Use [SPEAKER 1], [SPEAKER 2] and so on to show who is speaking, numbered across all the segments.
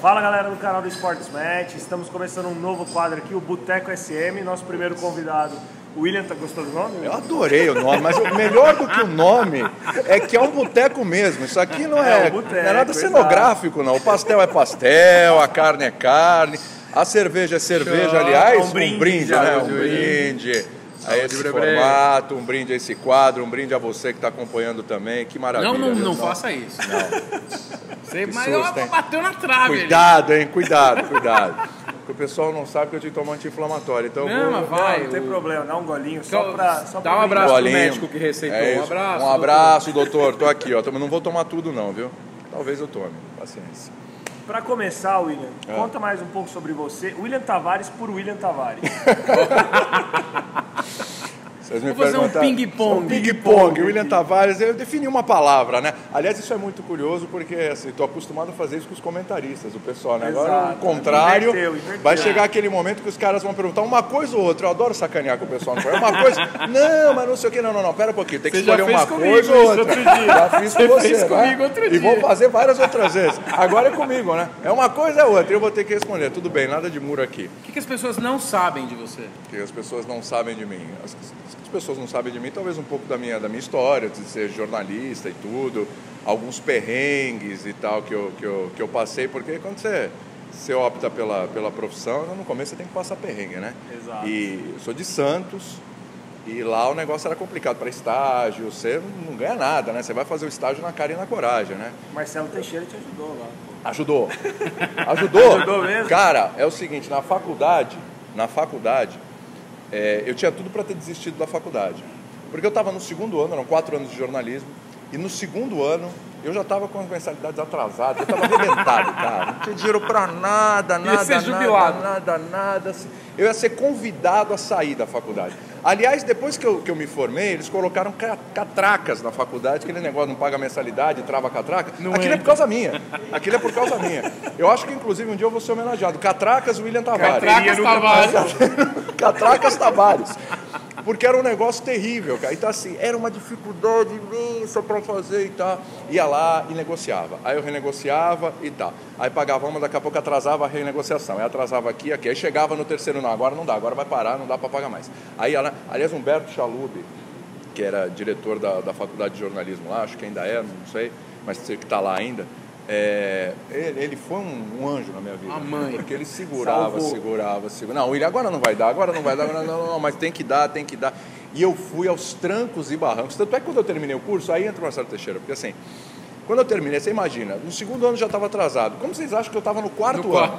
[SPEAKER 1] Fala galera do canal do Sports Match, estamos começando um novo quadro aqui, o Boteco SM. Nosso primeiro convidado, o William, tá gostou do nome?
[SPEAKER 2] Eu adorei o nome, mas o melhor do que o nome é que é um boteco mesmo. Isso aqui não
[SPEAKER 1] É,
[SPEAKER 2] é,
[SPEAKER 1] um boteco,
[SPEAKER 2] não é nada
[SPEAKER 1] exato.
[SPEAKER 2] cenográfico, não. O pastel é pastel, a carne é carne, a cerveja é cerveja, aliás,
[SPEAKER 1] um
[SPEAKER 2] um
[SPEAKER 1] brinde,
[SPEAKER 2] brinde,
[SPEAKER 1] já,
[SPEAKER 2] né?
[SPEAKER 1] meu
[SPEAKER 2] Um
[SPEAKER 1] Deus.
[SPEAKER 2] brinde a
[SPEAKER 3] Saúde,
[SPEAKER 2] esse
[SPEAKER 3] Brebré.
[SPEAKER 2] formato, um brinde a esse quadro, um brinde a você que está acompanhando também. Que maravilha.
[SPEAKER 3] Não, não, não
[SPEAKER 2] pessoal.
[SPEAKER 3] faça isso. Você,
[SPEAKER 2] Que
[SPEAKER 3] mas
[SPEAKER 2] susto,
[SPEAKER 3] ó,
[SPEAKER 2] hein?
[SPEAKER 3] bateu na trave.
[SPEAKER 2] Cuidado, hein? Cuidado, cuidado. Porque o pessoal não sabe que eu tinha que tomar anti-inflamatório. Então, eu
[SPEAKER 3] Não,
[SPEAKER 2] vou-
[SPEAKER 3] mas
[SPEAKER 1] Não,
[SPEAKER 3] vai.
[SPEAKER 1] não tem
[SPEAKER 3] o-
[SPEAKER 1] problema, dá um golinho só
[SPEAKER 3] Então,
[SPEAKER 1] pra. Só pra
[SPEAKER 3] dá um
[SPEAKER 1] brindar.
[SPEAKER 3] abraço. pro
[SPEAKER 2] Bolinho.
[SPEAKER 3] médico que receitou. Um
[SPEAKER 2] isso.
[SPEAKER 3] abraço,
[SPEAKER 2] Um abraço, doutor. Tô aqui, ó. Tô- Não vou tomar tudo, não, viu? Talvez eu tome. Paciência.
[SPEAKER 1] Pra começar, William,
[SPEAKER 2] É.
[SPEAKER 1] conta mais um pouco sobre você. William Tavares por William Tavares.
[SPEAKER 2] Vocês me
[SPEAKER 3] Vou fazer um
[SPEAKER 2] perguntaram-
[SPEAKER 3] ping-pong.
[SPEAKER 2] Um ping-pong. William Tavares, eu defini uma palavra, né? Aliás, isso é muito curioso porque assim, tô acostumado a fazer isso com os comentaristas, o pessoal, né? Agora,
[SPEAKER 1] Exato.
[SPEAKER 2] o contrário,
[SPEAKER 1] Inverteu, inverteu.
[SPEAKER 2] vai chegar aquele momento que os caras vão perguntar uma coisa ou outra. Eu adoro sacanear com o pessoal. Não é uma coisa, não, mas não sei o que, não, não, não, pera um pouquinho. Tem que
[SPEAKER 3] Você já
[SPEAKER 2] escolher
[SPEAKER 3] fez
[SPEAKER 2] uma
[SPEAKER 3] comigo
[SPEAKER 2] coisa ou
[SPEAKER 3] isso
[SPEAKER 2] outra.
[SPEAKER 3] outro dia.
[SPEAKER 2] Já fiz com você,
[SPEAKER 3] fez
[SPEAKER 2] né?
[SPEAKER 3] comigo outro
[SPEAKER 2] E vou
[SPEAKER 3] dia.
[SPEAKER 2] fazer várias outras vezes. Agora é comigo, né? É uma coisa ou outra. Eu vou ter que responder. Tudo bem, nada de muro aqui
[SPEAKER 3] O que, que as pessoas não sabem de você?
[SPEAKER 2] que as pessoas não sabem de mim. As, as pessoas não sabem de mim, talvez um pouco da minha, da minha história, de ser jornalista e tudo, alguns perrengues e tal que eu, que eu, que eu passei, porque quando você, você opta pela, pela profissão, no começo você tem que passar perrengue, né?
[SPEAKER 1] Exato.
[SPEAKER 2] E eu sou de Santos. E lá o negócio era complicado para estágio, você não ganha nada, né? Você vai fazer o estágio na cara e na coragem, né?
[SPEAKER 1] Marcelo Teixeira te ajudou lá.
[SPEAKER 2] Ajudou. Ajudou?
[SPEAKER 1] Ajudou mesmo?
[SPEAKER 2] Cara, é o seguinte, na faculdade, na faculdade, é, eu tinha tudo para ter desistido da faculdade. Porque eu estava no segundo ano, eram quatro anos de jornalismo, e no segundo ano eu já estava com as mensalidades atrasadas, eu estava arrebentado, cara. Não tinha dinheiro para nada, nada,
[SPEAKER 3] ser
[SPEAKER 2] nada,
[SPEAKER 3] jubilado.
[SPEAKER 2] nada, nada. Eu ia ser convidado a sair da faculdade. Aliás, depois que eu, que eu me formei, eles colocaram ca- catracas na faculdade, aquele negócio não paga mensalidade, trava catraca.
[SPEAKER 3] Não
[SPEAKER 2] Aquilo é
[SPEAKER 3] entra.
[SPEAKER 2] por causa minha. Aquilo é por causa minha. Eu acho que, inclusive, um dia eu vou ser homenageado. Catracas William Tavares.
[SPEAKER 3] Catracas Tavares.
[SPEAKER 2] Catracas Tabares. Porque era um negócio terrível, cara. Então, assim, era uma dificuldade imensa para fazer e tal. Ia lá e negociava. Aí eu renegociava e tal. Aí pagava uma, daqui a pouco atrasava a renegociação. Aí atrasava aqui, aqui. Aí chegava no terceiro, não, agora não dá, agora vai parar, não dá para pagar mais. Aí, ia lá- aliás, Humberto Chalub, que era diretor da, da faculdade de jornalismo lá, acho que ainda é, não sei, mas sei que está lá ainda. É, ele, ele foi um, um anjo na minha vida.
[SPEAKER 3] A mãe.
[SPEAKER 2] Porque ele segurava,
[SPEAKER 3] Salvou.
[SPEAKER 2] segurava, segurava. Não, ele agora não vai dar, agora não vai dar, agora não, não, não, mas tem que dar, tem que dar. E eu fui aos trancos e barrancos. Tanto é que quando eu terminei o curso, aí entra o Marcelo Teixeira, porque assim. Quando eu terminei, você imagina, no segundo ano já estava atrasado. Como vocês acham que eu estava no quarto
[SPEAKER 3] No
[SPEAKER 2] ano?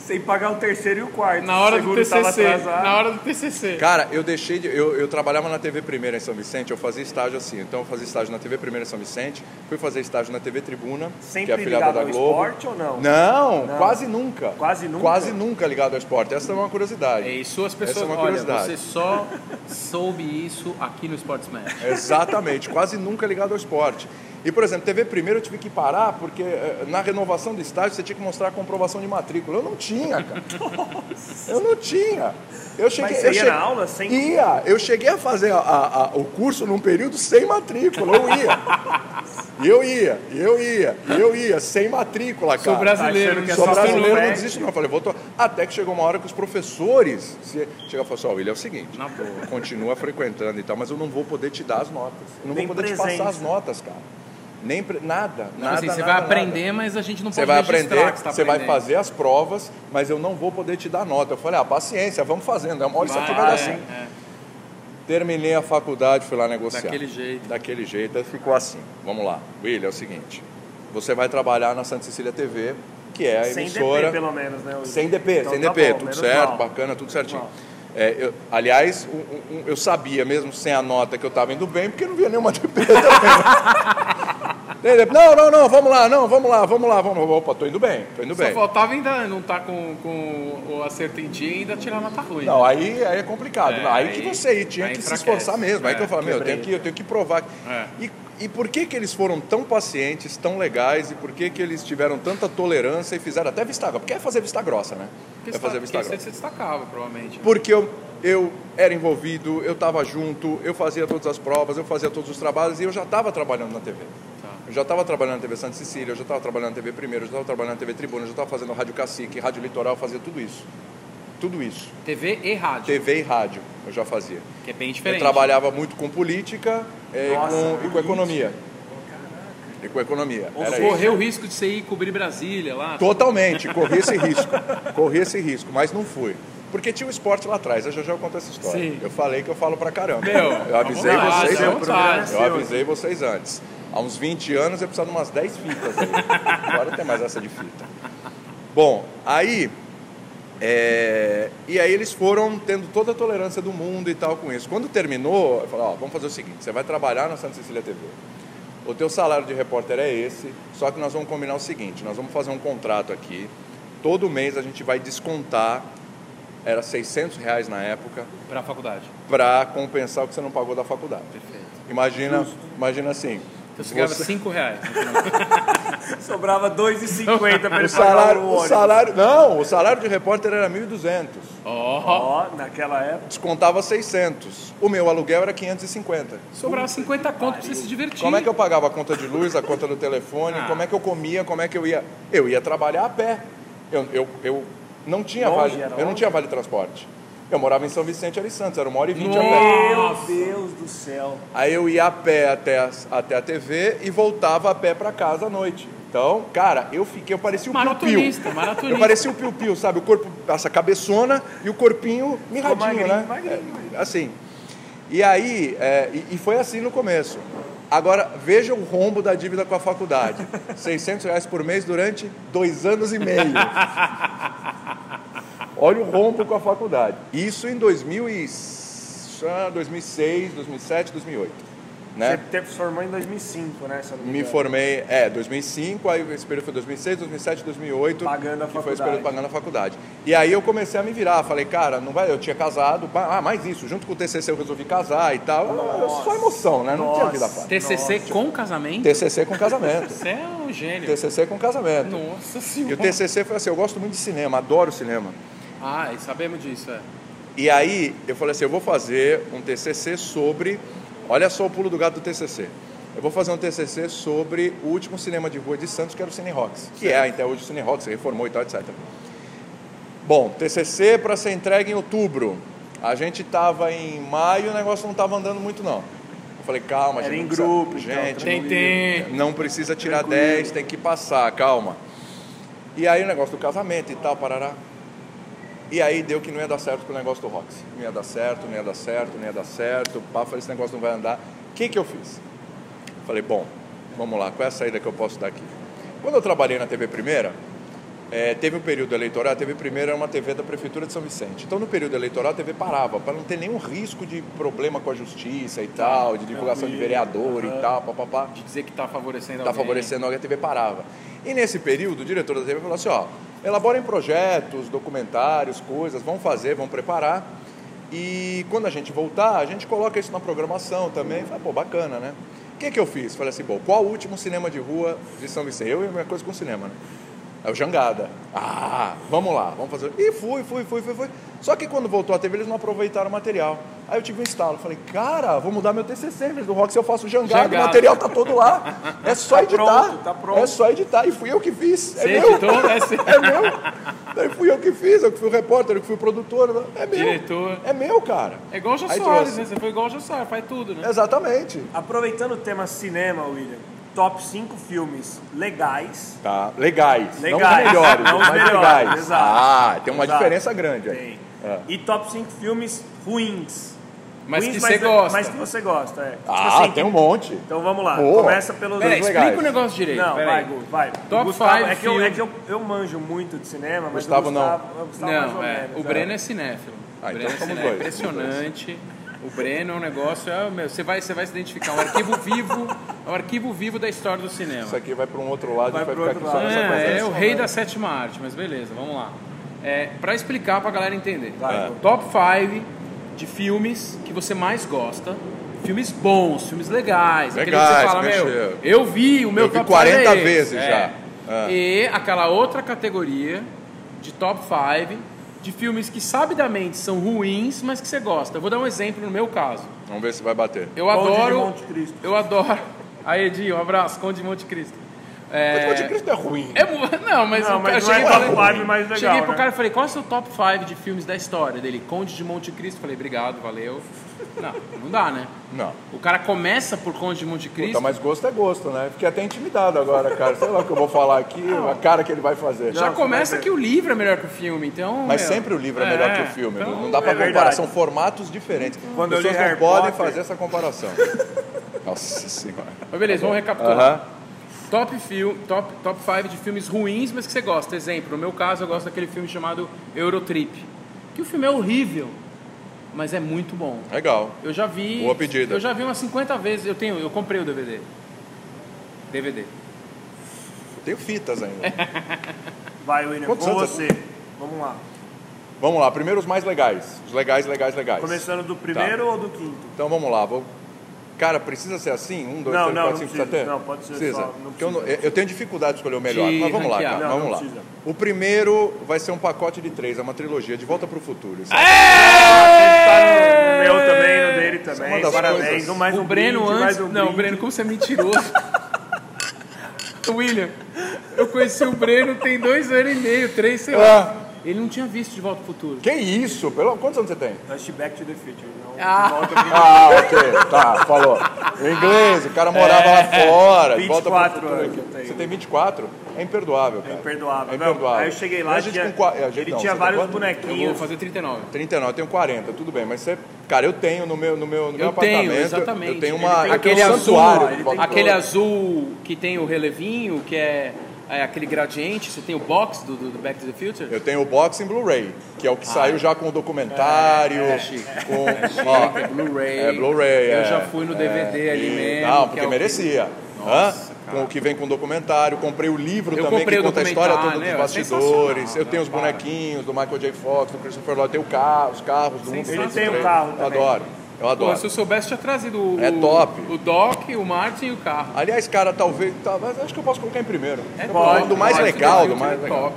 [SPEAKER 1] Sem pagar o terceiro e o quarto.
[SPEAKER 3] Na hora
[SPEAKER 1] o
[SPEAKER 3] do
[SPEAKER 1] seguro tava
[SPEAKER 3] TCC.
[SPEAKER 1] atrasado.
[SPEAKER 3] Na hora do TCC.
[SPEAKER 2] Cara, eu deixei de. Eu, eu trabalhava na TV Primeira em São Vicente, eu fazia estágio assim. Então eu fazia estágio na TV Primeira em São Vicente, fui fazer estágio na TV Tribuna, que
[SPEAKER 1] Sempre
[SPEAKER 2] é afiliada
[SPEAKER 1] ligado
[SPEAKER 2] da
[SPEAKER 1] ao
[SPEAKER 2] Globo.
[SPEAKER 1] esporte ou não?
[SPEAKER 2] Não,
[SPEAKER 1] Não.
[SPEAKER 2] quase nunca.
[SPEAKER 1] Quase nunca?
[SPEAKER 2] Quase nunca ligado ao esporte. Essa é uma curiosidade.
[SPEAKER 3] É isso, as
[SPEAKER 2] Essa é
[SPEAKER 3] pessoas.
[SPEAKER 2] uma
[SPEAKER 3] olha,
[SPEAKER 2] curiosidade.
[SPEAKER 3] você só soube isso aqui no Tipo assim, Sports Match.
[SPEAKER 2] Exatamente, quase nunca ligado ao esporte. E, por exemplo, TV Primeiro eu tive que parar porque eh, na renovação do estádio você tinha que mostrar a comprovação de matrícula. Eu não tinha, cara. Eu não tinha. Eu cheguei,
[SPEAKER 1] você
[SPEAKER 2] eu
[SPEAKER 1] ia
[SPEAKER 2] cheguei-
[SPEAKER 1] na aula sem-
[SPEAKER 2] Ia. Eu cheguei a fazer a- a- a- o curso num período sem matrícula. Eu ia. E eu ia, e eu ia, e eu ia, sem matrícula, cara.
[SPEAKER 3] Sou brasileiro,
[SPEAKER 1] achando que é
[SPEAKER 2] Só
[SPEAKER 1] só
[SPEAKER 2] brasileiro
[SPEAKER 1] pelo
[SPEAKER 2] não
[SPEAKER 1] Mac.
[SPEAKER 2] desiste, não. Eu falei, vou to... Até que chegou uma hora que os professores se- chegaram e falaram assim, ó, William, é o seguinte,
[SPEAKER 3] Na boa.
[SPEAKER 2] continua frequentando e tal, mas eu não vou poder te dar as notas. Eu não
[SPEAKER 1] Nem
[SPEAKER 2] vou poder te
[SPEAKER 1] presença.
[SPEAKER 2] passar as notas, cara. Nem pre- nada, nada,
[SPEAKER 3] assim, você
[SPEAKER 2] nada,
[SPEAKER 3] vai
[SPEAKER 2] nada.
[SPEAKER 3] aprender, mas a gente não
[SPEAKER 2] Você
[SPEAKER 3] pode
[SPEAKER 2] vai
[SPEAKER 3] registrar
[SPEAKER 2] aprender,
[SPEAKER 3] que você tá
[SPEAKER 2] você vai
[SPEAKER 3] aprendendo.
[SPEAKER 2] fazer as provas, mas eu não vou poder te dar nota. Eu falei, ah, paciência, vamos fazendo. É uma hora isso aqui vai dar
[SPEAKER 3] Vai,
[SPEAKER 2] assim.
[SPEAKER 3] é, é.
[SPEAKER 2] Terminei a faculdade, fui lá negociar.
[SPEAKER 3] Daquele jeito.
[SPEAKER 2] Daquele jeito, aí ficou assim. Vamos lá. William, é o seguinte. Você vai trabalhar na Santa Cecília TV, que é a
[SPEAKER 1] Sem
[SPEAKER 2] emissora...
[SPEAKER 1] DP, pelo menos, né? William?
[SPEAKER 2] Sem DP,
[SPEAKER 1] Então
[SPEAKER 2] sem
[SPEAKER 1] tá
[SPEAKER 2] DP,
[SPEAKER 1] bom,
[SPEAKER 2] tudo
[SPEAKER 1] menos
[SPEAKER 2] certo,
[SPEAKER 1] mal.
[SPEAKER 2] bacana, tudo certinho.
[SPEAKER 1] Mal.
[SPEAKER 2] É, eu- aliás, um- um- um- eu sabia mesmo sem a nota que eu estava indo bem, porque não via nenhuma DP também. Tem DP, não, não, não, vamos lá, não, vamos lá, vamos lá, vamos lá. Opa, tô indo bem, tô indo
[SPEAKER 3] Só
[SPEAKER 2] bem.
[SPEAKER 3] faltava ainda não estar com, com o acerto em dia e ainda tirar nota ruim.
[SPEAKER 2] Não, aí, aí é complicado.
[SPEAKER 3] É,
[SPEAKER 2] Não, aí,
[SPEAKER 3] aí-
[SPEAKER 2] que você tinha
[SPEAKER 3] aí
[SPEAKER 2] que se
[SPEAKER 3] enfraquece.
[SPEAKER 2] esforçar mesmo. aí
[SPEAKER 3] É,
[SPEAKER 2] que eu falo, meu, eu
[SPEAKER 3] quebrei.
[SPEAKER 2] tenho que, eu tenho que provar.
[SPEAKER 3] É.
[SPEAKER 2] E, e por que, que eles foram tão pacientes, tão legais, e por que, que eles tiveram tanta tolerância e fizeram até vista grossa? Porque é fazer vista grossa, né?
[SPEAKER 3] Porque
[SPEAKER 2] é
[SPEAKER 3] você,
[SPEAKER 2] fazer
[SPEAKER 3] porque
[SPEAKER 2] vista grossa.
[SPEAKER 3] você se destacava, provavelmente. né?
[SPEAKER 2] Porque eu, eu era envolvido, eu estava junto, eu fazia todas as provas, eu fazia todos os trabalhos e eu já estava trabalhando na TV. Eu já estava trabalhando na TV Santa Cecília, eu já estava trabalhando na TV Primeiro, eu já estava trabalhando na TV Tribuna, eu já estava fazendo Rádio Cacique, Rádio Litoral, eu fazia tudo isso. Tudo isso.
[SPEAKER 3] TV e rádio,
[SPEAKER 2] TV e rádio eu já fazia.
[SPEAKER 3] que é bem diferente.
[SPEAKER 2] Eu trabalhava muito com política eh, e
[SPEAKER 1] Nossa,
[SPEAKER 2] com- e com
[SPEAKER 1] política.
[SPEAKER 2] economia. E com economia. Era isso.
[SPEAKER 3] Correu o risco de você ir cobrir Brasília lá.
[SPEAKER 2] Totalmente, corri esse risco. Corri esse risco, mas não fui. Porque tinha o esporte lá atrás, eu já já conto essa história.
[SPEAKER 3] Sim.
[SPEAKER 2] Eu falei que eu falo pra caramba.
[SPEAKER 3] Meu,
[SPEAKER 2] eu avisei
[SPEAKER 3] Tá à vontade,
[SPEAKER 2] vocês
[SPEAKER 3] à
[SPEAKER 2] antes.
[SPEAKER 3] vontade.
[SPEAKER 2] Eu avisei vocês antes. Há uns 20 anos eu precisava de umas 10 fitas aí. Agora tem mais essa de fita. Bom, aí. é, e aí eles foram tendo toda a tolerância do mundo e tal com isso. Quando terminou, eu falei, ó, vamos fazer o seguinte, você vai trabalhar na Santa Cecília TV. O teu salário de repórter é esse, só que nós vamos combinar o seguinte, nós vamos fazer um contrato aqui. Todo mês a gente vai descontar, era 600 reais na época,
[SPEAKER 3] Pra faculdade.
[SPEAKER 2] para compensar o que você não pagou da faculdade.
[SPEAKER 3] Perfeito.
[SPEAKER 2] Imagina, imagina assim.
[SPEAKER 3] Então você ganhava
[SPEAKER 2] você-
[SPEAKER 3] 5 reais.
[SPEAKER 1] Sobrava 2,50 para
[SPEAKER 2] o
[SPEAKER 1] ele pagar
[SPEAKER 2] salário,
[SPEAKER 1] o
[SPEAKER 2] o
[SPEAKER 1] ônibus.
[SPEAKER 2] salário, não, o salário de repórter era 1.200.
[SPEAKER 3] Ó,
[SPEAKER 1] Ó, naquela época.
[SPEAKER 2] descontava 600. O meu aluguel era 550.
[SPEAKER 3] sobrava 50 conto pra você se divertir.
[SPEAKER 2] Como é que eu pagava a conta de luz, a conta do telefone,
[SPEAKER 3] Ah.
[SPEAKER 2] como é que eu comia, como é que eu ia... Eu ia trabalhar a pé. Eu, eu, eu não tinha
[SPEAKER 1] Longe,
[SPEAKER 2] vale,
[SPEAKER 1] era
[SPEAKER 2] eu não
[SPEAKER 1] longe?
[SPEAKER 2] tinha vale transporte. Eu morava em São Vicente, era em Santos, era uma hora e vinte a pé.
[SPEAKER 1] Meu
[SPEAKER 3] Nossa.
[SPEAKER 1] Deus do céu.
[SPEAKER 2] Aí eu ia a pé até, as- até a TV e voltava a pé para casa à noite. Então, cara, eu fiquei, eu parecia o piu-piu.
[SPEAKER 3] Maratonista, maratonista.
[SPEAKER 2] Eu parecia o piu-piu, sabe? O corpo, essa cabeçona e o corpinho mirradinho,
[SPEAKER 1] magrinho,
[SPEAKER 2] né?
[SPEAKER 1] magrinho,
[SPEAKER 2] É,
[SPEAKER 1] magrinho.
[SPEAKER 2] assim. E aí, é, e, e foi assim no começo. Agora, veja o rombo da dívida com a faculdade. 600 reais por mês durante dois anos e meio. Olha o rombo com a faculdade. Isso em 2000 e- ah, 2006, 2007, 2008. Né?
[SPEAKER 1] Você teve sua irmã em 2005, né? se eu não
[SPEAKER 2] Me
[SPEAKER 1] engano.
[SPEAKER 2] formei, é, 2005, aí esse período foi 2006, 2007, 2008.
[SPEAKER 1] Pagando a
[SPEAKER 2] Que foi esse período
[SPEAKER 1] faculdade.
[SPEAKER 2] pagando a faculdade. E aí eu comecei a me virar, falei, cara, não vai, eu tinha casado, pa- ah, mais isso, junto com o TCC eu resolvi casar e tal. Eu- eu- só emoção, né? Não tinha
[SPEAKER 1] Nossa.
[SPEAKER 2] vida fácil.
[SPEAKER 3] TCC com casamento?
[SPEAKER 2] TCC com casamento.
[SPEAKER 3] Você é um gênio.
[SPEAKER 2] TCC com casamento.
[SPEAKER 3] Nossa
[SPEAKER 2] E o
[SPEAKER 3] senhora.
[SPEAKER 2] TCC foi assim, eu gosto muito de cinema, adoro cinema.
[SPEAKER 3] Ah, e sabemos disso, é.
[SPEAKER 2] E aí eu falei assim, eu vou fazer um TCC sobre, olha só o pulo do gato do TCC. Eu vou fazer um TCC sobre o último cinema de rua de Santos, que era o Cine Rocks, que é até hoje o Cine Rocks, reformou e tal, etc. Bom, TCC para ser entregue em outubro. A gente estava em maio, o negócio não estava andando muito não. Eu falei, calma,
[SPEAKER 1] Era em
[SPEAKER 2] gente. não precisa-
[SPEAKER 1] grupo, então,
[SPEAKER 2] gente.
[SPEAKER 1] tranquilo.
[SPEAKER 3] Tem tempo.
[SPEAKER 2] Não precisa tirar 10, tem que passar, calma. E aí o negócio do casamento e tal, parará. E aí deu que não ia dar certo com o negócio do Roxy. Não ia dar certo, não ia dar certo, não ia dar certo. Pá, falei, esse negócio não vai andar. O que, que eu fiz? Falei, bom, vamos lá, qual é a saída que eu posso dar aqui? Quando eu trabalhei na TV Primeira, eh, teve um período eleitoral, a TV Primeira era uma TV da Prefeitura de São Vicente. Então, no período eleitoral, a TV parava, para não ter nenhum risco de problema com a justiça e tal, de divulgação de vereador e tal, papapá
[SPEAKER 3] De dizer que tá favorecendo
[SPEAKER 2] está
[SPEAKER 3] alguém.
[SPEAKER 2] favorecendo alguém, a TV parava. E nesse período, o diretor da TV falou assim, ó, elaborem projetos, documentários, coisas, vão fazer, vão preparar. E quando a gente voltar, a gente coloca isso na programação também. Falei, pô, bacana, né? O que, que eu fiz? Falei assim, bom, qual o último cinema de rua de São Vicente? Eu e a minha coisa com cinema, né? É o Jangada. Ah, vamos lá, vamos fazer. E fui, fui, fui, fui, fui. Só que quando voltou a TV, eles não aproveitaram o material. Aí eu tive um instalo. Falei, cara, vou mudar meu TCC, em vez do rock, se eu faço o Jangada,
[SPEAKER 3] Jangada.
[SPEAKER 2] o material tá todo lá. É só
[SPEAKER 1] Tá
[SPEAKER 2] editar.
[SPEAKER 1] pronto, tá pronto.
[SPEAKER 2] É só editar. E fui eu que fiz. É
[SPEAKER 3] Você
[SPEAKER 2] meu.
[SPEAKER 3] editou, né? Você-
[SPEAKER 2] É meu. Daí fui eu que fiz, eu que fui o repórter, eu que fui o produtor. É meu.
[SPEAKER 3] Diretor.
[SPEAKER 2] É meu, cara.
[SPEAKER 3] É igual o Jô
[SPEAKER 2] Aí
[SPEAKER 3] Soares,
[SPEAKER 2] trouxe.
[SPEAKER 3] né? Você foi igual o Jô Soares, faz tudo, né?
[SPEAKER 2] Exatamente.
[SPEAKER 1] Aproveitando o tema cinema, William, top 5 filmes legais.
[SPEAKER 2] Tá. Legais. Não os
[SPEAKER 1] Legais.
[SPEAKER 2] melhores,
[SPEAKER 1] Não os
[SPEAKER 2] mas
[SPEAKER 1] melhores,
[SPEAKER 2] legais.
[SPEAKER 1] exato.
[SPEAKER 2] Ah, tem uma
[SPEAKER 1] Exato.
[SPEAKER 2] diferença grande aí.
[SPEAKER 1] Tem.
[SPEAKER 2] É.
[SPEAKER 1] E top 5 filmes ruins.
[SPEAKER 3] Mas
[SPEAKER 1] ruins,
[SPEAKER 3] que
[SPEAKER 2] é-
[SPEAKER 3] você gosta.
[SPEAKER 1] Mas que você gosta, é. Tipo
[SPEAKER 2] Ah,
[SPEAKER 1] assim,
[SPEAKER 2] tem
[SPEAKER 1] que-
[SPEAKER 2] um monte.
[SPEAKER 1] Então vamos lá.
[SPEAKER 2] Boa.
[SPEAKER 1] Começa pelos...
[SPEAKER 3] Peraí,
[SPEAKER 2] Os
[SPEAKER 3] explica
[SPEAKER 2] legais.
[SPEAKER 3] o negócio direito.
[SPEAKER 1] Não, vai,
[SPEAKER 3] peraí.
[SPEAKER 1] Gu, vai.
[SPEAKER 3] Top
[SPEAKER 1] Gustavo,
[SPEAKER 3] five
[SPEAKER 1] é que, eu,
[SPEAKER 3] filme.
[SPEAKER 1] é que eu, eu manjo muito de cinema, mas
[SPEAKER 2] Gustavo
[SPEAKER 1] o
[SPEAKER 2] não.
[SPEAKER 1] Gustavo, o Gustavo mais
[SPEAKER 3] Não,
[SPEAKER 1] ou
[SPEAKER 3] é.
[SPEAKER 1] menos,
[SPEAKER 3] O Breno é cinéfilo.
[SPEAKER 2] Ah,
[SPEAKER 3] o
[SPEAKER 2] então
[SPEAKER 3] Breno é
[SPEAKER 2] somos
[SPEAKER 3] cinéfilo.
[SPEAKER 2] dois,
[SPEAKER 3] É
[SPEAKER 2] somos dois.
[SPEAKER 3] impressionante. O Breno é um negócio. É, meu, você, vai, você vai se identificar. Um arquivo vivo. É um arquivo vivo da história do cinema.
[SPEAKER 2] Isso aqui vai para um outro lado
[SPEAKER 1] Vai
[SPEAKER 2] e vai
[SPEAKER 1] pro
[SPEAKER 2] ficar aqui
[SPEAKER 1] outro
[SPEAKER 2] só
[SPEAKER 1] lado.
[SPEAKER 2] nessa
[SPEAKER 3] É,
[SPEAKER 2] conversa.
[SPEAKER 3] é o rei da sétima arte, mas beleza, vamos lá. É, pra explicar pra galera entender. É.
[SPEAKER 1] Vai, Gu.
[SPEAKER 3] Top 5 de filmes que você mais gosta. Filmes bons, filmes legais. aquele que você
[SPEAKER 2] Legais,
[SPEAKER 3] fala, meu,
[SPEAKER 2] mexeu.
[SPEAKER 3] eu vi o meu
[SPEAKER 2] Eu vi
[SPEAKER 3] top
[SPEAKER 2] 40
[SPEAKER 3] five é
[SPEAKER 2] vezes
[SPEAKER 3] esse.
[SPEAKER 2] já. Ah.
[SPEAKER 3] É. E aquela outra categoria de top 5 de filmes que sabidamente são ruins, mas que você gosta. Eu vou dar um exemplo no meu caso.
[SPEAKER 2] Vamos ver se vai bater.
[SPEAKER 3] Eu
[SPEAKER 1] Conde de
[SPEAKER 3] adoro.
[SPEAKER 1] Monte Cristo.
[SPEAKER 3] Eu adoro. Aí, Edinho, um abraço, Conde de Monte Cristo. É...
[SPEAKER 2] Mas Monte Cristo é ruim.
[SPEAKER 3] É mu- não, mas,
[SPEAKER 1] Não, mas
[SPEAKER 3] o cara,
[SPEAKER 1] não
[SPEAKER 3] eu cheguei,
[SPEAKER 1] é
[SPEAKER 3] e
[SPEAKER 1] top
[SPEAKER 3] falei-
[SPEAKER 1] five mais legal,
[SPEAKER 3] cheguei pro
[SPEAKER 1] né?
[SPEAKER 3] cara e falei, qual é o seu top 5 de filmes da história dele? Conde de Monte Cristo. Falei, obrigado, valeu. Não, não dá, né?
[SPEAKER 2] Não.
[SPEAKER 3] O cara começa por Conde de Monte Cristo.
[SPEAKER 2] Puta, mas gosto é gosto, né? Fiquei até intimidado agora, cara. Sei lá o que eu vou falar aqui, a cara que ele vai fazer.
[SPEAKER 3] Já
[SPEAKER 1] Não, você
[SPEAKER 3] começa
[SPEAKER 1] vai ver.
[SPEAKER 3] que o livro é melhor que o filme, então.
[SPEAKER 2] Mas
[SPEAKER 3] meu,
[SPEAKER 2] sempre o livro é melhor que o filme.
[SPEAKER 3] então,
[SPEAKER 2] não dá pra
[SPEAKER 1] é
[SPEAKER 2] comparar,
[SPEAKER 1] verdade.
[SPEAKER 2] são formatos diferentes.
[SPEAKER 1] Quando eu
[SPEAKER 2] Pessoas
[SPEAKER 1] li
[SPEAKER 2] não
[SPEAKER 1] Harry
[SPEAKER 2] podem
[SPEAKER 1] Potter-
[SPEAKER 2] fazer essa comparação. Nossa senhora.
[SPEAKER 3] Mas beleza, vamos recapitular.
[SPEAKER 2] Aham.
[SPEAKER 3] Top 5 top, top five de filmes ruins, mas que você gosta. Exemplo, no meu caso, eu gosto daquele filme chamado Eurotrip. Que o filme é horrível, mas é muito bom.
[SPEAKER 2] Legal.
[SPEAKER 3] Eu já vi.
[SPEAKER 2] Boa pedida.
[SPEAKER 3] Eu já vi umas 50 vezes. Eu tenho, eu comprei o DVD. DVD.
[SPEAKER 2] Eu tenho fitas ainda.
[SPEAKER 1] Vai, William,
[SPEAKER 2] Quantos
[SPEAKER 1] com
[SPEAKER 2] anos
[SPEAKER 1] você. Vamos lá.
[SPEAKER 2] Vamos lá, primeiro os mais legais. Os legais, legais, legais.
[SPEAKER 1] Começando do primeiro ou do quinto?
[SPEAKER 2] Então vamos lá, vou. Cara, precisa ser assim? Um, dois,
[SPEAKER 1] Não, não,
[SPEAKER 2] três, quatro,
[SPEAKER 1] não
[SPEAKER 2] cinco, sete? é?
[SPEAKER 1] precisa. Não, pode ser
[SPEAKER 2] Precisa.
[SPEAKER 1] só- não
[SPEAKER 2] Porque eu, não- eu tenho dificuldade de escolher o melhor,
[SPEAKER 3] De
[SPEAKER 2] mas vamos lá,
[SPEAKER 3] ranquear.
[SPEAKER 2] cara,
[SPEAKER 1] Não,
[SPEAKER 2] vamos
[SPEAKER 1] não
[SPEAKER 2] lá.
[SPEAKER 1] precisa.
[SPEAKER 2] O primeiro vai ser um pacote de três, é uma trilogia, De Volta para o Futuro. Isso
[SPEAKER 1] Tá no meu também, no dele
[SPEAKER 2] é uma
[SPEAKER 1] também.
[SPEAKER 2] das
[SPEAKER 1] Parabéns.
[SPEAKER 2] coisas.
[SPEAKER 1] Um mais
[SPEAKER 3] o
[SPEAKER 1] um
[SPEAKER 3] Breno
[SPEAKER 1] brinde,
[SPEAKER 3] antes.
[SPEAKER 1] mais um
[SPEAKER 3] não, o
[SPEAKER 1] brinde.
[SPEAKER 3] Breno, como você é mentiroso. William, eu conheci o Breno tem dois anos e meio, três, sei lá. Ele não tinha visto De Volta ao Futuro.
[SPEAKER 2] Que isso? Pelo... Quantos anos você tem?
[SPEAKER 1] Touch Back to the Future. Não,
[SPEAKER 3] Ah.
[SPEAKER 1] volta pro
[SPEAKER 2] Ah, ok, tá, falou. O inglês, o cara morava lá fora. de volta pro
[SPEAKER 1] 24
[SPEAKER 2] futuro
[SPEAKER 1] anos
[SPEAKER 2] aqui.
[SPEAKER 1] eu tenho.
[SPEAKER 2] Você tem 24? É imperdoável, cara.
[SPEAKER 1] É imperdoável.
[SPEAKER 2] É
[SPEAKER 1] Não,
[SPEAKER 2] imperdoável.
[SPEAKER 1] Aí eu cheguei lá,
[SPEAKER 2] A
[SPEAKER 1] e
[SPEAKER 2] gente
[SPEAKER 1] tinha,
[SPEAKER 2] com qua- a gente
[SPEAKER 1] ele
[SPEAKER 2] não,
[SPEAKER 1] tinha
[SPEAKER 2] você tá tem
[SPEAKER 1] vários
[SPEAKER 2] quanto?
[SPEAKER 3] Eu vou
[SPEAKER 1] bonequinhos.
[SPEAKER 3] fazer 39.
[SPEAKER 2] 39, eu tenho 40, tudo bem, mas você. Cara, eu tenho no meu, no meu, no meu
[SPEAKER 3] Eu tenho,
[SPEAKER 2] apartamento.
[SPEAKER 3] exatamente.
[SPEAKER 2] Eu tenho uma.
[SPEAKER 1] Ele tem-
[SPEAKER 2] eu tenho
[SPEAKER 3] Aquele
[SPEAKER 2] um
[SPEAKER 3] azul,
[SPEAKER 2] santuário de
[SPEAKER 1] ele
[SPEAKER 2] volta
[SPEAKER 1] tem-
[SPEAKER 2] pro
[SPEAKER 3] aquele
[SPEAKER 2] futuro.
[SPEAKER 3] azul que tem o relevinho, que é, é aquele gradiente, você tem o box do, do- do Back to the Future.
[SPEAKER 2] Eu tenho o box em Blu-ray, que é o que saiu já com o documentário.
[SPEAKER 3] Ah, é chique.
[SPEAKER 2] Com, ó,
[SPEAKER 3] É Blu-ray.
[SPEAKER 2] É Blu-ray,
[SPEAKER 3] Eu
[SPEAKER 2] é.
[SPEAKER 3] já fui no DVD ali
[SPEAKER 2] E-
[SPEAKER 3] mesmo.
[SPEAKER 2] Não,
[SPEAKER 3] que é
[SPEAKER 2] porque
[SPEAKER 3] o que-
[SPEAKER 2] merecia.
[SPEAKER 3] Nossa,
[SPEAKER 2] Hã?
[SPEAKER 3] cara.
[SPEAKER 2] Com o que vem com documentário, comprei o livro
[SPEAKER 3] Eu
[SPEAKER 2] também
[SPEAKER 3] comprei
[SPEAKER 2] que
[SPEAKER 3] o
[SPEAKER 2] conta a história toda dos
[SPEAKER 3] documentário, né? É
[SPEAKER 2] bastidores.
[SPEAKER 3] sensacional,
[SPEAKER 2] eu tenho os
[SPEAKER 3] né? Para.
[SPEAKER 2] bonequinhos do Michael J. Fox, do Christopher Lloyd, tenho o carro, os carros do 1,
[SPEAKER 1] Ele
[SPEAKER 3] Sensacional.
[SPEAKER 1] tem um
[SPEAKER 2] Eu
[SPEAKER 1] carro também.
[SPEAKER 2] adoro, eu
[SPEAKER 3] Pô,
[SPEAKER 2] adoro.
[SPEAKER 3] se eu soubesse, tinha trazido o,
[SPEAKER 2] É top.
[SPEAKER 3] o Doc, o Martin e o carro.
[SPEAKER 2] Aliás, cara, talvez. talvez acho que eu posso colocar em primeiro.
[SPEAKER 3] É
[SPEAKER 2] Eu
[SPEAKER 3] top,
[SPEAKER 2] vou falar do mais
[SPEAKER 3] Back to the
[SPEAKER 2] legal, do
[SPEAKER 3] Future
[SPEAKER 2] mais
[SPEAKER 3] é
[SPEAKER 2] legal.
[SPEAKER 3] top.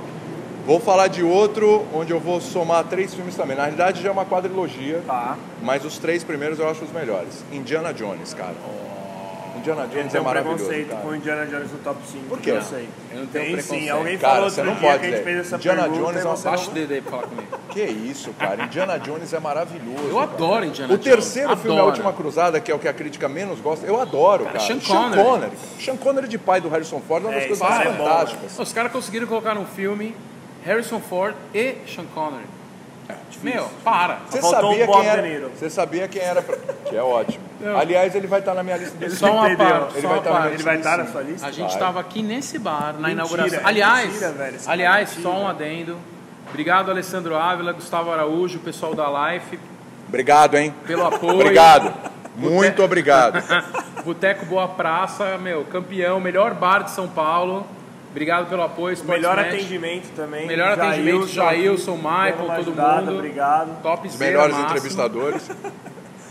[SPEAKER 2] Vou falar de outro onde eu vou somar três filmes também. Na realidade já é uma quadrilogia,
[SPEAKER 1] Tá.
[SPEAKER 2] mas os três primeiros eu acho os melhores. Indiana Jones, cara.
[SPEAKER 3] Oh.
[SPEAKER 2] Indiana
[SPEAKER 1] Ele
[SPEAKER 2] Jones
[SPEAKER 1] tem
[SPEAKER 2] é
[SPEAKER 1] um
[SPEAKER 2] maravilhoso.
[SPEAKER 1] preconceito
[SPEAKER 2] cara.
[SPEAKER 1] com o Indiana Jones no top 5.
[SPEAKER 2] Por quê?
[SPEAKER 1] Não sei.
[SPEAKER 3] eu não tenho
[SPEAKER 1] tem sim.
[SPEAKER 3] preconceito.
[SPEAKER 1] Alguém
[SPEAKER 2] Cara,
[SPEAKER 1] falou
[SPEAKER 2] você
[SPEAKER 1] outro
[SPEAKER 2] não
[SPEAKER 1] dia
[SPEAKER 2] pode
[SPEAKER 1] que a gente
[SPEAKER 2] dizer.
[SPEAKER 1] fez essa
[SPEAKER 2] Indiana
[SPEAKER 1] pergunta
[SPEAKER 2] Jones
[SPEAKER 1] e
[SPEAKER 2] é uma
[SPEAKER 1] você
[SPEAKER 3] Baixa o
[SPEAKER 1] não...
[SPEAKER 3] dedo aí pra falar comigo.
[SPEAKER 2] Que isso, cara. Indiana Jones é maravilhoso.
[SPEAKER 3] Eu
[SPEAKER 2] cara.
[SPEAKER 3] adoro Indiana
[SPEAKER 2] O
[SPEAKER 3] Jones.
[SPEAKER 2] terceiro filme, é A
[SPEAKER 3] Adoro.
[SPEAKER 2] Última Cruzada, que é o que a crítica menos gosta, eu adoro, cara.
[SPEAKER 3] Sean
[SPEAKER 2] Sean
[SPEAKER 3] Connery.
[SPEAKER 2] Connery. Sean Connery de pai do Harrison Ford é uma das
[SPEAKER 1] É,
[SPEAKER 2] coisas
[SPEAKER 1] isso
[SPEAKER 2] mais
[SPEAKER 1] é bom,
[SPEAKER 2] fantásticas.
[SPEAKER 3] Os caras conseguiram colocar num filme Harrison Ford e Sean Connery.
[SPEAKER 2] É,
[SPEAKER 3] Meu, para.
[SPEAKER 2] Você
[SPEAKER 1] Faltou
[SPEAKER 2] sabia,
[SPEAKER 1] um Bob
[SPEAKER 2] quem era,
[SPEAKER 1] De Niro.
[SPEAKER 2] você sabia quem era. pra- Que é ótimo.
[SPEAKER 3] Não.
[SPEAKER 2] Aliás, ele vai estar na minha lista de
[SPEAKER 1] Ele
[SPEAKER 3] Só uma
[SPEAKER 1] entendeu.
[SPEAKER 3] parte,
[SPEAKER 2] Ele vai
[SPEAKER 3] só uma
[SPEAKER 2] estar na
[SPEAKER 3] parte.
[SPEAKER 1] Ele vai estar na sua lista?
[SPEAKER 3] A gente
[SPEAKER 2] Vai.
[SPEAKER 3] estava aqui nesse bar, na
[SPEAKER 1] Mentira,
[SPEAKER 3] inauguração.
[SPEAKER 1] é
[SPEAKER 3] Aliás,
[SPEAKER 1] mentira, velho, isso é
[SPEAKER 3] aliás
[SPEAKER 1] mentira.
[SPEAKER 3] só um adendo. Obrigado, Alessandro Ávila, Gustavo Araújo, pessoal da Life,
[SPEAKER 2] Obrigado, hein?
[SPEAKER 3] pelo apoio.
[SPEAKER 2] Obrigado. Muito obrigado.
[SPEAKER 3] Boteco Boa Praça, meu, campeão, melhor bar de São Paulo. Obrigado pelo apoio, Sports
[SPEAKER 1] Melhor
[SPEAKER 3] Match.
[SPEAKER 1] atendimento também.
[SPEAKER 3] Melhor atendimento, Jailson, Michael,
[SPEAKER 1] dando uma
[SPEAKER 3] todo
[SPEAKER 1] ajudada,
[SPEAKER 3] mundo.
[SPEAKER 1] Obrigado.
[SPEAKER 3] Top
[SPEAKER 2] Os melhores
[SPEAKER 3] máximo.
[SPEAKER 2] entrevistadores.
[SPEAKER 3] Não,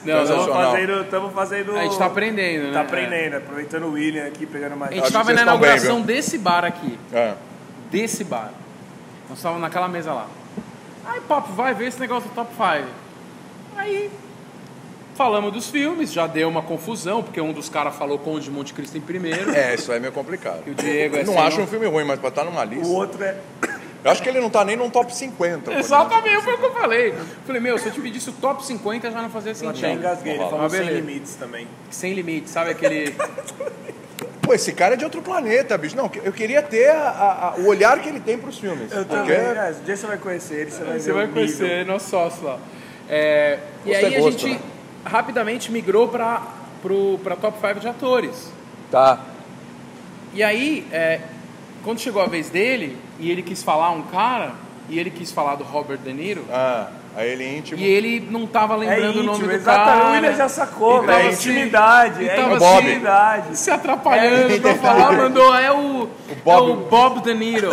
[SPEAKER 3] não,
[SPEAKER 1] Estamos
[SPEAKER 2] Sensacional.
[SPEAKER 1] fazendo, estamos fazendo...
[SPEAKER 3] a gente tá aprendendo, né?
[SPEAKER 1] Tá aprendendo, aproveitando o William aqui, pegando mais...
[SPEAKER 3] A
[SPEAKER 2] Acho
[SPEAKER 3] gente
[SPEAKER 2] que
[SPEAKER 3] tava
[SPEAKER 2] vocês
[SPEAKER 3] na
[SPEAKER 2] estão tá bem,
[SPEAKER 3] inauguração desse bar aqui.
[SPEAKER 2] É.
[SPEAKER 3] desse bar. Nós estávamos naquela mesa lá. Aí, papo, vai ver esse negócio do top 5. Aí, falamos dos filmes, já deu uma confusão, porque um dos caras falou Conde de Monte Cristo em primeiro.
[SPEAKER 2] É, isso aí é meio complicado.
[SPEAKER 3] E o Diego é
[SPEAKER 2] não
[SPEAKER 3] assim,
[SPEAKER 2] acho
[SPEAKER 3] não-
[SPEAKER 2] um filme ruim, mas pra estar numa lista.
[SPEAKER 1] O outro é...
[SPEAKER 2] Eu acho que ele não tá nem num top 50. por
[SPEAKER 3] Exatamente, foi o que eu falei. Falei, meu, se eu te pedisse o top 50, já não fazia
[SPEAKER 1] Eu até
[SPEAKER 3] sentido.
[SPEAKER 1] engasguei, ele
[SPEAKER 2] Vamos
[SPEAKER 3] lá.
[SPEAKER 1] falou
[SPEAKER 3] Ah,
[SPEAKER 1] sem
[SPEAKER 3] Beleza.
[SPEAKER 1] limites também.
[SPEAKER 3] Sem limite, sabe aquele...
[SPEAKER 1] é
[SPEAKER 2] Pô, esse cara é de outro planeta, bicho. Não, eu queria ter a- a- a- o olhar que ele tem pros filmes.
[SPEAKER 1] Eu
[SPEAKER 2] porque
[SPEAKER 1] também, guys. Um dia você vai conhecer ele, você vai
[SPEAKER 3] Você
[SPEAKER 1] ver
[SPEAKER 3] vai
[SPEAKER 1] o nível.
[SPEAKER 3] conhecer, é nosso sócio lá. É, e
[SPEAKER 2] Gosto
[SPEAKER 3] aí
[SPEAKER 2] é
[SPEAKER 3] a
[SPEAKER 2] gosto,
[SPEAKER 3] gente
[SPEAKER 2] né?
[SPEAKER 3] rapidamente migrou para para top 5 de atores.
[SPEAKER 2] Tá.
[SPEAKER 3] E aí, é, quando chegou a vez dele, e ele quis falar um cara, e ele quis falar do Robert De Niro,
[SPEAKER 2] Ah, aí ele é íntimo.
[SPEAKER 3] e ele não tava lembrando o nome
[SPEAKER 1] É íntimo,
[SPEAKER 3] do
[SPEAKER 1] exatamente.
[SPEAKER 3] cara.
[SPEAKER 1] O William já sacou,
[SPEAKER 3] E
[SPEAKER 1] velho.
[SPEAKER 3] tava
[SPEAKER 1] É
[SPEAKER 3] assim-
[SPEAKER 1] intimidade,
[SPEAKER 3] e
[SPEAKER 1] é
[SPEAKER 3] tava assim,
[SPEAKER 2] Bob.
[SPEAKER 1] intimidade.
[SPEAKER 3] Se atrapalhando
[SPEAKER 2] É,
[SPEAKER 3] pra falar, mandou, é o,
[SPEAKER 2] Bob.
[SPEAKER 3] é o Bob De Niro.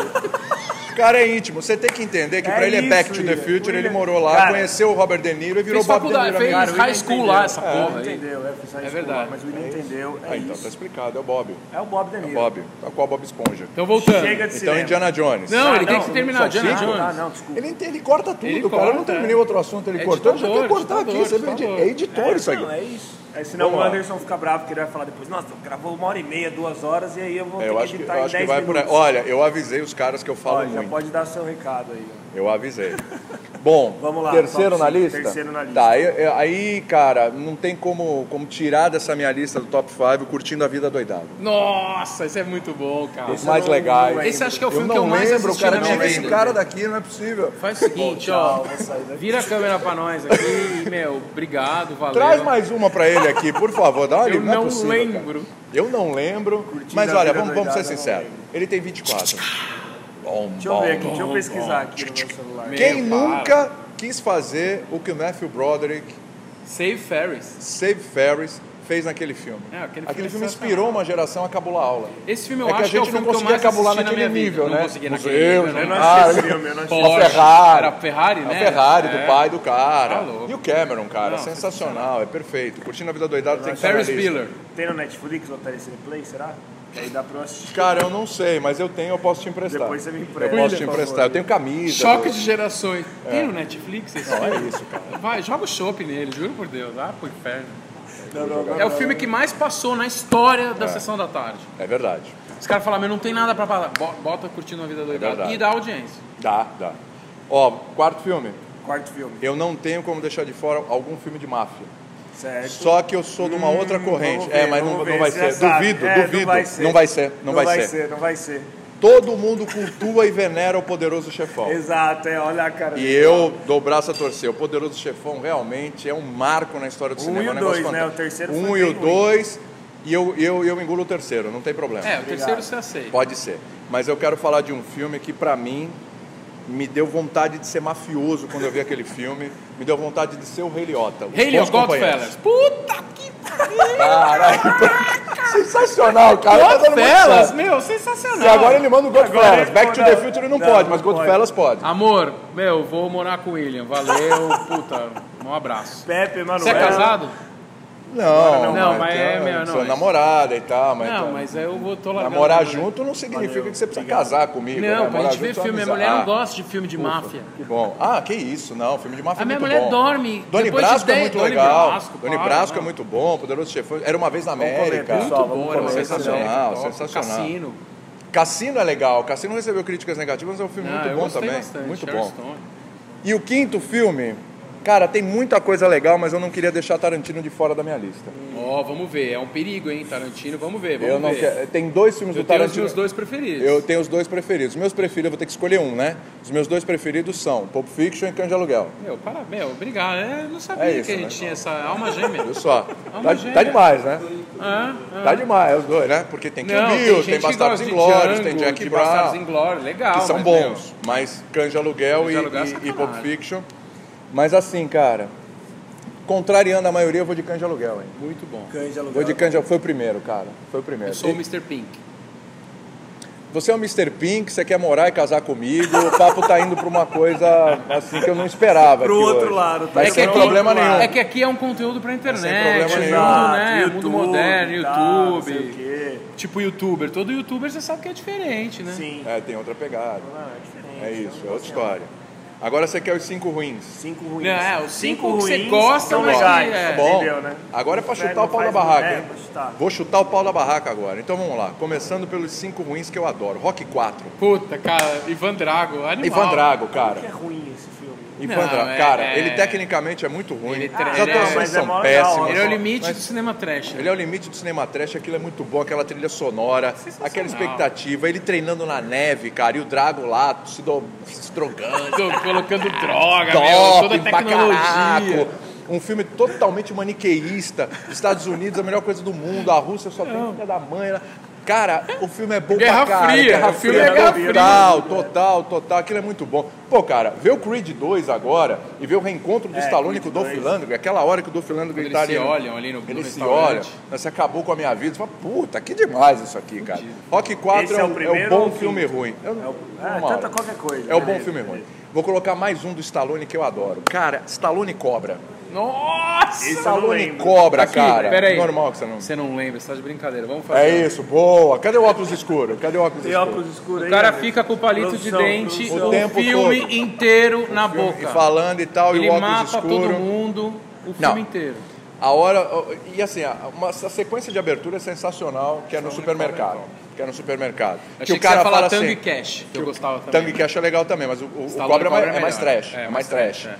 [SPEAKER 2] O cara é íntimo. Você tem que entender que
[SPEAKER 1] É
[SPEAKER 2] pra ele é
[SPEAKER 1] isso,
[SPEAKER 2] Back to the
[SPEAKER 1] William.
[SPEAKER 2] Future, ele
[SPEAKER 1] William-
[SPEAKER 2] morou lá,
[SPEAKER 1] Cara,
[SPEAKER 2] conheceu o Robert De Niro e virou
[SPEAKER 3] fez
[SPEAKER 2] Bob De
[SPEAKER 3] faculdade,
[SPEAKER 2] Niro.
[SPEAKER 3] fez
[SPEAKER 2] amigo.
[SPEAKER 1] o
[SPEAKER 3] high
[SPEAKER 1] William
[SPEAKER 3] school
[SPEAKER 1] entendeu.
[SPEAKER 3] lá, essa
[SPEAKER 1] É,
[SPEAKER 3] porra aí.
[SPEAKER 1] entendeu, é, foi só
[SPEAKER 3] É
[SPEAKER 1] isso,
[SPEAKER 3] verdade.
[SPEAKER 1] Mas o William entendeu, é
[SPEAKER 2] Ah, então tá
[SPEAKER 1] isso.
[SPEAKER 2] explicado, é o Bob.
[SPEAKER 1] É o Bob De
[SPEAKER 2] É o
[SPEAKER 1] Niro.
[SPEAKER 2] Bob. Tá com a Bob Esponja.
[SPEAKER 3] Então voltando.
[SPEAKER 1] Chega de
[SPEAKER 2] Então
[SPEAKER 1] cinema.
[SPEAKER 2] Indiana Jones.
[SPEAKER 3] Não, ele
[SPEAKER 1] Ah,
[SPEAKER 3] tem
[SPEAKER 1] não,
[SPEAKER 3] que terminar,
[SPEAKER 2] só
[SPEAKER 3] Diana
[SPEAKER 2] cinco?
[SPEAKER 3] Jones.
[SPEAKER 1] Ah, não, desculpa.
[SPEAKER 2] Ele, ente- ele corta tudo,
[SPEAKER 3] Ele
[SPEAKER 2] cara. eu não
[SPEAKER 3] corta,
[SPEAKER 2] terminei
[SPEAKER 3] é.
[SPEAKER 2] outro assunto, ele
[SPEAKER 3] É
[SPEAKER 2] cortou. Eu já
[SPEAKER 3] ditador,
[SPEAKER 2] quer cortar aqui.
[SPEAKER 3] ditador,
[SPEAKER 2] Você vê,
[SPEAKER 3] ditador.
[SPEAKER 2] é editor isso aqui.
[SPEAKER 1] Não, é isso. Aí senão
[SPEAKER 2] Vamos
[SPEAKER 1] o
[SPEAKER 2] lá.
[SPEAKER 1] Anderson fica bravo, que ele vai falar depois, nossa, gravou uma hora e meia, duas horas, e aí eu vou
[SPEAKER 2] É,
[SPEAKER 1] ter
[SPEAKER 2] eu
[SPEAKER 1] que
[SPEAKER 2] acho que,
[SPEAKER 3] tá
[SPEAKER 1] editar
[SPEAKER 2] eu
[SPEAKER 1] em
[SPEAKER 2] acho que
[SPEAKER 1] 10
[SPEAKER 2] vai por
[SPEAKER 1] minutos.
[SPEAKER 2] aí. Olha, eu avisei os caras que eu falo
[SPEAKER 1] Ó, já
[SPEAKER 2] muito.
[SPEAKER 1] pode dar seu recado aí. ó.
[SPEAKER 2] Eu avisei. Bom,
[SPEAKER 1] Vamos lá,
[SPEAKER 2] terceiro
[SPEAKER 1] top
[SPEAKER 2] na
[SPEAKER 1] cinco,
[SPEAKER 2] lista?
[SPEAKER 1] terceiro na lista.
[SPEAKER 2] Tá, eu- eu- aí, cara, não tem como, como tirar dessa minha lista do top 5 curtindo a vida doidado.
[SPEAKER 3] Nossa, isso é muito bom, cara.
[SPEAKER 2] Os mais
[SPEAKER 1] não-
[SPEAKER 2] legais.
[SPEAKER 1] não
[SPEAKER 3] Esse acho que é o filme
[SPEAKER 2] não
[SPEAKER 3] que eu mais
[SPEAKER 2] lembro,
[SPEAKER 3] assisti
[SPEAKER 2] cara.
[SPEAKER 3] na
[SPEAKER 2] Tira
[SPEAKER 3] minha
[SPEAKER 2] esse
[SPEAKER 3] vida.
[SPEAKER 2] cara daqui, não é possível.
[SPEAKER 3] Faz o seguinte, ó. Vira a câmera pra nós aqui e, meu, obrigado, valeu.
[SPEAKER 2] Traz mais uma pra ele aqui, por favor. Dá uma
[SPEAKER 3] Eu
[SPEAKER 2] olhada, é
[SPEAKER 3] não
[SPEAKER 2] possível, cara.
[SPEAKER 3] lembro.
[SPEAKER 2] Eu não lembro, mas
[SPEAKER 1] a
[SPEAKER 2] olha,
[SPEAKER 1] vida
[SPEAKER 2] vamos, vamos ser
[SPEAKER 1] doidada,
[SPEAKER 2] sinceros. Ele tem 24. Bom,
[SPEAKER 1] Deixa eu ver aqui,
[SPEAKER 2] bom.
[SPEAKER 1] deixa eu pesquisar aqui no meu celular.
[SPEAKER 3] Meu,
[SPEAKER 2] Quem
[SPEAKER 3] para.
[SPEAKER 2] nunca quis fazer o que o Matthew Broderick,
[SPEAKER 3] Save Ferris.
[SPEAKER 2] Save Ferris, fez naquele filme?
[SPEAKER 3] É, aquele filme
[SPEAKER 2] aquele filme
[SPEAKER 3] é
[SPEAKER 2] inspirou uma geração a cabular aula.
[SPEAKER 3] Esse filme eu
[SPEAKER 2] É que a
[SPEAKER 3] acho que é o
[SPEAKER 2] gente não
[SPEAKER 3] filme que eu
[SPEAKER 2] conseguia
[SPEAKER 3] mais assisti
[SPEAKER 2] cabular
[SPEAKER 3] na
[SPEAKER 2] naquele
[SPEAKER 3] minha
[SPEAKER 2] nível,
[SPEAKER 3] vida.
[SPEAKER 2] né?
[SPEAKER 3] Não consegui
[SPEAKER 2] Nos
[SPEAKER 3] naquele
[SPEAKER 2] erros,
[SPEAKER 3] nível,
[SPEAKER 1] Eu
[SPEAKER 3] né?
[SPEAKER 1] não achei
[SPEAKER 2] Ah,
[SPEAKER 1] esse filme, eu não achei esse
[SPEAKER 2] A
[SPEAKER 3] Porsche,
[SPEAKER 2] Ferrari.
[SPEAKER 3] era a Ferrari, né?
[SPEAKER 2] A Ferrari,
[SPEAKER 3] É.
[SPEAKER 2] do pai do cara.
[SPEAKER 3] Tá louco.
[SPEAKER 2] e o Cameron, cara,
[SPEAKER 3] Não,
[SPEAKER 2] sensacional, é perfeito. Curtindo a vida doidada, tem que estar na
[SPEAKER 3] Ferris
[SPEAKER 2] lista.
[SPEAKER 3] Bueller.
[SPEAKER 1] filme. Tem no Netflix ou Telecine Play, será? Que aí dá pra eu assistir.
[SPEAKER 2] Cara, eu não sei, mas eu tenho, eu posso te emprestar.
[SPEAKER 1] Depois você me empresta,
[SPEAKER 2] Eu posso te
[SPEAKER 1] por favor.
[SPEAKER 2] emprestar, eu tenho camisa.
[SPEAKER 3] Choque
[SPEAKER 2] do-
[SPEAKER 3] de gerações. Tem no Netflix esse
[SPEAKER 2] É. Não,
[SPEAKER 3] filme?
[SPEAKER 2] é isso, cara.
[SPEAKER 3] Vai, joga o chopp nele, juro por Deus. Ah, pro inferno.
[SPEAKER 1] Não, não, não,
[SPEAKER 3] É o
[SPEAKER 1] não.
[SPEAKER 3] filme que mais passou na história da Sessão da Tarde.
[SPEAKER 2] É verdade.
[SPEAKER 3] Os caras falaram, meu, não tem nada pra passar. Bo- Bota curtindo a vida doidada.
[SPEAKER 2] É verdade.
[SPEAKER 3] e dá audiência.
[SPEAKER 2] Dá, dá. Ó, quarto filme.
[SPEAKER 1] Quarto filme,
[SPEAKER 2] Eu não tenho como deixar de fora algum filme de máfia.
[SPEAKER 1] certo.
[SPEAKER 2] Só que eu sou de uma outra corrente.
[SPEAKER 1] É Hum, Vamos
[SPEAKER 2] é,
[SPEAKER 1] ver,
[SPEAKER 2] mas não,
[SPEAKER 1] vamos
[SPEAKER 2] não
[SPEAKER 1] ver,
[SPEAKER 2] vai
[SPEAKER 1] você
[SPEAKER 2] ser.
[SPEAKER 1] já sabe.
[SPEAKER 2] Duvido,
[SPEAKER 1] É,
[SPEAKER 2] duvido.
[SPEAKER 1] Não vai ser,
[SPEAKER 2] Não vai ser, não vai ser.
[SPEAKER 1] Não vai ser.
[SPEAKER 2] Todo mundo cultua e venera o poderoso chefão.
[SPEAKER 1] Exato, é, olha a cara
[SPEAKER 2] E
[SPEAKER 1] dele.
[SPEAKER 2] eu dou o braço a torcer. O Poderoso Chefão realmente é um marco na história do
[SPEAKER 1] Um
[SPEAKER 2] cinema.
[SPEAKER 1] e
[SPEAKER 2] é
[SPEAKER 1] o
[SPEAKER 2] um negócio
[SPEAKER 1] dois, né?
[SPEAKER 2] fantástico.
[SPEAKER 1] O terceiro
[SPEAKER 2] Um
[SPEAKER 1] foi
[SPEAKER 2] e o
[SPEAKER 1] bem ruim.
[SPEAKER 2] dois. E eu, eu, eu engulo o terceiro, não tem problema.
[SPEAKER 3] É, o terceiro você aceita.
[SPEAKER 2] Pode ser. Mas eu quero falar de um filme que, pra mim, me deu vontade de ser mafioso quando eu vi aquele filme. Me deu vontade de ser o Rei Liotta. Os
[SPEAKER 3] Haley
[SPEAKER 2] Bons
[SPEAKER 3] of
[SPEAKER 2] Companheiros.
[SPEAKER 3] Godfellas. Puta que pariu.
[SPEAKER 2] Caralho, sensacional, cara. Tá dando muito
[SPEAKER 3] Godfellas,
[SPEAKER 2] certo.
[SPEAKER 3] meu,
[SPEAKER 2] E
[SPEAKER 3] sensacional.
[SPEAKER 2] agora ele manda o
[SPEAKER 1] Agora
[SPEAKER 2] Godfellas.
[SPEAKER 1] ele
[SPEAKER 2] Back to
[SPEAKER 1] manda-
[SPEAKER 2] the Future não,
[SPEAKER 1] Não,
[SPEAKER 2] pode,
[SPEAKER 1] não
[SPEAKER 2] mas
[SPEAKER 1] pode.
[SPEAKER 2] Godfellas pode.
[SPEAKER 3] Amor, meu, vou morar com o William. Valeu, puta. Um abraço.
[SPEAKER 1] Pepe, Manuel.
[SPEAKER 3] Você é casado?
[SPEAKER 2] Não,
[SPEAKER 3] Não, mas é
[SPEAKER 2] então,
[SPEAKER 3] meu, não,
[SPEAKER 2] Sou
[SPEAKER 3] é.
[SPEAKER 2] namorada e tal, mas.
[SPEAKER 3] Não,
[SPEAKER 2] então,
[SPEAKER 3] mas eu vou, tô largando.
[SPEAKER 2] Namorar
[SPEAKER 3] né?
[SPEAKER 2] junto não significa
[SPEAKER 1] Valeu,
[SPEAKER 2] que você precisa
[SPEAKER 1] obrigado.
[SPEAKER 2] casar comigo. né?
[SPEAKER 3] Não, pra
[SPEAKER 2] Namorar
[SPEAKER 3] gente ver
[SPEAKER 2] junto é
[SPEAKER 3] filme. Minha
[SPEAKER 2] amizade.
[SPEAKER 3] mulher não
[SPEAKER 2] Ah,
[SPEAKER 3] gosta de filme de máfia.
[SPEAKER 2] Que bom. Ah, que isso, não. Filme de máfia
[SPEAKER 3] A
[SPEAKER 2] é
[SPEAKER 3] minha
[SPEAKER 2] muito
[SPEAKER 3] mulher
[SPEAKER 2] bom.
[SPEAKER 3] dorme
[SPEAKER 2] Doni
[SPEAKER 3] depois de
[SPEAKER 2] Brasco é
[SPEAKER 3] dez-
[SPEAKER 2] muito
[SPEAKER 3] Doni
[SPEAKER 2] legal.
[SPEAKER 3] Brasco, né?
[SPEAKER 2] Doni
[SPEAKER 3] para,
[SPEAKER 2] Brasco é
[SPEAKER 3] não.
[SPEAKER 2] muito bom. Poderoso Chefão. Era uma vez na América.
[SPEAKER 1] comer, pessoal.
[SPEAKER 3] Bom,
[SPEAKER 1] Vamos
[SPEAKER 3] era
[SPEAKER 1] comer,
[SPEAKER 2] sensacional,
[SPEAKER 3] top,
[SPEAKER 2] sensacional.
[SPEAKER 3] Cassino.
[SPEAKER 2] Cassino é legal. Cassino recebeu críticas negativas, mas é um filme
[SPEAKER 3] Ah,
[SPEAKER 2] muito
[SPEAKER 3] eu
[SPEAKER 2] bom
[SPEAKER 3] gostei
[SPEAKER 2] também.
[SPEAKER 3] bastante,
[SPEAKER 2] Muito
[SPEAKER 3] Sharon
[SPEAKER 2] bom.
[SPEAKER 3] Stone.
[SPEAKER 2] E o quinto filme, cara, tem muita coisa legal, mas eu não queria deixar Tarantino de fora da minha lista.
[SPEAKER 3] Ó, vamos ver. É um perigo, hein, Tarantino. Vamos ver, vamos
[SPEAKER 2] Eu não
[SPEAKER 3] ver.
[SPEAKER 2] quero. Tem dois filmes
[SPEAKER 3] Eu
[SPEAKER 2] do
[SPEAKER 3] tenho os
[SPEAKER 2] Tarantino.
[SPEAKER 3] meus dois preferidos.
[SPEAKER 2] Eu tenho os dois preferidos. Meus preferidos, eu vou ter que escolher um, né? Os meus dois preferidos são Pulp Fiction e Cães de Aluguel.
[SPEAKER 3] Meu, para, meu, obrigado. Eu não sabia
[SPEAKER 2] É isso,
[SPEAKER 3] que a gente
[SPEAKER 2] né?
[SPEAKER 3] tinha essa alma gêmea.
[SPEAKER 2] Viu só?
[SPEAKER 3] Alma
[SPEAKER 2] Tá,
[SPEAKER 3] gêmea.
[SPEAKER 2] tá demais, né?
[SPEAKER 3] Ah, ah.
[SPEAKER 2] Tá demais, os dois, né? Porque tem Kill
[SPEAKER 3] Não,
[SPEAKER 2] Bill, tem,
[SPEAKER 3] gente que
[SPEAKER 2] Bastardos
[SPEAKER 3] gosta de
[SPEAKER 2] Inglórios, tem
[SPEAKER 3] Django,
[SPEAKER 2] Jack
[SPEAKER 3] de
[SPEAKER 2] Brown,
[SPEAKER 3] Bastardos Inglórios, legal.
[SPEAKER 2] que são
[SPEAKER 3] mas,
[SPEAKER 2] bons. Mas Cães de Aluguel,
[SPEAKER 3] Cães
[SPEAKER 2] e,
[SPEAKER 3] de Aluguel é
[SPEAKER 2] e, e
[SPEAKER 3] sacanagem.
[SPEAKER 2] Pulp Fiction. Mas assim, cara, contrariando a maioria, eu vou de Cães de Aluguel, hein?
[SPEAKER 3] meu, muito bom.
[SPEAKER 1] Cães de aluguel.
[SPEAKER 2] Vou de Cães de Aluguel. Foi o primeiro, cara. Foi o primeiro.
[SPEAKER 3] Eu sou
[SPEAKER 2] E-
[SPEAKER 3] um- o Mr. Pink.
[SPEAKER 2] Você é o Mr. Pink, você quer morar e casar comigo. O papo tá indo pra uma coisa assim que eu não esperava.
[SPEAKER 1] Pro
[SPEAKER 2] aqui
[SPEAKER 1] outro
[SPEAKER 2] hoje.
[SPEAKER 1] lado, tá?
[SPEAKER 2] Mas
[SPEAKER 1] É que
[SPEAKER 2] sem
[SPEAKER 1] aqui-
[SPEAKER 2] problema nenhum.
[SPEAKER 3] É que aqui é um conteúdo pra internet.
[SPEAKER 2] Sem problema
[SPEAKER 3] mundo,
[SPEAKER 2] nenhum.
[SPEAKER 3] né?
[SPEAKER 1] Exato,
[SPEAKER 3] mundo moderno,
[SPEAKER 1] Ah, tá, não
[SPEAKER 3] YouTube.
[SPEAKER 1] sei o quê.
[SPEAKER 3] tipo youtuber. Todo youtuber você sabe que é diferente, né?
[SPEAKER 1] Sim.
[SPEAKER 2] É, tem outra pegada.
[SPEAKER 1] Não, é diferente.
[SPEAKER 2] É isso, é outra
[SPEAKER 1] Assim, ó,
[SPEAKER 2] história. Agora você quer os cinco ruins.
[SPEAKER 1] Cinco ruins.
[SPEAKER 3] Não, é, os cinco que você gosta,
[SPEAKER 1] são
[SPEAKER 3] mas que
[SPEAKER 1] legais,
[SPEAKER 3] é.
[SPEAKER 2] Tá bom.
[SPEAKER 1] entendeu, né?
[SPEAKER 2] Agora é pra
[SPEAKER 1] Não
[SPEAKER 2] chutar o pau na
[SPEAKER 1] faz-
[SPEAKER 2] barraca,
[SPEAKER 1] É,
[SPEAKER 2] hein?
[SPEAKER 1] pra chutar.
[SPEAKER 2] Vou chutar o pau na barraca agora. Então vamos lá. Começando pelos cinco ruins que eu adoro. Rock 4.
[SPEAKER 3] Puta, cara, Ivan Drago, animal.
[SPEAKER 2] Ivan Drago,
[SPEAKER 1] Que é
[SPEAKER 2] cara.
[SPEAKER 1] ruim esse filme.
[SPEAKER 2] Ivan
[SPEAKER 3] Não,
[SPEAKER 2] Drago.
[SPEAKER 3] é-
[SPEAKER 2] Cara,
[SPEAKER 3] é-
[SPEAKER 2] ele tecnicamente é muito ruim.
[SPEAKER 3] Ele
[SPEAKER 2] As
[SPEAKER 3] tre- ele é-
[SPEAKER 2] atuações
[SPEAKER 1] mas é
[SPEAKER 2] são
[SPEAKER 1] mó legal,
[SPEAKER 2] péssimas.
[SPEAKER 1] ó.
[SPEAKER 3] Ele é o limite do cinema trash. né?
[SPEAKER 2] Ele é o limite do cinema trash, aquilo é muito bom, aquela trilha sonora,
[SPEAKER 3] Sensacional.
[SPEAKER 2] aquela expectativa, ele treinando na neve, cara, e o Drago lá se, do, se drogando,
[SPEAKER 3] Tô colocando droga, meu, toda
[SPEAKER 2] doping
[SPEAKER 3] a
[SPEAKER 2] pra
[SPEAKER 3] tecnologia.
[SPEAKER 2] caraco. Um filme totalmente maniqueísta, Estados Unidos a melhor coisa do mundo, a Rússia só tem filha da mãe. né? Cara, o filme é bom
[SPEAKER 3] Guerra
[SPEAKER 2] pra cara.
[SPEAKER 3] Fria, o filme é Guerra Fria.
[SPEAKER 2] Total, total, total. Aquilo é muito bom. Pô, cara, ver o Creed 2 agora e ver o reencontro do
[SPEAKER 1] É,
[SPEAKER 2] Stallone
[SPEAKER 1] Creed
[SPEAKER 2] com o Dolph
[SPEAKER 1] 2.
[SPEAKER 2] Lundgren, aquela hora que o Dolph Lundgren
[SPEAKER 3] eles
[SPEAKER 2] tá
[SPEAKER 3] se
[SPEAKER 2] ali no-
[SPEAKER 3] olham ali no- no
[SPEAKER 2] Ele se
[SPEAKER 3] restaurante.
[SPEAKER 2] olha. Você acabou com a minha vida. Você fala, puta, que demais isso aqui, cara. Rock 4
[SPEAKER 1] Esse
[SPEAKER 2] é,
[SPEAKER 1] é
[SPEAKER 2] um-
[SPEAKER 1] o
[SPEAKER 2] é
[SPEAKER 1] primeiro
[SPEAKER 2] um bom
[SPEAKER 1] ou o
[SPEAKER 2] filme ruim. Eu-
[SPEAKER 1] É, o... ah,
[SPEAKER 2] normal.
[SPEAKER 1] tanta qualquer coisa.
[SPEAKER 2] É o
[SPEAKER 1] né?
[SPEAKER 2] bom filme ruim. Vou colocar mais um do Stallone que eu adoro. Cara, Stallone Cobra.
[SPEAKER 3] Nossa!
[SPEAKER 1] Esse eu não
[SPEAKER 2] Stallone
[SPEAKER 1] lembro.
[SPEAKER 2] Cobra,
[SPEAKER 3] Aqui,
[SPEAKER 2] cara.
[SPEAKER 3] pera aí.
[SPEAKER 2] Normal que você não...
[SPEAKER 3] Você não lembra, você tá de brincadeira. Vamos fazer.
[SPEAKER 2] É isso, boa. Cadê o óculos escuro? Cadê o óculos
[SPEAKER 1] Tem
[SPEAKER 2] escuro?
[SPEAKER 1] óculos escuros aí.
[SPEAKER 3] O cara
[SPEAKER 1] né?
[SPEAKER 3] fica com o palito de
[SPEAKER 1] Produção,
[SPEAKER 3] dente
[SPEAKER 1] produção.
[SPEAKER 2] O
[SPEAKER 3] o,
[SPEAKER 2] tempo
[SPEAKER 3] filme
[SPEAKER 2] todo.
[SPEAKER 3] inteiro na
[SPEAKER 2] Filme-
[SPEAKER 3] boca.
[SPEAKER 2] E falando e tal,
[SPEAKER 3] Ele
[SPEAKER 2] e o óculos
[SPEAKER 3] mata
[SPEAKER 2] escuro.
[SPEAKER 3] todo mundo o filme
[SPEAKER 2] Não.
[SPEAKER 3] inteiro.
[SPEAKER 2] A hora. E assim, uma, a sequência de abertura é sensacional, que é no supermercado. Que é no supermercado.
[SPEAKER 3] então. Achei que,
[SPEAKER 2] o cara
[SPEAKER 3] você ia falar
[SPEAKER 2] fala
[SPEAKER 3] Tang
[SPEAKER 2] assim,
[SPEAKER 3] Cash, que eu gostava também. Tá
[SPEAKER 2] Tangue Cash é legal também, mas o, o- o
[SPEAKER 3] Stallone
[SPEAKER 2] Cobra é mais, é
[SPEAKER 3] melhor.
[SPEAKER 2] mais trash. É, mais trash.
[SPEAKER 3] é.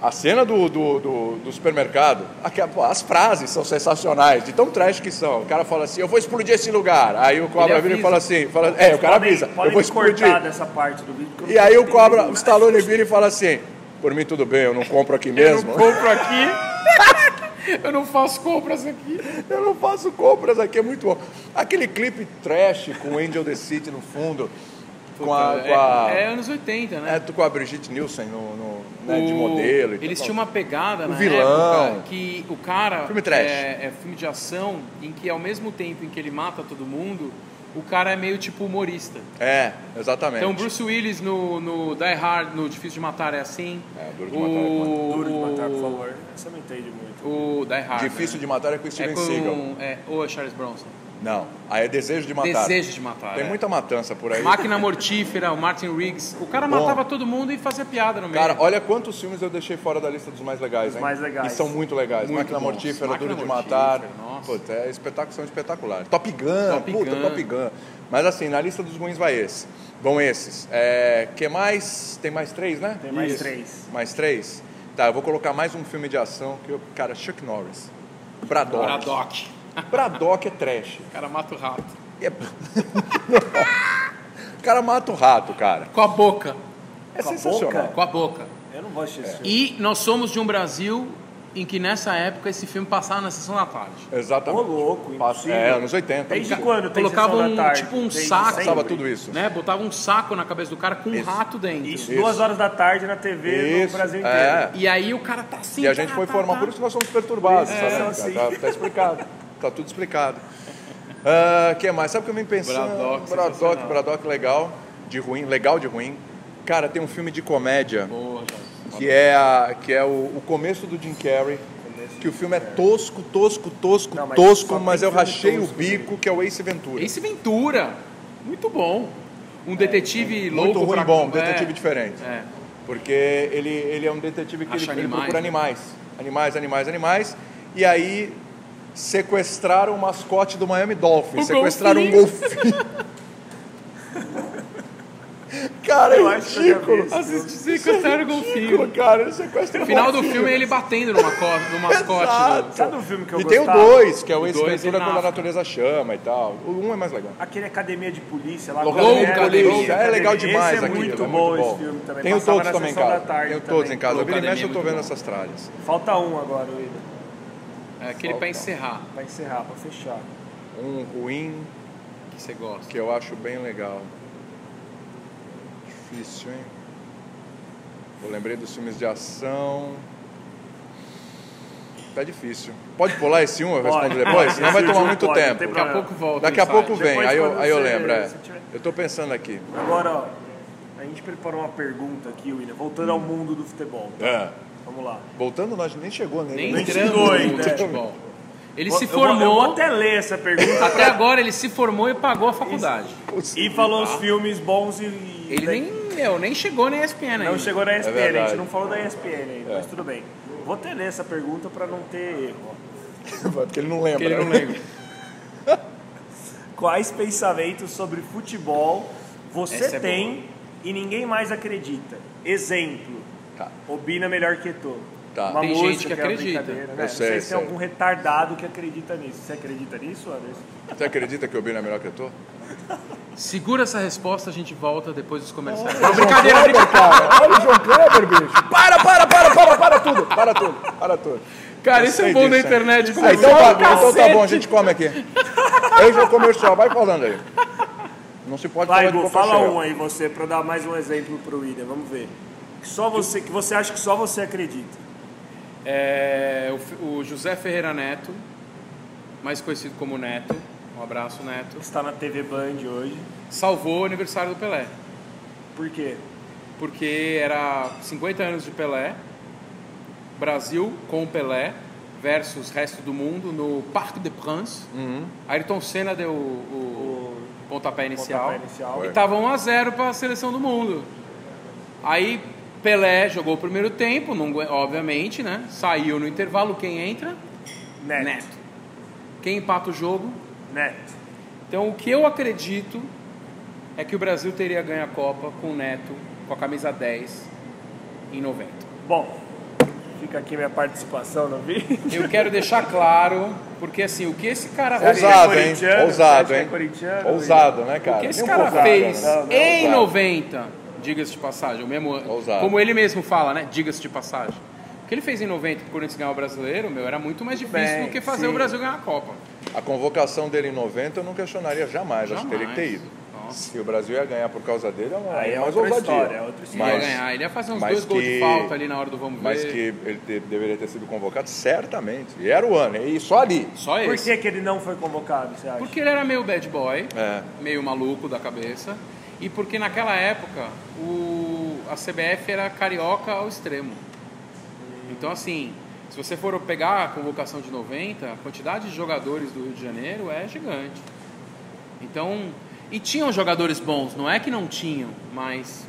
[SPEAKER 2] A cena do, do, do, do supermercado, aqua- pô, as frases são sensacionais, de tão trash que são. O cara fala assim, eu vou explodir esse lugar. Aí o cobra vira e
[SPEAKER 3] avisa.
[SPEAKER 2] fala assim, fala, é, o cara avisa,
[SPEAKER 1] Podem, podem
[SPEAKER 2] eu vou
[SPEAKER 1] me cortar
[SPEAKER 2] explodir.
[SPEAKER 1] dessa parte do vídeo. porque eu
[SPEAKER 2] E
[SPEAKER 1] não
[SPEAKER 2] aí o
[SPEAKER 1] entendi
[SPEAKER 2] cobra, o
[SPEAKER 1] nada.
[SPEAKER 2] Stallone vira e fala assim, por mim tudo bem, eu não compro aqui
[SPEAKER 3] é. Eu
[SPEAKER 2] mesmo.
[SPEAKER 3] não compro aqui. eu não faço compras aqui.
[SPEAKER 2] Eu não faço compras aqui, é muito bom. Aquele clipe trash com Angel the City no fundo, com a... com a-
[SPEAKER 3] É, é anos 80, né?
[SPEAKER 2] É, tu com a Brigitte Nielsen no, no- né, de
[SPEAKER 3] O-
[SPEAKER 2] modelo. e
[SPEAKER 3] Eles
[SPEAKER 2] tal.
[SPEAKER 3] tinham uma pegada na
[SPEAKER 2] vilão.
[SPEAKER 3] época que o cara.
[SPEAKER 2] Filme trash.
[SPEAKER 3] É, é filme de ação em que ao mesmo tempo em que ele mata todo mundo, o cara é meio tipo humorista.
[SPEAKER 2] É, exatamente.
[SPEAKER 3] Então Bruce Willis no, no Die Hard, no Difícil de Matar é assim.
[SPEAKER 2] É, Duro de
[SPEAKER 3] o,
[SPEAKER 2] Matar é com-
[SPEAKER 1] Duro de matar, por favor. Você não entende muito.
[SPEAKER 3] O Die Hard.
[SPEAKER 2] Difícil
[SPEAKER 3] né?
[SPEAKER 2] de matar é com Steven
[SPEAKER 3] é
[SPEAKER 2] Seagal.
[SPEAKER 3] com, é, Ou é Charles Bronson.
[SPEAKER 2] Não, aí é desejo de matar.
[SPEAKER 3] Desejo de matar.
[SPEAKER 2] Tem
[SPEAKER 3] é.
[SPEAKER 2] muita matança por aí.
[SPEAKER 3] Máquina Mortífera, o Martin Riggs. O cara
[SPEAKER 2] Bom.
[SPEAKER 3] matava todo mundo e fazia piada no meio.
[SPEAKER 2] Cara, olha quantos filmes eu deixei fora da lista dos mais legais,
[SPEAKER 1] Dos
[SPEAKER 2] hein?
[SPEAKER 1] mais legais.
[SPEAKER 2] E são muito legais.
[SPEAKER 3] Muito
[SPEAKER 2] Máquina
[SPEAKER 3] bons.
[SPEAKER 2] Mortífera,
[SPEAKER 3] Máquina
[SPEAKER 2] Duro de
[SPEAKER 3] Mortífera,
[SPEAKER 2] Matar.
[SPEAKER 3] nossa.
[SPEAKER 2] Puta, é espetáculo, são espetaculares. Top Gun,
[SPEAKER 3] Top
[SPEAKER 2] puta,
[SPEAKER 3] Gun.
[SPEAKER 2] Top Gun. Mas assim, na lista dos ruins vai esse. Vão esses. É, que mais? Tem mais três, né?
[SPEAKER 1] Tem mais três.
[SPEAKER 2] Mais três? Tá, eu vou colocar mais um filme de ação que eu... Cara, Chuck Norris. Braddock.
[SPEAKER 3] Paradox.
[SPEAKER 2] Braddock é trash.
[SPEAKER 3] O cara mata o rato.
[SPEAKER 2] É- o cara mata o rato, cara.
[SPEAKER 3] Com a boca.
[SPEAKER 2] É
[SPEAKER 1] Com a
[SPEAKER 2] sensacional.
[SPEAKER 1] boca?
[SPEAKER 3] Com a boca.
[SPEAKER 1] Eu não vou
[SPEAKER 2] É.
[SPEAKER 1] assistir esse filme.
[SPEAKER 3] E nós somos de um Brasil em que nessa época esse filme passava na sessão da tarde.
[SPEAKER 2] Exatamente.
[SPEAKER 1] Ô, louco,
[SPEAKER 2] Passa-
[SPEAKER 1] impossível.
[SPEAKER 2] Tá É, anos 80.
[SPEAKER 1] Desde
[SPEAKER 2] Cara,
[SPEAKER 1] quando tem
[SPEAKER 3] Colocava
[SPEAKER 1] sessão
[SPEAKER 3] um-
[SPEAKER 1] da tarde?
[SPEAKER 3] tipo um
[SPEAKER 1] Desde
[SPEAKER 3] saco.
[SPEAKER 1] sempre.
[SPEAKER 2] Passava tudo isso.
[SPEAKER 3] Né? Botava um saco na cabeça do cara com um rato dentro.
[SPEAKER 1] Isso,
[SPEAKER 2] Isso.
[SPEAKER 1] duas horas da tarde na TV
[SPEAKER 2] Isso,
[SPEAKER 1] no Brasil inteiro.
[SPEAKER 2] é.
[SPEAKER 3] E aí o cara tá assim.
[SPEAKER 2] E a gente foi formar, por isso que nós somos perturbados,
[SPEAKER 1] É,
[SPEAKER 2] sabe?
[SPEAKER 1] assim.
[SPEAKER 2] Tá, tá explicado. Tá tudo explicado. O que mais? Sabe o que eu vim pensando?
[SPEAKER 3] Braddock,
[SPEAKER 2] Braddock,
[SPEAKER 3] sensacional.
[SPEAKER 2] Braddock legal, de ruim, legal de ruim. Cara, tem um filme de comédia
[SPEAKER 3] Boa, Jorge.
[SPEAKER 2] que é, a- que é o, o começo do Jim Carrey. Que o filme é tosco, tosco, tosco,
[SPEAKER 1] Não, mas só
[SPEAKER 2] tosco,
[SPEAKER 1] tem
[SPEAKER 2] mas eu
[SPEAKER 1] filme
[SPEAKER 2] rachei o
[SPEAKER 1] tosco, né?
[SPEAKER 2] bico, que é o Ace Ventura.
[SPEAKER 3] Ace Ventura. Muito bom. Um detetive louco.
[SPEAKER 2] Muito ruim
[SPEAKER 3] pra-
[SPEAKER 2] bom, um
[SPEAKER 3] é.
[SPEAKER 2] detetive diferente.
[SPEAKER 3] É.
[SPEAKER 2] Porque ele, ele é um detetive que ele,
[SPEAKER 3] Acha
[SPEAKER 2] ele
[SPEAKER 3] animais,
[SPEAKER 2] procura
[SPEAKER 3] né?
[SPEAKER 2] animais. Animais, animais, animais. E aí sequestraram o mascote do Miami Dolphins.
[SPEAKER 3] O
[SPEAKER 2] sequestraram um golfinho. cara,
[SPEAKER 1] Eu
[SPEAKER 2] é
[SPEAKER 1] acho que eu já vi
[SPEAKER 2] ridículo.
[SPEAKER 1] esse
[SPEAKER 3] Assisti
[SPEAKER 1] é
[SPEAKER 3] sequestrar o
[SPEAKER 2] Ridículo,
[SPEAKER 3] golfinho.
[SPEAKER 2] cara. Ele sequestra
[SPEAKER 3] é No final do
[SPEAKER 2] golfinho.
[SPEAKER 3] filme é ele batendo numa co- no mascote. do-
[SPEAKER 2] Exato.
[SPEAKER 1] Sabe um filme que eu
[SPEAKER 2] E tem o
[SPEAKER 1] gostava?
[SPEAKER 2] dois, que é o
[SPEAKER 3] O dois é
[SPEAKER 2] Ex-Ventura quando a
[SPEAKER 3] massa.
[SPEAKER 2] natureza chama e tal. O um é mais legal.
[SPEAKER 1] Aquele Academia de Polícia lá.
[SPEAKER 2] Louco,
[SPEAKER 1] Academia,
[SPEAKER 3] Louco,
[SPEAKER 1] Academia,
[SPEAKER 3] Academia.
[SPEAKER 2] É legal
[SPEAKER 1] Esse
[SPEAKER 2] demais
[SPEAKER 1] é
[SPEAKER 2] aqui.
[SPEAKER 1] muito
[SPEAKER 2] é
[SPEAKER 1] bom
[SPEAKER 2] muito
[SPEAKER 1] esse filme também.
[SPEAKER 2] Tenho
[SPEAKER 1] Passava
[SPEAKER 2] todos
[SPEAKER 1] na
[SPEAKER 2] também em
[SPEAKER 1] sessão
[SPEAKER 2] casa.
[SPEAKER 1] da tarde
[SPEAKER 2] Tenho
[SPEAKER 1] também.
[SPEAKER 2] todos em casa.
[SPEAKER 3] Louco,
[SPEAKER 2] Vira e mexe,
[SPEAKER 3] Academia,
[SPEAKER 2] eu tô
[SPEAKER 3] muito
[SPEAKER 2] vendo
[SPEAKER 3] bom.
[SPEAKER 2] essas tralhas.
[SPEAKER 1] Falta um agora, Willian.
[SPEAKER 3] É aquele pra encerrar,
[SPEAKER 1] Pra encerrar, pra fechar.
[SPEAKER 2] Um ruim
[SPEAKER 3] que você gosta.
[SPEAKER 2] que eu acho bem legal. Difícil, hein? Eu lembrei dos filmes de ação. Tá difícil. Pode pular esse um, eu
[SPEAKER 1] Pode,
[SPEAKER 2] respondo depois?
[SPEAKER 1] pode.
[SPEAKER 2] Senão vai
[SPEAKER 1] Esse último
[SPEAKER 2] tomar muito
[SPEAKER 1] pode, não tem
[SPEAKER 2] tempo.
[SPEAKER 3] Daqui a pouco volta.
[SPEAKER 2] Daqui a
[SPEAKER 3] o insight.
[SPEAKER 2] pouco vem,
[SPEAKER 1] Depois
[SPEAKER 2] aí eu,
[SPEAKER 1] quando
[SPEAKER 2] aí eu
[SPEAKER 1] você-
[SPEAKER 2] lembro. é.
[SPEAKER 1] se tiver-
[SPEAKER 2] Eu tô pensando aqui.
[SPEAKER 1] Agora, ó, a gente preparou uma pergunta aqui, William, voltando ao mundo do futebol.
[SPEAKER 2] É.
[SPEAKER 1] Vamos lá.
[SPEAKER 2] Voltando, nós nem chegou nele.
[SPEAKER 3] Nem
[SPEAKER 2] né?
[SPEAKER 3] entramos
[SPEAKER 1] chegou
[SPEAKER 3] no
[SPEAKER 1] ainda.
[SPEAKER 3] futebol. Ele se
[SPEAKER 1] Eu vou- Eu vou,
[SPEAKER 3] formou,
[SPEAKER 1] até ler essa pergunta
[SPEAKER 3] até agora ele se formou e pagou a faculdade.
[SPEAKER 1] e falou os filmes bons e. e-
[SPEAKER 3] Tá. Ele nem, meu, nem chegou na ESPN ainda.
[SPEAKER 1] Não chegou na ESPN, a
[SPEAKER 2] É verdade. É.
[SPEAKER 1] gente não falou da ESPN ainda, mas tudo bem. Vou até ler essa pergunta pra não ter erro. ó.
[SPEAKER 2] Porque ele não lembra.
[SPEAKER 3] Porque ele não lembra.
[SPEAKER 1] Quais pensamentos sobre futebol você
[SPEAKER 3] Essa é
[SPEAKER 1] tem e ninguém mais acredita? Exemplo,
[SPEAKER 2] Tá.
[SPEAKER 1] Obina melhor que tu.
[SPEAKER 2] Tá.
[SPEAKER 1] Uma
[SPEAKER 3] Tem
[SPEAKER 1] música
[SPEAKER 3] gente que
[SPEAKER 1] é uma
[SPEAKER 3] acredita.
[SPEAKER 1] brincadeira, né?
[SPEAKER 2] Eu
[SPEAKER 1] Não
[SPEAKER 2] sei,
[SPEAKER 1] sei se
[SPEAKER 2] sei.
[SPEAKER 1] tem algum retardado que acredita nisso. Você acredita nisso, Anderson?
[SPEAKER 2] Você acredita que o Bino é melhor que eu tô?
[SPEAKER 3] Segura essa resposta, a gente volta depois dos comerciais.
[SPEAKER 2] Brincadeira, cara. Olha o João Kleber, bicho. Para, para, para, para, para tudo. Para tudo, para tudo.
[SPEAKER 3] Cara,
[SPEAKER 2] Eu
[SPEAKER 3] isso
[SPEAKER 2] sei
[SPEAKER 3] é bom na
[SPEAKER 2] disso, hein?
[SPEAKER 3] internet. como
[SPEAKER 2] Ah, então,
[SPEAKER 3] você-
[SPEAKER 2] tá, então tá bom, a gente come aqui. Eu já comercial, vai falando aí. Não se pode
[SPEAKER 1] Vai,
[SPEAKER 2] falar
[SPEAKER 1] Gu,
[SPEAKER 2] de
[SPEAKER 1] fala
[SPEAKER 2] comercial.
[SPEAKER 1] um aí você, pra eu dar mais um exemplo pro William, vamos ver. Que Só você, que você acha que só você acredita.
[SPEAKER 3] É, o F- o, José Ferreira Neto, mais conhecido como Neto, um abraço, Neto,
[SPEAKER 1] Está na TV Band hoje.
[SPEAKER 3] salvou o aniversário do Pelé.
[SPEAKER 1] Por quê?
[SPEAKER 3] porque era 50 anos de Pelé, Brasil com Pelé versus resto do mundo no Parque de Princes. Ayrton Senna deu o, Uhum. o pontapé inicial. é. um
[SPEAKER 1] pontapé inicial.
[SPEAKER 3] E tava 1 a 0 para a seleção do mundo. Aí Pelé jogou o primeiro tempo, não, gue- obviamente, né? Saiu no intervalo, quem entra?
[SPEAKER 1] Neto. Neto.
[SPEAKER 3] Quem empata o jogo? Então o que eu acredito é que o Brasil teria ganho a Copa com o Neto, com a camisa 10, em 90.
[SPEAKER 1] Bom, fica aqui minha participação no vídeo.
[SPEAKER 3] Eu quero deixar claro, porque assim, o que esse cara
[SPEAKER 1] Você acha
[SPEAKER 3] fez.
[SPEAKER 1] que é
[SPEAKER 2] Ousado, hein?
[SPEAKER 1] corintiano?
[SPEAKER 2] Ousado,
[SPEAKER 1] Você acha que é corintiano,
[SPEAKER 2] hein? Ousado, né, cara?
[SPEAKER 3] O que esse
[SPEAKER 2] Nem
[SPEAKER 3] cara
[SPEAKER 2] pouco
[SPEAKER 3] fez
[SPEAKER 2] ousado, né?
[SPEAKER 3] em
[SPEAKER 2] Ousado.
[SPEAKER 3] 90, diga-se de passagem, o mesmo,
[SPEAKER 2] Ousado.
[SPEAKER 3] como ele mesmo fala, né? Diga-se de passagem. O que ele fez em 90 para o Corinthians ganhar o brasileiro, meu, era muito mais difícil
[SPEAKER 1] bem,
[SPEAKER 3] do que fazer
[SPEAKER 1] sim.
[SPEAKER 3] o Brasil ganhar a Copa.
[SPEAKER 2] A convocação dele em 90 eu não questionaria jamais, acho que teria que
[SPEAKER 3] Jamais.
[SPEAKER 2] ter ido.
[SPEAKER 3] Nossa.
[SPEAKER 2] Se o Brasil ia ganhar por causa dele, é uma,
[SPEAKER 1] Aí é
[SPEAKER 2] mais
[SPEAKER 1] outra
[SPEAKER 2] ousadia.
[SPEAKER 1] história, é outra
[SPEAKER 3] Ele
[SPEAKER 1] história.
[SPEAKER 3] ia
[SPEAKER 2] Mas-
[SPEAKER 3] ganhar, ele ia fazer uns
[SPEAKER 2] mas
[SPEAKER 3] dois gols
[SPEAKER 2] que-
[SPEAKER 3] de falta ali na hora do vamos ver.
[SPEAKER 2] Mas que ele te- deveria ter sido convocado, certamente. E era o ano, e só ali.
[SPEAKER 3] Só
[SPEAKER 1] Por
[SPEAKER 3] esse.
[SPEAKER 1] que, que ele não foi convocado, você acha?
[SPEAKER 3] Porque ele era meio bad boy,
[SPEAKER 2] É.
[SPEAKER 3] meio maluco da cabeça, e porque naquela época o, a CBF era carioca ao extremo. Então, assim, se você for pegar a convocação de 90, a quantidade de jogadores do Rio de Janeiro é gigante. Então, e tinham jogadores bons, não é que não tinham, mas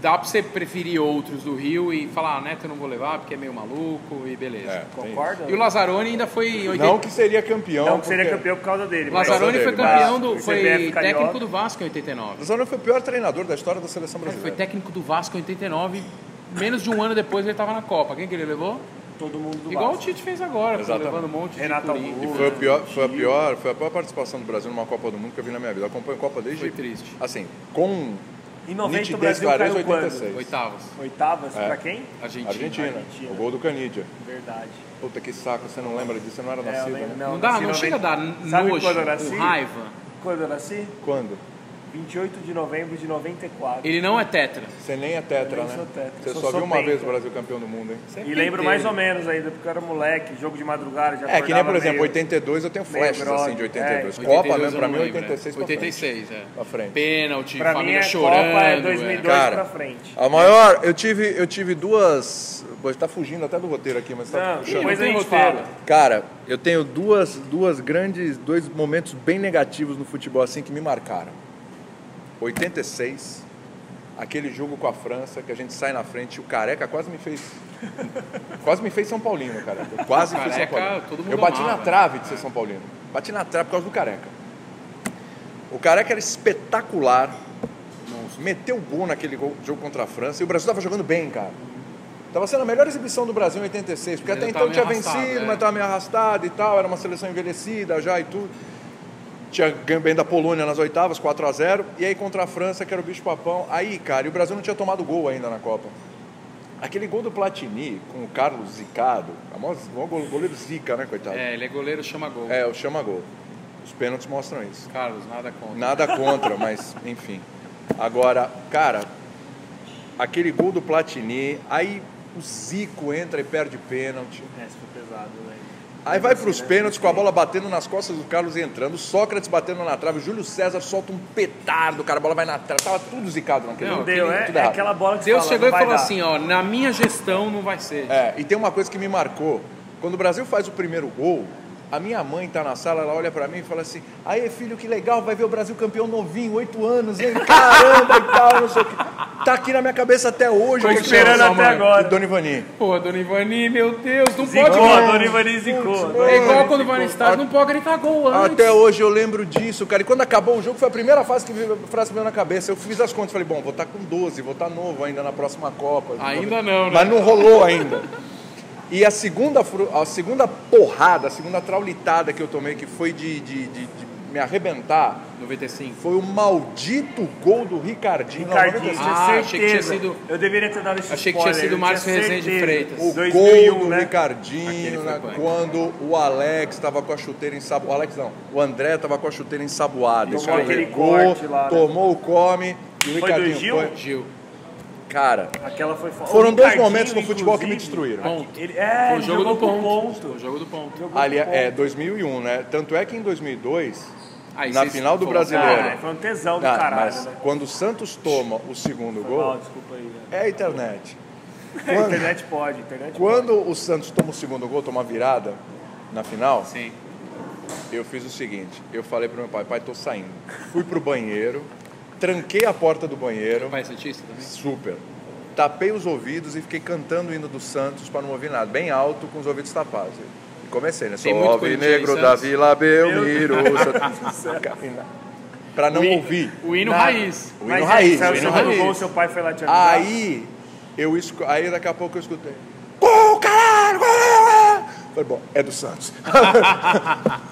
[SPEAKER 3] dá pra você preferir outros do Rio e falar, ah, Neto eu não vou levar porque é meio maluco e beleza.
[SPEAKER 2] É, tem
[SPEAKER 1] Concorda?
[SPEAKER 3] E o Lazzaroni ainda foi em
[SPEAKER 2] isso.
[SPEAKER 3] 80
[SPEAKER 2] Não que seria campeão.
[SPEAKER 1] Não, que seria
[SPEAKER 2] porque-
[SPEAKER 1] campeão por causa dele.
[SPEAKER 3] o
[SPEAKER 1] mas-
[SPEAKER 3] Lazzaroni foi
[SPEAKER 2] dele,
[SPEAKER 3] campeão
[SPEAKER 2] mas
[SPEAKER 3] do.
[SPEAKER 1] o
[SPEAKER 3] Foi
[SPEAKER 1] CBF carioca.
[SPEAKER 3] técnico do Vasco em 89.
[SPEAKER 2] Mas não foi o pior treinador da história da seleção
[SPEAKER 1] é.
[SPEAKER 3] Ele É, foi
[SPEAKER 2] brasileira.
[SPEAKER 3] técnico do Vasco em 89. Menos de um ano depois ele estava na Copa. Quem que ele levou?
[SPEAKER 1] Todo mundo do
[SPEAKER 3] Igual o
[SPEAKER 1] Vasco.
[SPEAKER 3] Tite fez agora, foi
[SPEAKER 2] Exatamente.
[SPEAKER 3] levando um monte de
[SPEAKER 1] Renato
[SPEAKER 3] Turim.
[SPEAKER 1] Augusto.
[SPEAKER 2] Foi a pior, foi a pior, foi a pior participação do Brasil numa Copa do Mundo que eu vi na minha vida. Eu acompanho Copa desde
[SPEAKER 3] Foi triste.
[SPEAKER 2] Assim, com
[SPEAKER 1] Em 90 o
[SPEAKER 2] nitidez,
[SPEAKER 1] Brasil
[SPEAKER 2] clareza,
[SPEAKER 1] caiu quando?
[SPEAKER 2] 86.
[SPEAKER 3] Oitavas.
[SPEAKER 1] Oitavas?
[SPEAKER 2] É.
[SPEAKER 1] Pra quem?
[SPEAKER 3] Argentina.
[SPEAKER 2] Argentina.
[SPEAKER 1] Argentina.
[SPEAKER 2] O gol do Canidia.
[SPEAKER 1] Verdade.
[SPEAKER 2] Puta que saco, você não lembra disso, você não era
[SPEAKER 1] É, eu
[SPEAKER 2] nascido,
[SPEAKER 1] lembro-
[SPEAKER 2] né?
[SPEAKER 3] Não dá,
[SPEAKER 1] nasci
[SPEAKER 3] não
[SPEAKER 1] em
[SPEAKER 3] chega a
[SPEAKER 1] 90.
[SPEAKER 3] dar
[SPEAKER 1] Sabe
[SPEAKER 3] nojo,
[SPEAKER 1] quando eu
[SPEAKER 3] com
[SPEAKER 1] nasci?
[SPEAKER 3] raiva.
[SPEAKER 1] Quando eu nasci?
[SPEAKER 2] Quando?
[SPEAKER 1] 28 de novembro de 94.
[SPEAKER 3] Ele não é tetra.
[SPEAKER 2] Você nem é tetra,
[SPEAKER 1] Eu nem
[SPEAKER 2] né?
[SPEAKER 1] sou tetra.
[SPEAKER 2] Você
[SPEAKER 1] Sou-
[SPEAKER 2] só
[SPEAKER 1] sou
[SPEAKER 2] viu uma
[SPEAKER 1] penta.
[SPEAKER 2] vez o Brasil campeão do mundo, hein? É,
[SPEAKER 1] E lembro mais ou menos ainda, porque eu era moleque, jogo de madrugada, já
[SPEAKER 2] É, que nem,
[SPEAKER 1] acordava
[SPEAKER 2] por exemplo,
[SPEAKER 1] meio-
[SPEAKER 2] 82 eu tenho flashes
[SPEAKER 1] grogue.
[SPEAKER 2] assim de 82.
[SPEAKER 1] É,
[SPEAKER 2] Copa mesmo,
[SPEAKER 3] eu
[SPEAKER 2] pra
[SPEAKER 3] não
[SPEAKER 2] mim,
[SPEAKER 3] lembro, é.
[SPEAKER 2] 86 pra frente.
[SPEAKER 3] 86, é.
[SPEAKER 2] Pra frente.
[SPEAKER 3] Pênalti,
[SPEAKER 1] Pra mim
[SPEAKER 3] família
[SPEAKER 1] é
[SPEAKER 3] chorando.
[SPEAKER 1] Copa, é
[SPEAKER 3] é.
[SPEAKER 1] 2002 pra frente.
[SPEAKER 2] A maior, eu tive, eu tive duas. Pô, tá fugindo até do roteiro aqui, mas tá
[SPEAKER 1] Não,
[SPEAKER 2] puxando.
[SPEAKER 1] depois a
[SPEAKER 3] tem
[SPEAKER 1] gente
[SPEAKER 3] roteiro.
[SPEAKER 1] fala.
[SPEAKER 2] Cara, eu tenho duas, duas grandes, dois momentos bem negativos no futebol assim que me marcaram. 86, aquele jogo com a França que a gente sai na frente, o careca quase me fez quase me fez São Paulino, cara. Eu quase
[SPEAKER 3] O
[SPEAKER 2] fui São
[SPEAKER 3] Careca,
[SPEAKER 2] Paulino.
[SPEAKER 3] todo mundo
[SPEAKER 2] eu bati
[SPEAKER 3] amava,
[SPEAKER 2] na trave de ser São Paulino. Bati na trave por causa do careca. O careca era espetacular. Meteu o gol naquele gol- jogo contra a França e o Brasil tava jogando bem, cara. Tava sendo a melhor exibição do Brasil em 86, porque
[SPEAKER 3] Ainda
[SPEAKER 2] até
[SPEAKER 3] tava
[SPEAKER 2] então
[SPEAKER 3] meio
[SPEAKER 2] tinha
[SPEAKER 3] arrastado,
[SPEAKER 2] vencido,
[SPEAKER 3] é.
[SPEAKER 2] mas tava meio arrastado e tal, era uma seleção envelhecida já e tudo. Tinha ganho bem da Polônia nas oitavas, 4 a 0 e aí contra a França, que era o bicho papão. Aí, cara, e o Brasil não tinha tomado gol ainda na Copa. Aquele gol do Platini com o Carlos Zicado, o maior o maior gole- goleiro Zica, né, coitado?
[SPEAKER 3] É, ele é goleiro, chama gol.
[SPEAKER 2] É, o chama gol. Os pênaltis mostram isso.
[SPEAKER 3] Carlos, nada contra.
[SPEAKER 2] Nada contra, mas enfim. Agora, cara, aquele gol do Platini, aí o Zico entra e perde pênalti.
[SPEAKER 1] É, isso foi pesado, velho.
[SPEAKER 2] Aí vai para os pênaltis com a bola batendo nas costas do Carlos e entrando, o Sócrates batendo na trave, o Júlio César solta um petardo, cara, a bola vai na trave, tava tudo zicado naquele
[SPEAKER 3] Não,
[SPEAKER 2] jogo,
[SPEAKER 1] Deu,
[SPEAKER 2] tudo-
[SPEAKER 1] é,
[SPEAKER 2] tudo
[SPEAKER 1] é
[SPEAKER 2] errado.
[SPEAKER 1] aquela bola que você
[SPEAKER 3] Deus
[SPEAKER 1] fala,
[SPEAKER 3] chegou e
[SPEAKER 1] não vai
[SPEAKER 3] falou
[SPEAKER 1] dar.
[SPEAKER 3] assim, ó, na minha gestão não vai ser.
[SPEAKER 2] É, e tem uma coisa que me marcou. Quando o Brasil faz o primeiro gol, a minha mãe tá na sala, ela olha pra mim e fala assim: Aê, filho, que legal, vai ver o Brasil campeão novinho, oito anos, hein? Caramba e tal, não sei o quê. Tá aqui na minha cabeça até hoje.
[SPEAKER 1] Tô
[SPEAKER 2] que eu
[SPEAKER 1] esperando
[SPEAKER 2] chamo
[SPEAKER 1] até
[SPEAKER 2] sua mãe.
[SPEAKER 1] agora.
[SPEAKER 2] E Dona Ivani.
[SPEAKER 3] Pô, Dona Ivani, meu Deus, não
[SPEAKER 1] Zicou,
[SPEAKER 3] pode
[SPEAKER 1] a
[SPEAKER 3] gritar.
[SPEAKER 1] Dona Ivani zicou. a Dona
[SPEAKER 2] É
[SPEAKER 3] É
[SPEAKER 1] Ivani
[SPEAKER 3] igual quando vai
[SPEAKER 1] zicou.
[SPEAKER 3] no estádio, não pode gritar gol antes.
[SPEAKER 2] Até hoje eu lembro disso, cara. E quando acabou o jogo, foi a primeira frase que veio, frase que veio na cabeça. Eu fiz as contas, falei, bom, vou estar com 12, vou estar novo ainda na próxima Copa.
[SPEAKER 3] Ainda não, né?
[SPEAKER 2] Mas não rolou ainda. E a segunda, fru- a segunda porrada, a segunda traulitada que eu tomei, que foi de, de- de- de me arrebentar,
[SPEAKER 3] 95.
[SPEAKER 2] foi o maldito gol do Ricardinho. na
[SPEAKER 1] Ricardinho,
[SPEAKER 2] 96.
[SPEAKER 1] tinha
[SPEAKER 3] Ah,
[SPEAKER 1] certeza.
[SPEAKER 3] achei que tinha sido-
[SPEAKER 1] Eu deveria ter dado esse
[SPEAKER 3] Achei que
[SPEAKER 1] spoiler.
[SPEAKER 3] tinha sido
[SPEAKER 1] eu
[SPEAKER 3] Márcio
[SPEAKER 1] tinha
[SPEAKER 3] Rezende
[SPEAKER 1] certeza.
[SPEAKER 3] Freitas.
[SPEAKER 2] O
[SPEAKER 1] 2001,
[SPEAKER 2] gol do
[SPEAKER 1] né?
[SPEAKER 2] Ricardinho,
[SPEAKER 3] foi
[SPEAKER 2] né,
[SPEAKER 3] punk.
[SPEAKER 2] quando o Alex estava com a chuteira ensaboada. O Alex não, o André estava com a chuteira ensaboada.
[SPEAKER 1] Tomou aquele
[SPEAKER 2] escorregou,
[SPEAKER 1] corte lá, né?
[SPEAKER 2] tomou o come. E
[SPEAKER 1] Foi
[SPEAKER 2] o
[SPEAKER 1] do
[SPEAKER 2] Ricardinho
[SPEAKER 1] Gil?
[SPEAKER 2] foi.
[SPEAKER 3] Gil.
[SPEAKER 2] Cara,
[SPEAKER 1] Aquela foi foda.
[SPEAKER 2] Foram
[SPEAKER 1] O
[SPEAKER 2] dois
[SPEAKER 1] Ricardinho,
[SPEAKER 2] momentos no futebol que me
[SPEAKER 1] inclusive,
[SPEAKER 2] destruíram.
[SPEAKER 3] Ponto.
[SPEAKER 1] Ele, é,
[SPEAKER 3] Foi o
[SPEAKER 1] ele
[SPEAKER 3] jogo do
[SPEAKER 1] jogou pro
[SPEAKER 3] ponto.
[SPEAKER 1] ponto.
[SPEAKER 3] Foi O jogo do ponto.
[SPEAKER 1] Jogou pro
[SPEAKER 2] ali
[SPEAKER 1] ponto.
[SPEAKER 2] é 2001, né? Tanto é que em 2002.
[SPEAKER 3] Aí
[SPEAKER 2] Na
[SPEAKER 3] vocês
[SPEAKER 2] final do
[SPEAKER 3] falaram,
[SPEAKER 2] Brasileiro.
[SPEAKER 3] "Caralho,
[SPEAKER 1] Ah, foi um tesão do
[SPEAKER 2] Ah,
[SPEAKER 1] caralho,
[SPEAKER 2] mas
[SPEAKER 1] né?
[SPEAKER 2] quando o Santos toma o segundo
[SPEAKER 1] Foi mal,
[SPEAKER 2] gol,
[SPEAKER 1] desculpa aí. né?
[SPEAKER 2] é a internet.
[SPEAKER 1] A
[SPEAKER 2] Quando,
[SPEAKER 1] internet pode, a internet
[SPEAKER 2] quando o Santos toma o segundo gol, toma a virada na final,
[SPEAKER 3] Ah, Sim.
[SPEAKER 2] eu fiz o seguinte: eu falei pro meu pai, pai, tô saindo. Fui pro banheiro, tranquei a porta do banheiro,
[SPEAKER 3] Pai Santista também?
[SPEAKER 2] super. tapei os ouvidos e fiquei cantando o hino do Santos para não ouvir nada, bem alto, com os ouvidos tapados. E comecei, né?
[SPEAKER 3] Tem
[SPEAKER 2] Sou
[SPEAKER 3] muito
[SPEAKER 2] Alve
[SPEAKER 3] corintiano em
[SPEAKER 2] negro da
[SPEAKER 3] Santos.
[SPEAKER 2] Vila Belmiro. Ah,
[SPEAKER 1] céu.
[SPEAKER 2] para não
[SPEAKER 1] O hino-
[SPEAKER 2] ouvir.
[SPEAKER 3] O hino
[SPEAKER 1] Nada.
[SPEAKER 3] raiz.
[SPEAKER 2] O
[SPEAKER 1] é,
[SPEAKER 2] hino
[SPEAKER 3] é,
[SPEAKER 2] raiz,
[SPEAKER 1] Saiu
[SPEAKER 2] o hino
[SPEAKER 1] o segundo
[SPEAKER 2] raiz.
[SPEAKER 1] gol, seu pai foi lá te ajudar.
[SPEAKER 2] Aí, eu escu... aí daqui a pouco eu escutei. Gol, caralho! gol!" Falei, bom, é do Santos.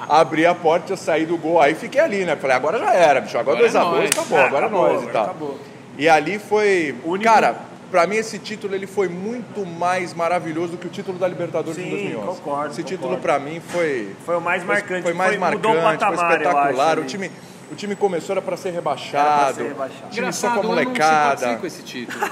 [SPEAKER 2] Abri a porta, eu saí do gol, aí fiquei ali, né? Falei, agora já era, bicho. Agora
[SPEAKER 3] Agora é
[SPEAKER 2] 2x2,
[SPEAKER 3] nóis.
[SPEAKER 2] acabou,
[SPEAKER 1] É,
[SPEAKER 2] agora é
[SPEAKER 1] acabou,
[SPEAKER 2] nós e
[SPEAKER 1] agora
[SPEAKER 2] tal.
[SPEAKER 3] acabou.
[SPEAKER 2] E ali foi.
[SPEAKER 1] Único-
[SPEAKER 2] Cara, pra mim esse título ele foi muito mais maravilhoso do que o título da Libertadores
[SPEAKER 1] Sim,
[SPEAKER 2] de 2011.
[SPEAKER 1] concordo,
[SPEAKER 2] Esse título
[SPEAKER 1] concordo.
[SPEAKER 2] pra mim foi.
[SPEAKER 1] Foi o mais
[SPEAKER 2] Foi-
[SPEAKER 1] marcante.
[SPEAKER 2] Foi mais marcante,
[SPEAKER 1] mudou o patamar,
[SPEAKER 2] foi
[SPEAKER 1] eu
[SPEAKER 2] espetacular.
[SPEAKER 1] acho,
[SPEAKER 2] o,
[SPEAKER 1] ali.
[SPEAKER 2] time, o time começou, era pra ser rebaixado.
[SPEAKER 1] rebaixado.
[SPEAKER 2] O time só
[SPEAKER 3] Engraçado,
[SPEAKER 2] com a
[SPEAKER 3] eu não
[SPEAKER 2] molecada.
[SPEAKER 3] simpatizei com esse título.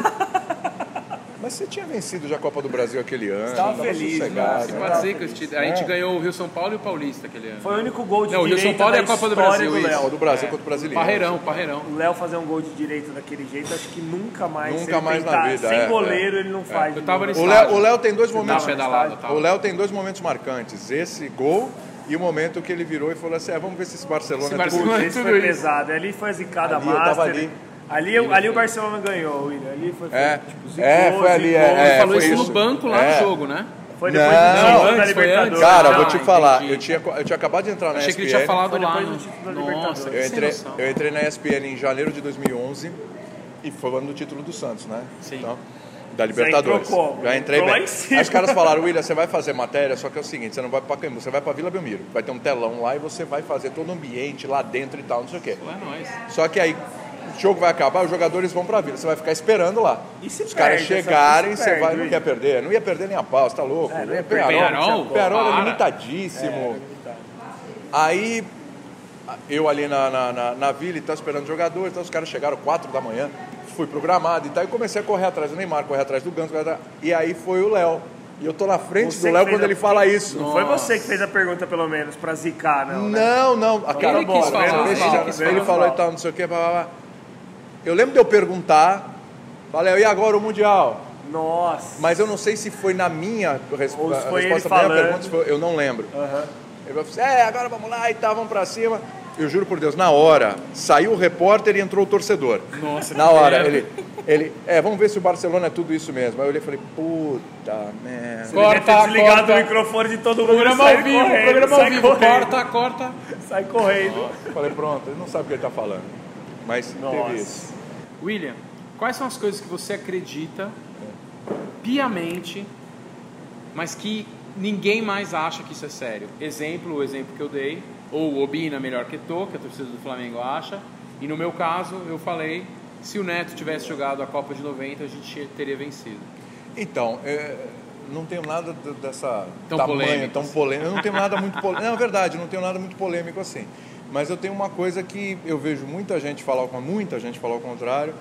[SPEAKER 2] Mas você tinha vencido já a Copa do Brasil aquele ano.
[SPEAKER 1] Estava
[SPEAKER 2] tava
[SPEAKER 1] feliz,
[SPEAKER 2] sossegado,
[SPEAKER 1] né?
[SPEAKER 2] né?
[SPEAKER 3] Simpatizei com esse título. A
[SPEAKER 2] É.
[SPEAKER 3] gente ganhou o Rio São Paulo e o Paulista aquele ano.
[SPEAKER 1] Foi o único gol de
[SPEAKER 3] Não, o Rio
[SPEAKER 1] direita
[SPEAKER 3] São Paulo
[SPEAKER 1] da
[SPEAKER 3] é a Copa do
[SPEAKER 1] história
[SPEAKER 3] Brasil,
[SPEAKER 1] do
[SPEAKER 3] isso.
[SPEAKER 2] Copa
[SPEAKER 1] Léo.
[SPEAKER 2] do
[SPEAKER 3] É.
[SPEAKER 2] Brasil contra o brasileiro.
[SPEAKER 3] Parreirão, parreirão.
[SPEAKER 1] O Léo fazer um gol de direita daquele jeito, acho que nunca mais.
[SPEAKER 2] Nunca
[SPEAKER 1] se ele
[SPEAKER 2] mais na
[SPEAKER 1] tentar.
[SPEAKER 2] vida,
[SPEAKER 1] Sem
[SPEAKER 2] é,
[SPEAKER 1] goleiro ele não faz.
[SPEAKER 3] Eu tava
[SPEAKER 1] de novo.
[SPEAKER 2] O Léo, o Léo tem dois
[SPEAKER 3] Na
[SPEAKER 2] momentos.
[SPEAKER 3] pedalada, tá?
[SPEAKER 2] O Léo tem dois momentos marcantes. Esse gol e o momento que ele virou e falou assim: ah, vamos ver se esse Barcelona
[SPEAKER 3] Esse
[SPEAKER 2] é
[SPEAKER 3] Barcelona-
[SPEAKER 2] tudo.
[SPEAKER 3] Não é
[SPEAKER 1] Esse
[SPEAKER 3] tudo
[SPEAKER 1] foi
[SPEAKER 3] isso.
[SPEAKER 1] pesado. Ali foi a zicada
[SPEAKER 2] Ali, eu tava
[SPEAKER 1] master.
[SPEAKER 2] ali.
[SPEAKER 1] Ali, ali, o Barcelona ganhou, William. Ali foi, foi,
[SPEAKER 2] É,
[SPEAKER 1] tipo,
[SPEAKER 2] é, foi ali,
[SPEAKER 1] zicou.
[SPEAKER 2] é,
[SPEAKER 3] Ele falou
[SPEAKER 2] foi
[SPEAKER 3] isso,
[SPEAKER 2] isso.
[SPEAKER 3] no banco lá
[SPEAKER 2] É.
[SPEAKER 3] no jogo, né?
[SPEAKER 1] Foi depois
[SPEAKER 2] Não,
[SPEAKER 1] do título da
[SPEAKER 3] antes, foi
[SPEAKER 1] Libertadores.
[SPEAKER 3] antes.
[SPEAKER 2] Cara,
[SPEAKER 3] Ah,
[SPEAKER 2] vou te falar,
[SPEAKER 3] entendi.
[SPEAKER 2] eu tinha, eu tinha acabado de entrar na
[SPEAKER 3] Achei
[SPEAKER 2] ESPN.
[SPEAKER 3] que ele tinha falado
[SPEAKER 1] Foi
[SPEAKER 3] lá.
[SPEAKER 1] depois do
[SPEAKER 3] no-
[SPEAKER 1] título da
[SPEAKER 3] Nossa,
[SPEAKER 1] Libertadores.
[SPEAKER 2] Eu
[SPEAKER 3] que
[SPEAKER 2] entrei,
[SPEAKER 3] sem noção.
[SPEAKER 2] eu entrei na ESPN em janeiro de 2011 e foi o ano do título do Santos, né?
[SPEAKER 3] Sim.
[SPEAKER 2] da Libertadores.
[SPEAKER 1] entrou como?
[SPEAKER 2] Já entrei
[SPEAKER 1] Entrou lá
[SPEAKER 2] bem.
[SPEAKER 1] em cima.
[SPEAKER 2] Aí os caras falaram, William, você vai fazer matéria, só que é o seguinte, você não vai para Caimbu, você vai para Vila Belmiro. Vai ter um telão lá e você vai fazer todo o ambiente lá dentro e tal, não sei o quê.
[SPEAKER 3] Pô, É nóis.
[SPEAKER 2] Só que aí o jogo vai acabar, os jogadores vão pra vila. Você vai ficar esperando lá.
[SPEAKER 1] E se
[SPEAKER 2] os caras
[SPEAKER 1] perde,
[SPEAKER 2] chegarem,
[SPEAKER 1] essa-
[SPEAKER 2] você
[SPEAKER 1] se
[SPEAKER 2] vai.
[SPEAKER 1] perde,
[SPEAKER 2] Não quer perder. Não ia perder nem a pau, você tá louco.
[SPEAKER 1] É, não
[SPEAKER 2] Nem
[SPEAKER 1] ia
[SPEAKER 2] Penharol.
[SPEAKER 3] perder. Penharol,
[SPEAKER 2] Penharol, Penharol
[SPEAKER 3] para.
[SPEAKER 2] é limitadíssimo. Aí eu ali na, na, na, na vila e tal, esperando os jogadores, então os caras chegaram 4 da manhã, fui programado e tal, e comecei a correr atrás do Neymar, correr atrás do Ganso, correr atrás- e aí foi o Léo. E eu tô na frente
[SPEAKER 1] Você
[SPEAKER 2] do Léo
[SPEAKER 1] que fez
[SPEAKER 2] quando
[SPEAKER 1] a-
[SPEAKER 2] ele fala isso.
[SPEAKER 1] Não foi você que fez a pergunta, pelo menos, pra zicar, não, né?
[SPEAKER 2] Não, não. A cara, né?
[SPEAKER 3] Ele quis falar,
[SPEAKER 2] ele,
[SPEAKER 3] ele quis falar.
[SPEAKER 2] falou e tal, não sei o que. Blá, blá, blá. Eu lembro de eu perguntar, falei, e agora o Mundial?
[SPEAKER 1] Nossa.
[SPEAKER 2] Mas eu não sei se foi na minha res-
[SPEAKER 1] Ou se
[SPEAKER 2] a
[SPEAKER 1] foi ele
[SPEAKER 2] resposta à minha
[SPEAKER 1] falando.
[SPEAKER 2] pergunta, se foi- eu não lembro.
[SPEAKER 1] Aham.
[SPEAKER 2] Ele falou assim, é, agora vamos lá e tal, vamos pra cima. Eu juro por Deus, na hora, saiu o repórter e entrou o torcedor.
[SPEAKER 3] Nossa,
[SPEAKER 2] Na hora,
[SPEAKER 3] que
[SPEAKER 2] ele, ele, é, vamos ver se o Barcelona é tudo isso mesmo. Aí eu olhei e falei, puta merda.
[SPEAKER 1] Ele deve ter
[SPEAKER 3] Corta,
[SPEAKER 1] desligado
[SPEAKER 3] corta.
[SPEAKER 1] o microfone de todo mundo. e
[SPEAKER 3] Programa
[SPEAKER 1] saído
[SPEAKER 3] ao vivo,
[SPEAKER 1] correndo,
[SPEAKER 3] programa ao
[SPEAKER 1] sai
[SPEAKER 3] vivo.
[SPEAKER 1] correndo,
[SPEAKER 3] Corta, corta.
[SPEAKER 1] Sai correndo.
[SPEAKER 2] Falei, pronto, ele não sabe o que ele tá falando. Mas
[SPEAKER 1] Nossa.
[SPEAKER 2] teve isso.
[SPEAKER 3] William, quais são as coisas que você acredita piamente, mas que ninguém mais acha que isso é sério? Exemplo, o exemplo que eu dei, ou o Obina melhor que tô, que a torcida do Flamengo acha. E no meu caso, eu falei, se o Neto tivesse jogado a Copa de 90, a gente teria vencido.
[SPEAKER 2] Então, é, não tenho nada d- dessa
[SPEAKER 3] Tão
[SPEAKER 2] tamanho,
[SPEAKER 3] polêmico.
[SPEAKER 2] tão polêmico. Eu não tenho nada muito polêmico. Não, é verdade, eu não tenho nada muito polêmico assim. Mas eu tenho uma coisa que eu vejo muita gente falar, com muita gente falar o contrário,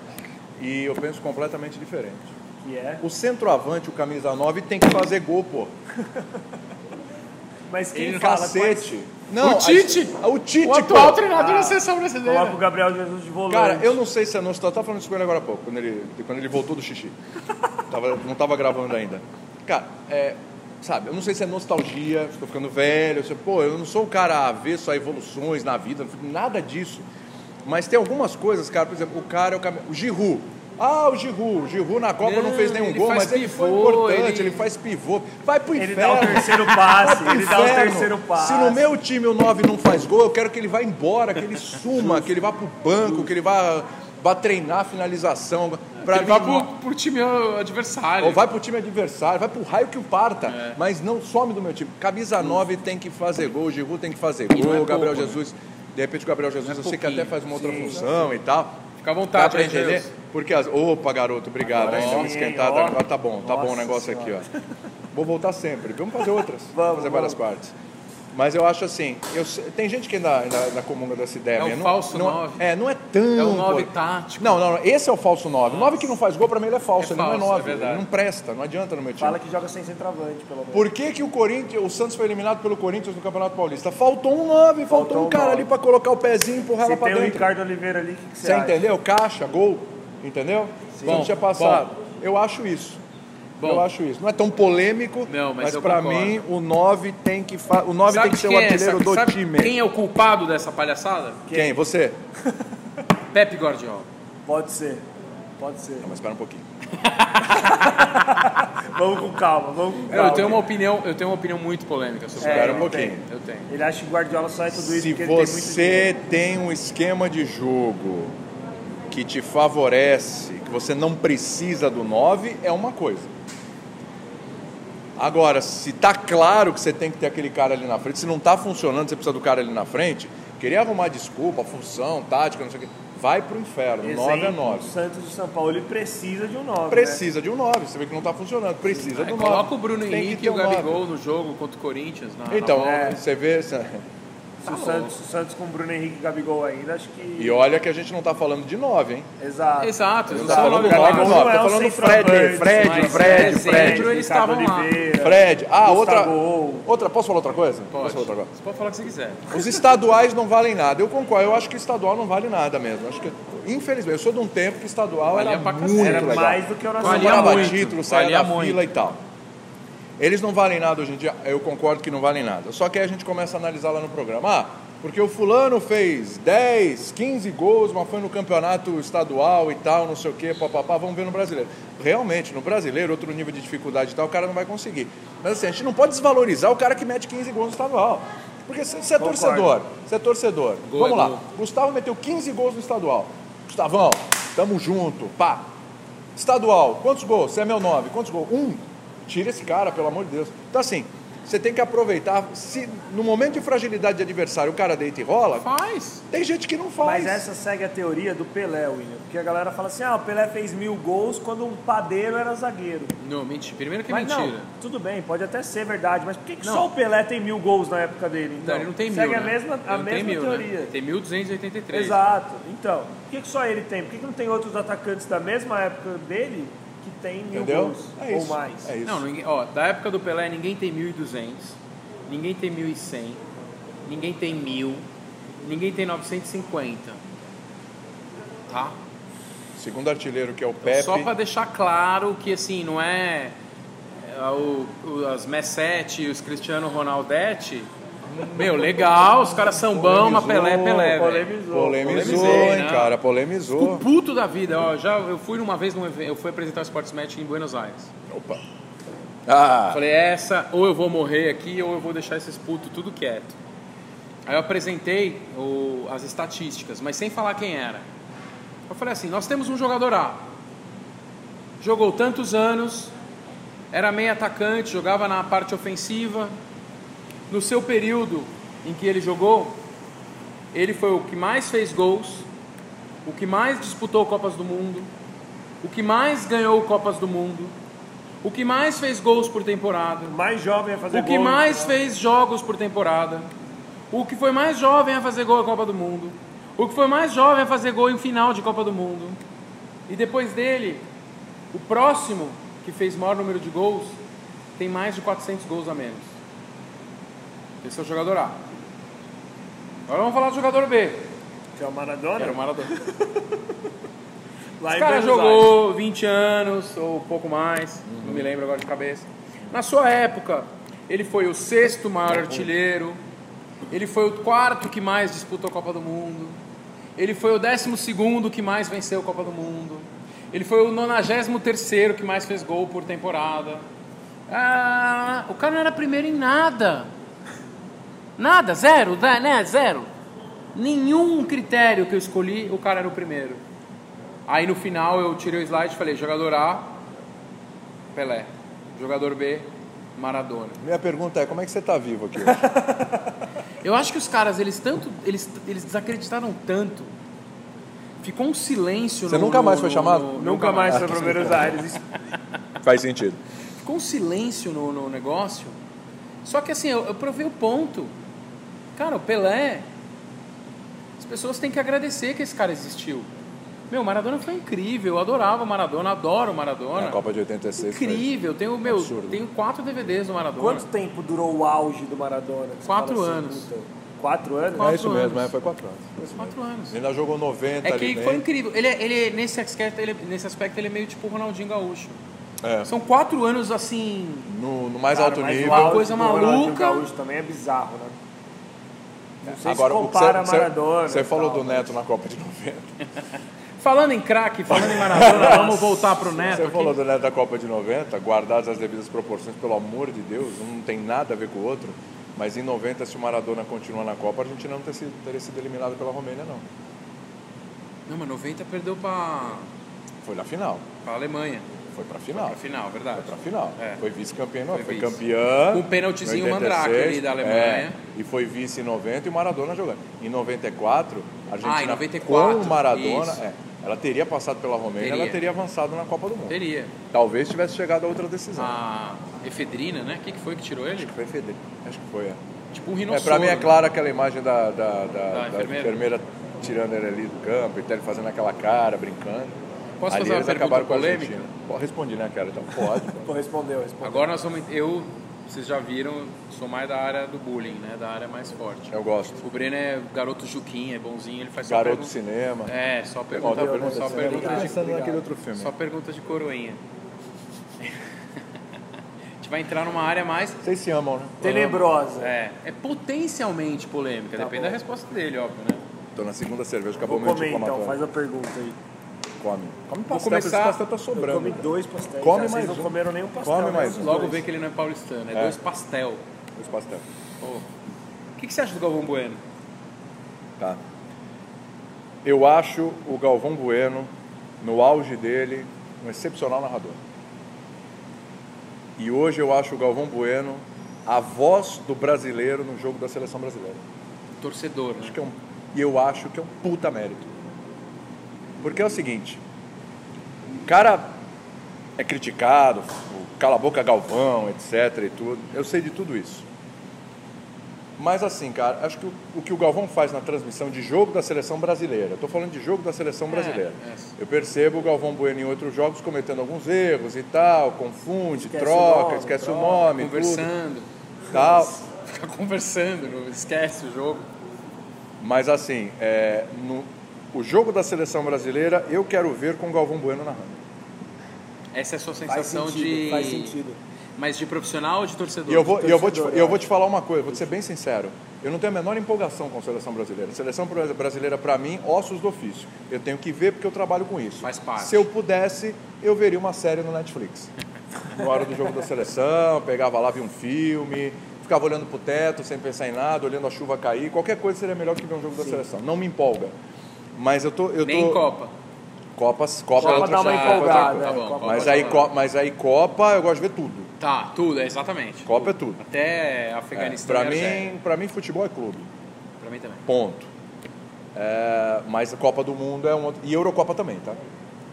[SPEAKER 2] e eu penso completamente diferente.
[SPEAKER 1] Que é.
[SPEAKER 2] O centroavante, o camisa 9, tem que fazer gol, pô. Um
[SPEAKER 1] Mas quem
[SPEAKER 3] Ele
[SPEAKER 1] fala?
[SPEAKER 2] é Cacete.
[SPEAKER 3] O
[SPEAKER 2] a-
[SPEAKER 3] Tite.
[SPEAKER 2] o Tite,
[SPEAKER 3] O atual
[SPEAKER 2] pô.
[SPEAKER 3] treinador da
[SPEAKER 1] Ah.
[SPEAKER 3] seleção
[SPEAKER 1] Quase... Coloca o
[SPEAKER 3] brasileira.
[SPEAKER 1] Gabriel Jesus de volante.
[SPEAKER 2] Cara, eu não sei se é nostalgia. Eu tava falando isso com ele agora há pouco, quando ele, quando ele voltou do xixi. Tava- não tava gravando ainda. Cara, é, sabe, eu não sei se é nostalgia, estou ficando velho. Se, pô, eu não sou um cara avesso a evoluções na vida, não fico- nada disso. Mas tem algumas coisas, cara, por exemplo, o cara é o caminho. O Giru. Ah, o Giru. O Giru na Copa não,
[SPEAKER 3] Não,
[SPEAKER 2] fez nenhum
[SPEAKER 3] ele
[SPEAKER 2] gol,
[SPEAKER 3] faz
[SPEAKER 2] mas ele foi
[SPEAKER 3] pivô,
[SPEAKER 2] importante,
[SPEAKER 3] ele-
[SPEAKER 2] ele... faz pivô. Vai pro
[SPEAKER 1] Ele dá
[SPEAKER 2] inferno.
[SPEAKER 1] o terceiro
[SPEAKER 3] Ah,
[SPEAKER 1] passe,
[SPEAKER 2] Vai pro
[SPEAKER 1] ele dá o
[SPEAKER 2] Tá inferno.
[SPEAKER 1] terceiro passe.
[SPEAKER 2] Se no meu time o 9 não faz gol, eu quero que ele vá embora, que ele suma, que ele vá pro banco, que ele vá, vá treinar a finalização. Pra
[SPEAKER 3] Ele vai
[SPEAKER 2] mim,
[SPEAKER 3] pro, pro time ah, adversário.
[SPEAKER 2] ou vai pro time adversário, vai pro raio que o parta,
[SPEAKER 3] É.
[SPEAKER 2] mas não some do meu time. Camisa 9 tem que fazer gol, Giroud tem que fazer
[SPEAKER 3] E não
[SPEAKER 2] gol,
[SPEAKER 3] é pouco,
[SPEAKER 2] Gabriel
[SPEAKER 3] né? é
[SPEAKER 2] Jesus. De repente o Gabriel Jesus, eu sei que
[SPEAKER 3] pouquinho.
[SPEAKER 2] até faz uma outra função e tal.
[SPEAKER 3] Fica à
[SPEAKER 2] Dá
[SPEAKER 3] vontade,
[SPEAKER 2] pra
[SPEAKER 3] né,
[SPEAKER 2] entender?
[SPEAKER 3] Deus?
[SPEAKER 2] Porque as. Opa, garoto, obrigado.
[SPEAKER 1] Agora
[SPEAKER 2] Ainda
[SPEAKER 1] sim,
[SPEAKER 2] uma esquentada.
[SPEAKER 1] ó.
[SPEAKER 2] Agora tá bom, tá bom o
[SPEAKER 1] Nossa
[SPEAKER 2] negócio aqui, ó. Vou voltar sempre. Vamos fazer outras.
[SPEAKER 1] Vamos,
[SPEAKER 2] fazer várias partes. Mas eu acho assim, eu se- tem gente que ainda, ainda, ainda comunga dessa ideia.
[SPEAKER 3] É o
[SPEAKER 2] minha. não,
[SPEAKER 3] falso
[SPEAKER 2] não,
[SPEAKER 3] nove.
[SPEAKER 2] É, não é tão.
[SPEAKER 3] É o nove
[SPEAKER 2] pô.
[SPEAKER 3] tático.
[SPEAKER 2] Não, não, não, esse é o falso 9. O 9 que não faz gol, pra mim ele é falso,
[SPEAKER 3] É
[SPEAKER 2] ele
[SPEAKER 3] falso,
[SPEAKER 2] não é 9.
[SPEAKER 3] é verdade.
[SPEAKER 2] ele não presta, não adianta no meu time.
[SPEAKER 1] Fala que joga sem centroavante, pelo menos.
[SPEAKER 2] Por que, que o Corinthians, o Santos foi eliminado pelo Corinthians no Campeonato Paulista? Faltou um 9, faltou,
[SPEAKER 1] Faltou
[SPEAKER 2] um
[SPEAKER 1] um
[SPEAKER 2] cara
[SPEAKER 1] nove.
[SPEAKER 2] ali pra colocar o pezinho e empurrar
[SPEAKER 1] Se
[SPEAKER 2] ela pra
[SPEAKER 1] tem um o
[SPEAKER 2] dentro.
[SPEAKER 1] Ricardo Oliveira ali, o que, que você
[SPEAKER 2] Você
[SPEAKER 1] acha?
[SPEAKER 2] entendeu? Caixa, gol, entendeu? Sim. Não
[SPEAKER 3] Bom,
[SPEAKER 2] tinha passado. Eu acho isso.
[SPEAKER 3] Bom.
[SPEAKER 2] Eu acho isso. Não é tão polêmico,
[SPEAKER 3] Não, mas eu
[SPEAKER 2] pra
[SPEAKER 3] concordo.
[SPEAKER 2] mim o 9 tem que fa... o 9 tem que ser o
[SPEAKER 3] quem é?
[SPEAKER 2] artilheiro
[SPEAKER 3] Sabe-
[SPEAKER 2] do
[SPEAKER 3] sabe
[SPEAKER 2] time.
[SPEAKER 3] Quem é o culpado dessa palhaçada?
[SPEAKER 2] Quem? Você?
[SPEAKER 3] Pepe Guardiola.
[SPEAKER 1] Pode ser. pode ser.
[SPEAKER 2] Não, mas espera um pouquinho.
[SPEAKER 1] Vamos com calma, vamos
[SPEAKER 2] É
[SPEAKER 1] com calma. É,
[SPEAKER 3] Eu tenho uma opinião, eu tenho uma opinião muito polêmica sobre
[SPEAKER 2] Espera
[SPEAKER 1] eu
[SPEAKER 2] um pouquinho.
[SPEAKER 3] isso. Eu tenho.
[SPEAKER 1] Ele acha que Guardiola só é tudo isso porque
[SPEAKER 2] Se
[SPEAKER 1] ele tem muito dinheiro.
[SPEAKER 2] você tem um esquema de jogo que te favorece, que você não precisa do 9, é uma coisa. Agora, se tá claro que você tem que ter aquele cara ali na frente, se não tá funcionando, você precisa do cara ali na frente, querer arrumar desculpa, função, tática, não sei o quê, vai pro inferno. 9 é
[SPEAKER 1] Exemplo,
[SPEAKER 2] 9.
[SPEAKER 1] O Santos do São Paulo ele precisa de um 9.
[SPEAKER 2] Precisa de um 9, você vê que não tá funcionando, precisa
[SPEAKER 3] Aí
[SPEAKER 2] do 9.
[SPEAKER 3] É, coloca o Bruno
[SPEAKER 2] Tem que
[SPEAKER 3] Henrique
[SPEAKER 2] ter
[SPEAKER 3] e o
[SPEAKER 2] um nove.
[SPEAKER 3] Gabigol no jogo contra o Corinthians. Na, na
[SPEAKER 2] Então,
[SPEAKER 3] volta.
[SPEAKER 1] é.
[SPEAKER 2] você vê. você-
[SPEAKER 1] Se o Santos, se o Santos com o Bruno Henrique e Gabigol ainda, acho que.
[SPEAKER 2] E olha que a gente não tá falando de 9, hein?
[SPEAKER 1] Exato.
[SPEAKER 3] Exato, eles não
[SPEAKER 2] Tá
[SPEAKER 3] são
[SPEAKER 2] falando
[SPEAKER 3] nove
[SPEAKER 2] do Gabigol,
[SPEAKER 1] Gabigol não
[SPEAKER 2] não,
[SPEAKER 3] nove.
[SPEAKER 2] tá
[SPEAKER 1] é o
[SPEAKER 2] falando
[SPEAKER 1] centroavante,
[SPEAKER 2] Fred, Fred,
[SPEAKER 1] mas é em
[SPEAKER 2] Fred, Fred.
[SPEAKER 3] dezembro eles
[SPEAKER 1] Ricardo
[SPEAKER 3] estavam lá.
[SPEAKER 1] Oliveira,
[SPEAKER 2] Fred. Ah,
[SPEAKER 1] Gustavo
[SPEAKER 2] outra.
[SPEAKER 1] Gol.
[SPEAKER 2] Outra, posso falar outra coisa?
[SPEAKER 3] Pode.
[SPEAKER 2] Posso falar outra coisa?
[SPEAKER 3] Você pode falar o que você quiser.
[SPEAKER 2] Os estaduais não valem nada. Eu concordo, eu acho que estadual não vale nada mesmo. Acho que, infelizmente, eu sou de um tempo que estadual
[SPEAKER 3] Valia
[SPEAKER 2] era
[SPEAKER 3] pra
[SPEAKER 2] muito
[SPEAKER 3] cacete.
[SPEAKER 1] Era
[SPEAKER 2] legal.
[SPEAKER 1] mais do que o Nacional.
[SPEAKER 3] Valia
[SPEAKER 2] Comprava
[SPEAKER 3] muito,
[SPEAKER 2] título, saía
[SPEAKER 3] valia
[SPEAKER 2] da
[SPEAKER 3] muito.
[SPEAKER 2] fila e tal. Eles não valem nada hoje em dia, eu concordo que não valem nada. Só que aí a gente começa a analisar lá no programa. Ah, porque o fulano fez 10, 15 gols, mas foi no campeonato estadual e tal, não sei o quê, papapá, vamos ver no brasileiro. Realmente, no brasileiro, outro nível de dificuldade e tal, o cara não vai conseguir. Mas assim, a gente não pode desvalorizar o cara que mete 15 gols no estadual. Porque você você é
[SPEAKER 1] Concordo.
[SPEAKER 2] torcedor, você é torcedor.
[SPEAKER 3] Gol
[SPEAKER 2] vamos
[SPEAKER 3] é
[SPEAKER 2] lá.
[SPEAKER 3] gol.
[SPEAKER 2] Gustavo meteu 15 gols no estadual. Gustavão, tamo junto, pá. Estadual, quantos gols? Você é meu nove, quantos gols? Um. Tira esse cara, pelo amor de Deus. Então, assim, você tem que aproveitar. Se no momento de fragilidade de adversário o cara deita e rola,
[SPEAKER 3] Faz.
[SPEAKER 2] tem gente que não faz.
[SPEAKER 1] Mas é essa segue a teoria do Pelé, William. Porque a galera fala assim, ah, o Pelé fez mil gols quando um padeiro era zagueiro.
[SPEAKER 3] Não, mentira. Primeiro que é
[SPEAKER 1] mas
[SPEAKER 3] mentira.
[SPEAKER 1] não, tudo bem, pode até ser verdade, mas por que, que
[SPEAKER 3] Não.
[SPEAKER 1] só o Pelé tem mil gols na época dele?
[SPEAKER 3] Não,
[SPEAKER 1] Então?
[SPEAKER 3] ele não tem mil.
[SPEAKER 1] Segue a
[SPEAKER 3] né?
[SPEAKER 1] mesma,
[SPEAKER 3] Ele
[SPEAKER 1] a
[SPEAKER 3] não
[SPEAKER 1] mesma
[SPEAKER 3] tem mil, né?
[SPEAKER 1] teoria.
[SPEAKER 3] Tem 1283.
[SPEAKER 1] Exato. Então, por que, que só ele tem? Por que, que não tem outros atacantes da mesma época dele que tem mil
[SPEAKER 2] Entendeu?
[SPEAKER 1] gols
[SPEAKER 2] É
[SPEAKER 1] ou
[SPEAKER 2] isso.
[SPEAKER 1] mais?
[SPEAKER 2] É isso.
[SPEAKER 3] Não, ninguém, ó, da época do Pelé ninguém tem 1.200, ninguém tem 1.100, ninguém tem 1.000, ninguém tem 950. Tá?
[SPEAKER 2] Segundo artilheiro, que é o
[SPEAKER 3] Então,
[SPEAKER 2] Pepe.
[SPEAKER 3] só pra deixar claro que assim, não é é, o, o- as Messete e os Cristiano Ronaldetti. Meu, legal, os caras são bons, mas Pelé, é Pelé. velho.
[SPEAKER 1] Polemizou.
[SPEAKER 2] Polemizou,
[SPEAKER 3] Polemizei,
[SPEAKER 2] hein,
[SPEAKER 3] né?
[SPEAKER 2] cara,
[SPEAKER 3] Fico
[SPEAKER 2] polemizou.
[SPEAKER 3] puto da vida, ó. Já, eu fui uma vez num evento, eu fui apresentar o Sports Match em Buenos Aires.
[SPEAKER 2] Opa. Ah,
[SPEAKER 3] Falei, essa, ou eu vou morrer aqui, ou eu vou deixar esses putos tudo quieto. Aí eu apresentei o- as estatísticas, mas sem falar quem era. Eu falei assim, nós temos um jogador A. Jogou tantos anos, era meio atacante, jogava na parte ofensiva. No seu período em que ele jogou, ele foi o que mais fez gols, o que mais disputou Copas do Mundo, o que mais ganhou Copas do Mundo, o que mais fez gols por temporada,
[SPEAKER 1] Mais jovem a fazer
[SPEAKER 3] o que
[SPEAKER 1] gol. né?
[SPEAKER 3] mais fez jogos por temporada, o que foi mais jovem a fazer gol na Copa do Mundo, o que foi mais jovem a fazer gol em final de Copa do Mundo. E depois dele, o próximo que fez maior número de gols tem mais de 400 gols a menos. Esse é o jogador A. Agora vamos falar do jogador B,
[SPEAKER 1] Que é o
[SPEAKER 3] que
[SPEAKER 1] Maradona.
[SPEAKER 3] era o Maradona.
[SPEAKER 1] Lá
[SPEAKER 3] O
[SPEAKER 1] em
[SPEAKER 3] cara
[SPEAKER 1] Buenos Aires.
[SPEAKER 3] jogou 20 anos ou um pouco mais, não me lembro agora de cabeça. Na sua época, ele foi o sexto maior artilheiro, ele foi o quarto que mais disputou a Copa do Mundo, ele foi o décimo segundo que mais venceu a Copa do Mundo, ele foi o nonagésimo terceiro que mais fez gol por temporada. Ah, o cara não era primeiro em nada. Nada, zero, né? Zero. Nenhum critério que eu escolhi, o cara era o primeiro. Aí no final eu tirei o slide e falei: jogador A, Pelé. Jogador B, Maradona.
[SPEAKER 2] minha pergunta é: como é que você tá vivo aqui? hoje?
[SPEAKER 3] Eu acho que os caras, eles tanto. Eles, eles desacreditaram tanto. Ficou um silêncio
[SPEAKER 2] Você
[SPEAKER 3] no-
[SPEAKER 2] nunca
[SPEAKER 3] no-
[SPEAKER 2] mais foi
[SPEAKER 3] no-
[SPEAKER 2] chamado?
[SPEAKER 3] no-
[SPEAKER 1] Nunca mais foi para Buenos Aires.
[SPEAKER 2] Faz sentido.
[SPEAKER 3] Ficou um silêncio no, no negócio. Só que assim, eu, eu provei o ponto. Cara, o Pelé. As pessoas têm que agradecer que esse cara existiu. Meu, Maradona foi incrível. Eu adorava o Maradona, adoro o Maradona.
[SPEAKER 2] Na É Copa de 86. foi-
[SPEAKER 3] Incrível, tenho, meu,
[SPEAKER 2] Absurdo.
[SPEAKER 3] tenho quatro DVDs do Maradona.
[SPEAKER 1] Quanto tempo durou o auge do Maradona? Você
[SPEAKER 3] Quatro
[SPEAKER 1] fala
[SPEAKER 3] anos.
[SPEAKER 1] puta, Quatro anos?
[SPEAKER 3] Quatro
[SPEAKER 2] É isso mesmo,
[SPEAKER 3] anos.
[SPEAKER 2] é, foi 4 anos.
[SPEAKER 3] Quatro anos.
[SPEAKER 2] Ele ainda jogou 90
[SPEAKER 3] É
[SPEAKER 2] Tá ali né?
[SPEAKER 3] que
[SPEAKER 2] bem.
[SPEAKER 3] foi incrível. Ele, é- ele, é- nesse, aspecto, ele, é- nesse aspecto, ele é meio tipo o Ronaldinho Gaúcho.
[SPEAKER 2] É,
[SPEAKER 3] São quatro anos assim.
[SPEAKER 2] no, no mais
[SPEAKER 1] Cara,
[SPEAKER 2] alto
[SPEAKER 1] mas
[SPEAKER 2] nível.
[SPEAKER 1] o auge
[SPEAKER 3] coisa
[SPEAKER 1] do Ronaldinho
[SPEAKER 3] maluca.
[SPEAKER 1] Gaúcho também é bizarro, né? Não sei se
[SPEAKER 2] o que
[SPEAKER 1] compara
[SPEAKER 2] você- você-
[SPEAKER 1] Maradona. então, né?
[SPEAKER 2] Você
[SPEAKER 1] e
[SPEAKER 2] falou
[SPEAKER 1] tal,
[SPEAKER 2] do
[SPEAKER 1] mas-
[SPEAKER 2] Neto na Copa de 90.
[SPEAKER 3] Falando em craque, falando em Maradona, vamos voltar pro
[SPEAKER 1] Né,
[SPEAKER 3] Neto.
[SPEAKER 2] Você
[SPEAKER 3] aqui.
[SPEAKER 2] falou do Neto da Copa de 90, guardadas as devidas proporções, pelo amor de Deus, um não tem nada a ver com o outro. Mas em 90, se o Maradona continuar na Copa, a Argentina não ter sido- teria sido eliminada pela Romênia, não.
[SPEAKER 3] Não, mas 90 perdeu pra,
[SPEAKER 2] Foi na final.
[SPEAKER 3] pra Alemanha.
[SPEAKER 2] Foi pra final.
[SPEAKER 3] Pra final, verdade.
[SPEAKER 2] Foi pra final.
[SPEAKER 3] É.
[SPEAKER 2] Foi vice-campeã, não.
[SPEAKER 3] Foi
[SPEAKER 2] Foi,
[SPEAKER 3] vice.
[SPEAKER 2] campeã.
[SPEAKER 3] Com o pênaltizinho
[SPEAKER 2] em 86,
[SPEAKER 3] mandrake ali da Alemanha.
[SPEAKER 2] é. e foi vice em 90 e o Maradona jogando. Em 94, a Argentina
[SPEAKER 3] Ah, em 94,
[SPEAKER 2] com o Maradona,
[SPEAKER 3] isso.
[SPEAKER 2] é, ela teria passado pela Romênia,
[SPEAKER 3] Teria.
[SPEAKER 2] ela teria avançado na Copa do Mundo.
[SPEAKER 3] Teria. Ah.
[SPEAKER 2] Talvez tivesse chegado a outra decisão.
[SPEAKER 3] A efedrina, né? O que, que foi que tirou ele?
[SPEAKER 2] Foi Fede. Acho que foi. É.
[SPEAKER 3] Tipo um
[SPEAKER 2] É,
[SPEAKER 3] rinoceronte.
[SPEAKER 2] pra mim é clara aquela imagem da, da, da- da
[SPEAKER 3] enfermeira.
[SPEAKER 2] enfermeira. tirando ele ali do campo, então ele fazendo aquela cara, brincando.
[SPEAKER 3] Posso
[SPEAKER 2] ali
[SPEAKER 3] fazer uma
[SPEAKER 2] eles
[SPEAKER 3] pergunta
[SPEAKER 2] acabaram com a
[SPEAKER 3] polêmica?
[SPEAKER 2] Argentina. Pô, respondi, né, cara? Então pode.
[SPEAKER 1] Correspondeu, respondeu.
[SPEAKER 3] Agora nós vamos. Eu, vocês já viram, sou mais da área do bullying, né? Da área mais forte.
[SPEAKER 2] Eu gosto.
[SPEAKER 3] O Breno é garoto Juquinha, é bonzinho, ele faz
[SPEAKER 2] Garoto
[SPEAKER 3] só pergunta.
[SPEAKER 2] cinema.
[SPEAKER 3] É, só
[SPEAKER 2] Ó,
[SPEAKER 3] pergunta,
[SPEAKER 2] tá perguntando-
[SPEAKER 3] só,
[SPEAKER 2] tá
[SPEAKER 3] pergunta de,
[SPEAKER 2] pensando naquele outro filme.
[SPEAKER 3] só pergunta de coroinha. A gente vai entrar numa área mais.
[SPEAKER 2] Vocês se amam, né?
[SPEAKER 1] Tenebrosa.
[SPEAKER 3] É, é potencialmente polêmica,
[SPEAKER 2] Tá
[SPEAKER 3] depende
[SPEAKER 1] bom.
[SPEAKER 3] da resposta dele, óbvio, né?
[SPEAKER 2] Tô na segunda cerveja, acabou
[SPEAKER 1] Vou
[SPEAKER 2] meu
[SPEAKER 1] comer
[SPEAKER 2] diplomatório.
[SPEAKER 1] então, faz a pergunta aí.
[SPEAKER 2] Come. Come
[SPEAKER 3] Vou
[SPEAKER 2] pastel,
[SPEAKER 3] começar-
[SPEAKER 2] começar... esse pastel tá
[SPEAKER 1] Eu
[SPEAKER 2] sobrando.
[SPEAKER 1] comi dois pastéis.
[SPEAKER 2] Come
[SPEAKER 1] cara,
[SPEAKER 2] mais
[SPEAKER 1] Vocês
[SPEAKER 2] um.
[SPEAKER 1] não comeram nenhum pastel.
[SPEAKER 2] Come
[SPEAKER 1] né?
[SPEAKER 2] mais um.
[SPEAKER 3] Logo
[SPEAKER 1] Dois.
[SPEAKER 3] vê que ele não é paulistano, é,
[SPEAKER 2] É.
[SPEAKER 3] dois pastel.
[SPEAKER 2] Dois pastel.
[SPEAKER 3] Pô. O que, que você acha do Galvão Bueno?
[SPEAKER 2] Tá. Eu acho o Galvão Bueno, no auge dele, um excepcional narrador. E hoje eu acho o Galvão Bueno a voz do brasileiro no jogo da seleção brasileira.
[SPEAKER 3] Torcedor,
[SPEAKER 2] Acho
[SPEAKER 3] né?
[SPEAKER 2] que é um- e eu acho que é um puta mérito. Porque é o seguinte, o cara é criticado, o cala a boca Galvão, etc e tudo. Eu sei de tudo isso. Mas assim, cara, acho que o, o que o Galvão faz na transmissão de jogo da seleção brasileira, eu tô falando de jogo da seleção brasileira.
[SPEAKER 3] é.
[SPEAKER 2] Eu percebo o Galvão Bueno em outros jogos cometendo alguns erros e tal, confunde,
[SPEAKER 1] Esquece o
[SPEAKER 2] troca,
[SPEAKER 1] nome,
[SPEAKER 2] esquece
[SPEAKER 1] troca,
[SPEAKER 2] o nome, tudo,
[SPEAKER 3] Conversando.
[SPEAKER 2] tal.
[SPEAKER 3] Fica conversando, não esquece o jogo.
[SPEAKER 2] Mas assim, é, no- o jogo da seleção brasileira eu quero ver com o Galvão Bueno narrando.
[SPEAKER 3] Essa é a sua
[SPEAKER 1] Faz
[SPEAKER 3] sensação
[SPEAKER 1] sentido,
[SPEAKER 3] de.
[SPEAKER 1] faz sentido.
[SPEAKER 3] Mas de profissional ou de torcedor?
[SPEAKER 2] E eu vou, e eu, vou te,
[SPEAKER 1] torcedor,
[SPEAKER 2] eu vou te falar uma coisa, vou te ser bem sincero. Eu não tenho a menor empolgação com a seleção brasileira. Seleção bra- brasileira, para mim, ossos do ofício. Eu tenho que ver porque eu trabalho com isso.
[SPEAKER 3] Faz parte.
[SPEAKER 2] Se eu pudesse, eu veria uma série no Netflix. Na hora do jogo da seleção, pegava lá, via um filme, ficava olhando pro teto sem pensar em nada, olhando a chuva cair. Qualquer coisa seria melhor que ver um jogo da seleção. Não me empolga. Mas eu tô. Eu
[SPEAKER 3] Nem
[SPEAKER 2] tô...
[SPEAKER 3] Copa.
[SPEAKER 2] Copas, Copa,
[SPEAKER 1] Copa
[SPEAKER 2] é outra
[SPEAKER 1] dá uma
[SPEAKER 2] coisa.
[SPEAKER 1] empolgada,
[SPEAKER 3] Tá bom,
[SPEAKER 1] é,
[SPEAKER 3] Copa
[SPEAKER 2] Mas
[SPEAKER 3] dá
[SPEAKER 2] aí,
[SPEAKER 3] uma-
[SPEAKER 2] co mas aí Copa, eu gosto de ver tudo.
[SPEAKER 3] Tá, tudo, é exatamente.
[SPEAKER 2] Copa é tudo.
[SPEAKER 3] Até
[SPEAKER 2] É,
[SPEAKER 3] Afeganistão.
[SPEAKER 2] pra,
[SPEAKER 3] e Argélia.
[SPEAKER 2] mim, pra mim, futebol é clube.
[SPEAKER 3] Pra mim também.
[SPEAKER 2] Ponto. É, mas a Copa do Mundo é um outro. E Eurocopa também, tá?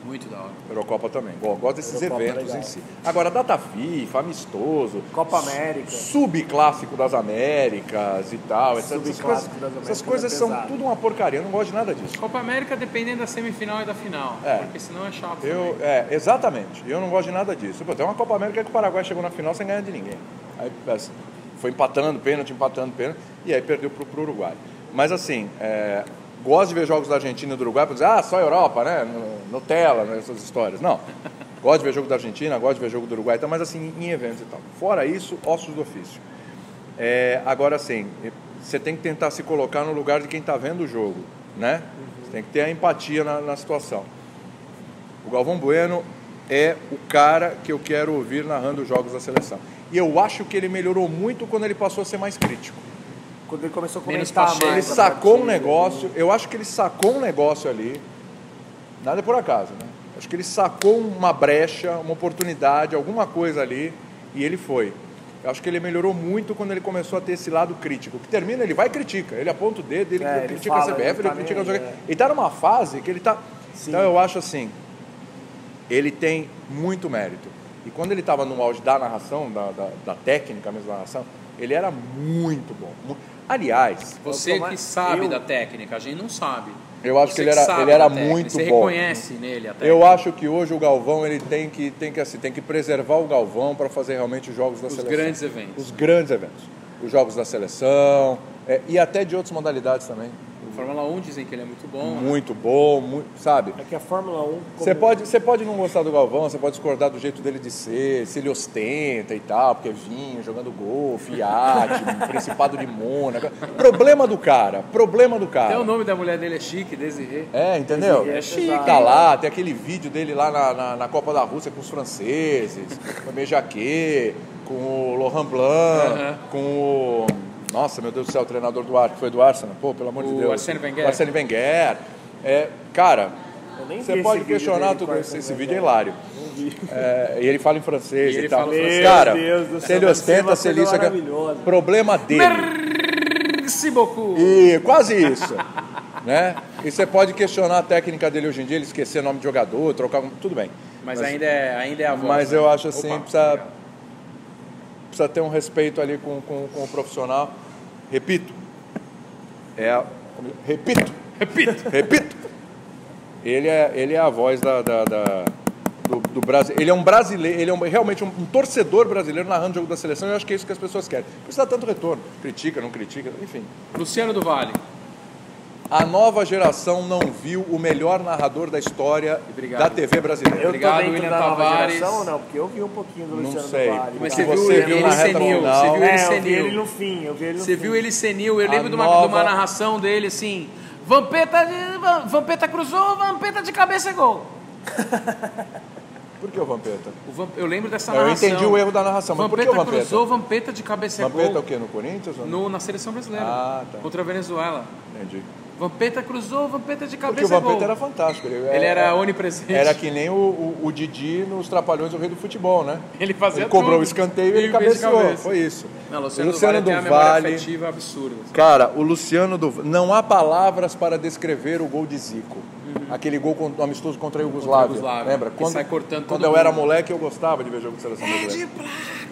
[SPEAKER 3] Muito da hora.
[SPEAKER 2] Eurocopa também. Go- Gosto desses
[SPEAKER 1] Eurocopa é
[SPEAKER 2] eventos
[SPEAKER 1] legal.
[SPEAKER 2] em si. Agora, data FIFA, amistoso.
[SPEAKER 1] Copa
[SPEAKER 2] su-
[SPEAKER 1] América.
[SPEAKER 2] Subclássico das Américas e tal. Essas, essas
[SPEAKER 1] Subclássico
[SPEAKER 2] coisas,
[SPEAKER 1] das Américas
[SPEAKER 2] essas coisas
[SPEAKER 1] é
[SPEAKER 2] são
[SPEAKER 1] pesado.
[SPEAKER 2] tudo uma porcaria. Eu não gosto de nada disso.
[SPEAKER 3] Copa América dependendo da semifinal e da final.
[SPEAKER 2] É.
[SPEAKER 3] Porque senão é chato.
[SPEAKER 2] Eu,
[SPEAKER 3] também.
[SPEAKER 2] é, exatamente. Eu não gosto de nada disso. Pô, tem uma Copa América que o Paraguai chegou na final sem ganhar de ninguém. Aí assim, foi empatando pênalti, empatando pênalti, e aí perdeu pro, pro Uruguai. Mas assim, é, gosto de ver jogos da Argentina e do Uruguai para dizer, ah, só a Europa, né? No- Nutella, né? essas histórias. Não. Gosto de ver jogo da Argentina, gosto de ver jogo do Uruguai, e tal, mas assim, em eventos e tal. Fora isso, ossos do ofício. É, agora sim, você tem que tentar se colocar no lugar de quem está vendo o jogo, né? Você tem que ter a empatia na, na situação. O Galvão Bueno é o cara que eu quero ouvir narrando os jogos da seleção. E eu acho que ele melhorou muito quando ele passou a ser mais crítico.
[SPEAKER 1] Quando ele começou a
[SPEAKER 3] Menos
[SPEAKER 1] comentar mais.
[SPEAKER 3] paixão.
[SPEAKER 1] a
[SPEAKER 2] Ele
[SPEAKER 1] partida,
[SPEAKER 2] sacou um negócio, eu acho que ele sacou um negócio ali, nada por acaso, né? Acho que ele sacou uma brecha, uma oportunidade, alguma coisa ali, e ele foi. Eu acho que ele melhorou muito quando ele começou a ter esse lado crítico. Que termina, ele vai e critica. Ele aponta o dedo, ele
[SPEAKER 1] É, ele
[SPEAKER 2] critica
[SPEAKER 1] fala, ele
[SPEAKER 2] a CBF, ele,
[SPEAKER 1] tá
[SPEAKER 2] critica
[SPEAKER 1] nem
[SPEAKER 2] não sei o
[SPEAKER 1] aí,
[SPEAKER 2] quê.
[SPEAKER 1] é.
[SPEAKER 2] Ele tá numa fase que ele tá.
[SPEAKER 1] Sim.
[SPEAKER 2] Então eu acho assim, ele tem muito mérito. E quando ele estava no auge da narração, da, da, da técnica mesmo da narração, ele era muito bom. Mu- Aliás,
[SPEAKER 3] Você que
[SPEAKER 1] Tomás,
[SPEAKER 3] sabe
[SPEAKER 1] eu-
[SPEAKER 3] da técnica, a gente não sabe.
[SPEAKER 2] Eu acho
[SPEAKER 3] Você
[SPEAKER 2] que ele era-
[SPEAKER 3] é sabe
[SPEAKER 2] ele era
[SPEAKER 3] da técnica,
[SPEAKER 2] muito
[SPEAKER 3] Você
[SPEAKER 2] bom.
[SPEAKER 3] reconhece tá? nele a técnica.
[SPEAKER 2] eu acho que hoje o Galvão ele tem que, tem que, assim, tem que preservar o Galvão para fazer realmente os jogos da
[SPEAKER 3] Os
[SPEAKER 2] seleção.
[SPEAKER 3] grandes eventos.
[SPEAKER 2] Os grandes eventos. Os jogos da seleção é, e até de outras modalidades também. O
[SPEAKER 3] Fórmula 1 dizem que ele é muito bom. né?
[SPEAKER 2] Muito bom, muito, sabe?
[SPEAKER 1] É que a Fórmula 1. como-
[SPEAKER 2] Você pode, você pode não gostar do Galvão, você pode discordar do jeito dele de ser, se ele ostenta e tal, porque é vinho, jogando golfe, iate, principado de Mônaco. Problema do cara, problema do cara.
[SPEAKER 3] Até o nome da mulher dele é chique, Desirê.
[SPEAKER 2] É, entendeu?
[SPEAKER 1] Esse é chique.
[SPEAKER 2] Tá lá, tem aquele vídeo dele lá na, na, na Copa da Rússia com os franceses, com o Mejaquet, com o Laurent Blanc, com o. Nossa, meu Deus do céu, o treinador do Ar, que foi do Arsenal, pô, pelo amor de
[SPEAKER 3] O
[SPEAKER 2] Deus.
[SPEAKER 3] Arsène Wenger.
[SPEAKER 2] O Arsène Wenger. É, cara,
[SPEAKER 1] Eu nem vi
[SPEAKER 2] você
[SPEAKER 1] esse
[SPEAKER 2] pode
[SPEAKER 1] vídeo
[SPEAKER 2] questionar
[SPEAKER 1] dele
[SPEAKER 2] tudo
[SPEAKER 1] com
[SPEAKER 2] isso,
[SPEAKER 1] essa
[SPEAKER 2] esse
[SPEAKER 1] mulher.
[SPEAKER 2] vídeo é hilário.
[SPEAKER 1] Não vi.
[SPEAKER 2] É, e ele fala em francês
[SPEAKER 3] E
[SPEAKER 2] e,
[SPEAKER 3] ele
[SPEAKER 2] tal.
[SPEAKER 3] fala francês.
[SPEAKER 2] Cara,
[SPEAKER 1] Meu Deus do
[SPEAKER 2] se
[SPEAKER 1] céu,
[SPEAKER 2] ele
[SPEAKER 1] deve ser
[SPEAKER 2] ostenta,
[SPEAKER 1] uma
[SPEAKER 2] se ele
[SPEAKER 1] coisa
[SPEAKER 2] isso aqui- é
[SPEAKER 1] maravilhosa.
[SPEAKER 2] Problema dele.
[SPEAKER 3] Merci beaucoup.
[SPEAKER 2] E quase isso. né? E você pode questionar a técnica dele hoje em dia, ele esquecer o nome de jogador, trocar. um- Tudo bem.
[SPEAKER 3] Mas, ainda, é, ainda é a voz.
[SPEAKER 2] Mas
[SPEAKER 3] né?
[SPEAKER 2] eu acho assim,
[SPEAKER 3] Opa.
[SPEAKER 2] precisa, precisa ter um respeito ali com, com, com o profissional. Repito. É a- Repito,
[SPEAKER 3] Repito.
[SPEAKER 2] repito. Ele é, ele é a voz da, da- da- do, do Brasil. Ele é um brasileiro, ele é um- realmente um, um torcedor brasileiro narrando o jogo da seleção. Eu acho que é isso que as pessoas querem. Por isso dá tanto retorno. Critica, não critica, enfim.
[SPEAKER 3] Luciano do Vale.
[SPEAKER 2] A nova geração não viu o melhor narrador da história
[SPEAKER 3] Obrigado.
[SPEAKER 2] da TV brasileira.
[SPEAKER 1] Eu
[SPEAKER 3] Obrigado,
[SPEAKER 1] tô dentro
[SPEAKER 3] William
[SPEAKER 1] da nova
[SPEAKER 3] Tavares.
[SPEAKER 1] geração ou não? Porque eu vi um pouquinho do
[SPEAKER 2] Não
[SPEAKER 1] Luciano
[SPEAKER 2] sei.
[SPEAKER 1] do Vale.
[SPEAKER 3] Mas
[SPEAKER 2] O
[SPEAKER 1] cara.
[SPEAKER 2] que você
[SPEAKER 3] você viu ele-
[SPEAKER 2] viu
[SPEAKER 3] ele
[SPEAKER 2] na reta
[SPEAKER 3] senil,
[SPEAKER 2] final.
[SPEAKER 3] você viu ele
[SPEAKER 1] É, eu vi
[SPEAKER 3] senil.
[SPEAKER 1] ele no fim, eu vi ele no
[SPEAKER 3] Você
[SPEAKER 1] fim.
[SPEAKER 3] viu ele senil, eu
[SPEAKER 2] A
[SPEAKER 3] lembro de, uma, de uma
[SPEAKER 2] nova-
[SPEAKER 3] narração dele assim. Vampeta, de- Van- Vampeta cruzou, Vampeta de cabeça é gol.
[SPEAKER 2] Por que o Vampeta?
[SPEAKER 3] O Vamp- Eu lembro dessa
[SPEAKER 2] Eu
[SPEAKER 3] narração.
[SPEAKER 2] entendi o erro da narração, mas por que
[SPEAKER 3] Tá Vampeta
[SPEAKER 2] o Vampeta?
[SPEAKER 3] cruzou, Vampeta de cabeça é
[SPEAKER 2] Vampeta
[SPEAKER 3] gol.
[SPEAKER 2] o quê? No Corinthians? ou não?
[SPEAKER 3] No, na seleção brasileira.
[SPEAKER 2] Ah, tá.
[SPEAKER 3] Contra a Venezuela.
[SPEAKER 2] Entendi.
[SPEAKER 3] Vampeta cruzou, Vampeta de
[SPEAKER 2] Porque o
[SPEAKER 3] cabeça é
[SPEAKER 2] Vampeta
[SPEAKER 3] gol.
[SPEAKER 2] era fantástico. Ele, é,
[SPEAKER 3] Ele era onipresente.
[SPEAKER 2] Era que nem o, o- o Didi nos Trapalhões, o rei do futebol, né?
[SPEAKER 3] Ele fazia
[SPEAKER 2] Ele cobrou
[SPEAKER 3] tudo.
[SPEAKER 2] o escanteio e ele
[SPEAKER 3] fez de
[SPEAKER 2] cabeceou.
[SPEAKER 3] cabeça.
[SPEAKER 2] Foi isso.
[SPEAKER 3] Não,
[SPEAKER 2] O
[SPEAKER 3] Luciano, do Vale, tem uma memória
[SPEAKER 2] Vale-
[SPEAKER 3] afetiva absurda. assim.
[SPEAKER 2] Cara, o Luciano do não há palavras para descrever o gol de Zico. Aquele gol con- amistoso Uhum. contra a Iugoslávia.
[SPEAKER 3] a Iugoslávia,
[SPEAKER 2] Lembra?
[SPEAKER 3] que sai cortando todo
[SPEAKER 2] quando eu
[SPEAKER 3] mundo.
[SPEAKER 2] era moleque, eu gostava de ver jogo de seleção brasileira.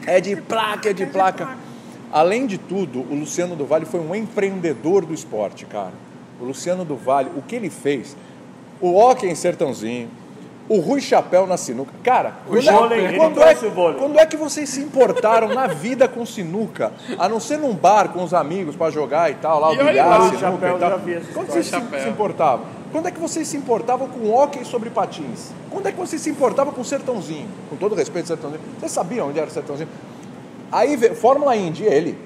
[SPEAKER 2] É de placa, é de placa. Além de tudo, o Luciano do Vale foi um empreendedor do esporte, cara. O Luciano do Vale, o que ele fez? O hockey em Sertãozinho, o Rui Chapéu na sinuca. Cara, quando é-
[SPEAKER 1] vôlei, ele
[SPEAKER 2] quando é,
[SPEAKER 1] trouxe o vôlei.
[SPEAKER 2] quando é que vocês se importaram na vida com sinuca? A não ser num bar com os amigos pra jogar e tal, lá o
[SPEAKER 3] E olha
[SPEAKER 2] bilhar,
[SPEAKER 3] lá,
[SPEAKER 2] sinuca
[SPEAKER 1] chapéu,
[SPEAKER 2] e tal.
[SPEAKER 1] já vi essa
[SPEAKER 2] Quando
[SPEAKER 1] história.
[SPEAKER 2] vocês se,
[SPEAKER 3] Chapéu.
[SPEAKER 2] se importavam? Quando é que vocês se importavam com hockey sobre patins? Quando é que vocês se importavam com sertãozinho? Com todo respeito, sertãozinho. Vocês sabiam onde era o sertãozinho? Aí, vê- Fórmula Indy, ele.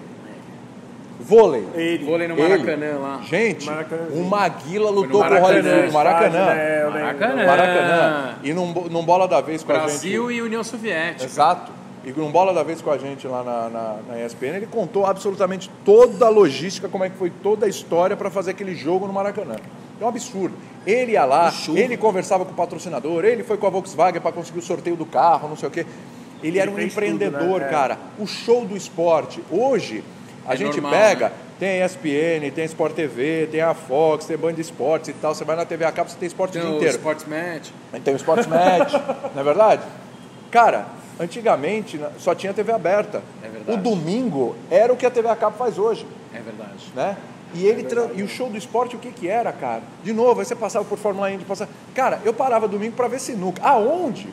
[SPEAKER 2] Vôlei.
[SPEAKER 1] Ele.
[SPEAKER 3] Vôlei no
[SPEAKER 2] Ele.
[SPEAKER 3] Maracanã lá.
[SPEAKER 2] Gente,
[SPEAKER 1] Maracanãzinho.
[SPEAKER 2] o Maguila lutou com o
[SPEAKER 3] Maracanã,
[SPEAKER 2] Hollywood.
[SPEAKER 3] estádio,
[SPEAKER 2] Maracanã.
[SPEAKER 1] É, eu lembro.
[SPEAKER 3] Maracanã.
[SPEAKER 2] Maracanã. E num, bo- num bola da vez com a gente.
[SPEAKER 3] Brasil e União Soviética.
[SPEAKER 2] Exato. E um bola da vez com a gente lá na, na, na ESPN, ele contou absolutamente toda a logística, como é que foi toda a história para fazer aquele jogo no Maracanã. É um absurdo. Ele ia lá, ele conversava com o patrocinador, ele foi com a Volkswagen para conseguir o sorteio do carro, não sei o quê. Ele era um
[SPEAKER 1] fez tudo,
[SPEAKER 2] empreendedor,
[SPEAKER 1] né? É.
[SPEAKER 2] cara. O show do esporte. Hoje, a
[SPEAKER 3] É
[SPEAKER 2] gente
[SPEAKER 3] normal,
[SPEAKER 2] pega,
[SPEAKER 3] né?
[SPEAKER 2] tem a ESPN, tem a Sport TV, tem a Fox, tem a Band Esportes e tal. Você vai na TV a cabo, você tem esporte o
[SPEAKER 3] Tem
[SPEAKER 2] dia
[SPEAKER 3] Então, o
[SPEAKER 2] inteiro.
[SPEAKER 3] Sports Match.
[SPEAKER 2] Aí Tem o Sportsnet, não é verdade? Cara, antigamente na- só tinha TV aberta.
[SPEAKER 3] É verdade.
[SPEAKER 2] O domingo era o que a TV a cabo faz hoje,
[SPEAKER 3] É verdade.
[SPEAKER 2] né? E,
[SPEAKER 1] É
[SPEAKER 2] ele tra- e o show do esporte, o que que era, cara? De novo, aí você passava por Fórmula Indy, passava... Cara, eu parava domingo pra ver sinuca. Aonde?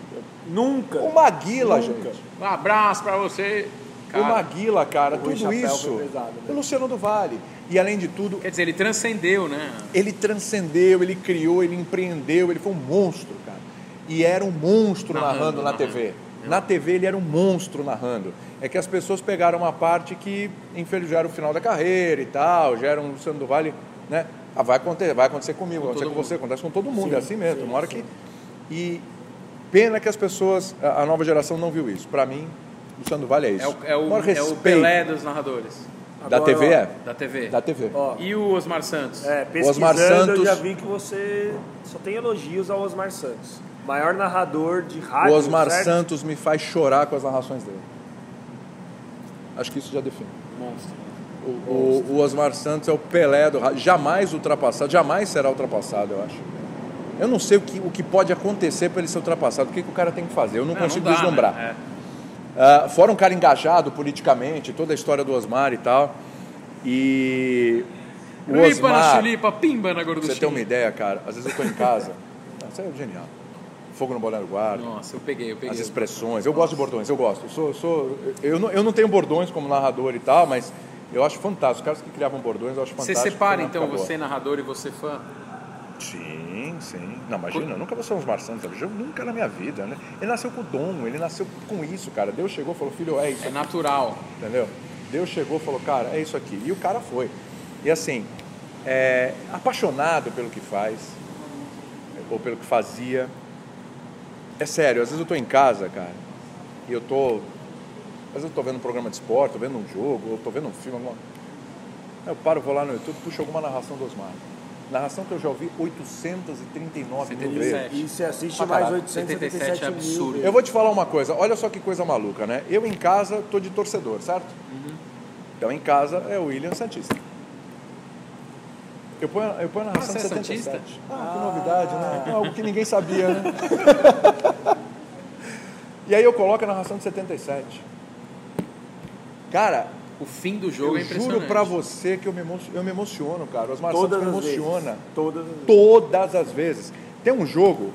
[SPEAKER 1] Nunca.
[SPEAKER 2] O Maguila, gente.
[SPEAKER 3] Um abraço pra você.
[SPEAKER 2] o
[SPEAKER 3] Cara,
[SPEAKER 2] Maguila, cara,
[SPEAKER 1] Rui
[SPEAKER 2] tudo
[SPEAKER 1] Chapéu
[SPEAKER 2] isso.
[SPEAKER 1] foi pesado, né?
[SPEAKER 2] O Luciano do Vale. E além de tudo,
[SPEAKER 3] Quer dizer, ele transcendeu, né?
[SPEAKER 2] ele transcendeu, ele criou, ele empreendeu, ele foi um monstro, cara. E era um monstro narrando,
[SPEAKER 3] Narrando,
[SPEAKER 2] na
[SPEAKER 3] narrando. É.
[SPEAKER 2] TV. Na TV ele era um monstro narrando. É que as pessoas pegaram uma parte que, infelizmente, já era o final da carreira e tal, já era um Luciano do Vale, né? Ah, vai acontecer, vai acontecer comigo, vai acontecer
[SPEAKER 3] todo
[SPEAKER 2] com
[SPEAKER 3] mundo.
[SPEAKER 2] você, acontece com todo mundo,
[SPEAKER 1] Sim,
[SPEAKER 2] é assim mesmo.
[SPEAKER 1] sim,
[SPEAKER 2] uma hora
[SPEAKER 1] sim.
[SPEAKER 2] que. E pena que as pessoas, a a nova geração não viu isso. Pra mim, Luciano do Vale é isso.
[SPEAKER 3] É o, é o-
[SPEAKER 2] maior
[SPEAKER 3] é o
[SPEAKER 2] respeito
[SPEAKER 3] Pelé dos narradores.
[SPEAKER 2] da
[SPEAKER 1] Agora,
[SPEAKER 2] TV é?
[SPEAKER 3] Da TV.
[SPEAKER 2] Da TV.
[SPEAKER 1] Ó,
[SPEAKER 3] E o Osmar Santos.
[SPEAKER 1] é,
[SPEAKER 2] Osmar
[SPEAKER 1] pesquisando,
[SPEAKER 2] Santos-
[SPEAKER 1] eu já vi que você só tem elogios ao Osmar Santos. Maior narrador de
[SPEAKER 2] O
[SPEAKER 1] rádio,
[SPEAKER 2] Osmar
[SPEAKER 1] certo?
[SPEAKER 2] Santos me faz chorar com as narrações dele. Acho que isso já define.
[SPEAKER 3] Monstro.
[SPEAKER 2] O, o- o Osmar Santos é o Pelé do rádio. Jamais ultrapassado, jamais será ultrapassado, eu acho. Eu não sei o que, o que pode acontecer para ele ser ultrapassado. O que, que o cara tem que fazer? Eu não consigo
[SPEAKER 3] dá, né?
[SPEAKER 2] deslumbrar.
[SPEAKER 3] É.
[SPEAKER 2] Ah, fora um cara engajado politicamente, toda a história do Osmar e tal. E o
[SPEAKER 3] Lipa na
[SPEAKER 2] Osmar...
[SPEAKER 3] chulipa, pimba na
[SPEAKER 2] Pra
[SPEAKER 3] gorduchinha.
[SPEAKER 2] você um- ter uma ideia, cara, às vezes eu tô em casa... Isso é genial. Fogo no Bolero Guarda.
[SPEAKER 3] Nossa, eu peguei, eu peguei.
[SPEAKER 2] as expressões. Eu gosto de bordões, eu gosto. Eu, sou, eu sou, eu, não, eu não tenho bordões como narrador e tal, mas Eu acho fantástico. Os caras que criavam bordões, eu acho
[SPEAKER 3] Você
[SPEAKER 2] fantástico. né?
[SPEAKER 3] separa
[SPEAKER 2] Foi uma
[SPEAKER 3] então
[SPEAKER 2] época boa.
[SPEAKER 3] você narrador e você fã?
[SPEAKER 2] Sim, sim. Não, imagina, eu nunca vou ser um Osmar Santos, eu nunca na minha vida, né? Ele nasceu com o dom, ele nasceu com isso, cara. Deus chegou e falou, filho, é isso,
[SPEAKER 3] É natural.
[SPEAKER 2] entendeu? Deus chegou e falou, cara, é isso aqui. E o cara foi. E assim, é, apaixonado pelo que faz, ou pelo que fazia. É sério, às vezes eu tô em casa, cara, e eu tô. Às vezes eu tô vendo um programa de esporte, tô vendo um jogo, ou tô vendo um filme, alguma. Eu paro, vou lá no YouTube, puxo alguma narração do Osmar. Narração que eu já ouvi 839 mil vezes.
[SPEAKER 3] 77.
[SPEAKER 1] E você assiste
[SPEAKER 2] Pra
[SPEAKER 1] mais
[SPEAKER 2] caralho.
[SPEAKER 1] 877
[SPEAKER 3] 77 é
[SPEAKER 1] mil.
[SPEAKER 3] absurdo.
[SPEAKER 1] vezes.
[SPEAKER 2] Eu vou te falar uma coisa, olha só que coisa maluca, né? Eu em casa tô de torcedor, certo?
[SPEAKER 3] Uhum.
[SPEAKER 2] Então em casa é o William Santista. Eu ponho, eu ponho a narração
[SPEAKER 3] Ah,
[SPEAKER 2] de
[SPEAKER 3] você é
[SPEAKER 2] 77.
[SPEAKER 3] santista?
[SPEAKER 2] Ah, que novidade, né? É Algo que ninguém sabia, né? e aí eu coloco a narração de 77. Cara,
[SPEAKER 3] O fim do jogo é
[SPEAKER 2] eu
[SPEAKER 3] impressionante.
[SPEAKER 2] juro pra você que eu me, emociono, eu me emociono, cara. Osmar
[SPEAKER 1] Todas
[SPEAKER 2] Santos me
[SPEAKER 1] as vezes.
[SPEAKER 2] emociona
[SPEAKER 1] Todas as vezes.
[SPEAKER 2] todas as vezes. Tem um jogo,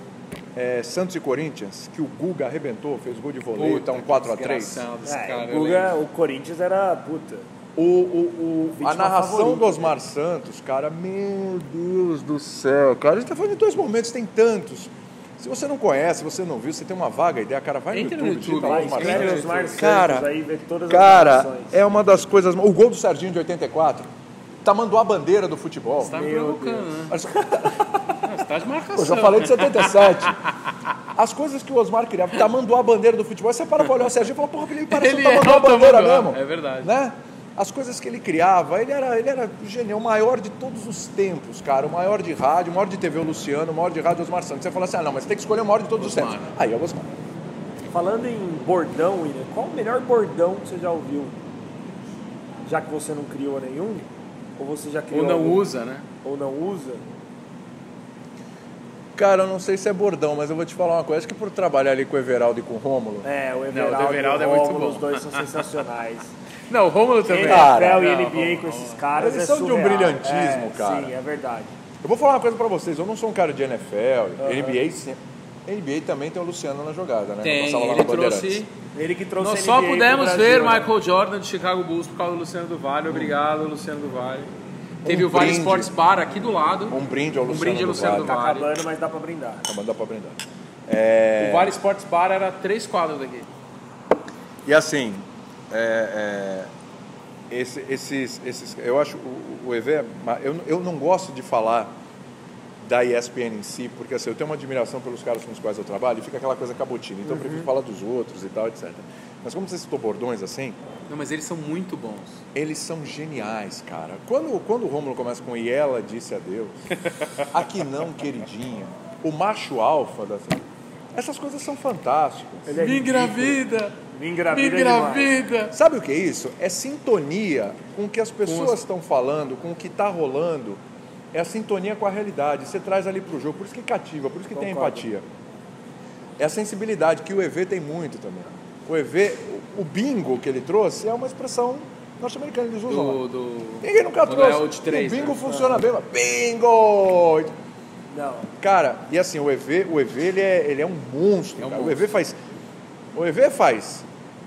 [SPEAKER 2] é, Santos e Corinthians, que o Guga arrebentou, fez gol de voleio, tá um 4x3.
[SPEAKER 3] desgraçado esse cara, né?
[SPEAKER 1] É, o,
[SPEAKER 3] eu
[SPEAKER 1] Guga-
[SPEAKER 3] lembro.
[SPEAKER 1] o Corinthians era puta.
[SPEAKER 2] O, o, o,
[SPEAKER 1] Vítima
[SPEAKER 2] a narração
[SPEAKER 1] favorita.
[SPEAKER 2] do Osmar Santos, cara, meu Deus do céu, cara. A gente tá falando de dois momentos, tem tantos. Se você não conhece, você não viu, você tem uma vaga ideia, cara, vai
[SPEAKER 3] Entra
[SPEAKER 2] no
[SPEAKER 3] no
[SPEAKER 2] YouTube, digita
[SPEAKER 3] YouTube,
[SPEAKER 2] lá,
[SPEAKER 1] Vai,
[SPEAKER 3] Osmar
[SPEAKER 1] escreve
[SPEAKER 3] Santos.
[SPEAKER 1] os Mar Santos
[SPEAKER 2] Cara,
[SPEAKER 1] aí, vê todas as
[SPEAKER 2] Cara,
[SPEAKER 1] narrações.
[SPEAKER 2] é uma das coisas. O gol do Serginho de 84 tá mandou a bandeira do futebol.
[SPEAKER 3] Você tá me
[SPEAKER 1] Meu
[SPEAKER 3] provocando, né?
[SPEAKER 2] Mas-
[SPEAKER 3] Não, Você tá de marcação.
[SPEAKER 2] Eu já falei de 77. As coisas que o Osmar criava, Tamanduá a bandeira do futebol. Aí Você para pra olhar o Serginho e fala, porra, ele parece
[SPEAKER 3] Ele
[SPEAKER 2] um Tamanduá
[SPEAKER 3] é
[SPEAKER 2] a
[SPEAKER 3] o
[SPEAKER 2] bandeira
[SPEAKER 3] Tamanduá,
[SPEAKER 2] mesmo.
[SPEAKER 3] é verdade.
[SPEAKER 2] Né? As coisas que ele criava, ele era, ele era genial, o maior de todos os tempos, cara. O maior de rádio, o maior de TV, o Luciano, o maior de rádio, o Osmar Santos. Você fala assim, ah, não, mas tem que escolher o maior de todos os
[SPEAKER 3] Osmar.
[SPEAKER 2] tempos. Aí é o Osmar.
[SPEAKER 1] Falando em bordão, William, qual o melhor bordão que você já ouviu? Já que você não criou nenhum? Ou você já criou
[SPEAKER 3] Ou não
[SPEAKER 1] algum?
[SPEAKER 3] usa, né?
[SPEAKER 1] Ou não usa?
[SPEAKER 2] Cara, eu não sei se é bordão, mas eu vou te falar uma coisa. Acho que por trabalhar ali com o Everaldo e com o Rômulo...
[SPEAKER 1] É, o
[SPEAKER 3] do
[SPEAKER 1] Everaldo, e
[SPEAKER 3] Everaldo é
[SPEAKER 1] o
[SPEAKER 3] muito
[SPEAKER 1] Rômulo,
[SPEAKER 3] bom.
[SPEAKER 1] Os dois são sensacionais. é
[SPEAKER 3] Não, o Rômulo também.
[SPEAKER 2] Cara,
[SPEAKER 1] NFL e
[SPEAKER 3] não,
[SPEAKER 1] NBA com
[SPEAKER 3] vamos,
[SPEAKER 1] esses caras
[SPEAKER 2] Eles
[SPEAKER 1] é
[SPEAKER 2] são de um
[SPEAKER 1] surreal.
[SPEAKER 2] brilhantismo,
[SPEAKER 1] É,
[SPEAKER 2] cara.
[SPEAKER 1] Sim, é verdade.
[SPEAKER 2] Eu vou falar uma coisa pra vocês, eu não sou um cara de NFL, NBA sim. NBA também tem o Luciano na jogada, né? Eu
[SPEAKER 3] Tem,
[SPEAKER 2] passava lá
[SPEAKER 3] ele
[SPEAKER 2] na Bandeirantes.
[SPEAKER 3] trouxe...
[SPEAKER 1] Ele que trouxe
[SPEAKER 3] Nós
[SPEAKER 1] a
[SPEAKER 3] só
[SPEAKER 1] NBA pro
[SPEAKER 3] pudemos
[SPEAKER 1] Brasil,
[SPEAKER 3] ver
[SPEAKER 1] né?
[SPEAKER 3] Michael Jordan de Chicago Bulls por causa do Luciano do Vale. Obrigado, Luciano do Vale. Teve o Vale
[SPEAKER 2] Um brinde.
[SPEAKER 3] Sports Bar aqui do lado.
[SPEAKER 2] Um brinde ao
[SPEAKER 3] Um
[SPEAKER 2] Luciano
[SPEAKER 3] brinde ao
[SPEAKER 2] do Vale.
[SPEAKER 3] Luciano do
[SPEAKER 1] Tá
[SPEAKER 3] Vale.
[SPEAKER 1] acabando, mas dá pra brindar.
[SPEAKER 2] Tá, mas dá pra brindar. É,
[SPEAKER 3] O Vale Sports Bar era três quadros daqui.
[SPEAKER 2] E assim, é, é, esse- esses, esses, eu acho o, o EV, é ma- eu, eu não gosto de falar da ESPN em si, porque assim, eu tenho uma admiração pelos caras com os quais eu trabalho e fica aquela coisa cabotina, então eu prefiro
[SPEAKER 3] Uhum.
[SPEAKER 2] falar dos outros e tal, etc. Mas como você citou bordões assim,
[SPEAKER 3] Não, mas eles são muito bons.
[SPEAKER 2] Eles são geniais, cara. Quando, quando o Rômulo começa com e ela disse adeus, aqui não, queridinha, o macho alfa da essas coisas são fantásticas.
[SPEAKER 1] Ele é ridículo. Me engravida é demais.
[SPEAKER 2] Sabe o que é isso? É sintonia com o que as pessoas estão falando, com o que está rolando. É a sintonia com a realidade. Você traz ali para o jogo. Por isso que cativa, por isso que tem
[SPEAKER 1] Concordo.
[SPEAKER 2] empatia. É a sensibilidade que o EV tem muito também. O EV, o o bingo que ele trouxe é uma expressão norte-americana, eles usam. lá.
[SPEAKER 3] Do, do...
[SPEAKER 2] Ninguém nunca
[SPEAKER 3] do
[SPEAKER 2] trouxe.
[SPEAKER 3] Léo de três,
[SPEAKER 2] o bingo
[SPEAKER 3] né?
[SPEAKER 2] funciona bem, mas bingo!
[SPEAKER 1] Não,
[SPEAKER 2] Cara, e assim, o EV, o EV ele é, ele é um monstro.
[SPEAKER 3] É um
[SPEAKER 2] cara. O
[SPEAKER 3] monstro.
[SPEAKER 2] EV faz. O EV faz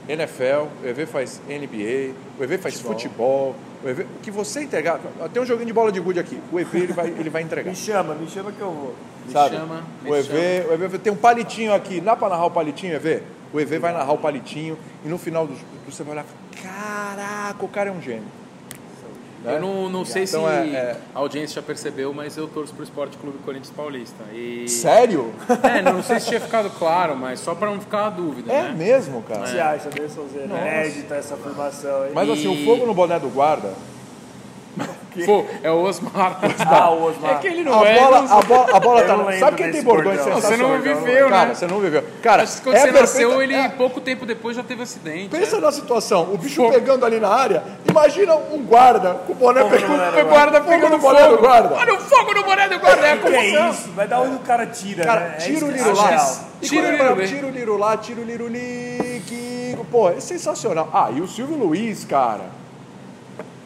[SPEAKER 2] NFL, o EV faz NBA, o EV faz futebol. o, EV, o que você entregar. Tem um joguinho de bola de gude aqui. O EV ele vai, ele vai entregar.
[SPEAKER 1] me chama, me chama que eu vou.
[SPEAKER 3] Me
[SPEAKER 2] sabe?
[SPEAKER 3] chama, me
[SPEAKER 2] o, EV, o EV tem um palitinho aqui. Dá pra narrar o palitinho, EV? O EV vai narrar o palitinho e no final do, do você vai olhar e falar, caraca, o cara é um gênio. Né?
[SPEAKER 3] Eu não, não sei
[SPEAKER 2] Então
[SPEAKER 3] se
[SPEAKER 2] é- é-
[SPEAKER 3] a audiência já percebeu, mas eu torço pro Esporte Clube Corinthians Paulista. E...
[SPEAKER 2] Sério?
[SPEAKER 3] É, não sei se tinha ficado claro, mas só pra não ficar a dúvida,
[SPEAKER 2] É
[SPEAKER 3] né?
[SPEAKER 2] mesmo,
[SPEAKER 1] O que
[SPEAKER 2] cara.
[SPEAKER 1] você acha, Andersonzeira?
[SPEAKER 2] Nossa.
[SPEAKER 1] Inédita essa formação aí.
[SPEAKER 2] Mas assim, o fogo no boné do guarda.
[SPEAKER 3] Pô, é o Osmar.
[SPEAKER 1] Ah, o Osmar.
[SPEAKER 3] É que ele não
[SPEAKER 2] A
[SPEAKER 3] é. não
[SPEAKER 2] bola,
[SPEAKER 3] sei.
[SPEAKER 2] a bola, a bola
[SPEAKER 1] Eu
[SPEAKER 2] tá.
[SPEAKER 1] não
[SPEAKER 2] na-
[SPEAKER 1] lembro
[SPEAKER 2] Sabe quem tem
[SPEAKER 1] desse
[SPEAKER 2] bordões
[SPEAKER 1] bordão.
[SPEAKER 3] Você não
[SPEAKER 2] sensacionais?
[SPEAKER 3] viveu,
[SPEAKER 2] Cara,
[SPEAKER 3] né?
[SPEAKER 2] você não viveu. Cara,
[SPEAKER 3] Acho que quando
[SPEAKER 2] é
[SPEAKER 3] você nasceu, ele
[SPEAKER 2] perfeita- é-
[SPEAKER 3] pouco tempo depois já teve acidente.
[SPEAKER 2] Pensa
[SPEAKER 3] né?
[SPEAKER 2] na situação, o bicho
[SPEAKER 3] Fogo.
[SPEAKER 2] pegando ali na área. Imagina um guarda com o boné
[SPEAKER 1] Fogo no
[SPEAKER 2] pegando.
[SPEAKER 1] boné do
[SPEAKER 2] com
[SPEAKER 1] guarda.
[SPEAKER 2] o guarda pegando o boné do guarda.
[SPEAKER 3] Olha o fogo no boné do guarda, é a
[SPEAKER 1] Que é
[SPEAKER 3] confusão.
[SPEAKER 1] isso? Vai dar onde o cara tira, né?
[SPEAKER 2] Cara,
[SPEAKER 1] É
[SPEAKER 2] tira o
[SPEAKER 1] isso que é
[SPEAKER 2] lirulá.
[SPEAKER 1] surreal.
[SPEAKER 2] E
[SPEAKER 3] Tira o
[SPEAKER 2] quando ele vai,
[SPEAKER 3] Lirulá.
[SPEAKER 2] Tira o lirulá, tira o liruli. que- Pô, é sensacional. Ah, e o Silvio Luiz, cara.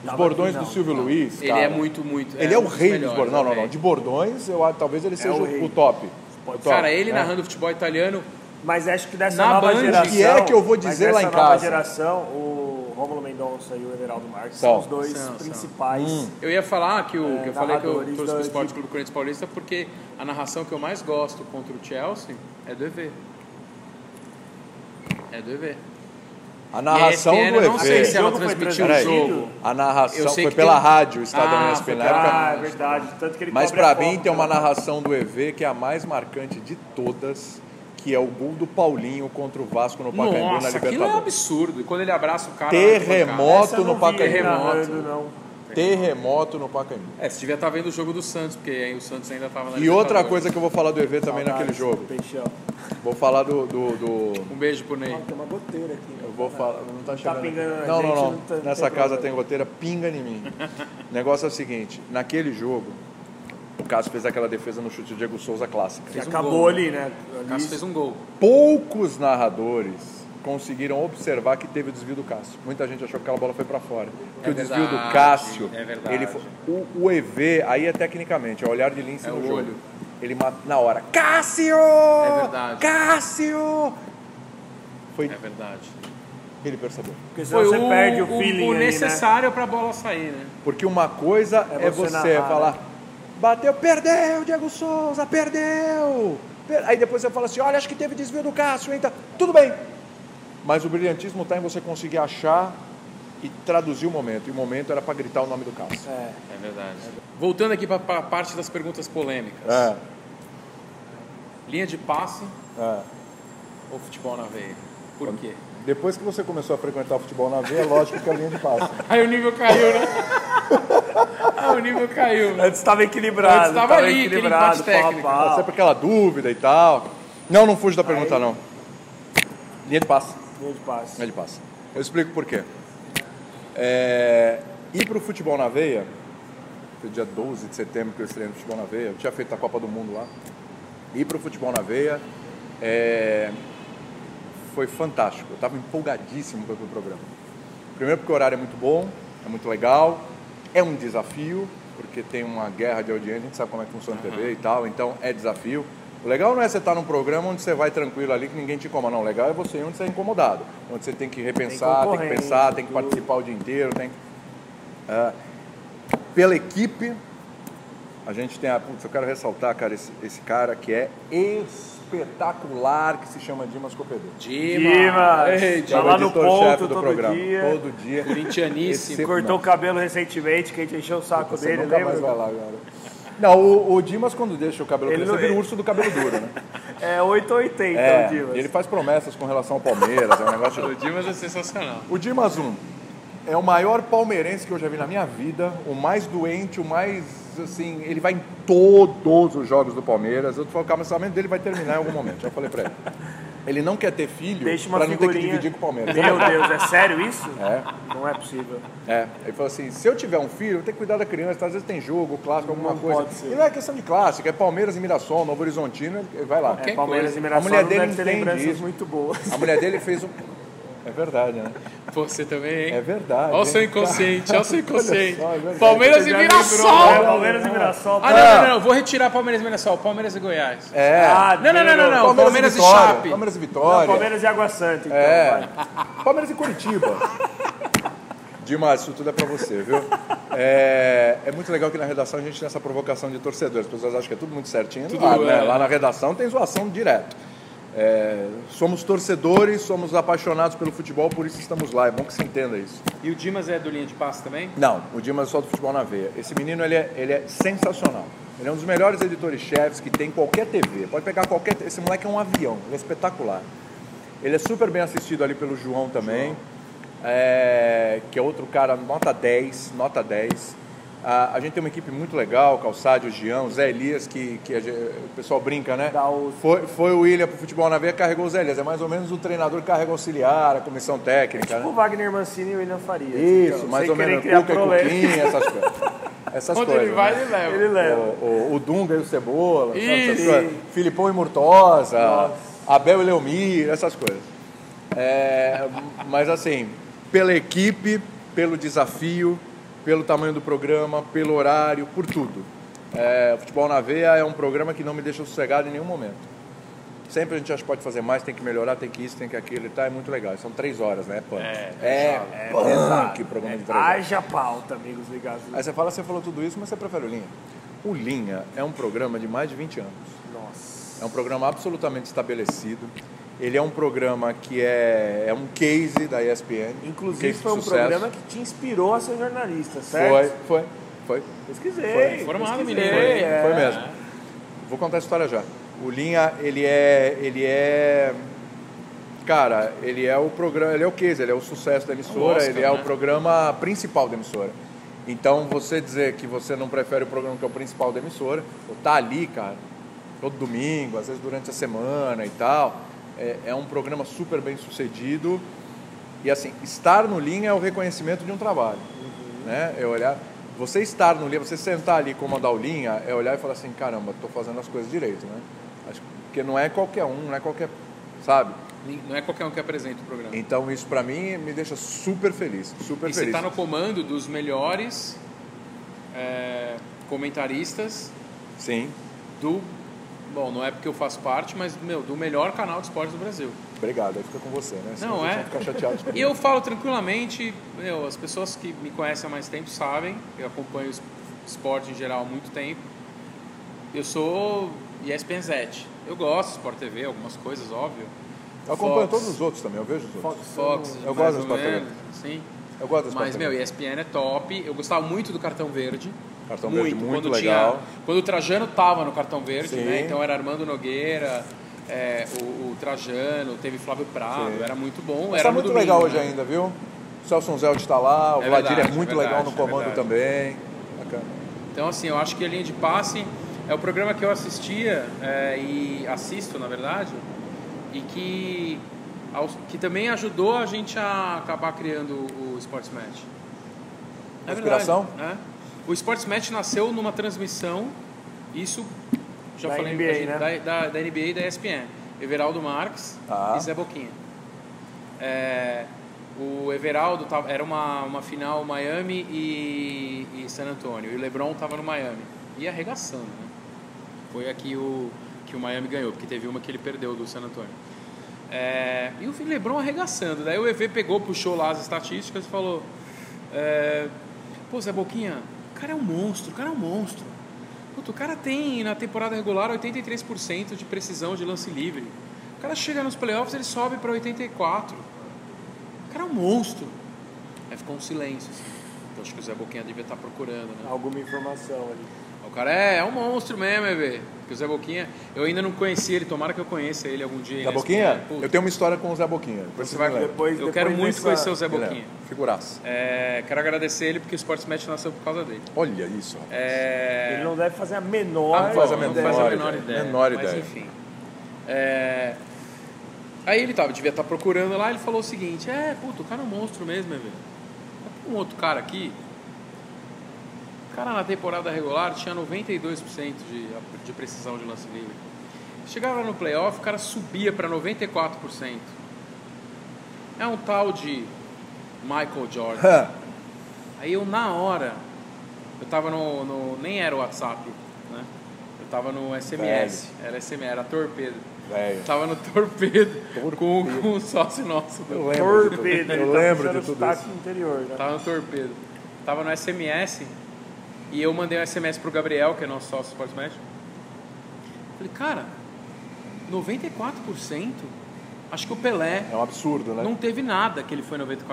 [SPEAKER 2] Os
[SPEAKER 1] Tava
[SPEAKER 2] bordões
[SPEAKER 1] aqui,
[SPEAKER 2] do
[SPEAKER 1] não,
[SPEAKER 2] Silvio Luiz,
[SPEAKER 3] Ele
[SPEAKER 2] cara.
[SPEAKER 3] é muito, muito.
[SPEAKER 2] Ele é o
[SPEAKER 3] um
[SPEAKER 2] rei dos
[SPEAKER 3] melhores, É
[SPEAKER 2] bordões. Não, não,
[SPEAKER 3] né?
[SPEAKER 2] não. De bordões, eu acho- talvez ele seja
[SPEAKER 1] o
[SPEAKER 2] o,
[SPEAKER 1] rei.
[SPEAKER 2] o top. O top,
[SPEAKER 3] Cara, ele
[SPEAKER 2] né?
[SPEAKER 3] narrando futebol italiano,
[SPEAKER 1] Mas acho que dessa
[SPEAKER 3] Na
[SPEAKER 1] nova
[SPEAKER 3] Band,
[SPEAKER 1] geração...
[SPEAKER 2] que é que eu vou
[SPEAKER 1] mas
[SPEAKER 2] dizer
[SPEAKER 1] dessa
[SPEAKER 2] lá em
[SPEAKER 1] nova
[SPEAKER 2] casa?
[SPEAKER 1] geração, o Rômulo Mendonça e o Everaldo Marques
[SPEAKER 2] São. Hum,
[SPEAKER 1] são os dois
[SPEAKER 3] São, são.
[SPEAKER 1] principais.
[SPEAKER 3] Eu ia falar que, o,
[SPEAKER 1] É,
[SPEAKER 3] que eu falei que eu
[SPEAKER 1] narradores
[SPEAKER 3] torço
[SPEAKER 1] da-
[SPEAKER 3] pro Esporte
[SPEAKER 1] de-
[SPEAKER 3] Clube Corinthians Paulista porque a narração que eu mais gosto contra o Chelsea é do EV. É do EV.
[SPEAKER 2] A narração
[SPEAKER 3] ESPN,
[SPEAKER 2] do
[SPEAKER 3] eu não sei
[SPEAKER 2] EV.
[SPEAKER 3] se ela
[SPEAKER 1] Jogo foi
[SPEAKER 3] transmitiu o
[SPEAKER 2] Peraí.
[SPEAKER 3] jogo.
[SPEAKER 2] A
[SPEAKER 3] Eu
[SPEAKER 2] narração
[SPEAKER 3] sei
[SPEAKER 2] foi
[SPEAKER 3] que
[SPEAKER 2] pela
[SPEAKER 3] tem-
[SPEAKER 2] rádio, o Estado da
[SPEAKER 3] Ah,
[SPEAKER 2] ESPN.
[SPEAKER 3] foi
[SPEAKER 2] na época.
[SPEAKER 1] Ah, é verdade. Tanto que ele
[SPEAKER 2] Mas
[SPEAKER 1] cobre a
[SPEAKER 2] pra mim
[SPEAKER 1] Copa.
[SPEAKER 2] tem
[SPEAKER 3] né?
[SPEAKER 2] uma narração do EV que é a mais marcante de todas, que é o gol do Paulinho contra o Vasco no Pacaembu na
[SPEAKER 3] Nossa, aquilo é um
[SPEAKER 2] Libertadores.
[SPEAKER 3] absurdo. E quando ele abraça o cara...
[SPEAKER 2] Terremoto.
[SPEAKER 1] Essa eu
[SPEAKER 2] no
[SPEAKER 1] não
[SPEAKER 2] Pacaembu.
[SPEAKER 1] vi ele narrando, não.
[SPEAKER 2] Terremoto no Pacaembu.
[SPEAKER 3] É, você devia estar vendo o jogo do Santos, porque aí o Santos ainda estava na
[SPEAKER 2] E outra
[SPEAKER 3] Libertadores.
[SPEAKER 2] coisa que eu vou falar do EV também naquele
[SPEAKER 1] Saudades
[SPEAKER 2] jogo.
[SPEAKER 1] do Peixão.
[SPEAKER 2] Vou falar do. do, do-
[SPEAKER 3] Um beijo pro Ney.
[SPEAKER 1] Ó, tem uma goteira aqui.
[SPEAKER 2] Eu vou falar. Não tá chegando.
[SPEAKER 1] pingando na
[SPEAKER 2] não,
[SPEAKER 1] gente,
[SPEAKER 2] não, não.
[SPEAKER 1] não tá- não
[SPEAKER 2] Nessa
[SPEAKER 1] tem
[SPEAKER 2] casa
[SPEAKER 1] problema.
[SPEAKER 2] tem goteira, pinga em mim. o negócio é o seguinte: naquele jogo, o Cássio fez aquela defesa no chute do Diego Souza clássica.
[SPEAKER 1] Que
[SPEAKER 3] Fez um
[SPEAKER 1] acabou
[SPEAKER 3] gol, né?
[SPEAKER 1] ali, né?
[SPEAKER 3] O Cássio fez um gol.
[SPEAKER 2] poucos narradores conseguiram observar que teve o desvio do Cássio. Muita gente achou que aquela bola foi para fora. Que
[SPEAKER 3] É
[SPEAKER 2] o desvio do
[SPEAKER 3] verdade,
[SPEAKER 2] Cássio,
[SPEAKER 3] é verdade.
[SPEAKER 2] ele foi- o, o EV, aí é tecnicamente, é o olhar de lince
[SPEAKER 3] É
[SPEAKER 2] no
[SPEAKER 3] o
[SPEAKER 2] jogo.
[SPEAKER 3] olho.
[SPEAKER 2] Ele mata na hora. Cássio!
[SPEAKER 3] É verdade.
[SPEAKER 2] Cássio! Foi,
[SPEAKER 3] É verdade.
[SPEAKER 2] ele percebeu.
[SPEAKER 3] um
[SPEAKER 1] Porque senão você perde o feeling ali, né?
[SPEAKER 3] necessário pra bola sair, né?
[SPEAKER 2] Porque uma coisa é,
[SPEAKER 1] É
[SPEAKER 2] você,
[SPEAKER 1] você narrar,
[SPEAKER 2] falar,
[SPEAKER 1] né?
[SPEAKER 2] bateu, perdeu, Diego Souza, perdeu. Per- Aí depois você fala assim, olha, acho que teve desvio do Cássio, então, tudo bem. Mas o brilhantismo está em você conseguir achar e traduzir o momento. E o momento era para gritar o nome do Cássio.
[SPEAKER 1] É.
[SPEAKER 3] É verdade. Voltando aqui pra, pra parte das perguntas polêmicas.
[SPEAKER 2] É,
[SPEAKER 3] Linha de passe
[SPEAKER 2] é.
[SPEAKER 3] ou futebol na veia? Por quê?
[SPEAKER 2] Depois que você começou a frequentar o futebol na veia, é lógico que a linha de passe.
[SPEAKER 3] Aí o nível caiu, né? Aí o nível caiu.
[SPEAKER 1] Antes estava equilibrado.
[SPEAKER 3] Antes tava ali, aquele empate
[SPEAKER 1] pau a
[SPEAKER 3] técnico.
[SPEAKER 1] pau.
[SPEAKER 2] Sempre aquela dúvida e tal. Não, não fuja da pergunta, não. Linha de passe.
[SPEAKER 1] Linha de passe.
[SPEAKER 2] Ele passa. Eu explico por quê. É, ir para o futebol na veia, foi dia 12 de setembro que eu estreiei no futebol na veia, eu tinha feito a Copa do Mundo lá. Ir para o futebol na veia é, foi fantástico. Eu estava empolgadíssimo com o programa. Primeiro porque o horário é muito bom, é muito legal, é um desafio, porque tem uma guerra de audiência, a gente sabe como é que funciona a TV e tal, então é desafio. O legal não é você estar num programa onde você vai tranquilo ali, que ninguém te incomoda. Não, o legal é você ir onde você é incomodado, onde você tem que repensar, tem, que
[SPEAKER 1] concorrência,
[SPEAKER 2] pensar, tem que
[SPEAKER 1] tudo.
[SPEAKER 2] participar o dia inteiro, tem que... Ah, pela equipe, a gente tem a... Putz, eu quero ressaltar, cara, esse, esse cara que é espetacular, que se chama Dimas Copedê.
[SPEAKER 1] Dimas.
[SPEAKER 3] Ei,
[SPEAKER 2] Que é
[SPEAKER 1] Tá
[SPEAKER 2] o
[SPEAKER 3] Dimas.
[SPEAKER 1] lá no
[SPEAKER 2] editor-chefe
[SPEAKER 1] ponto
[SPEAKER 2] do
[SPEAKER 1] todo
[SPEAKER 2] programa.
[SPEAKER 1] dia.
[SPEAKER 2] Todo dia.
[SPEAKER 3] Corintianíssimo.
[SPEAKER 2] Esse-
[SPEAKER 1] Cortou o cabelo recentemente, que a gente encheu o saco
[SPEAKER 2] Você
[SPEAKER 1] dele,
[SPEAKER 2] nunca
[SPEAKER 1] lembra?
[SPEAKER 2] mais vai lá agora. Não, o, o Dimas quando deixa o cabelo
[SPEAKER 1] Ele
[SPEAKER 2] crescer,
[SPEAKER 1] não-
[SPEAKER 2] vira o urso do cabelo duro, né?
[SPEAKER 1] É 880
[SPEAKER 2] É,
[SPEAKER 1] o Dimas.
[SPEAKER 2] e ele faz promessas com relação ao Palmeiras, é um negócio...
[SPEAKER 3] O Dimas é sensacional.
[SPEAKER 2] O Dimas 1 é o maior palmeirense que eu já vi na minha vida, o mais doente, o mais, assim, ele vai em todos os jogos do Palmeiras. Eu tô falando, o casamento dele vai terminar em algum momento, já falei pra ele. Ele não quer ter filho
[SPEAKER 1] Deixa uma
[SPEAKER 2] pra não ter que
[SPEAKER 1] figurinha.
[SPEAKER 2] dividir com o Palmeiras.
[SPEAKER 1] Meu Deus, é sério isso?
[SPEAKER 2] É.
[SPEAKER 1] Não é possível.
[SPEAKER 2] É, ele falou assim, se eu tiver um filho, eu tenho que cuidar da criança, tá? às vezes tem jogo, clássico, alguma
[SPEAKER 1] Não
[SPEAKER 2] coisa.
[SPEAKER 1] pode ser.
[SPEAKER 2] E não é questão de clássico, é Palmeiras e Mirassol, Novo Horizontino, ele vai lá.
[SPEAKER 1] É,
[SPEAKER 3] Qualquer
[SPEAKER 1] Palmeiras
[SPEAKER 3] coisa.
[SPEAKER 1] e
[SPEAKER 2] A
[SPEAKER 1] Mirassol
[SPEAKER 2] mulher
[SPEAKER 1] não
[SPEAKER 2] dele
[SPEAKER 1] deve ter
[SPEAKER 2] entende
[SPEAKER 1] lembranças
[SPEAKER 2] isso.
[SPEAKER 1] muito boas.
[SPEAKER 2] A mulher dele fez um... É verdade, né?
[SPEAKER 3] Você também, hein?
[SPEAKER 2] É verdade.
[SPEAKER 3] Olha o seu
[SPEAKER 2] hein?
[SPEAKER 3] inconsciente, olha o seu inconsciente.
[SPEAKER 2] Olha só, é verdade.
[SPEAKER 3] Palmeiras
[SPEAKER 1] Você
[SPEAKER 3] e
[SPEAKER 1] já
[SPEAKER 3] Mirassol!
[SPEAKER 1] lembrou, né? Palmeiras e Mirassol.
[SPEAKER 3] Ah, não, não, não, não. Vou retirar Palmeiras e Mirassol. Palmeiras e Goiás.
[SPEAKER 2] É.
[SPEAKER 1] Ah,
[SPEAKER 3] Não, não, não, não, não.
[SPEAKER 2] Palmeiras,
[SPEAKER 3] Palmeiras
[SPEAKER 2] e
[SPEAKER 3] e
[SPEAKER 2] Vitória.
[SPEAKER 3] Chape.
[SPEAKER 2] Palmeiras e
[SPEAKER 1] Não,
[SPEAKER 2] Vitória.
[SPEAKER 1] Palmeiras e Água Santa, então.
[SPEAKER 2] É.
[SPEAKER 1] vai.
[SPEAKER 2] Palmeiras e Curitiba. Dimas, isso tudo é pra você, viu? É, é muito legal que na redação a gente tem essa provocação de torcedores. As pessoas acham que é tudo muito certinho.
[SPEAKER 3] Tudo,
[SPEAKER 2] Claro, né?
[SPEAKER 3] é.
[SPEAKER 2] Lá na redação tem zoação direto. É, somos torcedores, somos apaixonados pelo futebol, por isso estamos lá. É bom que se entenda isso.
[SPEAKER 3] E o Dimas é do linha de passe também?
[SPEAKER 2] Não, o Dimas é só do futebol na veia. Esse menino, ele é, ele é sensacional. Ele é um dos melhores editores-chefes que tem em qualquer TV. Pode pegar qualquer... Esse moleque é um avião, ele é espetacular. Ele é super bem assistido ali pelo João também, é, que é outro cara, nota 10, nota 10. A, a gente tem uma equipe muito legal, Calçade, o Gião, o Zé Elias, que, que a ge- o pessoal brinca, né?
[SPEAKER 1] Dá o-
[SPEAKER 2] Foi, foi o William pro futebol na veia, carregou o Zé Elias. É mais ou menos o treinador que carrega o auxiliar, a comissão técnica, né?
[SPEAKER 1] O Wagner Mancini e o William Faria.
[SPEAKER 2] Isso, mais ou menos
[SPEAKER 1] Cuca
[SPEAKER 2] Cuca e Cuquinha, essas coisas. Essas
[SPEAKER 3] Onde
[SPEAKER 2] coisas.
[SPEAKER 3] ele vai,
[SPEAKER 2] né?
[SPEAKER 3] ele leva.
[SPEAKER 1] Ele leva.
[SPEAKER 2] o, o, o Dunga e o Cebola, sabe, essas
[SPEAKER 3] Isso.
[SPEAKER 2] coisas. Filipão e Murtosa, Abel e Leomir, essas coisas. É, mas assim, pela equipe, pelo desafio, pelo tamanho do programa, pelo horário, por tudo. É, Futebol na Veia é um programa que não me deixa sossegado em nenhum momento. Sempre a gente acha que pode fazer mais, tem que melhorar, tem que isso, tem que aquilo e tal. É muito legal. São três horas, né, Punk?
[SPEAKER 3] É,
[SPEAKER 2] é,
[SPEAKER 1] É
[SPEAKER 2] punk,
[SPEAKER 1] pesado.
[SPEAKER 2] programa
[SPEAKER 1] É,
[SPEAKER 2] de três horas.
[SPEAKER 1] haja pauta, amigos ligados.
[SPEAKER 2] Aí você fala, você falou tudo isso, mas você prefere o Linha? O Linha é um programa de mais de 20 anos.
[SPEAKER 1] Nossa.
[SPEAKER 2] É um programa absolutamente estabelecido. Ele é um programa que é, é um case da ESPN.
[SPEAKER 1] Inclusive
[SPEAKER 2] case de
[SPEAKER 1] foi um
[SPEAKER 2] sucesso.
[SPEAKER 1] programa que te inspirou a ser jornalista, certo?
[SPEAKER 2] Foi, foi, foi.
[SPEAKER 1] Pesquisei.
[SPEAKER 3] Foi formado,
[SPEAKER 1] pesquisei,
[SPEAKER 3] menino, foi.
[SPEAKER 1] é.
[SPEAKER 2] Foi mesmo. Vou contar a história já. O Linha, ele é. Ele é. Cara, ele é o programa. Ele é o case, ele é o sucesso da emissora,
[SPEAKER 3] Oscar,
[SPEAKER 2] ele é o
[SPEAKER 3] né?
[SPEAKER 2] programa principal da emissora. Então você dizer que você não prefere o programa que é o principal da emissora, ou tá ali, cara, todo domingo, às vezes durante a semana e tal. É, é um programa super bem sucedido. E assim, estar no Lean é o reconhecimento de um trabalho.
[SPEAKER 3] Uhum.
[SPEAKER 2] Né? É olhar. Você estar no Lean, você sentar ali e comandar o Lean, é olhar e falar assim, caramba, estou fazendo as coisas direito, né? Acho que- Porque não é qualquer um, não é qualquer. Sabe?
[SPEAKER 3] Não é qualquer um que apresenta o programa.
[SPEAKER 2] Então isso pra mim me deixa super feliz. Super
[SPEAKER 3] E você
[SPEAKER 2] feliz.
[SPEAKER 3] está no comando dos melhores é, comentaristas
[SPEAKER 2] Sim.
[SPEAKER 3] do. Bom, não é porque eu faço parte, mas, meu, do melhor canal de esportes do Brasil.
[SPEAKER 2] Obrigado, aí fica com você, né? Senão
[SPEAKER 3] Não,
[SPEAKER 2] vocês
[SPEAKER 3] é.
[SPEAKER 2] vão ficar chateados comigo.
[SPEAKER 3] E eu falo tranquilamente, meu, as pessoas que me conhecem há mais tempo sabem, eu acompanho es- esporte em geral há muito tempo. Eu sou ESPNZ. Eu gosto de Sport TV, algumas coisas, óbvio.
[SPEAKER 2] Eu acompanho
[SPEAKER 3] Fox.
[SPEAKER 2] todos os outros também, eu vejo os outros.
[SPEAKER 3] Fox,
[SPEAKER 2] Eu
[SPEAKER 3] mais
[SPEAKER 2] gosto do
[SPEAKER 3] ou
[SPEAKER 2] Sport TV.
[SPEAKER 3] menos, Sim.
[SPEAKER 2] Eu gosto das
[SPEAKER 3] Mas,
[SPEAKER 2] Sport TV.
[SPEAKER 3] meu, ESPN é top. Eu gostava muito do Cartão Verde.
[SPEAKER 2] Cartão Verde, muito legal.
[SPEAKER 3] quando o Trajano tava no Cartão Verde,
[SPEAKER 2] Sim.
[SPEAKER 3] né? Então era Armando Nogueira, é, o, o Trajano, teve Flávio Prado,
[SPEAKER 2] Sim.
[SPEAKER 3] era muito bom.
[SPEAKER 2] Mas
[SPEAKER 3] era
[SPEAKER 2] tá
[SPEAKER 3] no
[SPEAKER 2] muito
[SPEAKER 3] domingo,
[SPEAKER 2] legal hoje
[SPEAKER 3] né?
[SPEAKER 2] ainda, viu? O Celso Zelt está lá, o
[SPEAKER 3] É
[SPEAKER 2] Vladir é
[SPEAKER 3] verdade,
[SPEAKER 2] muito
[SPEAKER 3] é
[SPEAKER 2] legal
[SPEAKER 3] verdade,
[SPEAKER 2] no
[SPEAKER 3] é
[SPEAKER 2] comando
[SPEAKER 3] verdade.
[SPEAKER 2] também. Bacana.
[SPEAKER 3] Então, assim, eu acho que a linha de passe é o programa que eu assistia é, e assisto, na verdade, e que, aos- que também ajudou a gente a acabar criando o Sports Match. É
[SPEAKER 2] Inspiração?
[SPEAKER 3] verdade, né? O Sports Match nasceu numa transmissão, isso já
[SPEAKER 1] Da
[SPEAKER 3] falei
[SPEAKER 1] NBA,
[SPEAKER 3] gente,
[SPEAKER 1] né?
[SPEAKER 3] da, da- da NBA e da ESPN. Everaldo Marques
[SPEAKER 2] Tá.
[SPEAKER 3] e Zé Boquinha. É, o Everaldo tava- era uma, uma final Miami e, e San Antonio. E o LeBron estava no Miami. E arregaçando, né? Foi aqui o, que o Miami ganhou, porque teve uma que ele perdeu do San Antonio. É, e o LeBron arregaçando. Daí o EV pegou, puxou lá as estatísticas e falou: é, Pô, Zé Boquinha, o cara é um monstro, o cara é um monstro. Puta, o cara tem na temporada regular 83% de precisão de lance livre. O cara chega nos playoffs, ele sobe para 84. O cara é um monstro. Aí ficou um silêncio. Assim. Então, acho que o Zé Boquinha devia estar procurando, né?
[SPEAKER 1] um, Alguma informação ali.
[SPEAKER 3] O cara é, é um monstro mesmo, é, velho. Porque o Zé Boquinha, eu ainda não conhecia ele, tomara que eu conheça ele algum dia. aí
[SPEAKER 2] Zé
[SPEAKER 3] na
[SPEAKER 2] Boquinha?
[SPEAKER 3] SPN. Puta,
[SPEAKER 2] Eu tenho uma história com o Zé Boquinha. Depois
[SPEAKER 1] Você
[SPEAKER 2] vocês
[SPEAKER 1] vai
[SPEAKER 2] me lembram.
[SPEAKER 1] depois.
[SPEAKER 3] eu
[SPEAKER 1] depois
[SPEAKER 3] quero muito
[SPEAKER 1] dessa- é.
[SPEAKER 3] conhecer o Zé
[SPEAKER 2] Me
[SPEAKER 3] Boquinha.
[SPEAKER 2] lembram. Figuraça.
[SPEAKER 3] É, quero agradecer ele porque o Sports Match nasceu por causa dele.
[SPEAKER 2] Olha isso. rapaz.
[SPEAKER 3] É,
[SPEAKER 1] Ele não deve fazer a menor
[SPEAKER 2] não Ah, faz a
[SPEAKER 3] Bom,
[SPEAKER 2] menor
[SPEAKER 3] faz a
[SPEAKER 2] ideia. Menor
[SPEAKER 3] Menor ideia. Mas
[SPEAKER 2] ideia.
[SPEAKER 3] enfim. É, Aí ele tava, devia estar procurando lá, ele falou o seguinte, é, puta, o cara é um monstro mesmo, é, velho. Mas tem Um outro cara aqui, o cara na temporada regular tinha 92% de, de precisão de lance livre. Chegava no playoff, o cara subia para 94%. É um tal de Michael Jordan.
[SPEAKER 2] Hã.
[SPEAKER 3] Aí eu, na hora, eu tava no. no- nem era o WhatsApp, né? Eu tava no SMS. Era SMS, era Torpedo.
[SPEAKER 2] Velho.
[SPEAKER 3] Eu tava no Torpedo, Com, com um sócio nosso.
[SPEAKER 2] Eu
[SPEAKER 3] Do...
[SPEAKER 2] lembro de tudo,
[SPEAKER 1] torpedo. tá
[SPEAKER 2] eu lembro de tudo isso.
[SPEAKER 1] sotaque interior, né?
[SPEAKER 2] Tá.
[SPEAKER 3] Tava no Torpedo. Tava no SMS e eu mandei um SMS pro Gabriel, que é nosso sócio do Sports Match. Falei, cara, 94%? Acho que o Pelé
[SPEAKER 2] É um absurdo, né?
[SPEAKER 3] não teve nada que ele foi 94%.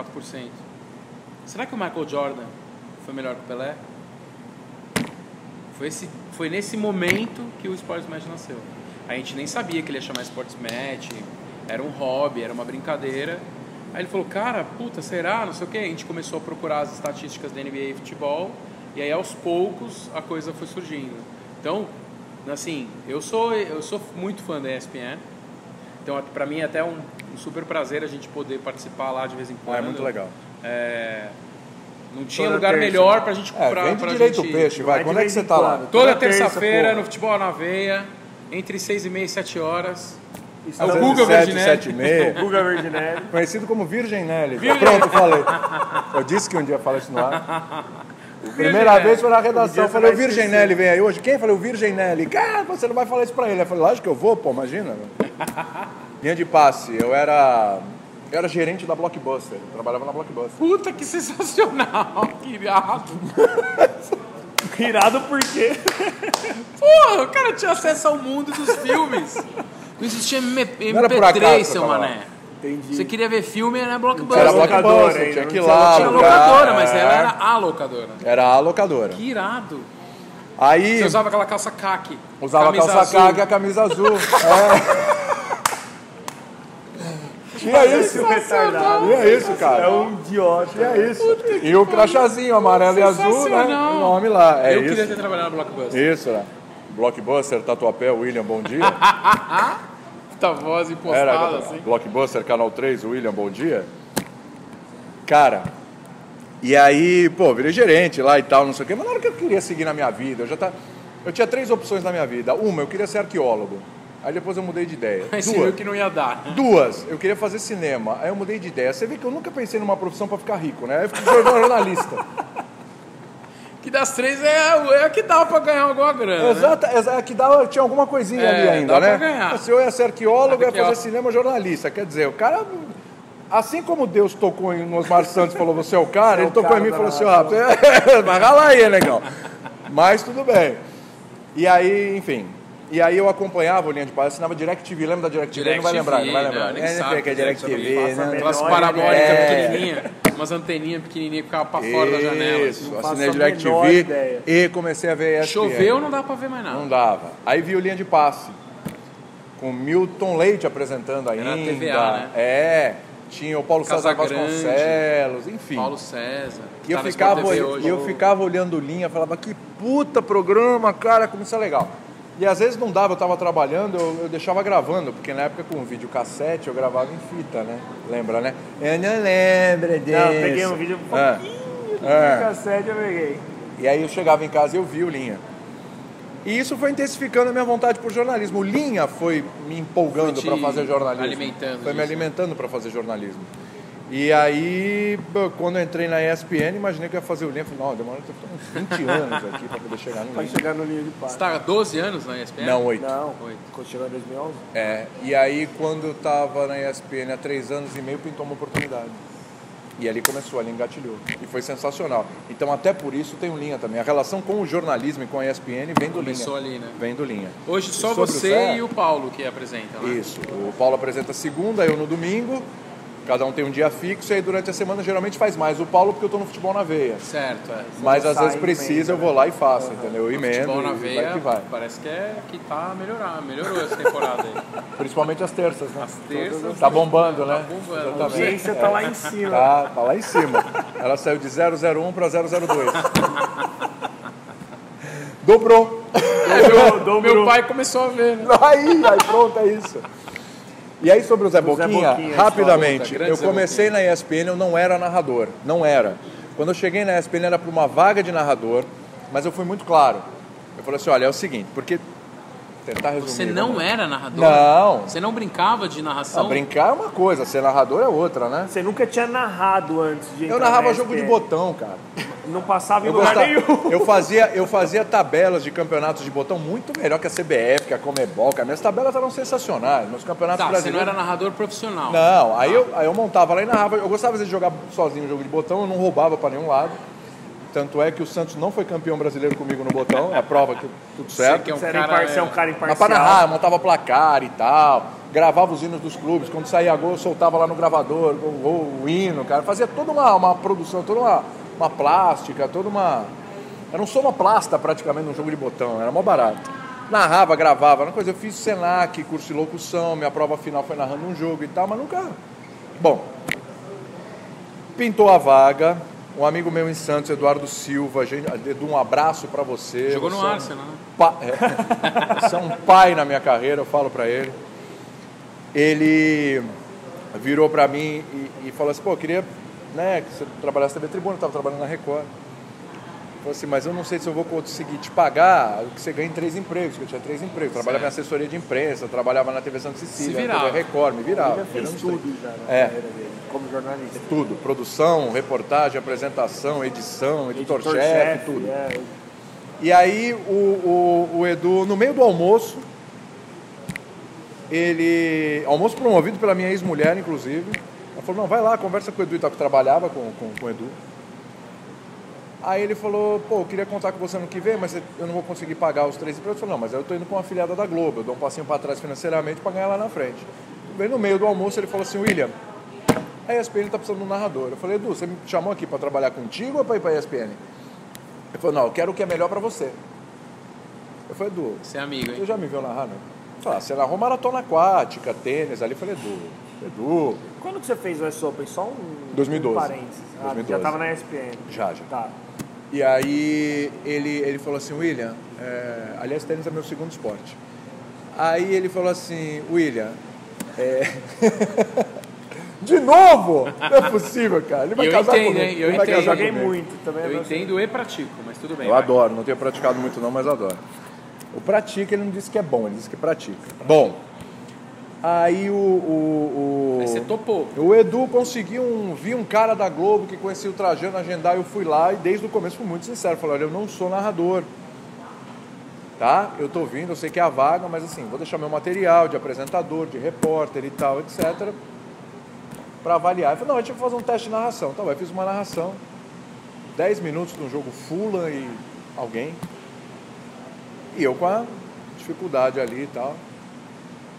[SPEAKER 3] Será que o Michael Jordan foi melhor que o Pelé? Foi, esse, foi nesse momento que o Sports Match nasceu. A gente nem sabia que ele ia chamar Sports Match, era um hobby, era uma brincadeira. Aí ele falou, cara, puta, será? Não sei o quê. A gente começou a procurar as estatísticas da NBA e futebol, e aí aos poucos a coisa foi surgindo. Então, assim, eu sou, eu sou muito fã da ESPN, então para mim é até um, um super prazer a gente poder participar lá de vez em quando.
[SPEAKER 2] Ah, é muito legal.
[SPEAKER 3] É, não tinha
[SPEAKER 1] Toda
[SPEAKER 3] lugar
[SPEAKER 1] terça.
[SPEAKER 3] melhor pra gente
[SPEAKER 2] É,
[SPEAKER 3] comprar.
[SPEAKER 2] vende
[SPEAKER 3] pra
[SPEAKER 2] direito
[SPEAKER 3] gente...
[SPEAKER 2] o peixe, vai.
[SPEAKER 1] Vai
[SPEAKER 2] Quando
[SPEAKER 1] de
[SPEAKER 2] é
[SPEAKER 1] vez
[SPEAKER 2] que você
[SPEAKER 1] em
[SPEAKER 2] tá lá?
[SPEAKER 1] quando.
[SPEAKER 3] Toda
[SPEAKER 1] Toda terça,
[SPEAKER 3] terça-feira
[SPEAKER 1] porra.
[SPEAKER 3] no Futebol na Veia, entre 6 e meia e 7 horas.
[SPEAKER 1] Isso
[SPEAKER 2] É
[SPEAKER 1] não-
[SPEAKER 2] o
[SPEAKER 3] Guga Verdinelli.
[SPEAKER 2] 7 e meia.
[SPEAKER 1] Guga Verdinelli.
[SPEAKER 2] Conhecido como Virgem Nelly. Pronto, falei. Eu disse que um dia ia falar isso no ar.
[SPEAKER 1] Primeira vez foi na redação.
[SPEAKER 2] Eu
[SPEAKER 1] Eu
[SPEAKER 2] falei, o Virgem Nelly vem aí hoje? Quem? Eu falei, o Virgem Nelly. Cara, você não vai falar isso pra ele. Eu falei, lógico que eu vou, pô, imagina. Linha de passe, eu era. Eu era gerente da Blockbuster, eu trabalhava na Blockbuster.
[SPEAKER 3] Puta que sensacional, que irado.
[SPEAKER 1] Irado porque
[SPEAKER 3] Porra, o cara tinha acesso ao mundo dos filmes. Não existia M-
[SPEAKER 2] era por acaso
[SPEAKER 3] MP3,
[SPEAKER 2] que
[SPEAKER 3] seu
[SPEAKER 2] eu falava.
[SPEAKER 3] mané.
[SPEAKER 1] Entendi.
[SPEAKER 3] Você queria ver filme, era blockbuster.
[SPEAKER 2] Era
[SPEAKER 1] a locadora,
[SPEAKER 2] Blockbuster,
[SPEAKER 1] hein?
[SPEAKER 2] tinha que ir
[SPEAKER 1] Não
[SPEAKER 2] lá.
[SPEAKER 3] Tinha
[SPEAKER 2] alugar,
[SPEAKER 3] locadora, mas
[SPEAKER 2] é.
[SPEAKER 3] ela era a locadora.
[SPEAKER 2] Era a locadora.
[SPEAKER 3] Que irado.
[SPEAKER 2] Aí
[SPEAKER 3] Você usava aquela calça caque.
[SPEAKER 2] usava a
[SPEAKER 3] camisa
[SPEAKER 2] calça
[SPEAKER 3] azul.
[SPEAKER 2] caga e a camisa azul. É. Tinha isso.
[SPEAKER 1] Esse retardado.
[SPEAKER 2] Tinha isso, cara.
[SPEAKER 1] É um idiota. É isso.
[SPEAKER 2] E o crachazinho amarelo e azul, né?
[SPEAKER 3] Sensacional.
[SPEAKER 2] O nome lá. É
[SPEAKER 3] Eu
[SPEAKER 2] isso.
[SPEAKER 3] queria ter trabalhado na blockbuster.
[SPEAKER 2] Isso, né? Blockbuster, Tatuapé, William, bom dia.
[SPEAKER 3] Puta voz impostada,
[SPEAKER 2] Era
[SPEAKER 3] assim.
[SPEAKER 2] Blockbuster, Canal 3, William, bom dia. Cara, e aí, pô, virei gerente lá e tal, não sei o quê. Mas na hora que eu queria seguir na minha vida, eu já tá... Eu tinha três opções na minha vida. Uma, eu queria ser arqueólogo. Aí depois eu mudei de ideia.
[SPEAKER 3] Mas você viu
[SPEAKER 2] Duas,
[SPEAKER 3] que não ia dar.
[SPEAKER 2] duas, eu queria fazer cinema. Aí eu mudei de ideia. Você vê que eu nunca pensei numa profissão pra ficar rico, né? Aí eu fiquei jornalista.
[SPEAKER 3] Que das três é, a- é a que dá pra ganhar alguma grana. né?
[SPEAKER 2] Exato, é que dava, tinha alguma coisinha
[SPEAKER 3] É,
[SPEAKER 2] ali ainda,
[SPEAKER 3] dá
[SPEAKER 2] né?
[SPEAKER 3] pra ganhar.
[SPEAKER 2] O senhor ia ser arqueólogo, ia fazer
[SPEAKER 3] Arqueólogo.
[SPEAKER 2] cinema jornalista. Quer dizer, o cara. Assim como Deus tocou em Osmar Santos e falou, você é o cara,
[SPEAKER 1] Você é
[SPEAKER 2] ele
[SPEAKER 1] o
[SPEAKER 2] tocou
[SPEAKER 1] cara
[SPEAKER 2] em mim e
[SPEAKER 1] da
[SPEAKER 2] falou assim, ó, vai ralar aí, negão. Mas tudo bem. E aí, enfim. E aí eu acompanhava o Linha de Paz, assinava DirecTV, lembra da DirecTV? não vai lembrar, não vai
[SPEAKER 3] DirecTV,
[SPEAKER 2] lembrar.
[SPEAKER 3] não, nem sabe
[SPEAKER 2] que é
[SPEAKER 3] o que é DirecTV,
[SPEAKER 2] DirecTV,
[SPEAKER 1] passa
[SPEAKER 2] né?
[SPEAKER 1] melhor.
[SPEAKER 3] Aquelas parabólicas
[SPEAKER 2] É.
[SPEAKER 3] pequenininhas, umas anteninhas pequenininhas que ficavam pra fora da janela. assim.
[SPEAKER 2] Isso,
[SPEAKER 1] Não
[SPEAKER 2] assinei
[SPEAKER 1] faço a menor
[SPEAKER 2] DirecTV
[SPEAKER 1] ideia.
[SPEAKER 2] e comecei a ver ESPN.
[SPEAKER 3] Choveu, não dá pra ver mais nada.
[SPEAKER 2] Não dava. Aí vi o Linha de Passe, com Milton Leite apresentando ainda.
[SPEAKER 3] Era TVA, né?
[SPEAKER 2] É, tinha o Paulo César
[SPEAKER 3] Casagrande.
[SPEAKER 2] Vasconcelos, enfim.
[SPEAKER 3] Paulo César. que
[SPEAKER 2] e eu,
[SPEAKER 3] tá na
[SPEAKER 2] ficava,
[SPEAKER 3] Sport TV
[SPEAKER 2] olhando-
[SPEAKER 3] hoje.
[SPEAKER 2] e eu ficava olhando o Linha, falava, que puta programa, cara, como isso é legal. E às vezes não dava, eu tava trabalhando, eu, eu deixava gravando, porque na época com videocassete eu gravava em fita, né? Lembra, né? Eu não lembro disso.
[SPEAKER 1] Não, eu peguei um vídeo um
[SPEAKER 2] É.
[SPEAKER 1] pouquinho do
[SPEAKER 2] É.
[SPEAKER 1] cassete, eu peguei.
[SPEAKER 2] E aí eu chegava em casa e eu vi o Linha. E isso foi intensificando a minha vontade por jornalismo. O Linha foi me empolgando
[SPEAKER 3] Foi te
[SPEAKER 2] para fazer jornalismo. Foi me
[SPEAKER 3] alimentando disso. né?
[SPEAKER 2] alimentando para fazer jornalismo. E aí, b- quando eu entrei na ESPN, imaginei que eu ia fazer o Linha. Falei, não, demora 20 anos aqui para poder chegar no
[SPEAKER 1] Pra
[SPEAKER 2] Linha.
[SPEAKER 1] chegar no linha de
[SPEAKER 3] Você
[SPEAKER 1] passe.
[SPEAKER 3] tá há 12 anos na ESPN?
[SPEAKER 2] Não, oito.
[SPEAKER 1] Não,
[SPEAKER 3] Oi.
[SPEAKER 1] quando chegou em 2011.
[SPEAKER 2] É, e aí, quando eu estava na ESPN há três anos e meio, pintou uma oportunidade. E ali começou, ali engatilhou. E foi sensacional. Então, até por isso, tem o Linha também. A relação com o jornalismo e com a ESPN vem do
[SPEAKER 3] Começou
[SPEAKER 2] Linha.
[SPEAKER 3] ali, né?
[SPEAKER 2] Vem do Linha.
[SPEAKER 3] Hoje só
[SPEAKER 2] Sobre o
[SPEAKER 3] você
[SPEAKER 2] Zé?
[SPEAKER 3] e o Paulo que apresentam, né?
[SPEAKER 2] Isso. O Paulo apresenta segunda, eu no domingo. Cada um tem um dia fixo. E aí, durante a semana, geralmente faz mais. O Paulo, porque eu estou no futebol na veia.
[SPEAKER 3] Certo, é.
[SPEAKER 2] Mas
[SPEAKER 1] não
[SPEAKER 2] às vezes
[SPEAKER 1] sai,
[SPEAKER 2] precisa,
[SPEAKER 1] emenda,
[SPEAKER 2] eu vou lá e faço, entendeu? Eu emendo.
[SPEAKER 3] Futebol na
[SPEAKER 2] e
[SPEAKER 3] veia,
[SPEAKER 2] Vai que vai.
[SPEAKER 3] parece que, é, que tá melhorando, melhorou essa temporada aí. Tá
[SPEAKER 2] Principalmente as terças, né?
[SPEAKER 3] As terças,
[SPEAKER 2] Tá bombando, né? É.
[SPEAKER 3] bombando.
[SPEAKER 1] A
[SPEAKER 2] Exatamente.
[SPEAKER 1] audiência tá lá em cima.
[SPEAKER 2] Tá, tá lá em cima. Ela saiu de 001 para 002. Dobrou.
[SPEAKER 1] Dobrou, dobrou.
[SPEAKER 3] É, meu pai começou a ver, né?
[SPEAKER 2] Aí, aí pronto, é isso. E aí sobre o Zé Boquinha,
[SPEAKER 1] Boquinha,
[SPEAKER 2] rapidamente,
[SPEAKER 3] história, grande
[SPEAKER 2] eu
[SPEAKER 3] Zé
[SPEAKER 2] comecei na ESPN, eu não era narrador, não era. Quando eu cheguei na ESPN era para uma vaga de narrador, mas eu fui muito claro. Eu falei assim, olha, é o seguinte, porque tentar resumir.
[SPEAKER 3] Você
[SPEAKER 2] vamos
[SPEAKER 3] não é
[SPEAKER 2] lá.
[SPEAKER 3] era narrador?
[SPEAKER 2] Não.
[SPEAKER 3] Você não brincava de narração?
[SPEAKER 2] Ah, brincar é uma coisa, ser narrador é outra, né?
[SPEAKER 1] Você nunca tinha narrado antes de
[SPEAKER 2] Eu
[SPEAKER 1] entrar na
[SPEAKER 2] narrava jogo de
[SPEAKER 1] SPN.
[SPEAKER 2] botão, cara.
[SPEAKER 1] Não passava em
[SPEAKER 2] Eu,
[SPEAKER 1] lugar
[SPEAKER 2] gostava-
[SPEAKER 1] nenhum.
[SPEAKER 2] eu fazia, eu fazia tabelas de campeonatos de botão muito melhor que a CBF, que a Comebol, cara. Minhas tabelas eram sensacionais. Meus campeonatos
[SPEAKER 3] Tá, você não
[SPEAKER 2] brasileiros.
[SPEAKER 3] era narrador profissional.
[SPEAKER 2] Não, aí eu, aí eu montava lá e narrava. Eu gostava de jogar sozinho o jogo de botão, eu não roubava pra nenhum lado. Tanto é que o Santos não foi campeão brasileiro comigo no botão, é a prova que tudo certo.
[SPEAKER 3] que é um
[SPEAKER 1] Você era
[SPEAKER 3] cara-
[SPEAKER 1] impar- você é um cara
[SPEAKER 2] Mas
[SPEAKER 1] imparcial.
[SPEAKER 2] pra narrar, eu montava placar e tal, gravava os hinos dos clubes, quando saía gol eu soltava lá no gravador, o, o, o hino, cara, fazia toda uma, uma produção, toda uma, uma plástica, toda uma. Era um sonoplasta praticamente num jogo de botão, era mó barato. Narrava, gravava, era uma coisa, eu fiz Senac, curso de locução, minha prova final foi narrando um jogo e tal, mas nunca. Bom, pintou a vaga. Um amigo meu em Santos, Eduardo Silva, gente, Edu, um abraço pra você.
[SPEAKER 3] Jogou no
[SPEAKER 2] Você é um
[SPEAKER 3] Arsenal, né?
[SPEAKER 2] pa... é. Você é um pai na minha carreira, eu falo pra ele. Ele virou pra mim e, e falou assim, pô, eu queria né, que você trabalhasse na TV Tribuna, eu tava trabalhando na Record. Ele falou assim, mas eu não sei se eu vou conseguir te pagar o que você ganha em três empregos, porque eu tinha três empregos. Trabalhava em
[SPEAKER 3] Certo.
[SPEAKER 2] assessoria de imprensa, trabalhava na TV Santos
[SPEAKER 3] Se
[SPEAKER 2] Sicília, na
[SPEAKER 3] virava.
[SPEAKER 2] TV Record, me virava.
[SPEAKER 1] Ele já fez
[SPEAKER 2] virando os três.
[SPEAKER 1] tudo já na
[SPEAKER 2] É.
[SPEAKER 1] carreira dele. como jornalista.
[SPEAKER 2] Tudo, produção, reportagem, apresentação, edição, editor-chefe, tudo.
[SPEAKER 1] É, eu-
[SPEAKER 2] E aí o, o- o Edu, no meio do almoço, ele. Almoço promovido pela minha ex-mulher, inclusive. Ela falou, não, vai lá, conversa com o Edu e tal, que trabalhava com, com, com o Edu. Aí ele falou, pô, eu queria contar com você ano que vem, mas eu não vou conseguir pagar os três empregos. Eu falei, não, mas eu tô indo com uma afiliada da Globo, eu dou um passinho para trás financeiramente para ganhar lá na frente. Aí no meio do almoço ele falou assim, William, a ESPN tá precisando de um narrador. Eu falei, Edu, você me chamou aqui para trabalhar contigo ou para ir para ESPN? Ele falou, não, eu quero o que é melhor para você. Eu falei, Edu,
[SPEAKER 3] Você é amigo,
[SPEAKER 2] você
[SPEAKER 3] hein?
[SPEAKER 2] já me viu narrar, né? Eu falei, ah, você narrou maratona aquática, tênis, ali. Eu falei, Edu, Edu,
[SPEAKER 1] Quando que você fez o S Open? Só um,
[SPEAKER 2] 2012.
[SPEAKER 1] um parênteses. Ah,
[SPEAKER 2] 2012.
[SPEAKER 1] já estava na ESPN.
[SPEAKER 2] já, já.
[SPEAKER 1] Tá.
[SPEAKER 2] E aí ele, ele falou assim, William, é, aliás, tênis é meu segundo esporte. Aí ele falou assim, William, é... de novo? Não é possível, cara. Ele vai
[SPEAKER 3] Eu
[SPEAKER 2] casar
[SPEAKER 3] entendo,
[SPEAKER 2] comigo.
[SPEAKER 3] hein? Eu
[SPEAKER 2] Ele vai
[SPEAKER 3] entendo.
[SPEAKER 2] casar
[SPEAKER 1] Joguei
[SPEAKER 2] comigo.
[SPEAKER 1] muito também.
[SPEAKER 3] Eu
[SPEAKER 1] mas-
[SPEAKER 3] entendo e pratico, mas tudo bem.
[SPEAKER 2] Eu
[SPEAKER 3] vai.
[SPEAKER 2] adoro, não tenho praticado muito não, mas adoro. O pratica, ele não disse que é bom, ele disse que pratica. Bom, aí o... o- o-
[SPEAKER 3] Aí você topou.
[SPEAKER 2] o Edu conseguiu um. Vi um cara da Globo que conhecia o Trajano agendar, eu fui lá e desde o começo fui muito sincero. Falei, olha, eu não sou narrador. Tá? Eu tô vindo, eu sei que é a vaga, mas assim, vou deixar meu material de apresentador, de repórter e tal, etc. Pra avaliar. Ele falou, não, a gente vai fazer um teste de narração. Tá, bom, eu fiz uma narração. 10 minutos de um jogo Fula e alguém. E eu com a dificuldade ali e tal.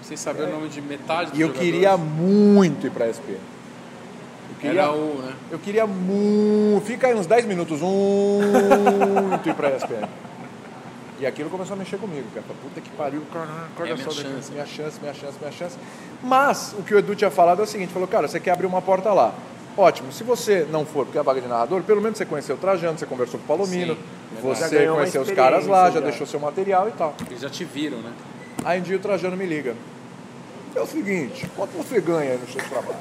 [SPEAKER 3] Sem saber o nome de metade dos
[SPEAKER 2] É. E eu
[SPEAKER 3] jogadores.
[SPEAKER 2] queria muito ir pra SP. Eu queria
[SPEAKER 3] Era o, né?
[SPEAKER 2] eu queria muito. Fica aí uns 10 minutos. Muito ir pra ESPN. E aquilo começou a mexer comigo, cara. Falei, Puta que pariu, caraca, olha
[SPEAKER 3] É minha
[SPEAKER 2] só, daqui,
[SPEAKER 3] chance.
[SPEAKER 2] minha chance, minha chance, minha chance. Mas o que o Edu tinha falado é o seguinte: falou, cara, você quer abrir uma porta lá. Ótimo, se você não for, porque é a vaga de narrador, pelo menos você conheceu o Trajano, você conversou com o Palomino,
[SPEAKER 3] Sim,
[SPEAKER 1] Já
[SPEAKER 2] você
[SPEAKER 1] ganhou uma
[SPEAKER 2] conheceu os caras lá, já,
[SPEAKER 1] experiência, já.
[SPEAKER 2] deixou seu material e tal.
[SPEAKER 3] Eles já te viram, né?
[SPEAKER 2] Aí um dia o Trajano me liga. É o seguinte, quanto você ganha aí nos seus trabalhos?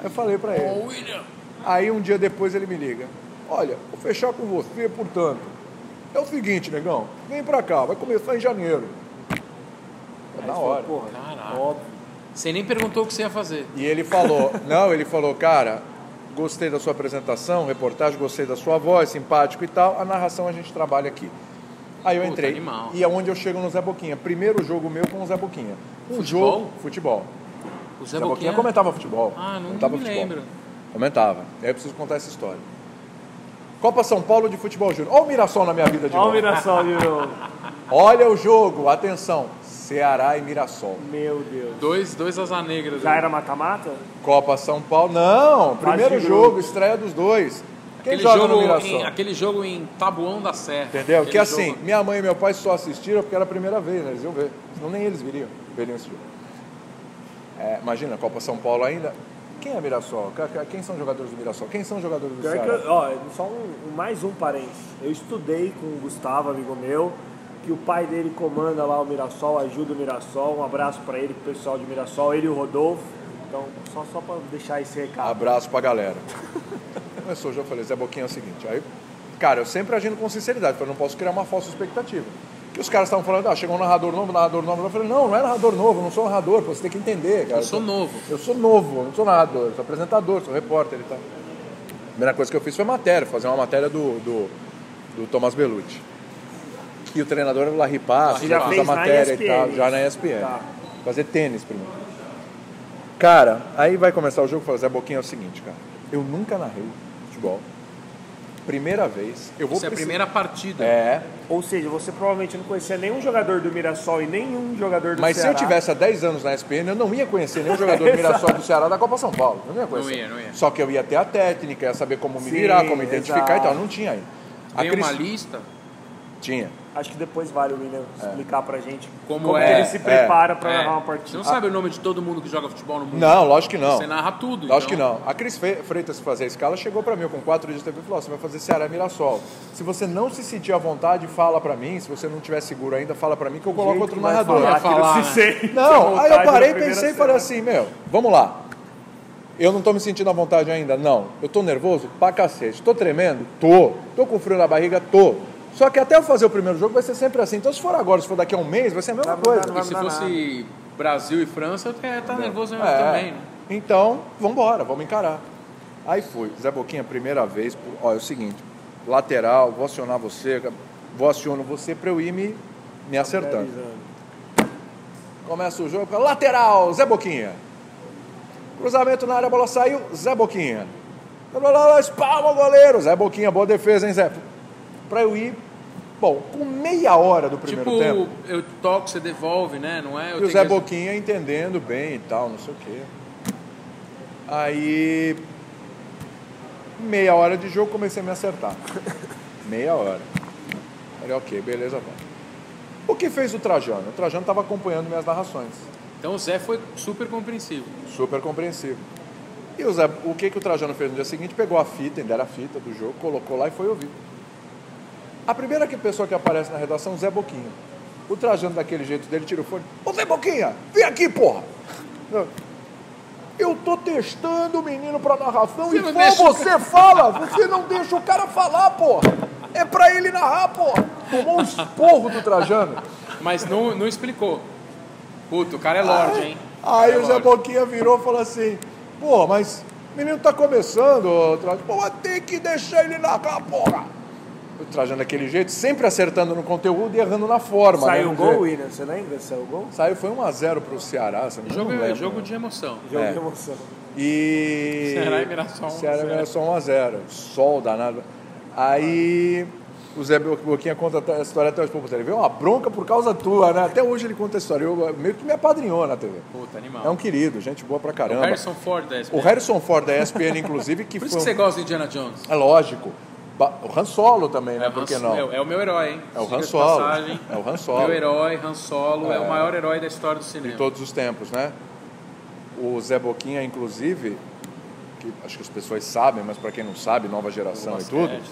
[SPEAKER 2] Aí eu falei pra ele.
[SPEAKER 3] Ô, William!
[SPEAKER 2] Aí um dia depois ele me liga. Olha, vou fechar com você, portanto. É o seguinte, negão, vem pra cá, vai começar em janeiro. É
[SPEAKER 1] Aí
[SPEAKER 2] na
[SPEAKER 1] você
[SPEAKER 2] hora.
[SPEAKER 1] Falou, porra,
[SPEAKER 3] Caraca.
[SPEAKER 1] Óbvio.
[SPEAKER 3] Você nem perguntou o que você ia fazer.
[SPEAKER 2] E ele falou, não, ele falou, cara, gostei da sua apresentação, reportagem, gostei da sua voz, simpático e tal, a narração a gente trabalha aqui. Aí eu
[SPEAKER 3] Puta,
[SPEAKER 2] entrei.
[SPEAKER 3] animal.
[SPEAKER 2] E é onde eu chego no Zé Boquinha. Primeiro jogo meu com o Zé Boquinha. Um
[SPEAKER 3] Futebol?
[SPEAKER 2] jogo. Futebol.
[SPEAKER 3] O Zé,
[SPEAKER 2] Zé Boquinha comentava futebol.
[SPEAKER 3] Ah, não, não
[SPEAKER 2] comentava
[SPEAKER 3] me lembro.
[SPEAKER 2] Comentava. Aí eu preciso contar essa história. Copa São Paulo de Futebol Júnior. Olha o Mirassol na minha vida de
[SPEAKER 1] Olha o
[SPEAKER 2] novo.
[SPEAKER 1] Mirassol de novo.
[SPEAKER 2] Olha o jogo, atenção. Ceará e Mirassol.
[SPEAKER 1] Meu Deus.
[SPEAKER 3] Dois, dois asa negras.
[SPEAKER 1] Já
[SPEAKER 3] né?
[SPEAKER 1] era mata-mata?
[SPEAKER 2] Copa São Paulo. Não, primeiro
[SPEAKER 1] de
[SPEAKER 2] jogo,
[SPEAKER 1] grupo.
[SPEAKER 2] estreia dos dois. Quem
[SPEAKER 3] Aquele
[SPEAKER 2] joga
[SPEAKER 3] jogo
[SPEAKER 2] no Mirassol?
[SPEAKER 3] Em, aquele jogo em Tabuão da Serra.
[SPEAKER 2] Entendeu?
[SPEAKER 3] Aquele
[SPEAKER 2] Que assim,
[SPEAKER 3] jogo-
[SPEAKER 2] minha mãe e meu pai só assistiram porque era a primeira vez, né? Eles iam ver. Senão nem eles viriam, veriam esse jogo. É, imagina, Copa São Paulo ainda. Quem é Mirassol? Ca- ca- Quem são os jogadores do Mirassol? Quem são os jogadores do
[SPEAKER 1] Pior é que
[SPEAKER 2] Ceará?
[SPEAKER 1] eu, ó, só um, um- mais um parênteses. Eu estudei com o Gustavo, amigo meu, que o pai dele comanda lá o Mirassol, ajuda o Mirassol. Um abraço pra ele, pro pessoal de Mirassol, ele e o Rodolfo. Então, só, só pra deixar esse recado.
[SPEAKER 2] Abraço pra galera. Começou o jogo, eu falei, Zé Boquinha é o seguinte. Aí, cara, eu sempre agindo com sinceridade, porque eu não posso criar uma falsa expectativa. E os caras estavam falando, ah, chegou um narrador novo, narrador novo. Eu falei, não, não é narrador novo, eu não sou narrador, pô, você tem que entender, cara.
[SPEAKER 3] Eu sou novo.
[SPEAKER 2] Eu sou novo, eu não sou narrador, eu sou apresentador, sou repórter e tal. A primeira coisa que eu fiz foi matéria, fazer uma matéria do, do, do Thomas Bellucci. E o treinador era o Larry Paz,
[SPEAKER 3] Larry
[SPEAKER 2] já
[SPEAKER 3] Paz.
[SPEAKER 2] fiz a
[SPEAKER 1] Fez na
[SPEAKER 2] matéria e tal,
[SPEAKER 1] ESPN.
[SPEAKER 2] já na ESPN.
[SPEAKER 1] Tá.
[SPEAKER 2] Fazer tênis primeiro. Cara, aí vai começar o jogo, fazer a boquinha é o seguinte, cara. Eu nunca narrei futebol. Primeira vez. Eu vou
[SPEAKER 3] Essa é a
[SPEAKER 2] precis-
[SPEAKER 3] primeira partida.
[SPEAKER 2] É,
[SPEAKER 1] Ou seja, você provavelmente não conhecia nenhum jogador do Mirassol e nenhum jogador do
[SPEAKER 2] mas se eu
[SPEAKER 1] Ceará.
[SPEAKER 2] tivesse há 10 anos na SPN, eu não ia conhecer nenhum jogador do Mirassol do Ceará da Copa São Paulo. Eu não ia conhecer.
[SPEAKER 3] Não ia, não ia.
[SPEAKER 2] Só que eu ia ter a técnica, ia saber como me
[SPEAKER 1] Sim,
[SPEAKER 2] virar, como identificar
[SPEAKER 1] exato.
[SPEAKER 2] e tal. Não tinha ainda. A
[SPEAKER 3] Tem
[SPEAKER 2] Cris-
[SPEAKER 3] uma lista
[SPEAKER 2] Tinha.
[SPEAKER 1] Acho que depois vale o William explicar pra gente
[SPEAKER 3] Como
[SPEAKER 1] como,
[SPEAKER 3] é,
[SPEAKER 1] ele se
[SPEAKER 2] é.
[SPEAKER 1] prepara pra
[SPEAKER 3] É.
[SPEAKER 1] narrar uma
[SPEAKER 3] Você
[SPEAKER 1] partida.
[SPEAKER 3] não sabe o nome de todo mundo que joga futebol no mundo?
[SPEAKER 2] Não, lógico que não.
[SPEAKER 3] Você narra tudo.
[SPEAKER 2] Lógico
[SPEAKER 3] então.
[SPEAKER 2] que não. A Cris Fe- Freitas, que fazia a escala, chegou pra mim com quatro dias de TV e falou: "Ó, você vai fazer Ceará e Mirassol. Se você não se sentir à vontade, fala pra mim. Se você não tiver seguro ainda, fala pra mim que eu coloco Ah, outro narrador.
[SPEAKER 3] falar.
[SPEAKER 1] aquilo
[SPEAKER 3] falar,
[SPEAKER 1] se
[SPEAKER 3] né?
[SPEAKER 1] sente à
[SPEAKER 2] Não, aí eu
[SPEAKER 1] vontade
[SPEAKER 2] parei,
[SPEAKER 1] na primeira
[SPEAKER 2] pensei e
[SPEAKER 1] semana.
[SPEAKER 2] falei assim, meu, vamos lá. Eu não tô me sentindo à vontade ainda, não. Eu tô nervoso pra cacete. Tô tremendo? Tô. Tô com frio na barriga? Tô. Só que até eu fazer o primeiro jogo vai ser sempre assim. Então se for agora, se for daqui a um mês, vai ser a mesma
[SPEAKER 1] Vai mudar,
[SPEAKER 2] coisa.
[SPEAKER 1] não vai
[SPEAKER 3] E se
[SPEAKER 1] Não dá
[SPEAKER 3] fosse Brasil e França, é, tá nervoso mesmo
[SPEAKER 2] É.
[SPEAKER 3] também, né?
[SPEAKER 2] Então, vamos embora, vamos encarar. Aí fui. Zé Boquinha, primeira vez. pô, Olha, é o seguinte: lateral, vou acionar você, vou aciono você pra eu ir me, me acertando. Começa o jogo, lateral, Zé Boquinha. Cruzamento na área, a bola saiu, Zé Boquinha. Blá, blá, blá, Espalma o goleiro, Zé Boquinha, boa defesa, hein, Zé? Pra eu ir, bom, com meia hora do primeiro
[SPEAKER 3] Tipo,
[SPEAKER 2] tempo.
[SPEAKER 3] eu toco, você devolve, né? Não é?
[SPEAKER 2] E
[SPEAKER 3] Eu
[SPEAKER 2] o
[SPEAKER 3] tenho
[SPEAKER 2] Zé
[SPEAKER 3] que-
[SPEAKER 2] Boquinha entendendo bem e tal, não sei o quê. Aí, meia hora de jogo, comecei a me acertar. meia hora. Falei, ok, beleza, vamos. O que fez o Trajano? O Trajano estava acompanhando minhas narrações.
[SPEAKER 3] Então o Zé foi super compreensivo.
[SPEAKER 2] Super compreensivo. E o, Zé- o que, que o Trajano fez no dia seguinte? Pegou a fita, ainda era a fita do jogo, colocou lá e foi ouvir. A primeira que- pessoa que aparece na redação, Zé Boquinha. O Trajano, daquele jeito dele, tira o fone. Ô Zé Boquinha, vem aqui, porra! Eu tô testando o menino pra narração
[SPEAKER 3] Você
[SPEAKER 2] e
[SPEAKER 3] não
[SPEAKER 2] só
[SPEAKER 3] deixa o
[SPEAKER 2] você fala! Você não deixa o cara falar, porra! É pra ele narrar, porra! Tomou um esporro do Trajano.
[SPEAKER 3] Mas não, não explicou. Puto, o cara é lorde, hein?
[SPEAKER 2] Ah, Aí
[SPEAKER 3] É
[SPEAKER 2] o Zé
[SPEAKER 3] lorde.
[SPEAKER 2] Boquinha virou e falou assim: Porra, mas o menino tá começando, ô, Trajano. Pô, mas tem que deixar ele narrar, porra! O Trajano daquele jeito, sempre acertando no conteúdo e errando na forma.
[SPEAKER 1] Saiu
[SPEAKER 3] um
[SPEAKER 2] né,
[SPEAKER 1] o
[SPEAKER 2] do jeito.
[SPEAKER 1] gol, William? Você lembra se saiu o gol?
[SPEAKER 2] Saiu, foi 1x0 pro Ceará, se eu não
[SPEAKER 3] Jogo, é
[SPEAKER 2] me lembro.
[SPEAKER 3] jogo de emoção.
[SPEAKER 1] Jogo
[SPEAKER 2] É.
[SPEAKER 1] de emoção.
[SPEAKER 2] E.
[SPEAKER 3] Ceará e Mirassol,
[SPEAKER 2] Ceará e
[SPEAKER 3] 1 a 0.
[SPEAKER 2] Mirassol 1x0. Sol danado. Aí. O Zé Boquinha conta até- a história até hoje. Pô, puta, ele veio uma bronca por causa tua, né? Até hoje ele conta a história. Eu, meio que me apadrinhou na TV.
[SPEAKER 3] Puta,
[SPEAKER 2] É
[SPEAKER 3] animal.
[SPEAKER 2] um querido, gente boa pra
[SPEAKER 3] o
[SPEAKER 2] caramba.
[SPEAKER 3] Harrison Ford da
[SPEAKER 2] O
[SPEAKER 3] SPN.
[SPEAKER 2] Harrison Ford da ESPN, inclusive, que
[SPEAKER 3] Por
[SPEAKER 2] foi.
[SPEAKER 3] isso que você
[SPEAKER 2] um-
[SPEAKER 3] gosta de Indiana Jones.
[SPEAKER 2] É lógico. Ba- O Han Solo também, né?
[SPEAKER 3] o
[SPEAKER 2] Por que
[SPEAKER 3] Han-
[SPEAKER 2] não?
[SPEAKER 3] É, o- é o meu herói, hein?
[SPEAKER 2] É o
[SPEAKER 3] Diga
[SPEAKER 2] Han
[SPEAKER 3] de
[SPEAKER 2] Solo.
[SPEAKER 3] passagem.
[SPEAKER 2] É o Han Solo.
[SPEAKER 3] Meu herói, Han Solo, é. o maior herói da história do cinema.
[SPEAKER 2] De todos os tempos, né? O Zé Boquinha, inclusive, que acho que as pessoas sabem, mas pra quem não sabe, nova geração e tudo,
[SPEAKER 3] Basquete,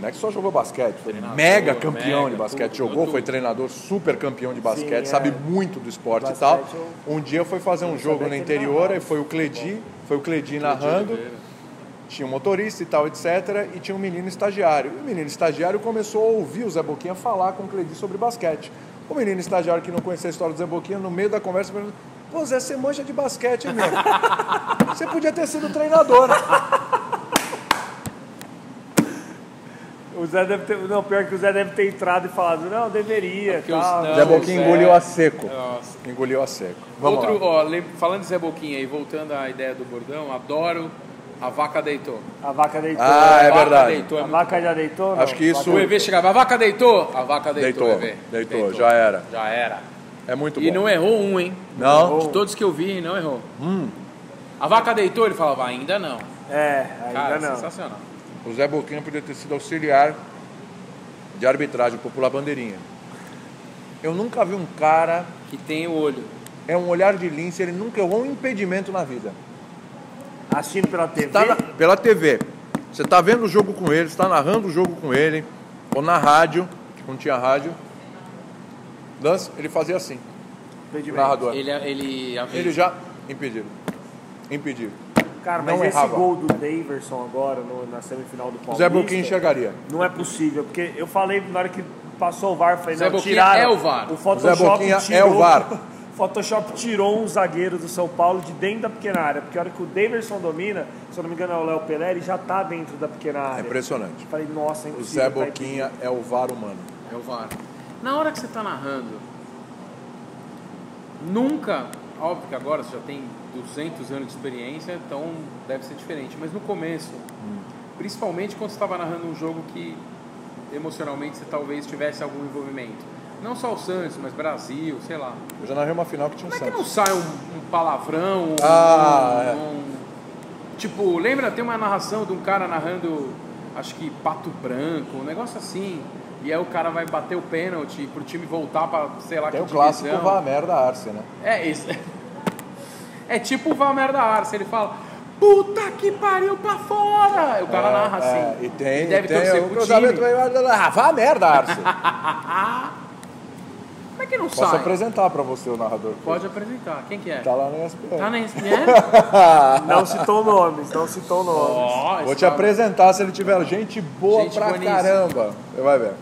[SPEAKER 2] não é que só jogou basquete, foi
[SPEAKER 3] Treinador,
[SPEAKER 2] mega campeão
[SPEAKER 3] mega,
[SPEAKER 2] de basquete,
[SPEAKER 3] tudo,
[SPEAKER 2] jogou,
[SPEAKER 3] tudo.
[SPEAKER 2] foi treinador, super campeão de basquete,
[SPEAKER 1] é.
[SPEAKER 2] sabe muito do esporte e tal.
[SPEAKER 1] Basquete,
[SPEAKER 2] Um dia foi fazer um jogo
[SPEAKER 1] sabia
[SPEAKER 2] no
[SPEAKER 1] que ele
[SPEAKER 2] interior,
[SPEAKER 1] narrava.
[SPEAKER 2] aí foi o Cledi, foi o Cledi
[SPEAKER 3] Cledi
[SPEAKER 2] narrando.
[SPEAKER 3] Oliveira.
[SPEAKER 2] tinha um motorista e tal, etc. E tinha um menino estagiário. E o menino estagiário começou a ouvir o Zé Boquinha falar com o Cledi sobre basquete. O menino estagiário que não conhecia a história do Zé Boquinha, no meio da conversa, perguntou: Pô, Zé, você mancha de basquete hein, meu. Você podia ter sido treinador. né?
[SPEAKER 1] O Zé deve ter. Não, pior que o Zé deve ter entrado e falado, não, deveria.
[SPEAKER 3] É Porque os-
[SPEAKER 1] tal.
[SPEAKER 3] não.
[SPEAKER 2] Zé Boquinha
[SPEAKER 3] Zé.
[SPEAKER 2] engoliu a seco.
[SPEAKER 3] Nossa.
[SPEAKER 2] Engoliu a seco. Vamos
[SPEAKER 3] Outro,
[SPEAKER 2] lá.
[SPEAKER 3] ó, lem- falando de Zé Boquinha e voltando à ideia do bordão, adoro a vaca deitou.
[SPEAKER 1] A vaca deitou.
[SPEAKER 2] Ah, é
[SPEAKER 3] a vaca
[SPEAKER 2] verdade.
[SPEAKER 3] deitou. é
[SPEAKER 1] A
[SPEAKER 3] muito-
[SPEAKER 1] vaca já deitou? não?
[SPEAKER 2] Acho que isso-
[SPEAKER 3] O EV chegava, a vaca deitou, a vaca deitou.
[SPEAKER 2] Deitou,
[SPEAKER 3] EV.
[SPEAKER 2] deitou, já era.
[SPEAKER 3] Já era.
[SPEAKER 2] É muito
[SPEAKER 3] e
[SPEAKER 2] bom.
[SPEAKER 3] não errou um, hein?
[SPEAKER 2] Não?
[SPEAKER 3] De todos que eu vi, não errou.
[SPEAKER 2] Hum.
[SPEAKER 3] A vaca deitou, ele falava, ainda não.
[SPEAKER 1] É,
[SPEAKER 3] Cara,
[SPEAKER 1] ainda não.
[SPEAKER 3] sensacional.
[SPEAKER 2] O Zé Boquinha podia ter sido auxiliar de arbitragem, popular bandeirinha. Eu nunca vi um cara
[SPEAKER 3] Que tem o olho.
[SPEAKER 2] é um olhar de lince, ele nunca errou um impedimento na vida.
[SPEAKER 1] Assistindo pela TV.
[SPEAKER 2] Tá na- pela TV. Você está vendo o jogo com ele, está narrando o jogo com ele, ou na rádio, que não tinha rádio. Lance, ele fazia assim, o
[SPEAKER 1] impedimento.
[SPEAKER 2] narrador. Ele,
[SPEAKER 3] Ele, é, ele,
[SPEAKER 2] já impediu. Impediu.
[SPEAKER 1] Cara,
[SPEAKER 2] Não
[SPEAKER 1] mas esse
[SPEAKER 2] errava.
[SPEAKER 1] gol do Daverson agora no- na semifinal do
[SPEAKER 2] O
[SPEAKER 1] Paulista.
[SPEAKER 2] Zé Boquinha enxergaria.
[SPEAKER 1] Não é possível, porque eu falei na hora que passou o VAR, eu falei,
[SPEAKER 3] Zé
[SPEAKER 1] não,
[SPEAKER 3] Boquinha
[SPEAKER 1] tiraram.
[SPEAKER 3] é o VAR.
[SPEAKER 1] O Photoshop
[SPEAKER 2] Zé Boquinha é
[SPEAKER 1] tirou,
[SPEAKER 2] o VAR.
[SPEAKER 1] Photoshop tirou um zagueiro do São Paulo de dentro da pequena área, porque a hora que o Daverson domina, se eu não me engano é o Léo Pelé, ele já tá dentro da pequena
[SPEAKER 2] É
[SPEAKER 1] área.
[SPEAKER 2] impressionante.
[SPEAKER 1] Eu falei, nossa, é
[SPEAKER 2] O
[SPEAKER 1] impossível.
[SPEAKER 2] Zé
[SPEAKER 1] vai
[SPEAKER 2] Boquinha é o VAR humano.
[SPEAKER 3] É o VAR. Na hora que você está narrando, nunca, óbvio que agora você já tem 200 anos de experiência, então deve ser diferente, mas no começo, principalmente quando você estava narrando um jogo que emocionalmente você talvez tivesse algum envolvimento. Não só o Santos, mas Brasil, sei lá.
[SPEAKER 2] Eu já narrei uma final que tinha um
[SPEAKER 3] Como é que não
[SPEAKER 2] Santos.
[SPEAKER 3] sai um, um palavrão? um-
[SPEAKER 2] Ah, é.
[SPEAKER 3] um- Tipo, lembra? Tem uma narração de um cara narrando, acho que Pato Branco, um negócio assim. E aí o cara vai bater o pênalti pro time voltar pra, sei lá,
[SPEAKER 2] Tem
[SPEAKER 3] que
[SPEAKER 2] o clássico
[SPEAKER 3] divisão.
[SPEAKER 2] Vá Merda Arce, né?
[SPEAKER 3] É isso. É tipo o Valmer da Arce, ele fala... Puta que pariu pra fora! O cara narra
[SPEAKER 2] É,
[SPEAKER 3] assim.
[SPEAKER 2] e tem,
[SPEAKER 3] deve
[SPEAKER 2] tem
[SPEAKER 3] torcer
[SPEAKER 2] o
[SPEAKER 3] pro time.
[SPEAKER 2] cruzamento. Ah, Vá Merda Arce.
[SPEAKER 3] Como é que não
[SPEAKER 2] Posso
[SPEAKER 3] sai?
[SPEAKER 2] apresentar para você o narrador.
[SPEAKER 3] Pode apresentar. Quem que é?
[SPEAKER 2] Tá lá no ESPN.
[SPEAKER 3] Tá na ESPN?
[SPEAKER 1] ter. Não citou nomes, não citou nomes.
[SPEAKER 3] Ó,
[SPEAKER 2] Vou
[SPEAKER 3] esse
[SPEAKER 2] te
[SPEAKER 3] cara-
[SPEAKER 2] apresentar se ele tiver gente boa
[SPEAKER 3] Gente
[SPEAKER 2] pra
[SPEAKER 3] boníssima.
[SPEAKER 2] caramba. Você vai ver.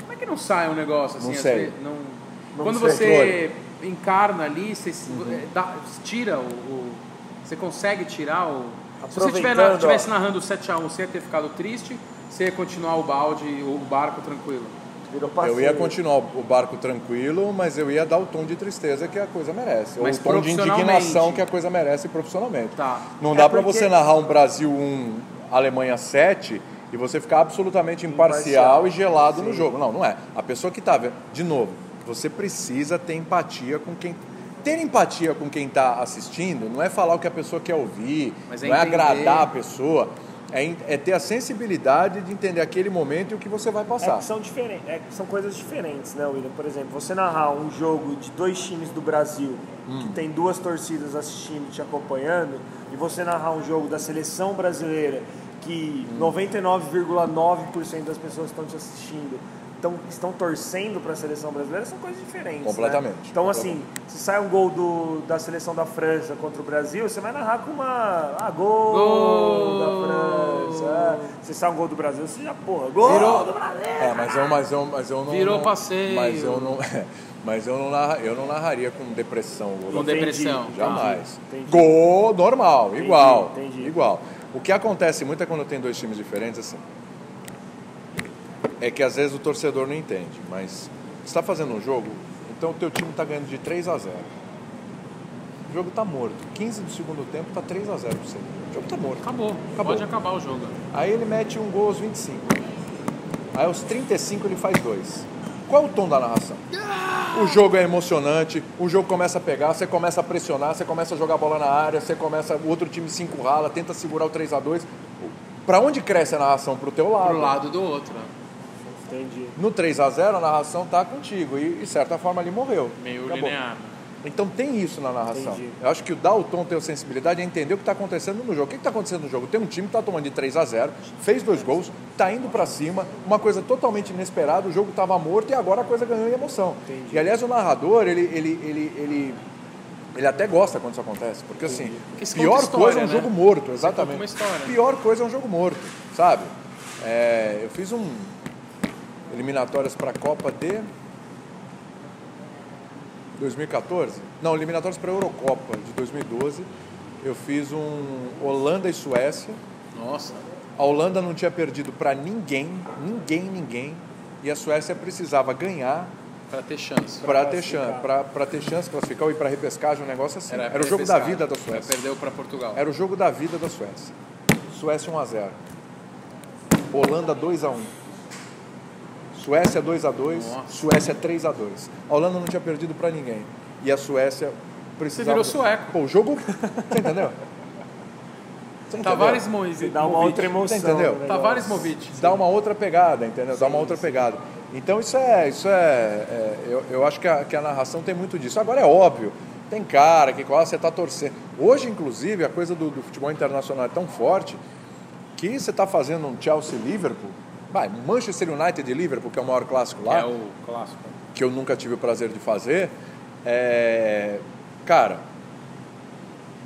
[SPEAKER 3] Como é que não sai um negócio assim?
[SPEAKER 2] Não
[SPEAKER 3] às
[SPEAKER 2] sei.
[SPEAKER 3] vezes? Não-
[SPEAKER 2] Não
[SPEAKER 3] Quando
[SPEAKER 2] sei. Uhum.
[SPEAKER 3] você encarna ali, você se- eh, dá- tira o, o- Você consegue tirar o. Se você tiver
[SPEAKER 1] Aproveitando, ó.
[SPEAKER 3] estivesse narrando o 7x1, você ia ter ficado triste, você ia continuar o balde, o barco tranquilo.
[SPEAKER 1] Virou parceiro.
[SPEAKER 2] Eu ia continuar o barco tranquilo, mas eu ia dar o tom de tristeza que a coisa merece.
[SPEAKER 3] Mas
[SPEAKER 2] ou o tom de
[SPEAKER 3] profissionalmente.
[SPEAKER 2] indignação que a coisa merece profissionalmente.
[SPEAKER 3] Tá.
[SPEAKER 2] Não
[SPEAKER 1] É
[SPEAKER 2] dá pra
[SPEAKER 1] porque-
[SPEAKER 2] você narrar um Brasil 1, Alemanha 7 e você ficar absolutamente imparcial,
[SPEAKER 1] Imparcial.
[SPEAKER 2] e gelado no jogo. Não, não é. A pessoa que tá vendo. De novo, você precisa ter empatia com quem. Ter empatia com quem está assistindo não é falar o que a pessoa quer ouvir,
[SPEAKER 3] Mas é
[SPEAKER 2] não é
[SPEAKER 3] entender.
[SPEAKER 2] agradar a pessoa, é, en- é ter a sensibilidade de entender aquele momento e o que você vai
[SPEAKER 1] É
[SPEAKER 2] passar.
[SPEAKER 1] que são, diferentes, é que são coisas diferentes, né, William? Por exemplo, você narrar um jogo de dois times do Brasil,
[SPEAKER 2] Hum.
[SPEAKER 1] que tem duas torcidas assistindo e te acompanhando, e você narrar um jogo da seleção brasileira, que
[SPEAKER 2] Hum.
[SPEAKER 1] 99,9% das pessoas estão te assistindo, tão, estão torcendo para a seleção brasileira, são coisas diferentes. né?
[SPEAKER 2] Completamente.
[SPEAKER 1] Então, assim, se sai um gol do- da seleção da França contra o Brasil, você vai narrar com uma. Ah, gol,
[SPEAKER 3] Gol!
[SPEAKER 1] da França. Ah, Se sai um gol do Brasil, você já, porra, gol
[SPEAKER 2] Virou-
[SPEAKER 1] do Brasil!
[SPEAKER 2] É, mas eu, mas eu, mas eu não.
[SPEAKER 3] Virou
[SPEAKER 2] não-
[SPEAKER 3] passeio.
[SPEAKER 2] Mas eu não. é, Mas eu não, narra- eu não narraria com depressão. o
[SPEAKER 3] Com
[SPEAKER 2] gol.
[SPEAKER 3] depressão.
[SPEAKER 1] entendi.
[SPEAKER 3] tá.
[SPEAKER 2] Jamais.
[SPEAKER 1] Entendi.
[SPEAKER 2] Gol normal, igual.
[SPEAKER 1] entendi.
[SPEAKER 2] Igual. O que acontece muito é quando tem dois times diferentes, assim. É que às vezes o torcedor não entende, mas você está fazendo um jogo, então o teu time está ganhando de 3 a 0 O jogo está morto. 15 do segundo tempo está 3 a 0 para você. O jogo está morto.
[SPEAKER 3] Acabou.
[SPEAKER 2] Acabou.
[SPEAKER 3] Pode acabar o jogo.
[SPEAKER 2] Aí ele mete um gol aos 25. Aí aos 35 ele faz dois. Qual é o tom da narração? O jogo é emocionante, o jogo começa a pegar, você começa a pressionar, você começa a jogar a bola na área, você começa. O outro time se encurrala, tenta segurar o 3 a 2 Pra onde cresce a narração? Pro teu lado.
[SPEAKER 3] Pro lado do outro. né?
[SPEAKER 1] Entendi.
[SPEAKER 2] No 3 a 0 a narração tá contigo. E, de certa forma, ele morreu.
[SPEAKER 3] Meio
[SPEAKER 2] Acabou.
[SPEAKER 3] linear.
[SPEAKER 2] Então tem isso na narração.
[SPEAKER 1] Entendi.
[SPEAKER 2] Eu acho que o dar o tom, ter a sensibilidade é entender o que está acontecendo no jogo. O que está acontecendo no jogo? Tem um time que está tomando de 3 a 0 fez dois gols, está indo para cima, uma coisa totalmente inesperada, o jogo estava morto e agora a coisa ganhou em emoção.
[SPEAKER 1] Entendi.
[SPEAKER 2] E aliás, o narrador, ele, ele, ele, ele, ele até gosta quando isso acontece, porque assim,
[SPEAKER 3] Porque se
[SPEAKER 2] pior
[SPEAKER 3] conta
[SPEAKER 2] coisa é um
[SPEAKER 3] história,
[SPEAKER 2] jogo
[SPEAKER 3] né?
[SPEAKER 2] morto, exatamente.
[SPEAKER 3] uma história.
[SPEAKER 2] Pior coisa é um jogo morto, sabe? É, eu fiz um eliminatórias para a Copa de 2014? Não, eliminatórias para a Eurocopa de 2012. Eu fiz um Holanda e Suécia.
[SPEAKER 3] Nossa.
[SPEAKER 2] A Holanda não tinha perdido para ninguém, ninguém, ninguém. E a Suécia precisava ganhar
[SPEAKER 3] Pra ter chance.
[SPEAKER 2] para ter
[SPEAKER 1] classificar.
[SPEAKER 2] chance, para ter chance classificar ou ir para repescagem, um negócio assim. Era, o
[SPEAKER 3] pra
[SPEAKER 2] jogo da
[SPEAKER 3] pescar.
[SPEAKER 2] vida da
[SPEAKER 3] Mas
[SPEAKER 2] Suécia.
[SPEAKER 3] Perdeu pra Portugal.
[SPEAKER 2] Era o jogo da vida da Suécia. Suécia 1 a 0. Holanda 2 a 1. Suécia 2 a 2,
[SPEAKER 3] Nossa.
[SPEAKER 2] Suécia 3 a 2. A Holanda não tinha perdido pra ninguém e a Suécia precisava.
[SPEAKER 3] virou sueco.
[SPEAKER 2] Pô, o jogo, você entendeu? Você um
[SPEAKER 3] Tavares
[SPEAKER 2] entendeu?
[SPEAKER 3] Moisés.
[SPEAKER 1] Dá uma outra emoção.
[SPEAKER 2] Você entendeu?
[SPEAKER 1] no negócio.
[SPEAKER 3] Tavares Movic.
[SPEAKER 2] dá uma outra pegada, entendeu? dá uma outra pegada. Então isso é, isso é, é, eu, eu acho que a, que a narração tem muito disso. Agora é óbvio, tem cara que quase você está torcendo. Hoje, inclusive, a coisa do, do futebol internacional é tão forte que você está fazendo um Chelsea e Liverpool, vai, Manchester United e Liverpool, que é o maior clássico lá
[SPEAKER 3] É o clássico.
[SPEAKER 2] que eu nunca tive o prazer de fazer, é... cara,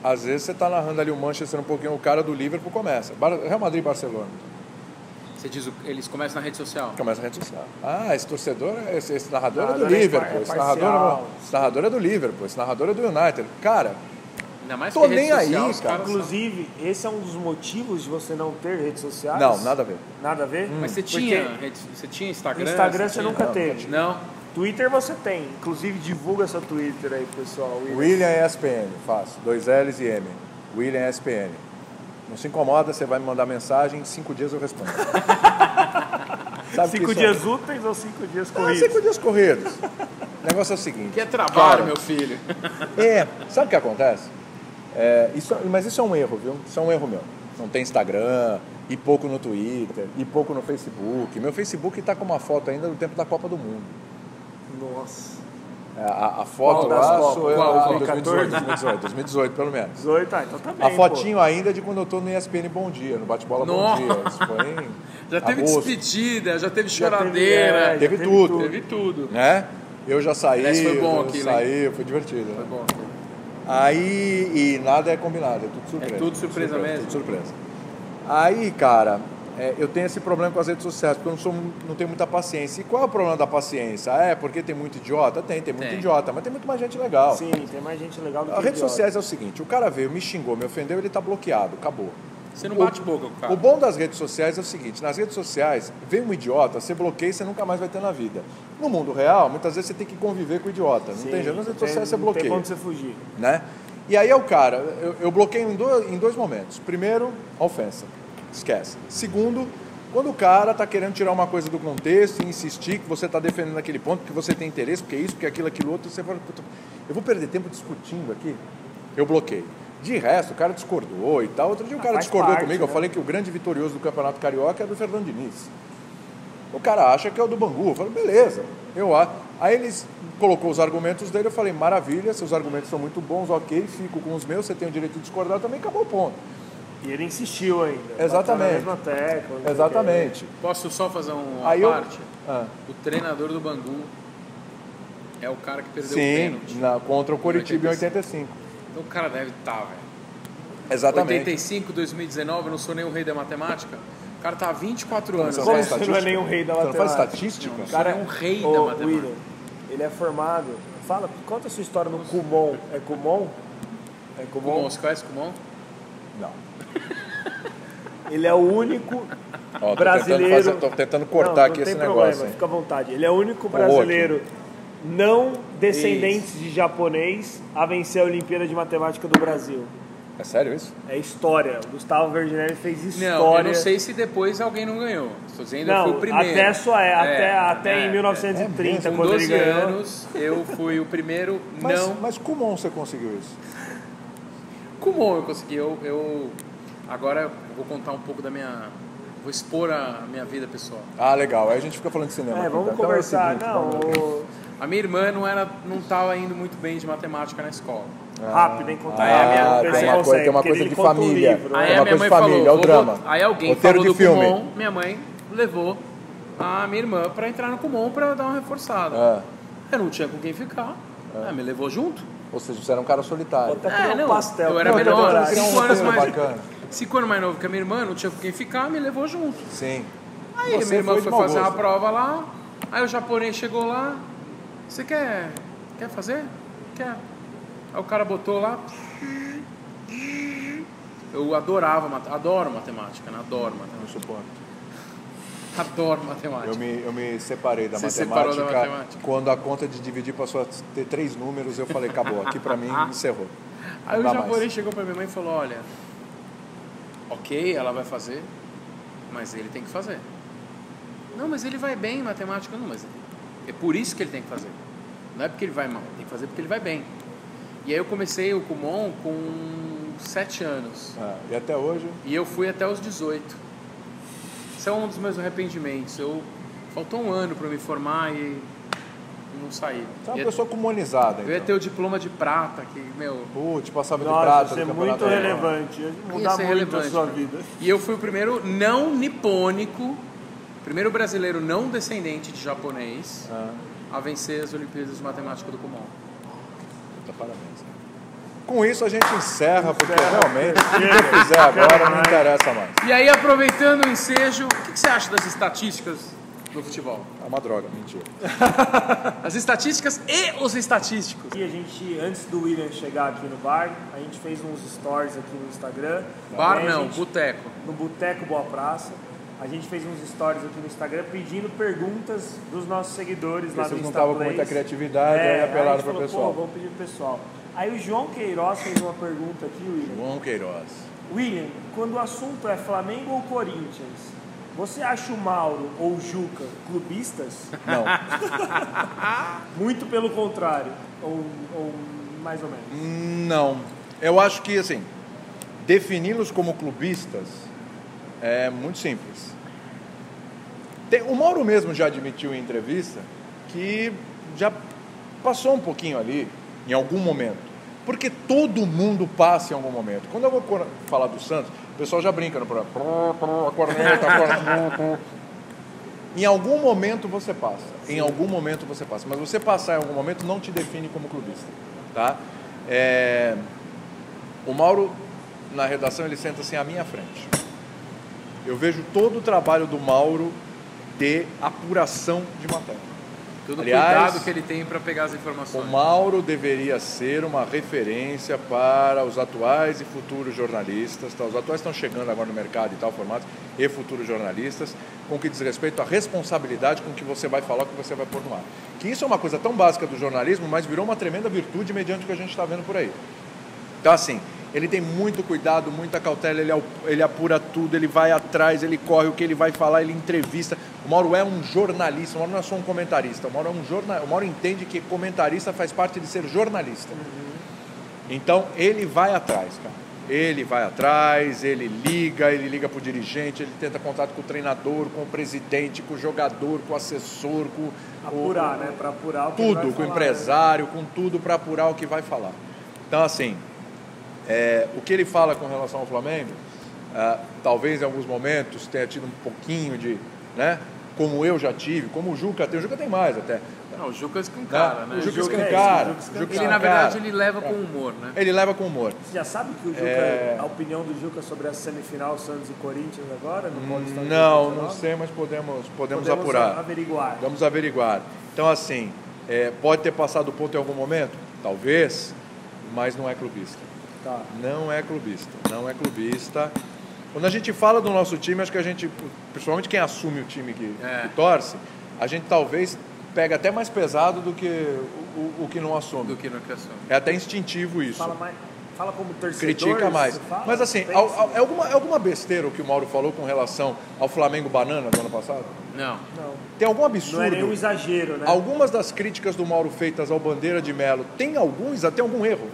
[SPEAKER 2] às vezes você está narrando ali o Manchester um pouquinho, o cara do Liverpool começa. Bar- Real Madrid e Barcelona.
[SPEAKER 3] Você diz, o- eles começam na rede social.
[SPEAKER 2] Começa a rede social. Ah, esse torcedor, esse, esse narrador, é do
[SPEAKER 1] Narrador é
[SPEAKER 2] Liverpool.
[SPEAKER 1] par- é
[SPEAKER 2] esse, narrador,
[SPEAKER 1] parcial.
[SPEAKER 2] é- esse narrador é do Liverpool. Esse narrador é do United. Cara,
[SPEAKER 3] Ainda mais
[SPEAKER 2] Tô
[SPEAKER 3] que rede
[SPEAKER 2] nem aí,
[SPEAKER 3] social, os
[SPEAKER 2] cara.
[SPEAKER 3] caras são-
[SPEAKER 1] Inclusive, esse é um dos motivos de você não ter redes sociais?
[SPEAKER 2] não, nada a ver.
[SPEAKER 1] Nada a ver?
[SPEAKER 3] Hum. Mas você
[SPEAKER 1] Porque
[SPEAKER 3] tinha, rede- você tinha Instagram?
[SPEAKER 1] Instagram você
[SPEAKER 3] tinha-
[SPEAKER 1] nunca
[SPEAKER 2] Não,
[SPEAKER 1] teve.
[SPEAKER 3] Não.
[SPEAKER 1] Twitter você tem. Inclusive, divulga seu Twitter aí, pessoal. William.
[SPEAKER 2] William é ESPN, faço. Dois L's e M. William é ESPN. Não se incomoda, você vai me mandar mensagem, em cinco dias eu respondo. Sabe que
[SPEAKER 1] Cinco
[SPEAKER 2] isso é-
[SPEAKER 1] dias úteis ou cinco dias
[SPEAKER 2] Ah,
[SPEAKER 1] corridos?
[SPEAKER 2] cinco dias corridos. O negócio é o seguinte.
[SPEAKER 3] Que é trabalho,
[SPEAKER 2] Cara.
[SPEAKER 3] meu filho.
[SPEAKER 2] É, sabe o que acontece? É, isso, mas isso é um erro, viu? Isso é um erro meu. Não tem Instagram, e pouco no Twitter, e pouco no Facebook. Meu Facebook está com uma foto ainda do tempo da Copa do Mundo.
[SPEAKER 1] Nossa.
[SPEAKER 2] É, A, a foto
[SPEAKER 1] Qual das
[SPEAKER 2] lá
[SPEAKER 1] Copas?
[SPEAKER 2] sou eu
[SPEAKER 3] Qual?
[SPEAKER 2] ah,
[SPEAKER 1] 2014?
[SPEAKER 2] 2018, 2018, 2018, pelo menos.
[SPEAKER 1] 18, ah, então tá bem.
[SPEAKER 2] A
[SPEAKER 1] pô.
[SPEAKER 2] fotinho ainda é de quando eu tô no ESPN Bom Dia, no Bate-Bola Bom
[SPEAKER 3] Nossa.
[SPEAKER 2] Dia. Isso foi em
[SPEAKER 3] Já teve
[SPEAKER 2] agosto,
[SPEAKER 3] despedida,
[SPEAKER 1] Já
[SPEAKER 3] já teve
[SPEAKER 1] teve, é,
[SPEAKER 3] choradeira.
[SPEAKER 1] já
[SPEAKER 2] Teve tudo.
[SPEAKER 3] Teve tudo.
[SPEAKER 2] né? Eu já saí,
[SPEAKER 3] Aliás, foi bom
[SPEAKER 2] eu
[SPEAKER 3] aquilo, hein?
[SPEAKER 2] saí, foi divertido.
[SPEAKER 3] Foi
[SPEAKER 2] Né?
[SPEAKER 3] bom.
[SPEAKER 2] Aí, e nada é combinado, é tudo surpresa.
[SPEAKER 3] É tudo surpresa mesmo?
[SPEAKER 2] Tudo surpresa. Aí, cara, É, eu tenho esse problema com as redes sociais, porque eu não, sou, mu- não tenho muita paciência. E qual é o problema da paciência? Ah, É, porque tem muito idiota? Tem, tem muito
[SPEAKER 3] Tem.
[SPEAKER 2] idiota, mas tem muito mais gente legal.
[SPEAKER 1] Sim, tem mais gente legal do que
[SPEAKER 2] As redes
[SPEAKER 1] idiota.
[SPEAKER 2] sociais é o seguinte, o cara veio, me xingou, me ofendeu, ele tá bloqueado, acabou.
[SPEAKER 3] Você não bate boca com o cara.
[SPEAKER 2] O bom das redes sociais é o seguinte: nas redes sociais, vem um idiota, você bloqueia e você nunca mais vai ter na vida. No mundo real, muitas vezes você tem que conviver com o idiota. Não
[SPEAKER 1] Sim,
[SPEAKER 2] tem jeito. Nas redes
[SPEAKER 1] tem-
[SPEAKER 2] sociais você
[SPEAKER 1] não Tem
[SPEAKER 2] bloqueia.
[SPEAKER 1] como você fugir.
[SPEAKER 2] né? E aí é o cara, eu, eu bloqueio em dois, em dois momentos. Primeiro, a ofensa. Esquece. Segundo, quando o cara tá querendo tirar uma coisa do contexto e insistir que você está defendendo aquele ponto, que você tem interesse, porque é isso, porque aquilo, aquilo outro, você fala, "Puta, eu vou perder tempo discutindo aqui. Eu bloqueio. De resto, o cara discordou e tal. Outro dia o cara
[SPEAKER 1] faz
[SPEAKER 2] discordou
[SPEAKER 1] parte,
[SPEAKER 2] comigo, eu
[SPEAKER 1] né?
[SPEAKER 2] falei que o grande vitorioso do Campeonato Carioca é do Fernando Diniz. O cara acha que é o do Bangu. Eu falo, beleza. Eu acho. Aí eles colocou os argumentos dele, eu falei, maravilha, seus argumentos são muito bons, ok, fico com os meus, você tem o direito de discordar também, acabou o ponto.
[SPEAKER 1] E ele insistiu ainda.
[SPEAKER 2] Exatamente.
[SPEAKER 1] Bateu na mesma tecla. não sei o
[SPEAKER 2] Exatamente.
[SPEAKER 3] Posso só fazer um- uma
[SPEAKER 2] Aí eu.
[SPEAKER 3] parte?
[SPEAKER 2] Ah,
[SPEAKER 3] O treinador do Bangu é o cara que perdeu o
[SPEAKER 2] sim,
[SPEAKER 3] pênalti.
[SPEAKER 2] na- contra o Coritiba em 85.
[SPEAKER 3] Então o cara deve estar, velho.
[SPEAKER 2] Exatamente.
[SPEAKER 3] 85, 2019, eu não sou nem o rei da matemática. O cara tá há 24 anos.
[SPEAKER 2] Você
[SPEAKER 1] Como
[SPEAKER 2] Então, faz
[SPEAKER 1] você não é
[SPEAKER 2] estatística?
[SPEAKER 1] nenhum rei da
[SPEAKER 2] Você não faz
[SPEAKER 1] matemática?
[SPEAKER 2] estatística?
[SPEAKER 1] quê.
[SPEAKER 3] O cara é um rei
[SPEAKER 1] ô,
[SPEAKER 3] da matemática.
[SPEAKER 1] William, ele é formado. Fala, conta a sua história no Kumon. É Kumon? É
[SPEAKER 3] Kumon,
[SPEAKER 1] Kumon?
[SPEAKER 3] você conhece Kumon?
[SPEAKER 2] Não.
[SPEAKER 1] Ele é o único
[SPEAKER 2] Ó, tô
[SPEAKER 1] brasileiro.
[SPEAKER 2] tentando fazer- tô tentando cortar
[SPEAKER 1] Não, não
[SPEAKER 2] aqui
[SPEAKER 1] tem
[SPEAKER 2] esse
[SPEAKER 1] problema,
[SPEAKER 2] negócio, hein?
[SPEAKER 1] Fica à vontade. Ele é o único
[SPEAKER 2] Boa
[SPEAKER 1] brasileiro não descendente de japonês a vencer a Olimpíada de Matemática do Brasil.
[SPEAKER 2] É sério isso?
[SPEAKER 1] É história. O Gustavo Verginelli fez história.
[SPEAKER 3] Não, eu não sei se depois alguém não ganhou. Estou dizendo eu fui
[SPEAKER 1] Não,
[SPEAKER 3] o primeiro.
[SPEAKER 1] até, sua, é, até,
[SPEAKER 3] É,
[SPEAKER 1] até
[SPEAKER 3] é,
[SPEAKER 1] em
[SPEAKER 2] É
[SPEAKER 1] 1930,
[SPEAKER 2] mesmo?
[SPEAKER 3] Com
[SPEAKER 1] quando
[SPEAKER 3] 12
[SPEAKER 1] ele ganhou.
[SPEAKER 3] anos, eu fui o primeiro.
[SPEAKER 2] Mas,
[SPEAKER 3] não.
[SPEAKER 2] mas como você conseguiu isso?
[SPEAKER 3] Kumon eu consegui. Eu, eu- agora eu vou contar um pouco da minha. Vou expor a minha vida pessoal.
[SPEAKER 2] Ah, legal. Aí a gente fica falando de cinema.
[SPEAKER 1] É,
[SPEAKER 2] aqui,
[SPEAKER 1] vamos
[SPEAKER 2] tá? Então é o
[SPEAKER 1] conversar. né?
[SPEAKER 2] seguinte,
[SPEAKER 1] não,
[SPEAKER 2] vamos-
[SPEAKER 1] o-
[SPEAKER 3] A minha irmã não era, não estava indo muito bem de matemática na escola.
[SPEAKER 1] rápido, hein? Contar
[SPEAKER 3] Aí a minha-
[SPEAKER 2] Ah,
[SPEAKER 3] aí
[SPEAKER 2] tem
[SPEAKER 3] a-
[SPEAKER 2] uma coisa, tem uma
[SPEAKER 1] porque
[SPEAKER 2] coisa
[SPEAKER 1] ele
[SPEAKER 2] de
[SPEAKER 1] conta um
[SPEAKER 2] família.
[SPEAKER 1] livro,
[SPEAKER 2] é
[SPEAKER 3] Aí
[SPEAKER 2] uma
[SPEAKER 3] a minha
[SPEAKER 2] coisa
[SPEAKER 3] mãe
[SPEAKER 2] de família,
[SPEAKER 3] falou,
[SPEAKER 2] é o
[SPEAKER 3] vou
[SPEAKER 2] drama.
[SPEAKER 3] bot- Aí alguém
[SPEAKER 2] Roteiro
[SPEAKER 3] falou
[SPEAKER 2] de
[SPEAKER 3] do
[SPEAKER 2] filme.
[SPEAKER 3] Kumon, minha mãe levou a minha irmã para entrar no Kumon para dar uma reforçada.
[SPEAKER 2] Ah,
[SPEAKER 3] Eu não tinha com quem ficar.
[SPEAKER 2] É.
[SPEAKER 3] Ela me levou junto.
[SPEAKER 2] ou seja, você era um cara solitário.
[SPEAKER 1] Até criar um
[SPEAKER 3] Ah, não,
[SPEAKER 1] pastel.
[SPEAKER 3] eu era
[SPEAKER 1] Não,
[SPEAKER 2] eu tô
[SPEAKER 3] menor,
[SPEAKER 1] tentando
[SPEAKER 2] tentando criar
[SPEAKER 1] criar
[SPEAKER 2] um
[SPEAKER 3] cinco anos
[SPEAKER 2] roteiro
[SPEAKER 3] mais.
[SPEAKER 2] bacana.
[SPEAKER 3] Cinco anos mais novo que a minha irmã, não tinha com quem ficar, me levou junto.
[SPEAKER 2] Sim.
[SPEAKER 3] Aí
[SPEAKER 2] Você
[SPEAKER 3] minha irmã
[SPEAKER 2] foi
[SPEAKER 3] foi,
[SPEAKER 2] de mau
[SPEAKER 3] fazer uma
[SPEAKER 2] gosto.
[SPEAKER 3] prova lá, aí o japonês chegou lá, você quer, quer fazer? Quer. Aí o cara botou lá. Eu adorava, mat- adoro matemática, né? Adoro
[SPEAKER 2] Não
[SPEAKER 3] matemática.
[SPEAKER 2] suporto.
[SPEAKER 3] Adoro matemática.
[SPEAKER 2] Eu me, eu me separei da,
[SPEAKER 3] Você
[SPEAKER 2] matemática,
[SPEAKER 3] separou da matemática.
[SPEAKER 2] Quando a conta de dividir passou a ter três números, eu falei, acabou. Aqui pra mim
[SPEAKER 3] Ah.
[SPEAKER 2] encerrou.
[SPEAKER 3] Aí
[SPEAKER 2] Não
[SPEAKER 3] o
[SPEAKER 2] dá
[SPEAKER 3] japonês
[SPEAKER 2] mais.
[SPEAKER 3] chegou pra minha mãe e falou, olha, ok, ela vai fazer, mas ele tem que fazer. Não, mas ele vai bem em matemática, não, mas é por isso que ele tem que fazer. Não é porque ele vai mal, tem que fazer porque ele vai bem. E aí eu comecei o Kumon com 7 anos.
[SPEAKER 2] Ah, e até hoje,
[SPEAKER 3] E eu fui até os 18. Isso é um dos meus arrependimentos. Eu faltou um ano para me formar e não saí.
[SPEAKER 2] você é uma
[SPEAKER 3] Ia-
[SPEAKER 2] pessoa comunizada.
[SPEAKER 3] eu ia ter
[SPEAKER 2] Então.
[SPEAKER 3] o diploma de prata, que, meu,
[SPEAKER 2] Pô, te passava de
[SPEAKER 1] Nossa,
[SPEAKER 2] prata.
[SPEAKER 1] isso é
[SPEAKER 2] do
[SPEAKER 1] muito
[SPEAKER 2] campeonato.
[SPEAKER 1] relevante. Mudar
[SPEAKER 3] ser
[SPEAKER 1] muito
[SPEAKER 3] relevante,
[SPEAKER 1] a sua
[SPEAKER 3] né?
[SPEAKER 1] vida.
[SPEAKER 3] E eu fui o primeiro não nipônico, primeiro brasileiro não descendente de japonês
[SPEAKER 2] Ah,
[SPEAKER 3] a vencer as Olimpíadas de Matemática do Kumon.
[SPEAKER 2] puta, tá, parabéns. Com isso a gente encerra, porque
[SPEAKER 1] Encerra,
[SPEAKER 2] realmente o que
[SPEAKER 1] chega,
[SPEAKER 2] eu fizer agora
[SPEAKER 1] quero
[SPEAKER 2] não
[SPEAKER 1] mais.
[SPEAKER 2] interessa mais.
[SPEAKER 3] E aí, aproveitando o ensejo, o que que você acha das estatísticas do futebol?
[SPEAKER 2] É uma droga, mentira.
[SPEAKER 3] As estatísticas e os estatísticos.
[SPEAKER 1] E a gente, antes do William chegar aqui no bar, a gente fez uns stories aqui no Instagram.
[SPEAKER 3] Bar
[SPEAKER 1] Aí a
[SPEAKER 3] não,
[SPEAKER 1] gente-
[SPEAKER 3] boteco.
[SPEAKER 1] no Boteco Boa Praça. A gente fez uns stories aqui no Instagram pedindo perguntas dos nossos seguidores lá É,
[SPEAKER 2] Porque vocês
[SPEAKER 1] no
[SPEAKER 2] não
[SPEAKER 1] Instagram.
[SPEAKER 2] estavam com muita criatividade, aí apelaram pro
[SPEAKER 1] Pô,
[SPEAKER 2] pessoal.
[SPEAKER 1] vamos pedir pro pessoal. Aí o João Queiroz fez uma pergunta aqui, William.
[SPEAKER 2] João Queiroz.
[SPEAKER 1] William, quando o assunto é Flamengo ou Corinthians, você acha o Mauro ou o Juca clubistas?
[SPEAKER 2] Não.
[SPEAKER 1] Muito pelo contrário. Ou, ou mais ou menos.
[SPEAKER 2] Não. Eu acho que, assim, defini-los como clubistas é muito simples. Tem- o Mauro mesmo já admitiu em entrevista que já passou um pouquinho ali, em algum momento. Porque todo mundo passa em algum momento. Quando eu vou cor- falar do Santos, o pessoal já brinca no programa. Pró, pró, A corneta, a corneta. Em algum momento você passa. Em algum momento você passa. Mas você passar em algum momento não te define como clubista. Tá? É, O Mauro, na redação, ele senta assim à minha frente. Eu vejo todo o trabalho do Mauro de apuração de matéria.
[SPEAKER 3] Todo
[SPEAKER 2] Aliás,
[SPEAKER 3] cuidado que ele tem para pegar as
[SPEAKER 2] O
[SPEAKER 3] informações.
[SPEAKER 2] Mauro deveria ser uma referência para os atuais e futuros jornalistas. tá? Os atuais estão chegando agora no mercado e tal formato, e futuros jornalistas, com o que diz respeito à responsabilidade com que você vai falar, o que você vai pôr no ar. Que isso é uma coisa tão básica do jornalismo, mas virou uma tremenda virtude mediante o que a gente está vendo por aí. Então, assim, ele tem muito cuidado, muita cautela, ele, au- ele apura tudo, ele vai atrás, ele corre o que ele vai falar, ele entrevista. O Mauro é um jornalista, o Mauro não é só um comentarista. O Mauro, é um jorna... o Mauro entende que comentarista faz parte de ser jornalista.
[SPEAKER 1] Uhum.
[SPEAKER 2] Então, ele vai atrás, cara. Ele vai atrás, ele liga, ele liga para o dirigente, ele tenta contato com o treinador, com o presidente, com o jogador, com o assessor, com o-
[SPEAKER 1] Apurar, né? Pra apurar o que ele vai
[SPEAKER 2] tudo, com o
[SPEAKER 1] falar, né?
[SPEAKER 2] empresário, com tudo para apurar o que vai falar. Então, assim, é, o que ele fala com relação ao Flamengo, ah, talvez em alguns momentos tenha tido um pouquinho de, né? Como eu já tive, como o Juca tem, o Juca tem mais até. né?
[SPEAKER 3] Não, o Juca escancara, né?
[SPEAKER 2] O Juca
[SPEAKER 1] Juca é isso,
[SPEAKER 2] escancara.
[SPEAKER 1] o Juca
[SPEAKER 2] o Juca
[SPEAKER 3] Ele, na
[SPEAKER 2] escancara.
[SPEAKER 3] verdade, ele leva com humor, né?
[SPEAKER 2] Ele leva com humor.
[SPEAKER 1] Você já sabe que o Juca,
[SPEAKER 2] É.
[SPEAKER 1] a opinião do Juca sobre a semifinal Santos e Corinthians agora? No Paulistão de
[SPEAKER 2] Não,
[SPEAKER 1] 2019?
[SPEAKER 2] não sei, mas podemos, podemos,
[SPEAKER 1] Podemos
[SPEAKER 2] apurar.
[SPEAKER 1] averiguar.
[SPEAKER 2] Vamos averiguar. Então, assim, é, pode ter passado o ponto em algum momento? Talvez, mas não é clubista.
[SPEAKER 1] Tá.
[SPEAKER 2] Não é clubista, não é clubista. Quando a gente fala do nosso time, acho que a gente, principalmente quem assume o time que,
[SPEAKER 3] É.
[SPEAKER 2] que torce, a gente talvez pega até mais pesado do que o, o- o que não assume.
[SPEAKER 3] Do que no questão.
[SPEAKER 2] É até instintivo isso.
[SPEAKER 1] Fala, mais, fala como torcedor.
[SPEAKER 2] Critica mais.
[SPEAKER 1] você fala?
[SPEAKER 2] Mas assim,
[SPEAKER 1] Pensa.
[SPEAKER 2] al- al- é alguma, é alguma besteira o que o Mauro falou com relação ao Flamengo Banana do ano passado?
[SPEAKER 3] Não.
[SPEAKER 1] Não,
[SPEAKER 2] Tem algum absurdo?
[SPEAKER 1] não é nenhum exagero, né?
[SPEAKER 2] Algumas das críticas do Mauro feitas ao Bandeira de Melo, tem alguns, até algum erro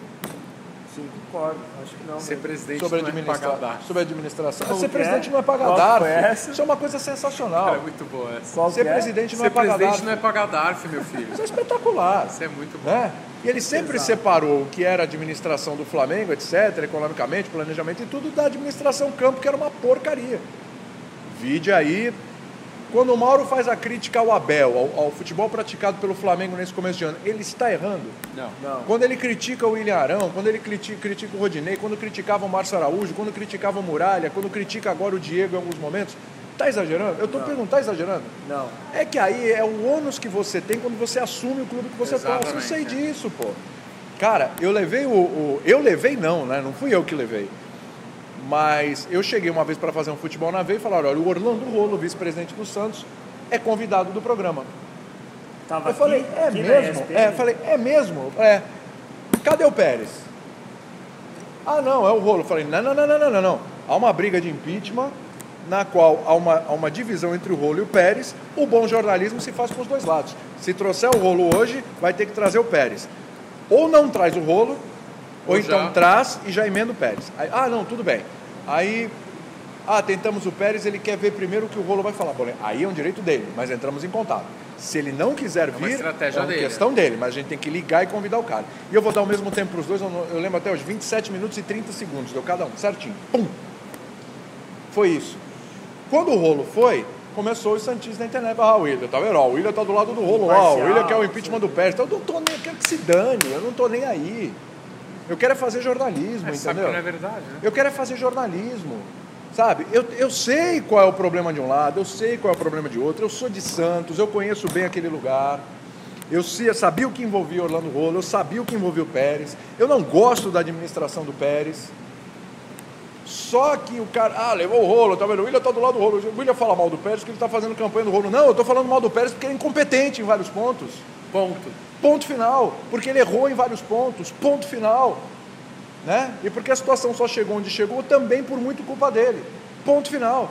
[SPEAKER 1] Sim, concordo. Acho que não.
[SPEAKER 3] Ser
[SPEAKER 1] mesmo.
[SPEAKER 3] presidente
[SPEAKER 2] sobre,
[SPEAKER 3] não é
[SPEAKER 2] administra-
[SPEAKER 3] pagadar.
[SPEAKER 2] sobre administração.
[SPEAKER 1] Como
[SPEAKER 2] Ser
[SPEAKER 1] que
[SPEAKER 2] presidente
[SPEAKER 1] é?
[SPEAKER 2] não é
[SPEAKER 1] Qual
[SPEAKER 2] pagadar.
[SPEAKER 1] foi
[SPEAKER 2] filho.
[SPEAKER 1] essa?
[SPEAKER 2] Isso é uma coisa sensacional.
[SPEAKER 3] É muito boa essa.
[SPEAKER 1] Qual
[SPEAKER 2] Ser
[SPEAKER 1] que é?
[SPEAKER 2] presidente não é
[SPEAKER 3] Ser
[SPEAKER 2] pagadar.
[SPEAKER 3] presidente não
[SPEAKER 2] filho.
[SPEAKER 3] é pagar DARF, meu filho.
[SPEAKER 2] Isso é espetacular.
[SPEAKER 3] Isso é muito bom.
[SPEAKER 2] né? E ele sempre
[SPEAKER 1] Exato.
[SPEAKER 2] separou o que era administração do Flamengo, etc., economicamente, planejamento e tudo da administração campo, que era uma porcaria. Vide aí. Quando o Mauro faz a crítica ao Abel, ao, ao futebol praticado pelo Flamengo nesse começo de ano, ele está errando.
[SPEAKER 3] Não.
[SPEAKER 1] Não.
[SPEAKER 2] Quando ele critica o William Arão, quando ele critica, critica o Rodinei, quando criticava o Márcio Araújo, quando criticava o Muralha, quando critica agora o Diego em alguns momentos, tá exagerando? Eu tô perguntando, tá exagerando?
[SPEAKER 1] Não.
[SPEAKER 2] É que aí é o ônus que você tem quando você assume o clube que você torce. Eu
[SPEAKER 3] Exatamente,
[SPEAKER 2] sei
[SPEAKER 3] é.
[SPEAKER 2] disso, pô. Cara, eu levei o, o- Eu levei não, né? Não fui eu que levei. Mas eu cheguei uma vez para fazer um futebol na veia e falaram, olha, o Orlando Rolo, vice-presidente do Santos, é convidado do programa.
[SPEAKER 1] Tava
[SPEAKER 2] Eu falei,
[SPEAKER 1] aqui,
[SPEAKER 2] é
[SPEAKER 1] aqui na
[SPEAKER 2] mesmo?
[SPEAKER 1] ESPN.
[SPEAKER 2] É, eu falei, é mesmo? É. Cadê o Pérez? Ah, não, é o rolo. Eu falei, não, não, não, não, não, não, não. Há uma briga de impeachment na qual há uma, há uma divisão entre o rolo e o Pérez. O bom jornalismo se faz com os dois lados. Se trouxer o rolo hoje, vai ter que trazer o Pérez. Ou não traz o rolo, ou,
[SPEAKER 3] Ou
[SPEAKER 2] então
[SPEAKER 3] já.
[SPEAKER 2] traz e já emenda o Pérez. Aí, ah, não, tudo bem. Aí, ah, tentamos o Pérez, ele quer ver primeiro o que o rolo vai falar. Bom, aí é um direito dele, mas entramos em contato. Se ele não quiser
[SPEAKER 3] uma
[SPEAKER 2] vir,
[SPEAKER 3] estratégia
[SPEAKER 2] é uma
[SPEAKER 3] dele. né?
[SPEAKER 2] questão dele, mas a gente tem que ligar e convidar o cara. E eu vou dar ao mesmo tempo para os dois, eu, não- eu lembro até hoje, 27 minutos e 30 segundos, deu cada um, certinho. Pum! Foi isso. Quando o rolo foi, começou os Santis na internet. Ah, o William, tá vendo? Ó, o William tá do lado do rolo lá, o
[SPEAKER 1] Imparcial,
[SPEAKER 2] William quer o impeachment do Pérez. Então, eu não tô nem, eu quero que se dane, eu não tô nem aí. Eu quero é fazer jornalismo,
[SPEAKER 3] É, sabe
[SPEAKER 2] entendeu?
[SPEAKER 3] que não é verdade, né?
[SPEAKER 2] Eu quero é fazer jornalismo. Sabe? Eu, eu sei qual é o problema de um lado, eu sei qual é o problema de outro. Eu sou de Santos, eu conheço bem aquele lugar. Eu, se- eu sabia o que envolvia Orlando Rolo, eu sabia o que envolvia o Pérez. Eu não gosto da administração do Pérez. Só que o cara, ah, levou o rolo, tá vendo? O William tá do lado do rolo. O William fala mal do Pérez porque ele tá fazendo campanha do rolo. Não, eu tô falando mal do Pérez porque ele é incompetente em vários pontos.
[SPEAKER 3] Ponto.
[SPEAKER 2] Ponto final, porque ele errou em vários pontos. Ponto final. Né? E porque a situação só chegou onde chegou também por muito culpa dele. Ponto final.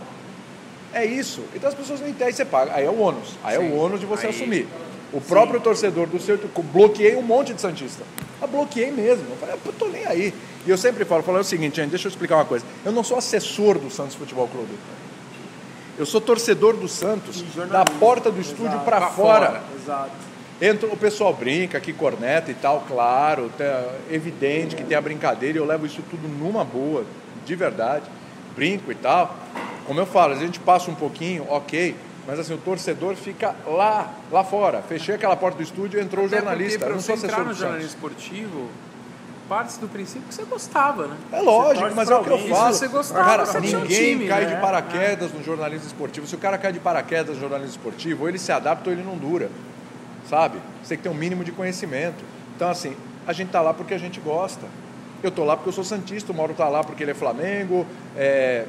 [SPEAKER 2] É isso. Então as pessoas não entendem, você paga. Aí é o ônus. Aí é
[SPEAKER 3] Sim.
[SPEAKER 2] o ônus de você
[SPEAKER 3] Aí-
[SPEAKER 2] assumir. O próprio torcedor do seu bloqueei um monte de Santista. Eu bloqueei mesmo. Eu falei, "Ah, eu tô nem aí. E eu sempre falo, falo é o seguinte, gente, deixa eu explicar uma coisa. Eu não sou assessor do Santos Futebol Clube. Eu sou torcedor do Santos,
[SPEAKER 1] E
[SPEAKER 2] da
[SPEAKER 1] jornalista,
[SPEAKER 2] porta do estúdio
[SPEAKER 1] exato. Tá
[SPEAKER 2] para
[SPEAKER 3] Pra
[SPEAKER 2] fora.
[SPEAKER 3] fora.
[SPEAKER 1] Exato.
[SPEAKER 2] Entra, o pessoal brinca, que corneta e tal, claro, tá- é evidente que tem a brincadeira, e eu levo isso tudo numa boa, de verdade, brinco e tal. Como eu falo, a gente passa um pouquinho, ok, mas assim, o torcedor fica lá, lá fora. Fechei aquela porta do estúdio, entrou o
[SPEAKER 3] Até porque
[SPEAKER 2] jornalista,
[SPEAKER 3] Pra
[SPEAKER 2] eu não
[SPEAKER 3] você
[SPEAKER 2] sou assessor
[SPEAKER 3] entrar
[SPEAKER 2] do
[SPEAKER 3] no
[SPEAKER 2] Santos.
[SPEAKER 3] jornalismo esportivo, parte do princípio é que você gostava, né?
[SPEAKER 2] É lógico,
[SPEAKER 1] torce
[SPEAKER 2] mas é
[SPEAKER 1] pra
[SPEAKER 2] o que eu
[SPEAKER 1] alguém.
[SPEAKER 2] falo.
[SPEAKER 3] Isso você gostava,
[SPEAKER 2] cara,
[SPEAKER 3] você tinha um
[SPEAKER 2] ninguém
[SPEAKER 3] time,
[SPEAKER 2] cai
[SPEAKER 3] né?
[SPEAKER 2] de paraquedas no jornalismo esportivo. Se o cara cai de paraquedas no jornalismo esportivo, ou ele se adapta ou ele não dura. Sabe? Você tem que ter um mínimo de conhecimento. Então, assim, a gente tá lá porque a gente gosta. Eu tô lá porque eu sou Santista, o Mauro tá lá porque ele é Flamengo, é,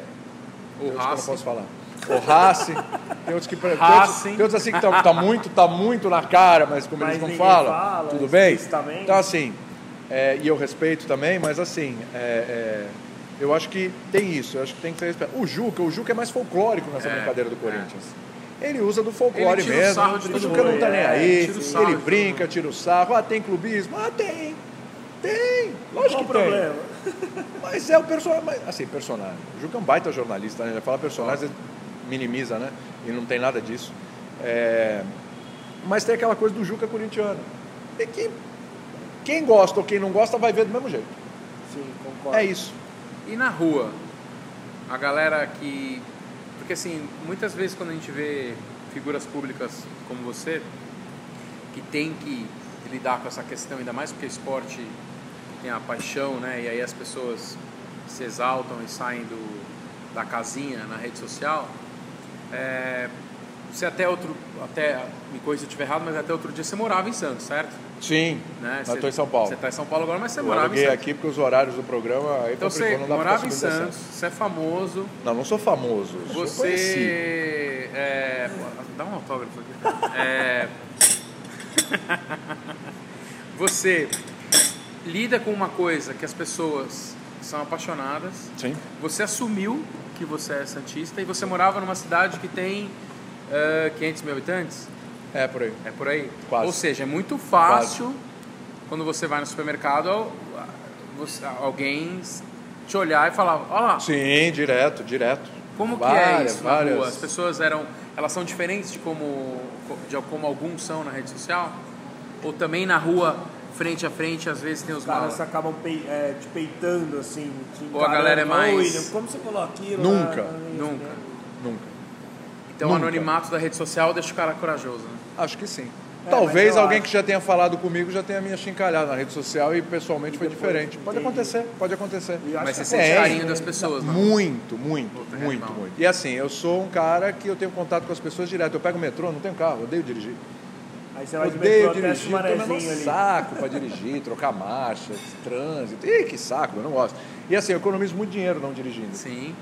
[SPEAKER 3] O
[SPEAKER 2] tem outros que eu não
[SPEAKER 3] Racing.
[SPEAKER 2] posso falar. O Racing. Tem outros que. Tem outros,
[SPEAKER 3] Racing.
[SPEAKER 2] tem outros assim que tá, tá muito, tá muito na cara, mas como
[SPEAKER 1] Mas
[SPEAKER 2] eles não
[SPEAKER 1] ninguém
[SPEAKER 2] falam.
[SPEAKER 1] fala,
[SPEAKER 2] tudo bem?
[SPEAKER 1] explicitamente.
[SPEAKER 2] Então, assim. é, e eu respeito também, mas assim. é, é, eu acho que tem isso. Eu acho que tem que ter respeito. O Juca, o Juca é mais folclórico nessa
[SPEAKER 3] É,
[SPEAKER 2] brincadeira do
[SPEAKER 3] é.
[SPEAKER 2] Corinthians. Ele usa do folclore
[SPEAKER 3] Ele tira o
[SPEAKER 2] mesmo.
[SPEAKER 3] sarro de
[SPEAKER 2] o
[SPEAKER 3] todo
[SPEAKER 2] Juca não
[SPEAKER 1] mundo,
[SPEAKER 2] tá nem
[SPEAKER 1] é,
[SPEAKER 2] aí.
[SPEAKER 3] tira o sarro
[SPEAKER 2] ele
[SPEAKER 3] de todo
[SPEAKER 2] brinca, tira o sarro. Ah, tem clubismo? Ah, tem. Tem.
[SPEAKER 1] Qual
[SPEAKER 2] Lógico
[SPEAKER 1] o
[SPEAKER 2] que tem.
[SPEAKER 1] problema?
[SPEAKER 2] Mas é o personagem. mas- Assim, personagem. O Juca é um baita jornalista, né? Ele fala personagem, às vezes minimiza, né? E não tem nada disso. É, Mas tem aquela coisa do Juca corintiano. É que quem gosta ou quem não gosta vai ver do mesmo jeito.
[SPEAKER 1] Sim, concordo.
[SPEAKER 2] É isso.
[SPEAKER 3] E na rua? A galera que. Porque assim, muitas vezes quando a gente vê figuras públicas como você, que tem que lidar com essa questão, ainda mais porque esporte tem a paixão, né? E aí as pessoas se exaltam e saem do, da casinha na rede social. É, você até outro. Até, me corrija se eu estiver errado, mas até outro dia você morava em Santos, certo?
[SPEAKER 2] Sim.
[SPEAKER 3] Né?
[SPEAKER 2] Mas
[SPEAKER 3] Você-
[SPEAKER 2] eu tô em São Paulo.
[SPEAKER 3] Você está em São Paulo agora, mas você
[SPEAKER 2] Eu
[SPEAKER 3] morava em
[SPEAKER 2] aluguei
[SPEAKER 3] Santos.
[SPEAKER 2] aqui porque os horários do programa aí complicou,
[SPEAKER 3] Então você
[SPEAKER 2] não dá pra
[SPEAKER 3] morava em
[SPEAKER 2] subir dessa.
[SPEAKER 3] Santos, você é famoso,
[SPEAKER 2] Não, não sou famoso. sou conhecido.
[SPEAKER 3] você. É, pô, dá um autógrafo aqui. É, você lida com uma coisa que as pessoas são apaixonadas.
[SPEAKER 2] Sim.
[SPEAKER 3] Você assumiu que você é Santista e você morava numa cidade que tem eh, 500 mil habitantes?
[SPEAKER 2] É por aí.
[SPEAKER 3] É por aí?
[SPEAKER 2] Quase.
[SPEAKER 3] Ou seja, é muito fácil quando você vai no supermercado al- você- alguém te olhar e falar: Olha lá,
[SPEAKER 2] Sim, direto, direto.
[SPEAKER 3] como que é
[SPEAKER 2] Várias,
[SPEAKER 3] isso
[SPEAKER 2] várias.
[SPEAKER 3] na rua? As pessoas eram, elas são diferentes de como, de como alguns são na rede social? Ou também na rua, frente a frente, às vezes tem os
[SPEAKER 1] Os caras
[SPEAKER 3] malas?
[SPEAKER 1] acabam pei- é, te peitando, assim. Te
[SPEAKER 3] Ou a galera é
[SPEAKER 1] encarando.
[SPEAKER 3] mais-
[SPEAKER 1] Ô, William, como você falou aquilo?
[SPEAKER 2] Nunca,
[SPEAKER 1] Ah, não, isso,
[SPEAKER 3] nunca.
[SPEAKER 1] né?
[SPEAKER 2] Nunca.
[SPEAKER 3] Então o
[SPEAKER 2] Nunca.
[SPEAKER 3] anonimato da rede social deixa o cara corajoso, né?
[SPEAKER 2] Acho que sim.
[SPEAKER 1] É, mas
[SPEAKER 2] Talvez
[SPEAKER 1] eu
[SPEAKER 2] alguém
[SPEAKER 1] acho.
[SPEAKER 2] que já tenha falado comigo já tenha me achincalhado na rede social e pessoalmente
[SPEAKER 1] E
[SPEAKER 2] foi
[SPEAKER 1] depois,
[SPEAKER 2] diferente. Pode
[SPEAKER 1] entendi.
[SPEAKER 2] acontecer, pode acontecer.
[SPEAKER 1] E eu acho
[SPEAKER 3] Mas
[SPEAKER 1] que
[SPEAKER 3] você sente
[SPEAKER 2] é,
[SPEAKER 3] carinho
[SPEAKER 1] né?
[SPEAKER 3] das pessoas, né?
[SPEAKER 2] Muito, muito,
[SPEAKER 3] Puta, é
[SPEAKER 2] muito,
[SPEAKER 3] animal.
[SPEAKER 2] muito. E assim, eu sou um cara que eu tenho contato com as pessoas direto. Eu pego o metrô, não tenho carro, odeio dirigir.
[SPEAKER 1] Aí você vai de metrô
[SPEAKER 2] odeio
[SPEAKER 1] até
[SPEAKER 2] dirigir, eu tô
[SPEAKER 1] Sumarezinho
[SPEAKER 2] um
[SPEAKER 1] ali.
[SPEAKER 2] saco pra dirigir, trocar marcha, trânsito. Ih, que saco, eu não gosto. E assim, eu economizo muito dinheiro não dirigindo,
[SPEAKER 3] Sim.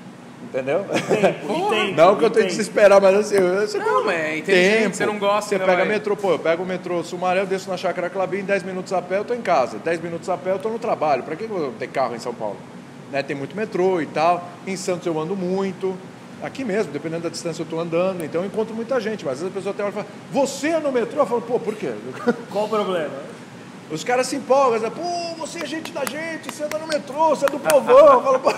[SPEAKER 2] entendeu?
[SPEAKER 1] Tempo, e
[SPEAKER 3] Porra.
[SPEAKER 1] tempo,
[SPEAKER 2] Não que eu
[SPEAKER 1] e
[SPEAKER 2] tenho
[SPEAKER 1] tempo.
[SPEAKER 2] que se esperar, mas assim, eu, eu,
[SPEAKER 3] Não, é inteligente, você não gosta,
[SPEAKER 2] Você
[SPEAKER 3] né,
[SPEAKER 2] pega
[SPEAKER 3] vai?
[SPEAKER 2] metrô, pô, eu pego o metrô Sumaré, eu desço na Chácara Clabim, em 10 minutos a pé eu tô em casa, 10 minutos a pé eu tô no trabalho. Pra que eu vou ter carro em São Paulo? Né, tem muito metrô e tal. Em Santos eu ando muito. Aqui mesmo, dependendo da distância eu tô andando, então eu encontro muita gente, mas às vezes a pessoa até olha e fala, você é no metrô? Eu falo, pô, por quê?
[SPEAKER 1] Qual o problema?
[SPEAKER 2] Os caras se empolgam, né? pô, você é gente da gente, você anda no metrô, você é do povão. Eu falo, pô,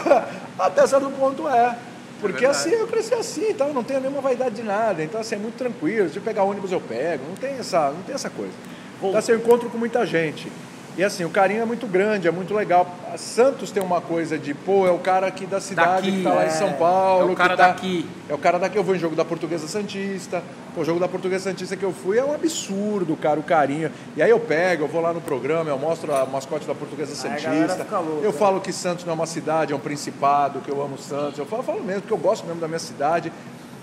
[SPEAKER 2] até certo ponto é. Porque
[SPEAKER 3] verdade.
[SPEAKER 2] assim, eu cresci assim, então eu não tenho nenhuma vaidade de nada, então assim, é muito tranquilo. Se eu pegar ônibus, eu pego, não tem essa, não tem essa coisa.
[SPEAKER 1] Bom.
[SPEAKER 2] Então assim, eu encontro com muita gente. E assim, o carinho é muito grande, é muito legal. A Santos tem uma coisa de, pô, é o cara aqui da cidade
[SPEAKER 3] Daqui,
[SPEAKER 2] que tá lá
[SPEAKER 3] é.
[SPEAKER 2] em São Paulo.
[SPEAKER 3] É
[SPEAKER 2] que
[SPEAKER 3] o cara
[SPEAKER 2] tá-
[SPEAKER 3] daqui.
[SPEAKER 2] é o cara daqui, eu vou em jogo da Portuguesa Santista. Pô, o jogo da Portuguesa Santista que eu fui é um absurdo, cara, o carinho. E aí eu pego, eu vou lá no programa, eu mostro a mascote da Portuguesa
[SPEAKER 1] Aí a
[SPEAKER 2] Santista.
[SPEAKER 1] galera fica louca,
[SPEAKER 2] eu
[SPEAKER 1] né?
[SPEAKER 2] falo que Santos não é uma cidade, é um principado, que eu amo Santos. Eu falo, falo mesmo, porque eu gosto mesmo da minha cidade.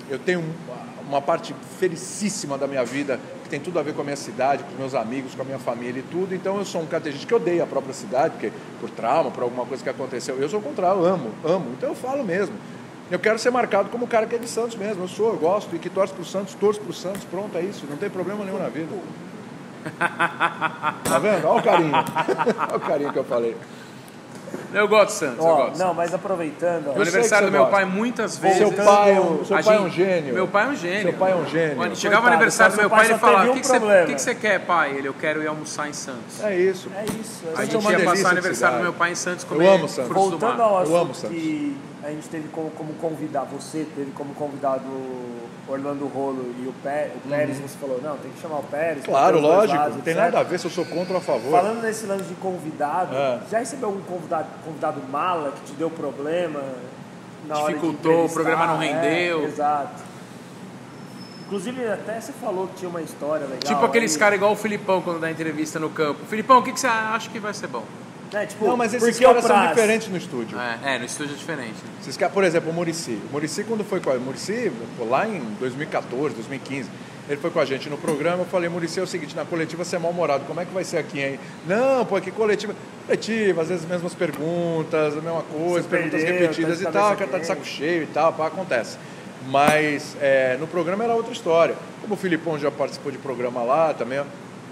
[SPEAKER 2] Eu tenho um, uma- uma parte felicíssima da minha vida, que tem tudo a ver com a minha cidade, com os meus amigos, com a minha família e tudo. Então eu sou um catejista que odeia a própria cidade, porque por trauma, por alguma coisa que aconteceu. Eu sou o contrário, eu amo, amo. Então eu falo mesmo. Eu quero ser marcado como o cara que é de Santos mesmo. Eu sou, eu gosto, e que torce pro Santos, torço pro Santos, pronto, é isso. Não tem problema nenhum na vida. Tá vendo? Olha o carinho. Olha o carinho que eu falei.
[SPEAKER 3] Eu gosto de Santos, eu
[SPEAKER 1] Ó,
[SPEAKER 3] gosto.
[SPEAKER 1] não, mas aproveitando, ó,
[SPEAKER 2] sei
[SPEAKER 3] No
[SPEAKER 2] que
[SPEAKER 3] aniversário
[SPEAKER 2] você
[SPEAKER 3] do meu
[SPEAKER 2] gosta.
[SPEAKER 3] pai, muitas vezes.
[SPEAKER 2] Seu pai, é um, seu
[SPEAKER 3] a
[SPEAKER 2] pai é um
[SPEAKER 3] gente-
[SPEAKER 2] gênio.
[SPEAKER 3] Meu pai é um gênio.
[SPEAKER 2] Seu pai é um gênio.
[SPEAKER 3] Quando chegava no
[SPEAKER 1] Coitado, só
[SPEAKER 3] aniversário do
[SPEAKER 1] seu
[SPEAKER 3] meu
[SPEAKER 1] pai
[SPEAKER 3] pai, ele
[SPEAKER 1] só teve
[SPEAKER 3] falava:
[SPEAKER 1] um
[SPEAKER 3] O que, que, você,
[SPEAKER 1] problema."
[SPEAKER 3] o que que você quer, pai? Ele, eu quero ir almoçar em Santos.
[SPEAKER 2] É isso.
[SPEAKER 1] é isso. é
[SPEAKER 2] A
[SPEAKER 3] a
[SPEAKER 1] isso.
[SPEAKER 2] é
[SPEAKER 3] gente
[SPEAKER 2] uma
[SPEAKER 3] ia
[SPEAKER 2] delícia
[SPEAKER 3] passar
[SPEAKER 2] de
[SPEAKER 3] o aniversário do
[SPEAKER 2] cidade.
[SPEAKER 3] meu pai em Santos comer
[SPEAKER 2] amo Santos.
[SPEAKER 3] frutos do
[SPEAKER 1] Voltando
[SPEAKER 3] mar.
[SPEAKER 1] ao
[SPEAKER 2] Eu amo
[SPEAKER 1] assunto
[SPEAKER 2] Santos.
[SPEAKER 1] que a gente teve como, como convidar, você teve como convidado Orlando Rolo e o, Pé- o Pérez, você falou, não, tem que chamar o Pérez.
[SPEAKER 2] Uhum. Claro,
[SPEAKER 1] porque os dois
[SPEAKER 2] lógico.
[SPEAKER 1] lados,
[SPEAKER 2] Não tem
[SPEAKER 1] etc.
[SPEAKER 2] nada a ver se eu sou contra ou a favor.
[SPEAKER 1] Falando nesse lance de convidado,
[SPEAKER 2] É.
[SPEAKER 1] já recebeu algum convidado, convidado mala que te deu problema? Na hora de
[SPEAKER 3] Dificultou, o
[SPEAKER 1] entrevistar?
[SPEAKER 3] programa não
[SPEAKER 1] É,
[SPEAKER 3] rendeu.
[SPEAKER 1] exato. Inclusive, até você falou que tinha uma história legal.
[SPEAKER 3] Tipo aqueles
[SPEAKER 1] aí.
[SPEAKER 3] caras igual o Filipão quando dá entrevista no campo. Filipão, o que, que você acha que vai ser bom?
[SPEAKER 1] Né? Tipo,
[SPEAKER 2] Não, mas esses
[SPEAKER 1] porque o
[SPEAKER 2] caras são
[SPEAKER 1] Praz-
[SPEAKER 2] diferentes no estúdio.
[SPEAKER 3] É, é, no estúdio é diferente. né?
[SPEAKER 2] Esses caras, por exemplo, o Murici. O Murici, quando foi com a o Murici, pô, lá em 2014, 2015, ele foi com a gente no programa. Eu falei, Murici, é o seguinte: na coletiva você é mal-humorado, como é que vai ser aqui, hein? Não, pô, é que coletiva. Coletiva, às vezes as mesmas perguntas, a mesma coisa,
[SPEAKER 1] Se
[SPEAKER 2] perguntas
[SPEAKER 1] perdeu,
[SPEAKER 2] repetidas
[SPEAKER 1] tá de
[SPEAKER 2] e tal,
[SPEAKER 1] cabeça
[SPEAKER 2] o cara tá de
[SPEAKER 1] quente.
[SPEAKER 2] saco cheio e tal, pá, acontece. Mas é, no programa era outra história. Como o Filipão já participou de programa lá também, ó,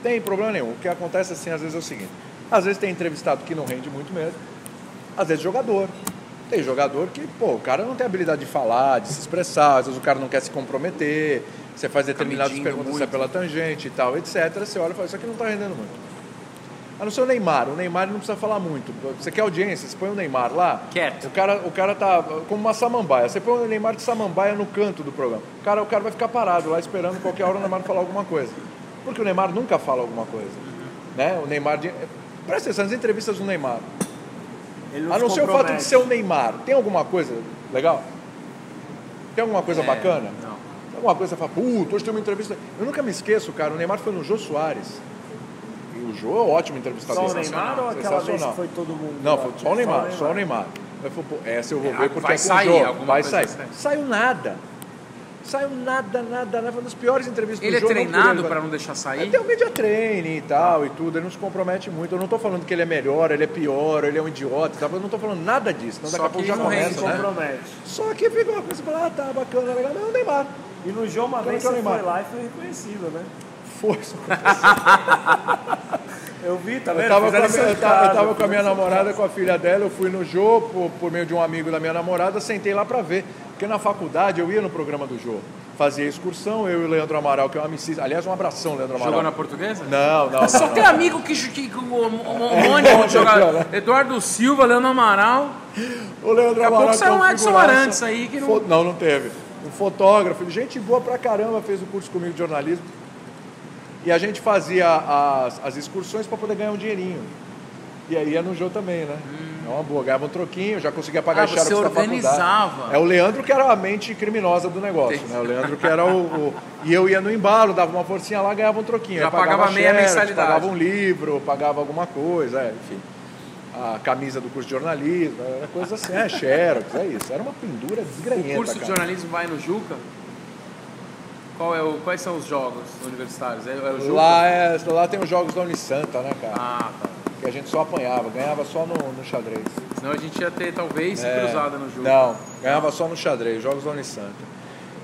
[SPEAKER 2] tem problema nenhum. O que acontece assim, às vezes é o seguinte: às vezes tem entrevistado que não rende muito mesmo, às vezes jogador. Tem jogador que, pô, o cara não tem habilidade de falar, de se expressar, às vezes o cara não quer se comprometer, você faz determinadas
[SPEAKER 3] medindo
[SPEAKER 2] perguntas, você é
[SPEAKER 3] muito.
[SPEAKER 2] pela tangente e tal, etc. Você olha e fala, isso aqui não tá rendendo muito. A não ser o Neymar, o Neymar não precisa falar muito. Você quer audiência, você põe o Neymar lá.
[SPEAKER 3] Quieto.
[SPEAKER 2] O cara, o cara tá como uma samambaia. Você põe o Neymar de samambaia no canto do programa. O cara, o cara vai ficar parado lá esperando qualquer hora o Neymar falar alguma coisa. Porque o Neymar nunca fala alguma coisa. Né? O Neymar. De... Presta atenção nas entrevistas do Neymar.
[SPEAKER 1] Ele
[SPEAKER 2] A não
[SPEAKER 1] se
[SPEAKER 2] ser o fato de
[SPEAKER 1] compromete.
[SPEAKER 2] ser o Neymar, tem alguma coisa legal? Tem alguma coisa
[SPEAKER 3] É,
[SPEAKER 2] bacana?
[SPEAKER 3] Não.
[SPEAKER 2] Tem alguma coisa que você fala, puta, hoje tem uma entrevista. Eu nunca me esqueço, cara, o Neymar foi no Jô Soares. E o Jô é um ótimo entrevistador.
[SPEAKER 1] Só o Neymar ou aquela vez que
[SPEAKER 2] sensacional.
[SPEAKER 1] foi todo mundo?
[SPEAKER 2] Não,
[SPEAKER 1] lá?
[SPEAKER 2] foi só o Neymar, só o Neymar. Aí Eu falei, pô, essa eu vou
[SPEAKER 3] É,
[SPEAKER 2] ver porque
[SPEAKER 3] vai
[SPEAKER 2] é com
[SPEAKER 3] sair
[SPEAKER 2] o Jô.
[SPEAKER 3] alguma
[SPEAKER 2] Vai
[SPEAKER 3] coisa
[SPEAKER 2] sair.
[SPEAKER 3] assim.
[SPEAKER 2] Saiu nada. Saiu nada, nada, nada. Foi uma das piores entrevistas do
[SPEAKER 3] Ele é
[SPEAKER 2] Jô. não por
[SPEAKER 3] treinado
[SPEAKER 2] ele, né?
[SPEAKER 3] pra não deixar sair?
[SPEAKER 2] ele tem o media training e tal e tudo, ele não se compromete muito. Eu não tô falando que ele é melhor, ele é pior, ele é um idiota, e tal, eu não tô falando nada disso. Então daqui
[SPEAKER 3] Só
[SPEAKER 2] a pouco
[SPEAKER 3] que
[SPEAKER 2] já
[SPEAKER 3] não
[SPEAKER 1] Ele se
[SPEAKER 2] começa,
[SPEAKER 3] rende,
[SPEAKER 2] né?
[SPEAKER 1] compromete.
[SPEAKER 2] Só que fica uma coisa e fala, ah, tá bacana, legal, mas é o Neymar.
[SPEAKER 1] E no jogo, uma
[SPEAKER 2] Então,
[SPEAKER 1] vez
[SPEAKER 2] que é o
[SPEAKER 1] você
[SPEAKER 2] Neymar.
[SPEAKER 1] foi lá e foi reconhecido, né?
[SPEAKER 2] Força.
[SPEAKER 1] Eu vi, tá vendo?
[SPEAKER 2] Eu tava, com a,
[SPEAKER 1] Fizeram
[SPEAKER 2] minha-
[SPEAKER 1] isso
[SPEAKER 2] eu
[SPEAKER 1] em
[SPEAKER 2] tava- eu
[SPEAKER 1] casa,
[SPEAKER 2] tava com
[SPEAKER 1] fizeram
[SPEAKER 2] a minha
[SPEAKER 3] né?
[SPEAKER 1] isso em
[SPEAKER 2] namorada, com a filha dela, eu fui no Jô por, por meio de um amigo da minha namorada, sentei lá pra ver. Porque na faculdade eu ia no programa do Jô, fazia excursão, eu e o Leandro Amaral, que é um amigo. Aliás, um abração, Leandro Amaral.
[SPEAKER 3] Jogou na portuguesa?
[SPEAKER 2] Não, não, não.
[SPEAKER 3] Só
[SPEAKER 2] não.
[SPEAKER 3] tem amigo que, que, que o o- o-
[SPEAKER 2] É,
[SPEAKER 3] homônimo de
[SPEAKER 2] né?
[SPEAKER 3] jogador. Eduardo Silva, Leandro Amaral.
[SPEAKER 2] O Leandro
[SPEAKER 3] Daqui a pouco
[SPEAKER 2] Amaral, que é
[SPEAKER 3] saiu
[SPEAKER 2] um
[SPEAKER 3] um Edson
[SPEAKER 2] figuraça.
[SPEAKER 3] Arantes aí que não-
[SPEAKER 2] Fo- Não, não teve. Um fotógrafo, gente boa pra caramba, fez o curso comigo de jornalismo. E a gente fazia as, as excursões pra poder ganhar um dinheirinho. E aí ia no jogo também, né? É uma boa, ganhava um troquinho, já conseguia pagar
[SPEAKER 3] Hum. Ah,
[SPEAKER 2] a xerox
[SPEAKER 3] você
[SPEAKER 2] da faculdade.
[SPEAKER 3] organizava.
[SPEAKER 2] É o Leandro que era a mente criminosa do negócio, né? O Leandro que era o, o- E eu ia no embalo, dava uma forcinha lá, ganhava um troquinho.
[SPEAKER 3] Já
[SPEAKER 2] Aí
[SPEAKER 3] pagava meia
[SPEAKER 2] xerox,
[SPEAKER 3] mensalidade.
[SPEAKER 2] Pagava um livro, pagava alguma coisa, é, enfim a camisa do curso de jornalismo, era coisa assim, é xerox, é isso. Era uma pendura
[SPEAKER 3] O
[SPEAKER 2] desgranhenta,
[SPEAKER 3] curso de
[SPEAKER 2] É, tá cara.
[SPEAKER 3] jornalismo vai no Juca? Qual é o, quais são os jogos universitários? É, é o Juca?
[SPEAKER 2] Lá, é- lá tem os jogos da Unisanta, né, cara?
[SPEAKER 3] Ah, tá.
[SPEAKER 2] Que a gente só apanhava, ganhava só no, no xadrez.
[SPEAKER 3] Senão a gente ia ter talvez
[SPEAKER 2] É,
[SPEAKER 3] cruzada no Juca.
[SPEAKER 2] Não, ganhava só no xadrez, jogos da Unisanta.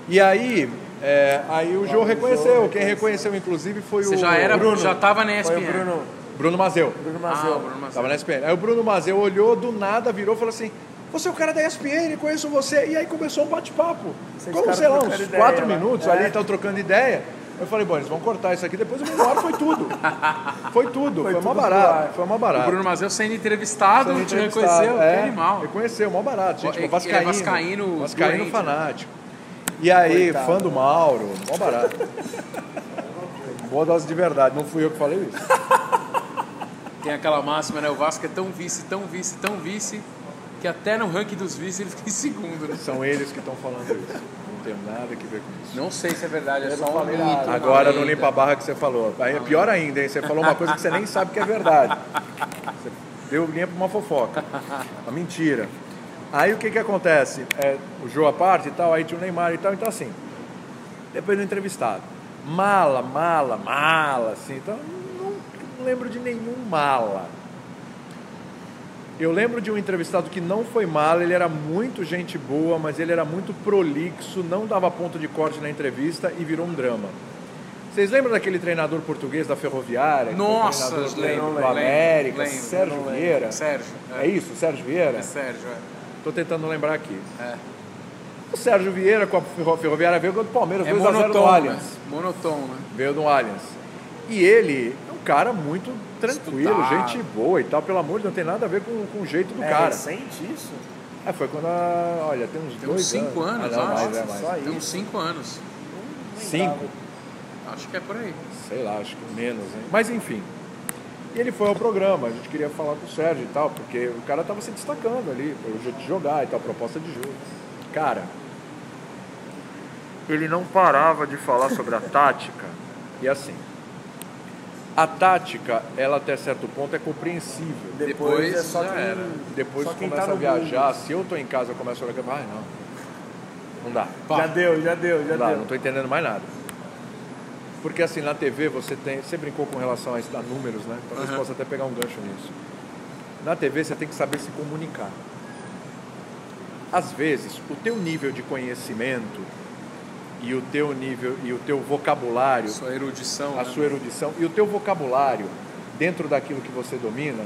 [SPEAKER 2] E aí, é, aí o Jô reconheceu, quem reconheceu inclusive foi
[SPEAKER 3] Você
[SPEAKER 2] o
[SPEAKER 3] já era,
[SPEAKER 2] Bruno,
[SPEAKER 3] já tava na
[SPEAKER 1] Foi
[SPEAKER 3] ESPN.
[SPEAKER 1] o Bruno,
[SPEAKER 2] Bruno Mazeu.
[SPEAKER 1] Bruno
[SPEAKER 3] Ah, o
[SPEAKER 1] Mazel.
[SPEAKER 3] Ah, Bruno Marcelo.
[SPEAKER 2] Tava na ESPN. Aí o Bruno Mazeu olhou do nada, virou e falou assim: Você é o cara da ESPN, conheço você. E aí começou um bate-papo.
[SPEAKER 1] Vocês
[SPEAKER 2] Como,
[SPEAKER 1] ficaram
[SPEAKER 2] sei lá, uns
[SPEAKER 1] trocando ideia
[SPEAKER 2] quatro
[SPEAKER 1] lá.
[SPEAKER 2] minutos
[SPEAKER 1] É.
[SPEAKER 2] ali, estão trocando ideia. Eu falei, bom, eles vão cortar isso aqui, depois eu me embora, foi tudo. Foi tudo, foi,
[SPEAKER 1] Foi
[SPEAKER 2] mó
[SPEAKER 1] tudo pro
[SPEAKER 2] barato.
[SPEAKER 1] ar.
[SPEAKER 2] Foi mó barato.
[SPEAKER 3] O Bruno Mazel sendo entrevistado,
[SPEAKER 2] Sendo
[SPEAKER 3] te
[SPEAKER 2] entrevistado,
[SPEAKER 3] reconheceu,
[SPEAKER 2] é,
[SPEAKER 3] que animal.
[SPEAKER 2] Reconheceu, mó barato, gente. Ele,
[SPEAKER 3] Ele é
[SPEAKER 2] vascaíno,
[SPEAKER 3] vascaíno doente, né?
[SPEAKER 2] fanático. E aí,
[SPEAKER 1] Coitado.
[SPEAKER 2] fã do Mauro, mó barato. Boa dose de verdade, não fui eu que falei isso.
[SPEAKER 3] Tem aquela máxima, né? O Vasco é tão vice, tão vice, tão vice, que até no ranking dos vice ele fica em segundo, né?
[SPEAKER 2] São eles que estão falando isso. Não tem nada que ver com isso.
[SPEAKER 3] Não sei se é verdade, é só um
[SPEAKER 2] falei
[SPEAKER 3] mito.
[SPEAKER 2] nada.
[SPEAKER 3] uma
[SPEAKER 2] Agora não
[SPEAKER 3] lenda.
[SPEAKER 2] limpa a barra que você falou. Aí é pior ainda, hein? Você falou uma coisa que você nem sabe que é verdade. Você deu linha pra uma fofoca. Uma mentira. Aí o que que acontece? É, o jogo à parte e tal, aí tinha o Neymar e tal, então assim. Depois do entrevistado. Mala, mala, mala, assim. Então, não, não lembro de nenhum mala. Eu lembro de um entrevistado que não foi mal, ele era muito gente boa, mas ele era muito prolixo, não dava ponto de corte na entrevista e virou um drama. Vocês lembram daquele treinador português da Ferroviária? que foi
[SPEAKER 3] Nossa,
[SPEAKER 2] treinador do-
[SPEAKER 3] lembro,
[SPEAKER 2] do
[SPEAKER 3] lembro,
[SPEAKER 2] América,
[SPEAKER 3] lembro,
[SPEAKER 2] Sérgio
[SPEAKER 1] lembro.
[SPEAKER 2] Vieira.
[SPEAKER 3] Sérgio.
[SPEAKER 2] É isso, Sérgio Vieira?
[SPEAKER 3] É Sérgio, é.
[SPEAKER 2] Tô tentando lembrar aqui.
[SPEAKER 3] É.
[SPEAKER 2] O Sérgio Vieira com a Ferro- Ferroviária veio contra o Palmeiras
[SPEAKER 3] É
[SPEAKER 2] 2 a 0 no
[SPEAKER 3] monotônico, né?
[SPEAKER 2] Allianz.
[SPEAKER 3] Monotônico, né?
[SPEAKER 2] Veio do Allianz. E ele é um cara muito tranquilo,
[SPEAKER 3] Estudado.
[SPEAKER 2] gente boa e tal, pelo amor de Deus, não tem nada a ver com, com o jeito do
[SPEAKER 1] É
[SPEAKER 2] cara.
[SPEAKER 1] recente isso?
[SPEAKER 2] É, foi quando a. Olha, tem uns
[SPEAKER 3] Tem
[SPEAKER 2] dois
[SPEAKER 3] uns cinco anos,
[SPEAKER 2] Ah, não,
[SPEAKER 3] eu acho.
[SPEAKER 2] mais, é, mais.
[SPEAKER 1] Só
[SPEAKER 3] Tem uns
[SPEAKER 1] isso.
[SPEAKER 3] 5 anos.
[SPEAKER 2] Cinco?
[SPEAKER 3] Acho que é por aí.
[SPEAKER 2] Sei lá, acho que menos, hein? Mas enfim. E ele foi ao programa, a gente queria falar com o Sérgio e tal, porque o cara tava se destacando ali, o jeito de jogar e tal, proposta de jogo. Cara. Ele não parava de falar sobre a tática. E assim. A tática, ela até certo ponto é compreensível.
[SPEAKER 1] Depois,
[SPEAKER 3] Depois
[SPEAKER 1] é só
[SPEAKER 3] já
[SPEAKER 1] quem,
[SPEAKER 3] era.
[SPEAKER 2] Depois
[SPEAKER 1] só quem
[SPEAKER 2] começa
[SPEAKER 1] tá
[SPEAKER 2] a
[SPEAKER 1] no
[SPEAKER 2] viajar.
[SPEAKER 1] mundo.
[SPEAKER 2] Se eu tô em casa, eu começo a olhar, ai não. Não dá.
[SPEAKER 3] Pá.
[SPEAKER 1] Já deu, já deu, já
[SPEAKER 2] Não, dá,
[SPEAKER 1] deu.
[SPEAKER 2] não tô entendendo mais nada. Porque assim, na TV você tem. Você brincou com relação a, isso, a números, né? Talvez possa até pegar um gancho nisso. Na TV você tem que saber se comunicar. Às vezes, o teu nível de conhecimento e o teu nível e o teu vocabulário
[SPEAKER 3] Sua erudição.
[SPEAKER 2] a
[SPEAKER 3] né?
[SPEAKER 2] sua erudição e o teu vocabulário dentro daquilo que você domina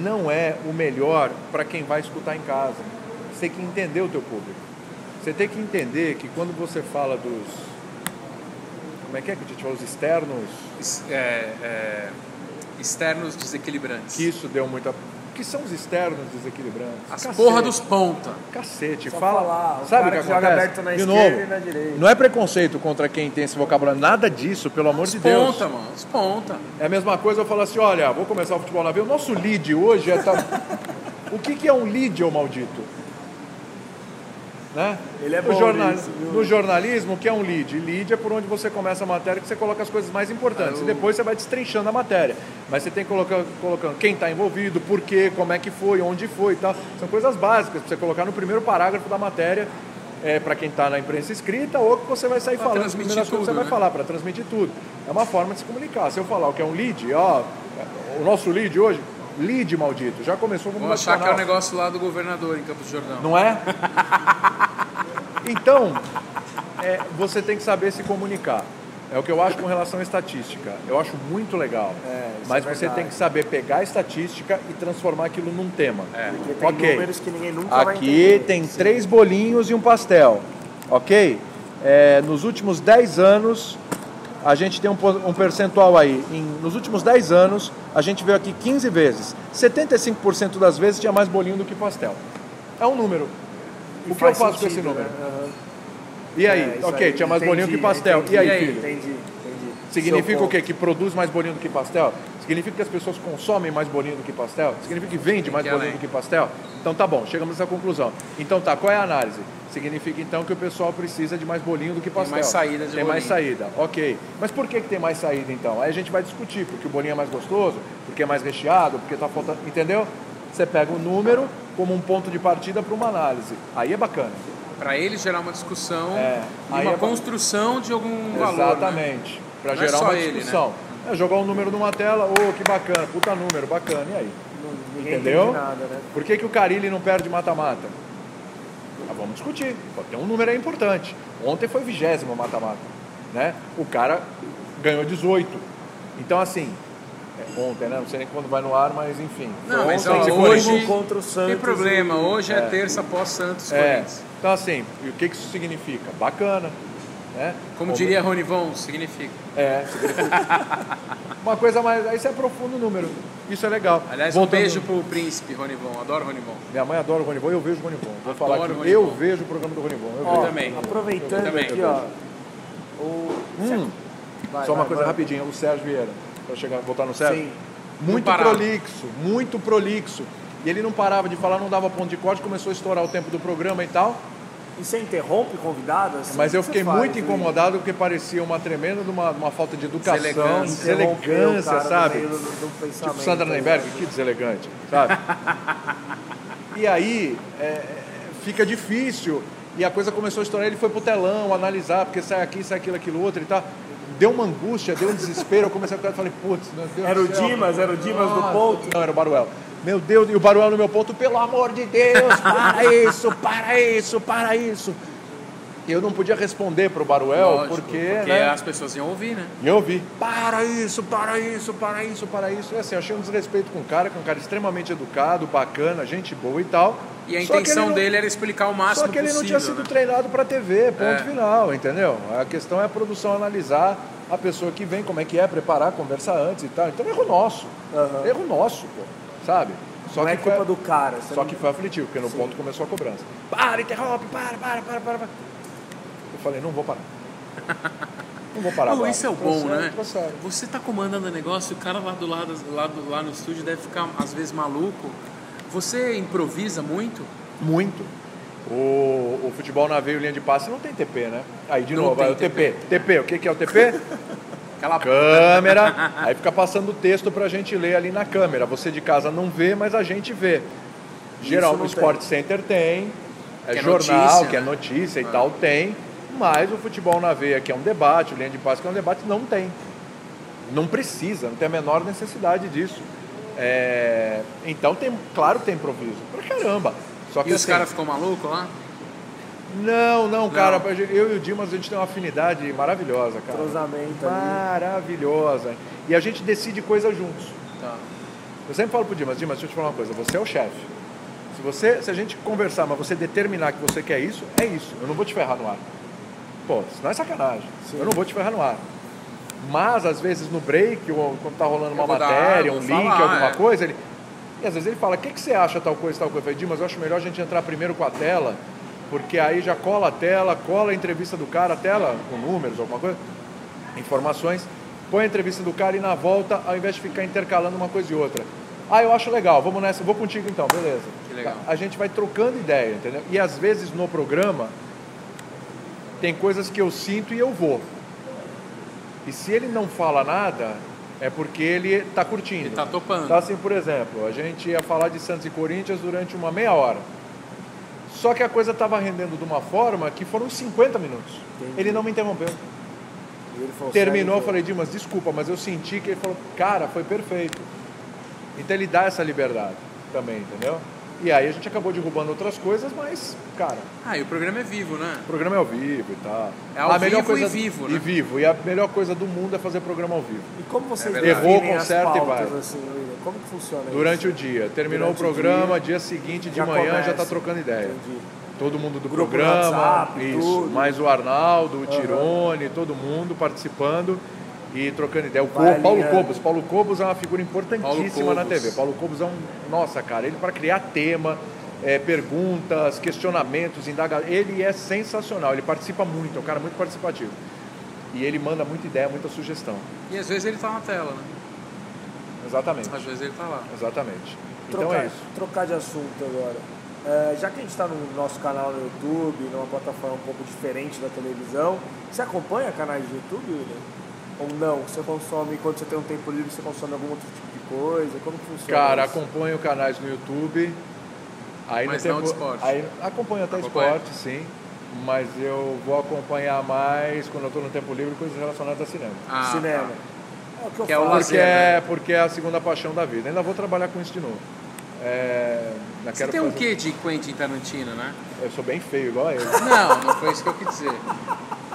[SPEAKER 2] não é o melhor para quem vai escutar em casa. Você tem que entender o teu público. Você tem que entender que quando você fala dos como é que é que a gente fala os externos,
[SPEAKER 3] Ex- é, é, externos desequilibrantes.
[SPEAKER 2] que isso deu muita que são os externos desequilibrantes.
[SPEAKER 3] As
[SPEAKER 2] Cacete.
[SPEAKER 3] porra dos ponta.
[SPEAKER 2] Cacete,
[SPEAKER 1] Só
[SPEAKER 2] fala.
[SPEAKER 1] falar, o
[SPEAKER 2] sabe
[SPEAKER 1] cara
[SPEAKER 2] o que,
[SPEAKER 1] que joga
[SPEAKER 2] acontece?
[SPEAKER 1] aberto na
[SPEAKER 2] De
[SPEAKER 1] esquerda
[SPEAKER 2] novo,
[SPEAKER 1] e na direita.
[SPEAKER 2] Não é preconceito contra quem tem esse vocabulário, nada disso, pelo amor
[SPEAKER 3] Os
[SPEAKER 2] de Deus.
[SPEAKER 3] ponta, mano. Os ponta.
[SPEAKER 2] É a mesma coisa eu falar assim, olha, vou começar o futebol na veia. O nosso lead hoje é tal... O que, que é um lead, ô maldito? Né?
[SPEAKER 1] Ele é
[SPEAKER 2] O
[SPEAKER 1] bom
[SPEAKER 2] jornal-
[SPEAKER 1] nisso, viu?
[SPEAKER 2] No jornalismo, o que é um lead? Lead é por onde você começa a matéria, que você coloca as coisas mais importantes.
[SPEAKER 3] Ah,
[SPEAKER 2] E
[SPEAKER 3] o-
[SPEAKER 2] depois você vai destrinchando a matéria. Mas você tem que colocar colocando quem está envolvido, por quê, como é que foi, onde foi e tal. São coisas básicas para você colocar no primeiro parágrafo da matéria, para quem está na imprensa escrita, ou que você vai sair
[SPEAKER 3] Pra
[SPEAKER 2] falando as
[SPEAKER 3] transmitir
[SPEAKER 2] primeiras coisas que você
[SPEAKER 3] tudo,
[SPEAKER 2] vai
[SPEAKER 3] né?
[SPEAKER 2] falar falar, para transmitir tudo. É uma forma de se comunicar. Se eu falar o que é um lead, ó, o nosso lead hoje, lead maldito, já começou com
[SPEAKER 3] Vou achar que é o negócio lá do governador em Campos do Jordão.
[SPEAKER 2] Não é? Então, é, você tem que saber se comunicar. É o que eu acho com relação à estatística. Eu acho muito legal.
[SPEAKER 1] É, isso
[SPEAKER 2] mas
[SPEAKER 1] é
[SPEAKER 2] você tem
[SPEAKER 1] verdade.
[SPEAKER 2] que saber pegar a estatística e transformar aquilo num tema.
[SPEAKER 3] É.
[SPEAKER 1] Porque tem
[SPEAKER 2] Ok.
[SPEAKER 1] números que ninguém nunca vai entender.
[SPEAKER 2] Aqui tem três bolinhos e um pastel, ok? É, nos últimos 10 anos, a gente tem um, po- um percentual aí. Em- nos últimos 10 anos, a gente veio aqui 15 vezes. 75% das vezes tinha mais bolinho do que pastel. É um número.
[SPEAKER 1] E
[SPEAKER 2] O que eu
[SPEAKER 1] faz
[SPEAKER 2] faço com esse
[SPEAKER 1] sentido,
[SPEAKER 2] número?
[SPEAKER 1] né? Aham.
[SPEAKER 2] E aí?
[SPEAKER 1] É, isso
[SPEAKER 2] ok,
[SPEAKER 1] aí,
[SPEAKER 2] tinha mais
[SPEAKER 1] entendi,
[SPEAKER 2] bolinho que pastel.
[SPEAKER 1] entendi,
[SPEAKER 2] e aí,
[SPEAKER 1] entendi,
[SPEAKER 2] filho?
[SPEAKER 1] Entendi, entendi. Seu
[SPEAKER 2] Significa
[SPEAKER 1] ponto.
[SPEAKER 2] o quê? Que produz mais bolinho do que pastel? Significa que as pessoas consomem mais bolinho do que pastel? Significa que vende mais
[SPEAKER 3] que
[SPEAKER 2] bolinho
[SPEAKER 3] além.
[SPEAKER 2] do que pastel? Então tá bom, chegamos a essa conclusão. Então tá, qual é a análise? Significa então que o pessoal precisa de mais bolinho do que pastel.
[SPEAKER 3] mais saída de
[SPEAKER 2] Tem mais
[SPEAKER 3] bolinho.
[SPEAKER 2] saída, ok. Mas por que, que tem mais saída então? Aí a gente vai discutir, porque o bolinho é mais gostoso, porque é mais recheado, porque tá faltando. Entendeu? Você pega o número como um ponto de partida para uma análise. Aí é bacana.
[SPEAKER 3] Pra ele gerar uma discussão
[SPEAKER 2] É.
[SPEAKER 3] e
[SPEAKER 2] Aí
[SPEAKER 3] uma
[SPEAKER 2] é-
[SPEAKER 3] construção de algum valor. né?
[SPEAKER 2] Exatamente. Para
[SPEAKER 3] Não é
[SPEAKER 2] gerar
[SPEAKER 3] só
[SPEAKER 2] uma
[SPEAKER 3] ele, né?
[SPEAKER 2] discussão. É jogar um número numa tela, ô, que bacana, puta número, bacana, e aí?
[SPEAKER 1] Não- Ninguém
[SPEAKER 2] Entendeu?
[SPEAKER 1] entende nada, né?
[SPEAKER 2] Por que, que o Carilli não perde mata-mata? Ah, vamos discutir. Pô, Tem um número aí importante. Ontem foi o vigésimo mata-mata. Né? O cara ganhou 18. Então, assim, é ontem, né? Não sei nem quando vai no ar, mas enfim.
[SPEAKER 3] Não,
[SPEAKER 2] Foi
[SPEAKER 3] mas
[SPEAKER 2] ontem
[SPEAKER 3] ó,
[SPEAKER 2] que foi
[SPEAKER 3] hoje
[SPEAKER 1] contra o
[SPEAKER 3] tem
[SPEAKER 1] Santos
[SPEAKER 3] problema.
[SPEAKER 1] e-
[SPEAKER 3] Hoje é, terça após Santos
[SPEAKER 2] É.
[SPEAKER 3] Corinthians.
[SPEAKER 2] Então, assim, e o que, que isso significa? Bacana. Né?
[SPEAKER 3] Como diria Rony Von, significa.
[SPEAKER 2] É. Uma coisa mais. Aí você aprofunda o número. Isso é legal.
[SPEAKER 3] Aliás,
[SPEAKER 2] Voltando-
[SPEAKER 3] um beijo pro príncipe Rony Von. Adoro Rony Von.
[SPEAKER 2] Minha mãe adora o Ronivon e eu vejo o Ronivon. Vou
[SPEAKER 3] Adoro
[SPEAKER 2] falar
[SPEAKER 3] o
[SPEAKER 2] que
[SPEAKER 3] Rony
[SPEAKER 2] eu
[SPEAKER 3] Von.
[SPEAKER 2] vejo o programa do Ronivon. Eu
[SPEAKER 1] Ó,
[SPEAKER 2] vejo.
[SPEAKER 3] também.
[SPEAKER 1] Aproveitando
[SPEAKER 3] Eu também.
[SPEAKER 1] aqui, ó. O...
[SPEAKER 2] Hum,
[SPEAKER 1] Vai,
[SPEAKER 2] só uma
[SPEAKER 1] vai,
[SPEAKER 2] coisa
[SPEAKER 1] vai.
[SPEAKER 2] rapidinha. O Sérgio Vieira. Pra chegar, voltar no Sérgio.
[SPEAKER 1] Sim.
[SPEAKER 2] Muito
[SPEAKER 3] Não parava.
[SPEAKER 2] prolixo, muito prolixo. E ele não parava de falar, não dava ponto de corte, começou a estourar o tempo do programa e tal.
[SPEAKER 1] E você interrompe convidadas?
[SPEAKER 2] Mas eu
[SPEAKER 1] Você
[SPEAKER 2] fiquei
[SPEAKER 1] faz,
[SPEAKER 2] muito
[SPEAKER 1] né?
[SPEAKER 2] incomodado porque parecia uma tremenda de uma, uma falta de educação,
[SPEAKER 3] Deselegância.
[SPEAKER 1] Interrompeu o
[SPEAKER 2] deselegância,
[SPEAKER 1] cara no
[SPEAKER 2] sabe?
[SPEAKER 1] meio do- do
[SPEAKER 2] Tipo
[SPEAKER 1] pensamento,
[SPEAKER 2] Sandra
[SPEAKER 1] né?
[SPEAKER 2] Nenberg, que deselegante, sabe? e aí é, fica difícil. E a coisa começou a estourar, ele foi pro telão analisar, porque sai aqui, sai aquilo, aquilo, outro e tal. Deu uma angústia, deu um desespero. Eu comecei a ficar, falei, putz, meu Deus
[SPEAKER 1] Era o
[SPEAKER 2] do céu.
[SPEAKER 1] Dimas, era o Dimas do
[SPEAKER 2] Nossa.
[SPEAKER 1] ponto.
[SPEAKER 2] Não, era o Baruel. Meu Deus, e o Baruel no meu ponto, pelo amor de Deus, para isso, para isso, para isso. Eu não podia responder pro Baruel,
[SPEAKER 3] Lógico,
[SPEAKER 2] porque,
[SPEAKER 3] porque
[SPEAKER 2] É, né?
[SPEAKER 3] as pessoas iam ouvir, né?
[SPEAKER 2] E eu vi. Para isso, para isso, para isso, para isso. E assim, eu achei um desrespeito com o cara, que é um cara extremamente educado, bacana, gente boa e tal.
[SPEAKER 3] E a
[SPEAKER 2] Só que
[SPEAKER 3] intenção
[SPEAKER 2] ele não-
[SPEAKER 3] dele era explicar o máximo
[SPEAKER 2] Só que ele não
[SPEAKER 3] possível,
[SPEAKER 2] tinha sido
[SPEAKER 3] né?
[SPEAKER 2] treinado para TV, ponto
[SPEAKER 3] É.
[SPEAKER 2] final, entendeu? A questão é a produção analisar a pessoa que vem, como é que é, preparar, conversar antes e tal. Então, erro nosso.
[SPEAKER 1] Aham.
[SPEAKER 2] Erro nosso, pô. Sabe? Só
[SPEAKER 1] Não
[SPEAKER 2] que
[SPEAKER 1] é
[SPEAKER 2] foi-
[SPEAKER 1] culpa do cara. você
[SPEAKER 2] só
[SPEAKER 1] não-
[SPEAKER 2] que foi aflitivo, porque no
[SPEAKER 1] Sim.
[SPEAKER 2] ponto começou a cobrança. Para, interrompe, para, para, para, para. para. Eu falei, não vou parar. Não vou parar.
[SPEAKER 3] Não,
[SPEAKER 2] Bárbara.
[SPEAKER 3] isso é o bom,
[SPEAKER 2] Trouxeram,
[SPEAKER 3] né?
[SPEAKER 2] trouxeram.
[SPEAKER 3] Você tá comandando o negócio, o cara lá do lado, lá, do- lá no estúdio deve ficar às vezes maluco. Você improvisa muito?
[SPEAKER 2] Muito. O, o futebol na veia e linha de passe não tem TP, né? Aí de
[SPEAKER 3] Não
[SPEAKER 2] novo,
[SPEAKER 3] tem
[SPEAKER 2] aí o TP. TP, o que, que é o TP?
[SPEAKER 3] Aquela
[SPEAKER 2] câmera, aí fica passando o texto pra gente ler ali na câmera. Você de casa não vê, mas a gente vê. Geral,
[SPEAKER 1] Isso não
[SPEAKER 2] o Sport Center tem, é,
[SPEAKER 3] Que é
[SPEAKER 2] jornal,
[SPEAKER 3] notícia,
[SPEAKER 2] que é
[SPEAKER 3] né?
[SPEAKER 2] notícia e
[SPEAKER 3] Ah.
[SPEAKER 2] tal, tem. Mas o futebol na veia, que é um debate, o linha de passe, que é um debate, não tem. Não precisa, não tem a menor necessidade disso. É, Então, tem, claro que tem improviso. Pra caramba. Só que
[SPEAKER 3] E os
[SPEAKER 2] assim,
[SPEAKER 3] caras ficam malucos lá?
[SPEAKER 2] Não, não, cara. Eu e o Dimas, a gente tem uma afinidade maravilhosa, cara.
[SPEAKER 1] Cruzamento ali.
[SPEAKER 2] Maravilhosa. E a gente decide coisas juntos.
[SPEAKER 3] Tá.
[SPEAKER 2] Eu sempre falo pro Dimas, Dimas, deixa eu te falar uma coisa, você é o chefe. Se, você, se a gente conversar, mas você determinar que você quer isso, é isso. Eu não vou te ferrar no ar. Pô, isso não é sacanagem.
[SPEAKER 1] Sim.
[SPEAKER 2] Eu não vou te ferrar no ar. Mas, às vezes, no break, ou quando tá rolando uma
[SPEAKER 3] vou dar,
[SPEAKER 2] matéria,
[SPEAKER 3] vou
[SPEAKER 2] um link,
[SPEAKER 3] falar,
[SPEAKER 2] alguma
[SPEAKER 3] é.
[SPEAKER 2] coisa, ele... E às vezes ele fala, o que, que você acha tal coisa, tal coisa? Eu falei, Dimas, eu acho melhor a gente entrar primeiro com a tela, porque aí já cola a tela, cola a entrevista do cara, a tela com números, alguma coisa, informações, põe a entrevista do cara e na volta, ao invés de ficar intercalando uma coisa e outra. Ah, eu acho legal, vamos nessa, vou contigo então, beleza.
[SPEAKER 3] Que legal.
[SPEAKER 2] A gente vai trocando ideia, entendeu? E às vezes no programa tem coisas que eu sinto e eu vou. E se ele não fala nada, é porque ele está curtindo.
[SPEAKER 3] Ele tá topando.
[SPEAKER 2] Tá assim, por exemplo, a gente ia falar de Santos e Corinthians durante uma meia hora. Só que a coisa estava rendendo de uma forma que foram 50 minutos.
[SPEAKER 1] Entendi.
[SPEAKER 2] Ele não me interrompeu.
[SPEAKER 1] E ele falou,
[SPEAKER 2] Terminou, eu
[SPEAKER 1] "Sério,
[SPEAKER 2] falei, Dimas, desculpa, mas eu senti que ele falou, cara, foi perfeito. Então ele dá essa liberdade também, entendeu? E aí a gente acabou derrubando outras coisas, mas, cara,
[SPEAKER 3] Ah, e o programa é vivo, né?
[SPEAKER 2] o programa é ao vivo e tal.
[SPEAKER 3] É ao
[SPEAKER 2] a melhor
[SPEAKER 3] vivo e
[SPEAKER 2] coisa
[SPEAKER 3] vivo,
[SPEAKER 2] E
[SPEAKER 3] né?
[SPEAKER 2] vivo. E a melhor coisa do mundo é fazer programa ao vivo.
[SPEAKER 1] E como vocês
[SPEAKER 3] É
[SPEAKER 1] é
[SPEAKER 3] verdade.
[SPEAKER 2] Errou, conserta e vai.
[SPEAKER 1] Assim, William? como que funciona
[SPEAKER 2] Durante o
[SPEAKER 1] isso?
[SPEAKER 2] dia. Terminou
[SPEAKER 1] Durante
[SPEAKER 2] o
[SPEAKER 1] o
[SPEAKER 2] programa, dia, seguinte, de
[SPEAKER 1] Já
[SPEAKER 2] manhã,
[SPEAKER 1] começa.
[SPEAKER 2] já tá trocando ideia.
[SPEAKER 1] Entendi.
[SPEAKER 2] Todo mundo do
[SPEAKER 1] Grupo
[SPEAKER 2] programa,
[SPEAKER 1] no WhatsApp,
[SPEAKER 2] isso.
[SPEAKER 1] tudo.
[SPEAKER 2] Mais o Arnaldo, o Tirone, todo mundo participando e trocando ideia. O
[SPEAKER 1] Vai
[SPEAKER 2] Co- Paulo
[SPEAKER 1] alinhando.
[SPEAKER 2] Cobos, Paulo Cobos é uma figura importantíssima
[SPEAKER 3] Paulo
[SPEAKER 2] na
[SPEAKER 3] Cobos.
[SPEAKER 2] TV. Paulo Cobos é um, nossa, cara, ele para criar tema, é, perguntas, questionamentos, indaga, ele é sensacional. Ele participa muito, é um cara muito participativo. E ele manda muita ideia, muita sugestão.
[SPEAKER 3] E às vezes ele tá na tela, né?
[SPEAKER 2] Exatamente.
[SPEAKER 3] Às vezes ele tá lá.
[SPEAKER 2] Exatamente. Então
[SPEAKER 1] Trocar,
[SPEAKER 2] é isso.
[SPEAKER 1] trocar de assunto agora. É, já que a gente está no nosso canal no YouTube, numa plataforma um pouco diferente da televisão, você acompanha canais de YouTube, William? Ou não? Você consome, quando você tem um tempo livre, você consome algum outro tipo de coisa? Como que funciona?
[SPEAKER 2] Cara,
[SPEAKER 1] isso?
[SPEAKER 2] acompanho canais no YouTube. Aí
[SPEAKER 3] Mas
[SPEAKER 2] no
[SPEAKER 3] não
[SPEAKER 2] tempo,
[SPEAKER 3] de esporte.
[SPEAKER 2] Aí, acompanho até
[SPEAKER 3] Acompanha?
[SPEAKER 2] esporte, sim. Mas eu vou acompanhar mais quando eu estou no tempo livre coisas relacionadas a cinema.
[SPEAKER 3] Ah,
[SPEAKER 1] cinema.
[SPEAKER 3] tá.
[SPEAKER 1] É o que eu
[SPEAKER 3] Que é o
[SPEAKER 1] falo.
[SPEAKER 2] Porque
[SPEAKER 3] lazer.
[SPEAKER 2] é, porque é a segunda paixão da vida. Ainda vou trabalhar com isso de novo. É, ainda
[SPEAKER 3] Você
[SPEAKER 2] quero
[SPEAKER 3] tem um
[SPEAKER 2] fazer-
[SPEAKER 3] quê de Quentin Tarantino, né?
[SPEAKER 2] Eu sou bem feio, igual a ele.
[SPEAKER 3] Não, não foi isso que eu quis dizer.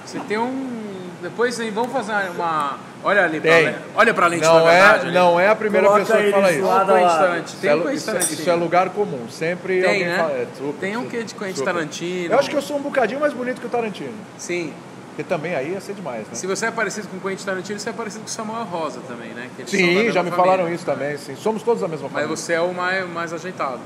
[SPEAKER 3] Você tem um. Depois hein, vamos fazer uma. Olha ali, pra,
[SPEAKER 2] Tem.
[SPEAKER 3] le- olha pra lente da
[SPEAKER 2] não,
[SPEAKER 3] verdade. né?
[SPEAKER 2] é,
[SPEAKER 3] ali.
[SPEAKER 2] não é a primeira
[SPEAKER 1] Coloca
[SPEAKER 2] pessoa que
[SPEAKER 1] ele
[SPEAKER 2] fala
[SPEAKER 1] zoado
[SPEAKER 2] isso.
[SPEAKER 1] lá
[SPEAKER 3] Tem um
[SPEAKER 1] do
[SPEAKER 3] Quentin
[SPEAKER 1] lado.
[SPEAKER 3] Tarantino. Tem um
[SPEAKER 2] lu-
[SPEAKER 3] Quentin
[SPEAKER 2] isso,
[SPEAKER 3] Tarantino.
[SPEAKER 2] isso é lugar comum. Sempre
[SPEAKER 3] Tem,
[SPEAKER 2] alguém
[SPEAKER 3] né?
[SPEAKER 2] fala. é, super,
[SPEAKER 3] Tem um quê de Quentin
[SPEAKER 2] super.
[SPEAKER 3] Tarantino.
[SPEAKER 2] Eu acho que eu sou um bocadinho mais bonito que o Tarantino.
[SPEAKER 3] Sim.
[SPEAKER 2] Porque também aí ia ser demais, né?
[SPEAKER 3] Se você é parecido com o Quentin Tarantino, você é parecido com o Samuel Rosa também, né? Que eles são da
[SPEAKER 2] Sim,
[SPEAKER 3] mesma
[SPEAKER 2] já me
[SPEAKER 3] família.
[SPEAKER 2] falaram isso também, sim. Somos todos da mesma
[SPEAKER 3] Mas
[SPEAKER 2] família.
[SPEAKER 3] você é o mais, mais ajeitado.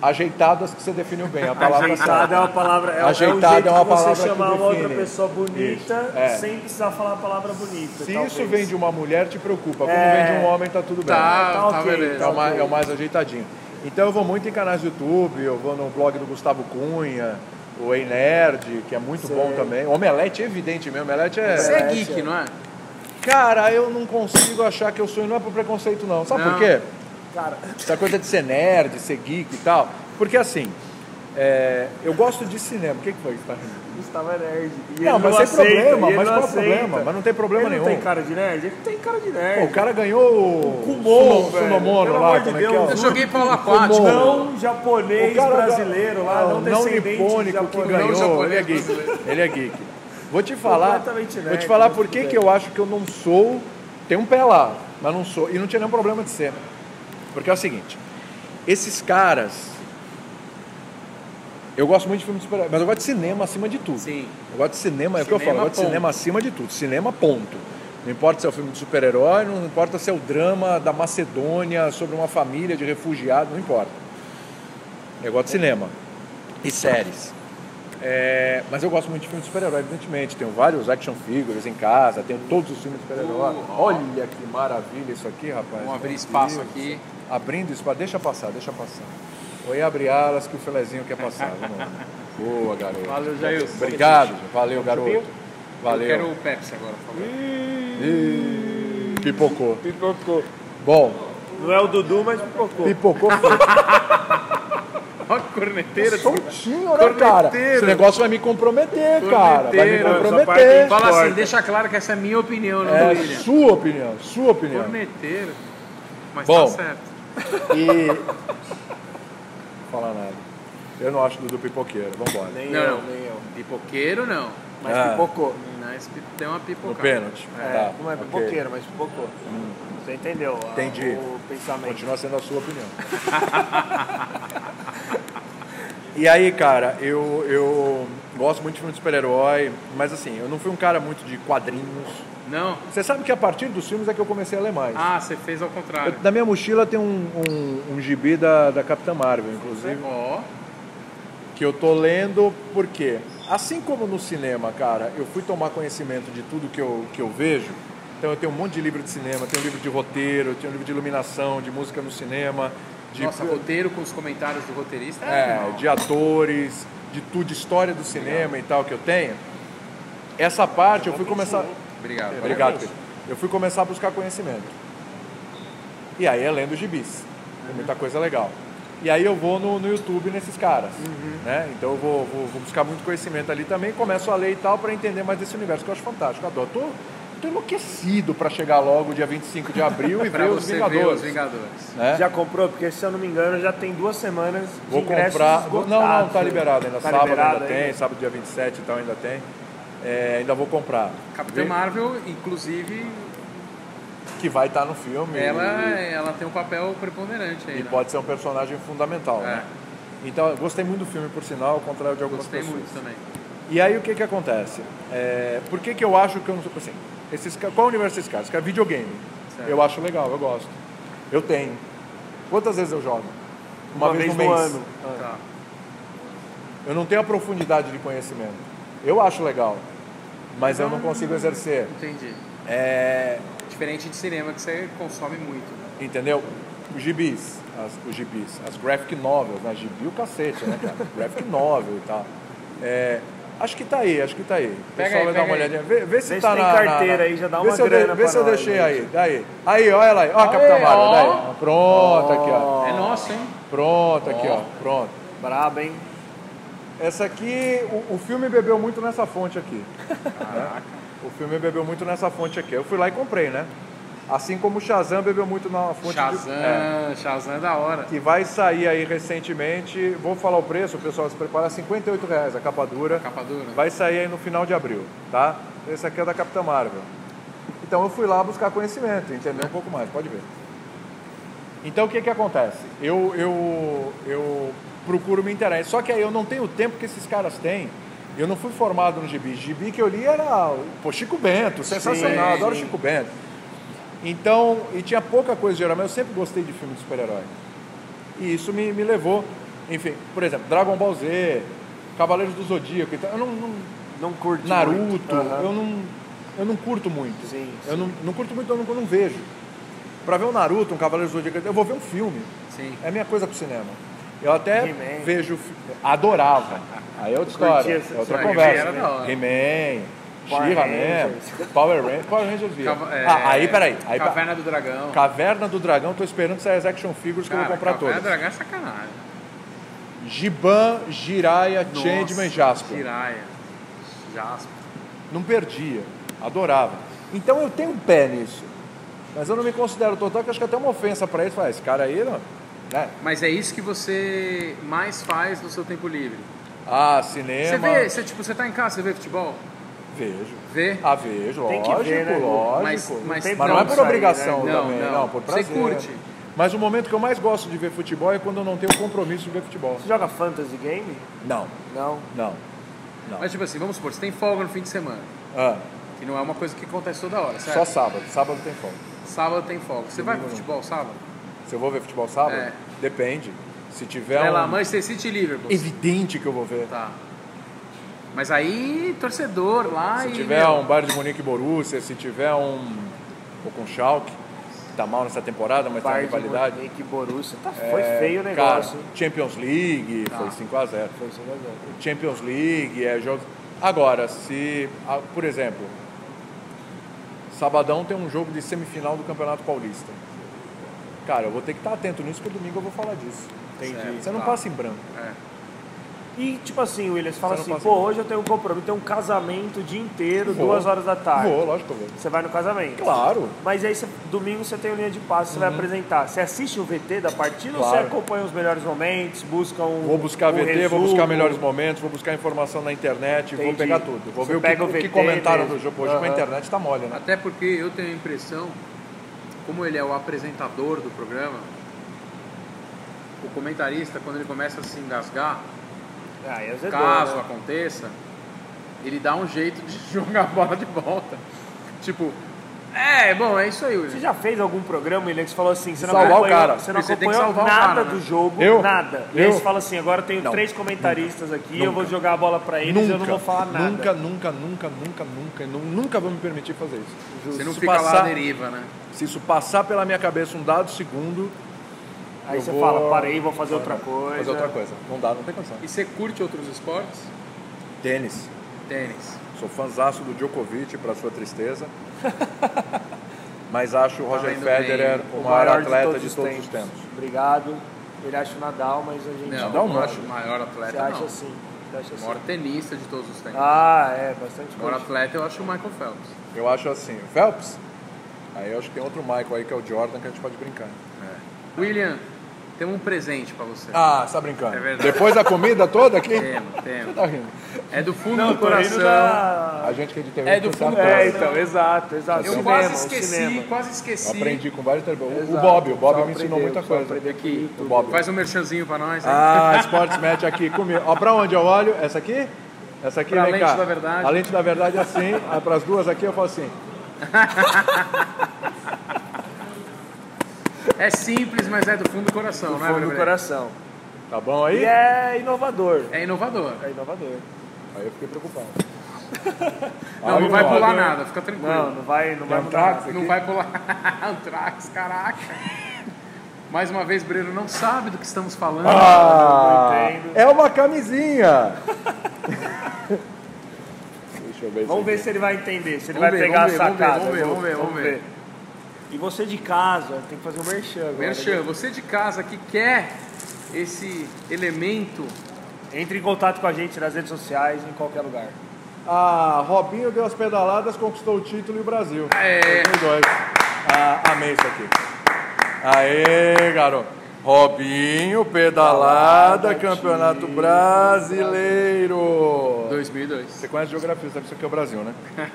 [SPEAKER 2] Ajeitadas que você definiu bem, a palavra
[SPEAKER 1] Ajeitado é
[SPEAKER 2] certa.
[SPEAKER 1] uma palavra. É,
[SPEAKER 2] Ajeitado
[SPEAKER 1] é, um jeito
[SPEAKER 2] é uma
[SPEAKER 1] de
[SPEAKER 2] palavra
[SPEAKER 1] você
[SPEAKER 2] que
[SPEAKER 1] chamar uma outra
[SPEAKER 2] define.
[SPEAKER 1] pessoa bonita
[SPEAKER 2] Isso, é.
[SPEAKER 1] sem precisar falar a palavra bonita.
[SPEAKER 2] Se
[SPEAKER 1] talvez.
[SPEAKER 2] isso vem de um- uma mulher, te preocupa. Quando
[SPEAKER 1] É.
[SPEAKER 2] vem de um homem, tá tudo bem.
[SPEAKER 1] tá
[SPEAKER 3] Tá, tá,
[SPEAKER 1] ok,
[SPEAKER 3] beleza.
[SPEAKER 2] É o, mais, é o mais ajeitadinho. Então eu vou muito em canais do YouTube, eu vou no blog do Gustavo Cunha, o Ei Nerd, que é muito
[SPEAKER 1] Sei.
[SPEAKER 2] bom também. Omelete, evidentemente, omelete é.
[SPEAKER 3] Você é
[SPEAKER 1] é,
[SPEAKER 3] geek,
[SPEAKER 1] é.
[SPEAKER 3] não é?
[SPEAKER 2] Cara, eu não consigo achar que eu sou, e não é por preconceito, não. Sabe
[SPEAKER 3] Não.
[SPEAKER 2] por quê?
[SPEAKER 1] Cara,
[SPEAKER 2] Essa coisa de ser nerd, ser geek e tal. Porque assim, é, eu gosto de cinema. O que, que foi que você tá rindo?
[SPEAKER 1] Gustavo é nerd. E ele
[SPEAKER 2] Não, mas sem
[SPEAKER 1] aceita,
[SPEAKER 2] problema,
[SPEAKER 1] e ele
[SPEAKER 2] mas
[SPEAKER 1] não
[SPEAKER 2] qual é o
[SPEAKER 1] aceita.
[SPEAKER 2] problema? Mas não tem problema
[SPEAKER 1] Ele não
[SPEAKER 2] nenhum.
[SPEAKER 1] tem cara de nerd? Ele tem cara de
[SPEAKER 2] Pô,
[SPEAKER 1] nerd.
[SPEAKER 2] o cara ganhou o
[SPEAKER 1] Kumon,
[SPEAKER 2] Suno-
[SPEAKER 1] velho.
[SPEAKER 2] Sunomono
[SPEAKER 1] Pelo
[SPEAKER 2] lá,
[SPEAKER 1] amor de
[SPEAKER 2] como é que
[SPEAKER 1] Deus,
[SPEAKER 2] é? o-
[SPEAKER 3] Eu joguei polo
[SPEAKER 2] Kumon.
[SPEAKER 3] aquático.
[SPEAKER 1] Não japonês
[SPEAKER 2] O cara da-
[SPEAKER 1] brasileiro lá, não, descendente
[SPEAKER 2] um nipônico
[SPEAKER 1] de japonês.
[SPEAKER 2] que
[SPEAKER 3] Não
[SPEAKER 2] ganhou.
[SPEAKER 3] japonês
[SPEAKER 2] Ele é geek.
[SPEAKER 3] brasileiro.
[SPEAKER 2] Ele é geek. Vou te falar.
[SPEAKER 1] Completamente
[SPEAKER 2] Vou te
[SPEAKER 1] nerd, né,
[SPEAKER 2] falar
[SPEAKER 1] mas
[SPEAKER 2] por
[SPEAKER 1] tudo
[SPEAKER 2] que
[SPEAKER 1] bem.
[SPEAKER 2] que eu acho que eu não sou. Tem um pé lá, mas não sou. E não tinha nenhum problema de ser. Porque é o seguinte, esses caras. Eu gosto muito de filme de super mas eu gosto de cinema acima de tudo.
[SPEAKER 3] Sim.
[SPEAKER 2] Eu gosto de cinema, é o que eu
[SPEAKER 3] Cinema,
[SPEAKER 2] falo, eu gosto de
[SPEAKER 3] ponto.
[SPEAKER 2] cinema acima de tudo. Cinema, ponto. Não importa se é o filme de super-herói, não importa se é o drama da Macedônia sobre uma família de refugiados, não importa. Eu gosto de cinema e séries. É, mas eu gosto muito de filmes de super-herói, evidentemente. Tenho vários action figures em casa, tenho todos os filmes de super-herói.
[SPEAKER 3] Uh, ó.
[SPEAKER 2] Olha que maravilha isso aqui, rapaz.
[SPEAKER 3] Vamos abrir
[SPEAKER 2] Meu
[SPEAKER 3] espaço
[SPEAKER 2] Deus.
[SPEAKER 3] aqui.
[SPEAKER 2] Abrindo espaço, deixa passar, deixa passar. Oi, abre alas que o Felezinho quer passar. Vamos lá. Boa, garoto.
[SPEAKER 3] Valeu, Jailson.
[SPEAKER 2] Obrigado, valeu, garoto.
[SPEAKER 3] Eu um-
[SPEAKER 2] Valeu.
[SPEAKER 3] quero o Pepsi agora, por favor.
[SPEAKER 2] Ih, Pipocou.
[SPEAKER 1] Pipocou.
[SPEAKER 2] Bom,
[SPEAKER 1] Não é o Dudu, mas pipocou.
[SPEAKER 2] pipocou foi.
[SPEAKER 3] Olha a corneteira.
[SPEAKER 2] Soltinho, né, cara?
[SPEAKER 3] Corneteiro.
[SPEAKER 2] Esse negócio vai me comprometer, cara. Vai me
[SPEAKER 3] Corneteiro. Essa
[SPEAKER 2] comprometer.
[SPEAKER 3] Fala assim,
[SPEAKER 1] Corta.
[SPEAKER 3] deixa claro que essa é a minha opinião, não
[SPEAKER 2] É
[SPEAKER 3] do William.
[SPEAKER 2] sua opinião, sua opinião.
[SPEAKER 3] Corneteiro. Mas
[SPEAKER 2] Bom.
[SPEAKER 3] tá certo.
[SPEAKER 2] E. falar nada. Eu não acho Dudu pipoqueiro. Vambora.
[SPEAKER 1] Nem
[SPEAKER 3] Não,
[SPEAKER 1] eu,
[SPEAKER 3] não.
[SPEAKER 1] nem eu.
[SPEAKER 3] Pipoqueiro não.
[SPEAKER 1] Mas
[SPEAKER 2] Ah.
[SPEAKER 1] pipocou.
[SPEAKER 3] Mas pi- tem uma
[SPEAKER 2] No
[SPEAKER 3] pipocada.
[SPEAKER 2] pênalti.
[SPEAKER 1] É,
[SPEAKER 2] Tá,
[SPEAKER 1] não é
[SPEAKER 2] ok. Hum.
[SPEAKER 1] pipoqueiro, mas pipocou. Você entendeu a-
[SPEAKER 2] Entendi.
[SPEAKER 1] o pensamento.
[SPEAKER 2] Continua sendo a sua opinião. e aí, cara, eu, eu gosto muito de filme de super-herói, mas assim, eu não fui um cara muito de quadrinhos.
[SPEAKER 3] Não?
[SPEAKER 2] Você sabe que a partir dos filmes é que eu comecei a ler mais.
[SPEAKER 3] Ah, você fez ao contrário.
[SPEAKER 2] Eu- na minha mochila tem um, um, um gibi da, da Capitã Marvel, inclusive.
[SPEAKER 3] Né? Ó,
[SPEAKER 2] que eu tô lendo porque assim como no cinema, cara, eu fui tomar conhecimento de tudo que eu, que eu vejo. Então eu tenho um monte de livro de cinema, tenho livro de roteiro, tenho um livro de iluminação, de música no cinema, de
[SPEAKER 3] nossa, roteiro com os comentários do roteirista.
[SPEAKER 2] é,
[SPEAKER 3] animal.
[SPEAKER 2] de atores, de tudo, de história do cinema e tal que eu tenho. Essa parte eu fui começar
[SPEAKER 3] Obrigado.
[SPEAKER 2] Obrigado. Pedro. Eu fui começar a buscar conhecimento. E aí é lendo gibis. Tem muita coisa legal. E aí eu vou no, no YouTube nesses caras. Né? Então eu vou, vou- vou buscar muito conhecimento ali também, começo a ler e tal para entender mais desse universo que eu acho fantástico. Adoro. Tô, tô enlouquecido para chegar logo dia 25 de abril e
[SPEAKER 3] Pra
[SPEAKER 2] ver os
[SPEAKER 3] você ver os
[SPEAKER 2] Vingadores.
[SPEAKER 3] Vingadores.
[SPEAKER 2] né?
[SPEAKER 1] Já comprou? Porque se eu não me engano, já tem duas semanas de
[SPEAKER 2] Vou
[SPEAKER 1] ingressos
[SPEAKER 2] comprar. Vou- Não, não,
[SPEAKER 1] esgotados.
[SPEAKER 2] tá liberado ainda.
[SPEAKER 1] Tá
[SPEAKER 2] sábado
[SPEAKER 1] liberado
[SPEAKER 2] ainda
[SPEAKER 1] ainda?
[SPEAKER 2] tem, sábado dia 27 e tal ainda tem. É, ainda vou comprar.
[SPEAKER 3] Capitã
[SPEAKER 2] Vi-
[SPEAKER 3] Marvel, inclusive,
[SPEAKER 2] Que vai estar no filme.
[SPEAKER 3] ela,
[SPEAKER 2] e-
[SPEAKER 3] ela tem um papel preponderante aí.
[SPEAKER 2] E
[SPEAKER 3] né?
[SPEAKER 2] pode ser um personagem fundamental,
[SPEAKER 3] É.
[SPEAKER 2] né? Então, eu gostei muito do filme, por sinal, ao contrário de algumas
[SPEAKER 3] Gostei
[SPEAKER 2] pessoas.
[SPEAKER 3] muito também.
[SPEAKER 2] E aí, o que que acontece? É, por que que eu acho que eu não sou... Assim, esses, ca- qual é o universo desses caras? Que é videogame.
[SPEAKER 3] Certo.
[SPEAKER 2] Eu acho legal, eu gosto. Eu tenho. Quantas vezes eu jogo?
[SPEAKER 1] Uma, vez, no
[SPEAKER 2] mês.
[SPEAKER 1] ano.
[SPEAKER 2] Ah.
[SPEAKER 1] Ah,
[SPEAKER 3] Tá.
[SPEAKER 2] Eu não tenho a profundidade de conhecimento. Eu acho legal, mas eu não consigo exercer.
[SPEAKER 3] Entendi.
[SPEAKER 2] É,
[SPEAKER 3] Diferente de cinema que você consome muito. né?
[SPEAKER 2] Entendeu? Os gibis, as, os gibis, as graphic novels, né? Gibi o cacete, né, cara? graphic novel e tal. É, acho que tá aí, acho que tá aí. O
[SPEAKER 3] Pega
[SPEAKER 2] pessoal
[SPEAKER 3] aí,
[SPEAKER 2] vai
[SPEAKER 3] pega
[SPEAKER 2] dar uma
[SPEAKER 3] aí.
[SPEAKER 2] olhadinha. Vê, vê se
[SPEAKER 1] Vê se
[SPEAKER 2] tá
[SPEAKER 1] tem
[SPEAKER 2] na, na-
[SPEAKER 1] carteira
[SPEAKER 2] na-
[SPEAKER 1] aí, já dá
[SPEAKER 2] vê
[SPEAKER 1] uma
[SPEAKER 2] se eu
[SPEAKER 1] grana
[SPEAKER 2] Vê
[SPEAKER 1] pra
[SPEAKER 2] se eu
[SPEAKER 1] nós,
[SPEAKER 2] deixei
[SPEAKER 1] gente.
[SPEAKER 2] aí, daí. Aí, olha lá, ó a Capitã
[SPEAKER 3] Aí,
[SPEAKER 2] Marvel,
[SPEAKER 3] ó.
[SPEAKER 2] daí. Pronto aqui, ó.
[SPEAKER 3] É nosso, hein?
[SPEAKER 2] Pronto aqui, ó. Pronto.
[SPEAKER 1] Brabo, hein?
[SPEAKER 2] Essa aqui, o, o filme bebeu muito nessa fonte aqui. o filme bebeu muito nessa fonte aqui. Eu fui lá e comprei, né? Assim como o Shazam bebeu muito na fonte de...
[SPEAKER 3] Shazam,
[SPEAKER 2] É
[SPEAKER 3] Shazam é da hora.
[SPEAKER 2] que vai sair aí recentemente. Vou falar o preço, pessoal, se prepara, R$ 58 reais a capa dura.
[SPEAKER 3] Capa dura.
[SPEAKER 2] Vai sair aí no final de abril, tá? Esse aqui é da Capitã Marvel. Então eu fui lá buscar conhecimento, entendeu? Um pouco mais, pode ver. Então o que que acontece? Eu, eu, eu procuro me interar. Só que aí eu não tenho o tempo que esses caras têm. Eu não fui formado no gibi. Gibi que eu li era pô, Chico Bento, sensacional,
[SPEAKER 3] Sim,
[SPEAKER 2] adoro
[SPEAKER 1] sim.
[SPEAKER 2] Chico Bento. Então, e tinha pouca coisa geral, mas eu sempre gostei de filme de super-herói. E isso me, me levou, enfim, por exemplo, Dragon Ball Z, Cavaleiros do Zodíaco, então, eu não, não-
[SPEAKER 1] Não curte muito.
[SPEAKER 2] Naruto,
[SPEAKER 1] Aham.
[SPEAKER 2] eu, não, eu não curto muito. assim.
[SPEAKER 1] Sim,
[SPEAKER 2] Eu não, não curto muito, eu não, eu não vejo. Pra ver um Naruto, um Cavaleiro do Zodíaco, eu vou ver um filme.
[SPEAKER 3] Sim.
[SPEAKER 2] É a minha coisa pro cinema. Eu até
[SPEAKER 1] He-Man.
[SPEAKER 2] vejo. fi- Adorava. Aí é outra história.
[SPEAKER 1] curtia
[SPEAKER 2] É outra
[SPEAKER 3] essa-
[SPEAKER 2] conversa.
[SPEAKER 3] He-Man era da hora.
[SPEAKER 2] He-Man,
[SPEAKER 1] Power
[SPEAKER 2] She-Ra
[SPEAKER 1] Rangers.
[SPEAKER 2] mesmo, Power Rangers. Power Rangers via.
[SPEAKER 3] Cava- é,
[SPEAKER 2] Ah, aí, peraí. Aí, Caverna...
[SPEAKER 3] Caverna do Dragão.
[SPEAKER 2] do Dragão, tô esperando sair as action figures que eu vou
[SPEAKER 3] Cara,
[SPEAKER 2] comprar
[SPEAKER 3] Caverna do
[SPEAKER 2] todas.
[SPEAKER 3] Dragão é sacanagem.
[SPEAKER 2] Giban, Jiraiya, Changeman
[SPEAKER 3] Nossa,
[SPEAKER 2] e Jasper.
[SPEAKER 3] Jiraiya. Jasper.
[SPEAKER 2] Não perdia, adorava. Então eu tenho um pé nisso. Mas eu não me considero total, que acho que até uma ofensa pra eles. Falar, esse cara aí, não. Né?
[SPEAKER 3] Mas é isso que você mais faz no seu tempo livre.
[SPEAKER 2] Ah,
[SPEAKER 3] Você
[SPEAKER 2] cinema.
[SPEAKER 3] vê, você, tipo, você tá em casa, você vê futebol?
[SPEAKER 2] Vejo.
[SPEAKER 3] Vê?
[SPEAKER 2] Ah, vejo,
[SPEAKER 1] Tem que
[SPEAKER 2] lógico,
[SPEAKER 1] ver, né, Gu?
[SPEAKER 2] lógico.
[SPEAKER 3] Mas- mas
[SPEAKER 2] Mas
[SPEAKER 1] não
[SPEAKER 2] não é por
[SPEAKER 1] isso aí,
[SPEAKER 2] obrigação
[SPEAKER 3] né? Não,
[SPEAKER 2] também, não,
[SPEAKER 3] não.
[SPEAKER 2] por
[SPEAKER 3] Você
[SPEAKER 2] prazer.
[SPEAKER 3] curte.
[SPEAKER 2] Mas o momento que eu mais gosto de ver futebol é quando eu não tenho compromisso de ver futebol.
[SPEAKER 1] Você joga fantasy game?
[SPEAKER 2] Não,
[SPEAKER 1] Não.
[SPEAKER 2] não.
[SPEAKER 3] Mas tipo assim, vamos supor, você tem folga no fim de semana,
[SPEAKER 2] Ah,
[SPEAKER 3] que não é uma coisa que acontece toda hora,
[SPEAKER 2] só
[SPEAKER 3] certo?
[SPEAKER 2] sábado. Sábado tem folga.
[SPEAKER 3] Sábado tem folga. Você vai pro futebol sábado?
[SPEAKER 2] Se eu vou ver futebol sábado,
[SPEAKER 3] É.
[SPEAKER 2] depende. Se tiver
[SPEAKER 3] Vai é lá,
[SPEAKER 2] um-
[SPEAKER 3] Manchester City e Liverpool.
[SPEAKER 2] evidente que eu vou ver.
[SPEAKER 3] Tá. Mas aí, torcedor lá
[SPEAKER 2] Se
[SPEAKER 3] e...
[SPEAKER 2] tiver
[SPEAKER 3] meu,
[SPEAKER 2] um Bayern de Munique e Borussia, se tiver um ou com Schalke, que tá mal nessa temporada, mas
[SPEAKER 1] Bayern
[SPEAKER 2] tem uma
[SPEAKER 1] de
[SPEAKER 2] rivalidade.
[SPEAKER 1] Munique, Borussia. Tá, foi
[SPEAKER 2] É,
[SPEAKER 1] feio o
[SPEAKER 2] cara,
[SPEAKER 1] negócio. hein?
[SPEAKER 2] Champions League,
[SPEAKER 3] Tá.
[SPEAKER 2] foi 5 a 0.
[SPEAKER 1] Foi sem razão.
[SPEAKER 2] Champions League, é jogos. Agora, se, ah, por exemplo, se Sabadão tem um jogo de semifinal do Campeonato Paulista. Cara, eu vou ter que estar atento nisso, porque domingo eu vou falar disso.
[SPEAKER 1] Entendi.
[SPEAKER 2] Você não
[SPEAKER 3] Tá.
[SPEAKER 2] passa em branco.
[SPEAKER 3] É.
[SPEAKER 1] E tipo assim, William, você fala
[SPEAKER 2] Você
[SPEAKER 1] assim,
[SPEAKER 2] não
[SPEAKER 1] pô, hoje eu tenho um compromisso, tenho um casamento o dia inteiro,
[SPEAKER 2] Vou.
[SPEAKER 1] duas horas da tarde.
[SPEAKER 2] Vou, lógico que eu vou.
[SPEAKER 1] Você vai no casamento.
[SPEAKER 2] Claro. Uhum.
[SPEAKER 1] Mas aí, você- domingo você tem o linha de passe, você vai apresentar. Você assiste o VT da partida ou você
[SPEAKER 2] Claro.
[SPEAKER 1] acompanha os melhores momentos, busca um.
[SPEAKER 2] Vou buscar
[SPEAKER 1] um
[SPEAKER 2] VT, vou
[SPEAKER 1] resumo?
[SPEAKER 2] buscar melhores momentos, vou buscar informação na internet, vou
[SPEAKER 1] Entendi.
[SPEAKER 2] pegar tudo. Vou
[SPEAKER 1] Você
[SPEAKER 2] ver o que,
[SPEAKER 1] pega o
[SPEAKER 2] o que
[SPEAKER 1] VT
[SPEAKER 2] comentaram
[SPEAKER 1] mesmo.
[SPEAKER 2] do jogo hoje, porque
[SPEAKER 1] Aham.
[SPEAKER 2] a internet tá mole, né?
[SPEAKER 3] Até porque eu tenho a impressão, como ele é o apresentador do programa, o comentarista, quando ele começa a se engasgar,
[SPEAKER 1] Ah, aí
[SPEAKER 2] É
[SPEAKER 1] azedou,
[SPEAKER 3] caso
[SPEAKER 1] né?
[SPEAKER 3] aconteça, ele dá um jeito de jogar a bola de volta. Tipo, é, bom, é isso aí,
[SPEAKER 1] Você
[SPEAKER 3] William.
[SPEAKER 1] já fez algum programa, William, que você falou assim, você não
[SPEAKER 2] Salvar o
[SPEAKER 1] acompanhou,
[SPEAKER 2] cara.
[SPEAKER 1] Você não
[SPEAKER 3] Você tem que
[SPEAKER 1] acompanhou
[SPEAKER 3] salvar o
[SPEAKER 1] nada
[SPEAKER 3] cara, né?
[SPEAKER 1] do jogo,
[SPEAKER 2] Eu?
[SPEAKER 1] nada. E aí
[SPEAKER 2] Eu?
[SPEAKER 1] você fala assim, agora eu tenho
[SPEAKER 2] Não.
[SPEAKER 1] três comentaristas aqui, eu vou jogar a bola pra eles e eu não vou falar nada.
[SPEAKER 2] nunca, nunca, nunca, nunca, nunca, nu- nunca vou me permitir fazer isso.
[SPEAKER 3] Você
[SPEAKER 2] Se
[SPEAKER 3] não
[SPEAKER 2] isso
[SPEAKER 3] fica lá à
[SPEAKER 2] passar-
[SPEAKER 3] deriva, né?
[SPEAKER 2] Se isso passar pela minha cabeça um dado segundo,
[SPEAKER 1] Aí
[SPEAKER 2] Eu
[SPEAKER 1] você
[SPEAKER 2] vou-
[SPEAKER 1] fala, parei, vou fazer outra coisa.
[SPEAKER 2] fazer é outra coisa. Não dá, não tem condição.
[SPEAKER 3] E você curte outros esportes?
[SPEAKER 2] Tênis.
[SPEAKER 3] Tênis.
[SPEAKER 2] Sou fãzaço do Djokovic, para sua tristeza. Mas acho o Roger
[SPEAKER 3] indo
[SPEAKER 2] Federer
[SPEAKER 3] bem.
[SPEAKER 2] o
[SPEAKER 1] Tá O
[SPEAKER 2] maior
[SPEAKER 1] maior
[SPEAKER 2] atleta
[SPEAKER 1] de todos, os tempos. Obrigado. Ele acha o Nadal, mas a gente
[SPEAKER 3] Não,
[SPEAKER 2] dá um
[SPEAKER 3] não acho
[SPEAKER 2] nó.
[SPEAKER 3] o maior
[SPEAKER 1] Você
[SPEAKER 3] atleta,
[SPEAKER 1] acha
[SPEAKER 3] não.
[SPEAKER 1] assim? Você acha
[SPEAKER 3] O
[SPEAKER 1] assim?
[SPEAKER 3] maior tenista de todos os tempos.
[SPEAKER 1] Ah, é, bastante
[SPEAKER 3] o maior
[SPEAKER 1] coisa.
[SPEAKER 3] atleta eu acho o Michael Phelps.
[SPEAKER 2] Eu acho assim, o Phelps. Aí eu acho que tem outro Michael aí que é o Jordan que a gente pode brincar.
[SPEAKER 3] William, temos um presente pra você.
[SPEAKER 2] Ah, você tá brincando?
[SPEAKER 3] É verdade. É.
[SPEAKER 2] Depois da comida toda aqui?
[SPEAKER 3] Temos, temos.
[SPEAKER 2] Tá rindo.
[SPEAKER 3] É do fundo
[SPEAKER 1] Não, tá
[SPEAKER 3] do
[SPEAKER 1] tô rindo
[SPEAKER 3] coração.
[SPEAKER 1] da...
[SPEAKER 2] A gente que é de TV
[SPEAKER 3] É do
[SPEAKER 2] não
[SPEAKER 3] fundo
[SPEAKER 2] sabe.
[SPEAKER 1] É, então, exato, exato.
[SPEAKER 3] Eu
[SPEAKER 1] Cinema,
[SPEAKER 3] quase
[SPEAKER 1] o
[SPEAKER 3] esqueci,
[SPEAKER 1] cinema.
[SPEAKER 3] quase
[SPEAKER 2] Eu
[SPEAKER 3] esqueci.
[SPEAKER 2] aprendi com vários terapeutas. O
[SPEAKER 1] Exato.
[SPEAKER 2] Bob, o Bob
[SPEAKER 1] Só
[SPEAKER 2] me ensinou
[SPEAKER 1] aprendeu,
[SPEAKER 2] muita
[SPEAKER 1] só
[SPEAKER 2] coisa.
[SPEAKER 1] aprendeu
[SPEAKER 3] Aqui,
[SPEAKER 2] O Bob.
[SPEAKER 3] faz um merchanzinho pra nós. hein?
[SPEAKER 2] Ah, Sports Match aqui comigo. Ó, pra onde eu olho? Essa aqui? Essa aqui,
[SPEAKER 3] Pra
[SPEAKER 2] vem
[SPEAKER 3] lente
[SPEAKER 2] cá.
[SPEAKER 3] da verdade.
[SPEAKER 2] A lente da verdade é assim, aí pras duas aqui eu falo assim.
[SPEAKER 3] É simples, mas é do fundo do coração, né,
[SPEAKER 1] Fundo do
[SPEAKER 3] Brebré?
[SPEAKER 1] coração.
[SPEAKER 2] Tá bom aí?
[SPEAKER 1] E é inovador.
[SPEAKER 3] É inovador.
[SPEAKER 1] É inovador.
[SPEAKER 2] Aí eu fiquei preocupado. né?
[SPEAKER 3] Não, não vai pular nada, fica tranquilo.
[SPEAKER 1] Ah, Não, não vai, não vai
[SPEAKER 2] um
[SPEAKER 1] mudar.
[SPEAKER 2] táxi?
[SPEAKER 1] nada.
[SPEAKER 3] Não vai pular. Antrax, caraca. Mais uma vez, Breno não sabe do que estamos falando.
[SPEAKER 2] Ah,
[SPEAKER 1] Não entendo.
[SPEAKER 2] é uma camisinha. Deixa eu ver
[SPEAKER 1] Vamos
[SPEAKER 2] isso
[SPEAKER 1] ver
[SPEAKER 2] aqui.
[SPEAKER 1] se ele vai entender, se ele vai
[SPEAKER 3] Vamos ver,
[SPEAKER 1] pegar
[SPEAKER 3] vamos ver,
[SPEAKER 1] a
[SPEAKER 3] vamos ver,
[SPEAKER 1] sacada.
[SPEAKER 3] vamos ver, vamos ver, vamos ver.
[SPEAKER 1] E você de casa, tem que fazer um merchan agora.
[SPEAKER 3] Merchan, você de casa que quer esse elemento
[SPEAKER 1] Entre em contato com a gente nas redes sociais, em qualquer lugar.
[SPEAKER 2] Ah, Robinho deu as pedaladas, conquistou o título e o Brasil.
[SPEAKER 3] É.
[SPEAKER 2] 2002. Ah, amei isso aqui. Aê, garoto. Robinho, pedalada, campeonato brasileiro.
[SPEAKER 3] 2002.
[SPEAKER 2] Você conhece geografia, sabe isso aqui é o Brasil, né?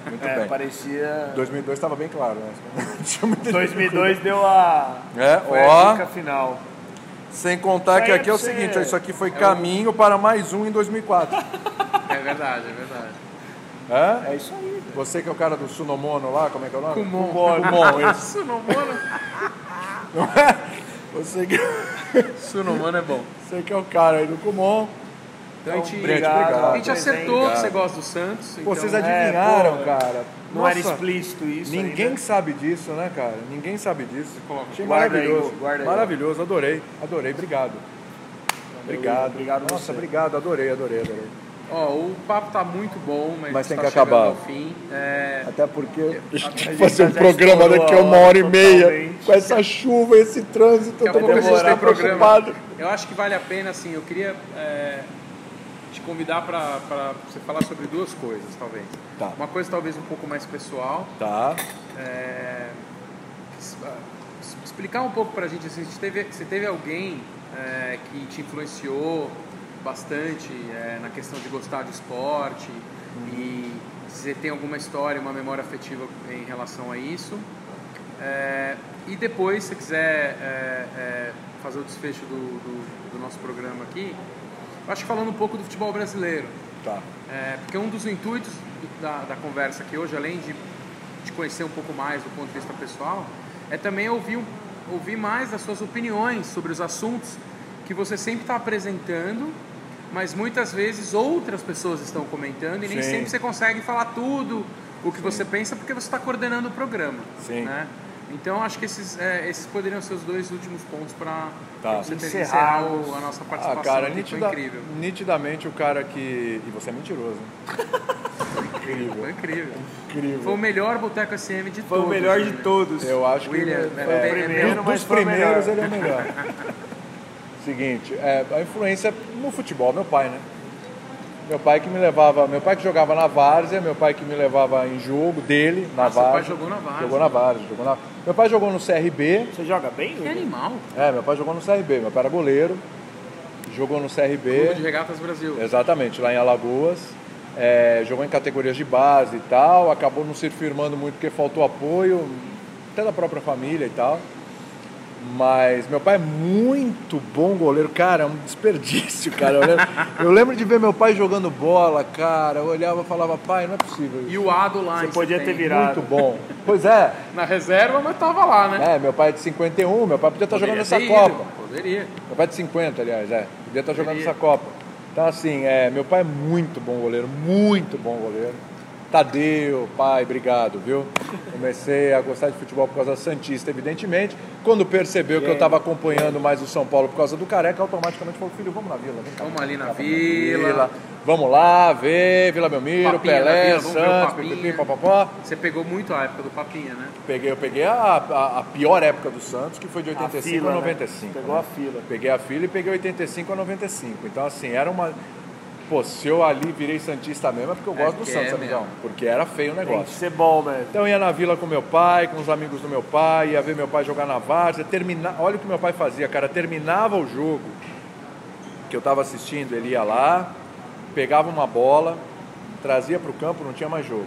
[SPEAKER 2] Muito
[SPEAKER 1] É,
[SPEAKER 2] bem.
[SPEAKER 1] parecia.
[SPEAKER 2] 2002 estava bem claro, né? Tinha muita
[SPEAKER 1] 2002 deu a.
[SPEAKER 2] É,
[SPEAKER 1] Foi um a
[SPEAKER 2] ó.
[SPEAKER 1] dica final.
[SPEAKER 2] Sem contar que
[SPEAKER 1] Isso aí
[SPEAKER 2] aqui é o
[SPEAKER 1] é pra
[SPEAKER 2] seguinte,
[SPEAKER 1] você-
[SPEAKER 2] ó, isso aqui foi caminho para mais um em 2004.
[SPEAKER 3] É verdade, é verdade.
[SPEAKER 2] Hã?
[SPEAKER 1] É isso aí.
[SPEAKER 2] Você que é o cara do Sunomono lá, como é que é o nome?
[SPEAKER 3] Kumon.
[SPEAKER 2] Kumon, esse.
[SPEAKER 3] Sunomano.
[SPEAKER 2] Não é? Você que,
[SPEAKER 3] Sunomano é bom.
[SPEAKER 2] você que é o cara aí do Kumon.
[SPEAKER 3] Então, a gente,
[SPEAKER 2] Breno,
[SPEAKER 3] a
[SPEAKER 2] obrigado.
[SPEAKER 3] gente
[SPEAKER 1] presente.
[SPEAKER 3] acertou que você gosta do Santos.
[SPEAKER 2] Pô, Vocês
[SPEAKER 3] então-
[SPEAKER 2] adivinharam,
[SPEAKER 1] é, pô,
[SPEAKER 2] cara.
[SPEAKER 1] Não
[SPEAKER 2] Nossa,
[SPEAKER 1] era explícito isso. aí,
[SPEAKER 2] Ninguém
[SPEAKER 1] né?
[SPEAKER 2] sabe disso, né, cara? Ninguém sabe disso.
[SPEAKER 3] Coloca.
[SPEAKER 2] Achei
[SPEAKER 1] Guarda
[SPEAKER 2] maravilhoso.
[SPEAKER 1] aí, guarda aí.
[SPEAKER 2] maravilhoso, adorei. Adorei, obrigado. Obrigado.
[SPEAKER 1] obrigado
[SPEAKER 2] Nossa,
[SPEAKER 1] você.
[SPEAKER 2] obrigado, adorei, adorei, adorei.
[SPEAKER 3] é, Ó, o papo tá muito bom, mas,
[SPEAKER 2] Mas tem
[SPEAKER 3] tá
[SPEAKER 2] que
[SPEAKER 3] chegando
[SPEAKER 2] acabar.
[SPEAKER 3] ao fim. É,
[SPEAKER 2] Até porque
[SPEAKER 1] A gente
[SPEAKER 2] fazer
[SPEAKER 1] já-
[SPEAKER 2] um
[SPEAKER 1] já
[SPEAKER 2] programa
[SPEAKER 1] estourou
[SPEAKER 2] daqui a uma hora e meia,
[SPEAKER 1] totalmente.
[SPEAKER 2] com essa chuva, esse trânsito,
[SPEAKER 3] daqui a
[SPEAKER 2] eu tô
[SPEAKER 3] pouco a gente tem
[SPEAKER 2] preocupado.
[SPEAKER 3] programa. Eu acho que vale a pena, assim, eu queria é, te convidar pra pra você falar sobre duas coisas, talvez.
[SPEAKER 2] Tá.
[SPEAKER 3] Uma coisa talvez um pouco mais pessoal,
[SPEAKER 2] Tá.
[SPEAKER 3] é, es- ah, es- explicar um pouco pra gente, assim, se teve, se teve alguém é, que te influenciou bastante é, na questão de gostar de esporte e se você tem alguma história, uma memória afetiva em relação a isso. É, e depois, se você quiser é, é, fazer o desfecho do, do- do nosso programa aqui, eu acho que falando um pouco do futebol brasileiro.
[SPEAKER 2] Tá.
[SPEAKER 3] É, porque um dos intuitos do- da, da conversa aqui hoje, além de te conhecer um pouco mais do ponto de vista pessoal, é também ouvir, um- ouvir mais das suas opiniões sobre os assuntos que você sempre está apresentando, mas muitas vezes outras pessoas estão comentando e nem
[SPEAKER 2] Sim.
[SPEAKER 3] sempre você consegue falar tudo o que você pensa porque você está coordenando o programa.
[SPEAKER 2] Sim.
[SPEAKER 3] né? Então acho que esses, é, esses poderiam ser os dois últimos pontos para
[SPEAKER 2] Tá.
[SPEAKER 3] você ter- encerrar,
[SPEAKER 1] Encerrar
[SPEAKER 3] o-
[SPEAKER 1] os-
[SPEAKER 3] a nossa
[SPEAKER 2] Ah,
[SPEAKER 3] participação. é
[SPEAKER 2] cara,
[SPEAKER 3] que foi
[SPEAKER 2] nitida-
[SPEAKER 3] incrível.
[SPEAKER 2] nitidamente o cara que. E você é mentiroso. né? incrível.
[SPEAKER 3] Foi incrível.
[SPEAKER 2] incrível.
[SPEAKER 3] Foi o melhor Boteco SM de todos.
[SPEAKER 4] Foi o melhor
[SPEAKER 3] né?
[SPEAKER 4] de todos.
[SPEAKER 2] Eu acho
[SPEAKER 3] William,
[SPEAKER 2] que.
[SPEAKER 3] é,
[SPEAKER 2] é,
[SPEAKER 3] bem- é
[SPEAKER 4] primeiro,
[SPEAKER 3] bem-
[SPEAKER 4] mas
[SPEAKER 2] dos
[SPEAKER 4] foi o
[SPEAKER 2] primeiros
[SPEAKER 4] melhor.
[SPEAKER 2] ele é o melhor. Seguinte, é, a influência no futebol, meu pai, né? Meu pai que me levava, meu pai que jogava na várzea, meu pai que me levava em jogo dele, na
[SPEAKER 3] Ah, seu pai
[SPEAKER 2] várzea.
[SPEAKER 3] jogou na várzea.
[SPEAKER 2] Jogou na várzea, jogou na- Meu pai jogou no CRB,
[SPEAKER 1] Você joga bem?
[SPEAKER 3] Que
[SPEAKER 1] William?
[SPEAKER 3] animal.
[SPEAKER 2] é, meu pai jogou no CRB, meu pai era goleiro, jogou no
[SPEAKER 3] Clube de
[SPEAKER 2] CRB,
[SPEAKER 3] Regatas
[SPEAKER 2] É.
[SPEAKER 3] Brasil.
[SPEAKER 2] exatamente, lá em Alagoas, é, jogou em categorias de base e tal, acabou não se firmando muito porque faltou apoio, até da própria família e tal. Mas meu pai é muito bom goleiro, cara, é um desperdício, cara. Eu lembro, eu lembro de ver meu pai jogando bola, cara. Eu olhava e falava, pai, não é possível. isso.
[SPEAKER 3] E o Ado lá
[SPEAKER 1] Você
[SPEAKER 3] em
[SPEAKER 1] podia ter
[SPEAKER 3] setembro.
[SPEAKER 1] virado.
[SPEAKER 2] Muito bom. Pois é,
[SPEAKER 3] Na reserva, mas tava lá, né?
[SPEAKER 2] é, meu pai é de 51, meu pai podia estar jogando
[SPEAKER 3] Poderia
[SPEAKER 2] essa
[SPEAKER 3] ter ido,
[SPEAKER 2] Copa.
[SPEAKER 3] Poderia.
[SPEAKER 2] Meu pai é de 50, aliás, é. Podia estar jogando
[SPEAKER 3] Poderia.
[SPEAKER 2] essa Copa. Então, assim, é, meu pai é muito bom goleiro, muito bom goleiro. Tadeu, pai, obrigado, viu? Comecei a gostar de futebol por causa da Santista, evidentemente. Quando percebeu que eu estava acompanhando mais o São Paulo por causa do Careca, automaticamente falou, filho, vamos na Vila. Vem cá.
[SPEAKER 3] Vamos ali na
[SPEAKER 2] Vamos
[SPEAKER 3] vila.
[SPEAKER 2] Vamos lá ver Vila Belmiro,
[SPEAKER 3] Papinha na
[SPEAKER 2] Pelé,
[SPEAKER 3] Vila, vamos ver o
[SPEAKER 2] Santos,
[SPEAKER 3] Papinha.
[SPEAKER 2] pipipi, papapá.
[SPEAKER 3] Você pegou muito a época do Papinha, né?
[SPEAKER 2] Peguei, eu peguei a, a- a pior época do Santos, que foi de
[SPEAKER 1] A
[SPEAKER 2] 85
[SPEAKER 1] fila,
[SPEAKER 2] a
[SPEAKER 1] né?
[SPEAKER 2] 95.
[SPEAKER 1] Pegou
[SPEAKER 2] né?
[SPEAKER 1] a fila.
[SPEAKER 2] Peguei a fila e peguei 85 a 95. Então, assim, era uma. Pô, se eu ali virei Santista mesmo, é porque eu
[SPEAKER 3] É
[SPEAKER 2] gosto do
[SPEAKER 3] que
[SPEAKER 2] Santos,
[SPEAKER 3] é
[SPEAKER 2] amigão.
[SPEAKER 3] mesmo.
[SPEAKER 2] Porque era feio o
[SPEAKER 1] Tem que
[SPEAKER 2] negócio.
[SPEAKER 1] ser bom, mesmo.
[SPEAKER 2] Então, eu ia na vila com meu pai, com os amigos do meu pai, ia ver meu pai jogar na várzea. Termina... Olha o que meu pai fazia, cara. Terminava o jogo que eu tava assistindo, ele ia lá, pegava uma bola, trazia pro campo, não tinha mais jogo.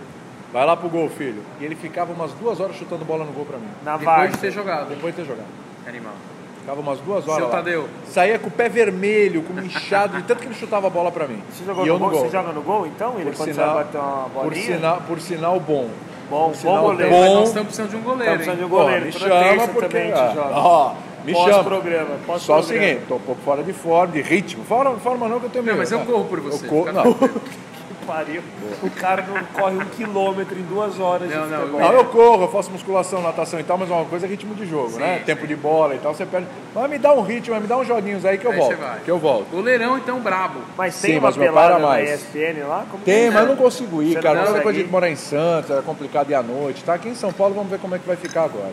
[SPEAKER 2] Vai lá pro gol, filho. E ele ficava umas duas horas chutando bola no gol pra mim.
[SPEAKER 1] Na
[SPEAKER 3] Depois de
[SPEAKER 1] Varsa.
[SPEAKER 3] ter jogado.
[SPEAKER 2] Depois de ter jogado.
[SPEAKER 3] Animal.
[SPEAKER 2] Ficava umas duas horas
[SPEAKER 3] Seu
[SPEAKER 2] lá.
[SPEAKER 3] Tadeu.
[SPEAKER 2] Saía com o pé vermelho, com um inchado, de tanto que ele chutava a bola pra mim.
[SPEAKER 1] Você, jogou
[SPEAKER 2] e eu
[SPEAKER 1] no gol?
[SPEAKER 2] no gol.
[SPEAKER 1] você joga no gol, então? Ele
[SPEAKER 2] Por
[SPEAKER 1] quando
[SPEAKER 2] sinal-
[SPEAKER 1] você vai bater uma
[SPEAKER 2] por,
[SPEAKER 1] bolinha?
[SPEAKER 2] sinal, por sinal bom.
[SPEAKER 1] bom, bom
[SPEAKER 2] sinal
[SPEAKER 1] goleiro.
[SPEAKER 2] bom.
[SPEAKER 3] Mas nós estamos precisando de um
[SPEAKER 1] Tá
[SPEAKER 3] goleiro,
[SPEAKER 1] precisando de
[SPEAKER 3] hein?
[SPEAKER 1] um goleiro.
[SPEAKER 2] Ó,
[SPEAKER 1] Toda
[SPEAKER 2] me chama
[SPEAKER 1] terça
[SPEAKER 2] porque...
[SPEAKER 1] também a
[SPEAKER 2] ah,
[SPEAKER 1] gente joga.
[SPEAKER 2] ó, me chama.
[SPEAKER 1] Pós-programa. Pós
[SPEAKER 2] Só o seguinte, tô um pouco fora de forma, de ritmo. Fora, forma não que eu tenho
[SPEAKER 3] Não,
[SPEAKER 2] medo,
[SPEAKER 3] mas eu
[SPEAKER 2] tá?
[SPEAKER 3] corro por você.
[SPEAKER 2] Eu corro,
[SPEAKER 3] fica
[SPEAKER 2] não.
[SPEAKER 3] tranquilo.
[SPEAKER 1] Pariu. O cara não corre um quilômetro em duas horas.
[SPEAKER 3] Não,
[SPEAKER 1] de
[SPEAKER 3] não,
[SPEAKER 1] futebol.
[SPEAKER 2] Não, eu corro, eu faço musculação, natação e tal, mas uma coisa é ritmo de jogo,
[SPEAKER 3] Sim,
[SPEAKER 2] né?
[SPEAKER 3] sim.
[SPEAKER 2] Tempo de bola e tal, você perde. Mas me dá um ritmo, me dá uns joguinhos aí que eu
[SPEAKER 3] Aí
[SPEAKER 2] volto.
[SPEAKER 3] você vai.
[SPEAKER 2] Que eu volto.
[SPEAKER 3] Goleirão, então, brabo.
[SPEAKER 1] Mas tem
[SPEAKER 2] Sim,
[SPEAKER 1] uma
[SPEAKER 2] mas não
[SPEAKER 1] pelada
[SPEAKER 2] para
[SPEAKER 1] na
[SPEAKER 2] mais.
[SPEAKER 1] ESPN lá? Como
[SPEAKER 2] Tem,
[SPEAKER 1] que-
[SPEAKER 2] mas eu não consigo ir,
[SPEAKER 1] Você
[SPEAKER 2] cara.
[SPEAKER 1] não
[SPEAKER 2] Não
[SPEAKER 1] consegue
[SPEAKER 2] depois de
[SPEAKER 1] ir?
[SPEAKER 2] morar em Santos, era complicado ir à noite, tá? Aqui em São Paulo, vamos ver como é que vai ficar agora.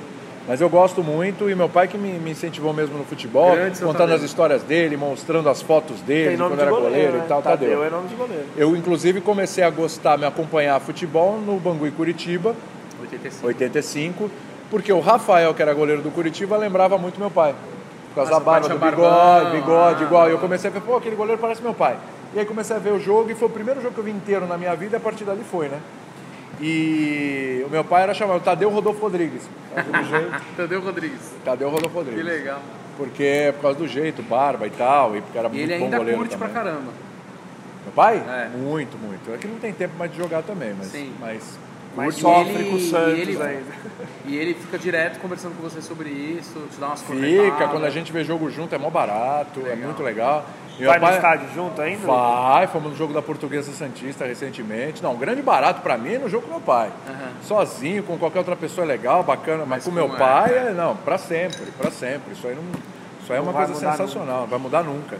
[SPEAKER 2] Mas eu gosto muito e meu pai que me, me incentivou mesmo no futebol,
[SPEAKER 3] Grande seu
[SPEAKER 2] contando
[SPEAKER 3] Tadeu.
[SPEAKER 2] as histórias dele, mostrando as fotos dele,
[SPEAKER 1] Tem
[SPEAKER 2] de
[SPEAKER 1] nome
[SPEAKER 2] quando
[SPEAKER 1] de
[SPEAKER 2] era
[SPEAKER 1] goleiro,
[SPEAKER 2] goleiro
[SPEAKER 1] né?
[SPEAKER 2] e tal, Tadeu.
[SPEAKER 1] é nome de goleiro.
[SPEAKER 2] Eu, inclusive, comecei a gostar, me acompanhar futebol no Bangu e Curitiba,
[SPEAKER 3] 85.
[SPEAKER 2] 85, porque o Rafael, que era goleiro do Curitiba, lembrava muito meu pai. Por causa
[SPEAKER 3] Essa
[SPEAKER 2] da barba,
[SPEAKER 3] parte
[SPEAKER 2] do
[SPEAKER 3] é
[SPEAKER 2] bigode,
[SPEAKER 3] barbão,
[SPEAKER 2] bigode,
[SPEAKER 3] ah.
[SPEAKER 2] igual. E eu comecei a ver, pô, aquele goleiro parece meu pai. E aí comecei a ver o jogo e foi o primeiro jogo que eu vi inteiro na minha vida e a partir dali foi, né? E o meu pai era chamado Tadeu Rodolfo Rodrigues. Por causa do jeito.
[SPEAKER 3] Tadeu Ah, Rodrigues.
[SPEAKER 2] Tadeu Rodolfo
[SPEAKER 3] Que
[SPEAKER 2] Rodrigues.
[SPEAKER 3] legal.
[SPEAKER 2] Porque é por causa do jeito, barba e tal, e porque era
[SPEAKER 3] E
[SPEAKER 2] muito
[SPEAKER 3] ele
[SPEAKER 2] bom
[SPEAKER 3] ainda
[SPEAKER 2] goleiro
[SPEAKER 3] curte
[SPEAKER 2] também.
[SPEAKER 3] pra caramba.
[SPEAKER 2] Meu pai?
[SPEAKER 3] É.
[SPEAKER 2] Muito, muito. É que não tem tempo mais de jogar também, mas...
[SPEAKER 3] Sim.
[SPEAKER 2] mas
[SPEAKER 1] Mas
[SPEAKER 3] E
[SPEAKER 1] sofre
[SPEAKER 3] ele-
[SPEAKER 1] com o Santos
[SPEAKER 3] e ele-
[SPEAKER 1] ainda.
[SPEAKER 3] E ele fica direto conversando com você sobre isso, te dá umas
[SPEAKER 2] Fica,
[SPEAKER 3] cornetadas.
[SPEAKER 2] quando a gente vê jogo junto é mó barato, é muito legal. E
[SPEAKER 1] Vai no
[SPEAKER 2] meu pai-
[SPEAKER 1] estádio junto ainda?
[SPEAKER 2] Vai, fomos no jogo da Portuguesa Santista recentemente. Não, um grande barato pra mim é no jogo com meu pai.
[SPEAKER 3] Aham.
[SPEAKER 2] Sozinho, com qualquer outra pessoa é legal, bacana, mas,
[SPEAKER 3] Mas
[SPEAKER 2] com meu
[SPEAKER 3] com- é,
[SPEAKER 2] pai,
[SPEAKER 3] é.
[SPEAKER 2] é, não, pra sempre, pra sempre. Isso aí não, isso aí é
[SPEAKER 1] Não
[SPEAKER 2] uma
[SPEAKER 1] vai
[SPEAKER 2] coisa
[SPEAKER 1] mudar
[SPEAKER 2] sensacional, não vai mudar nunca.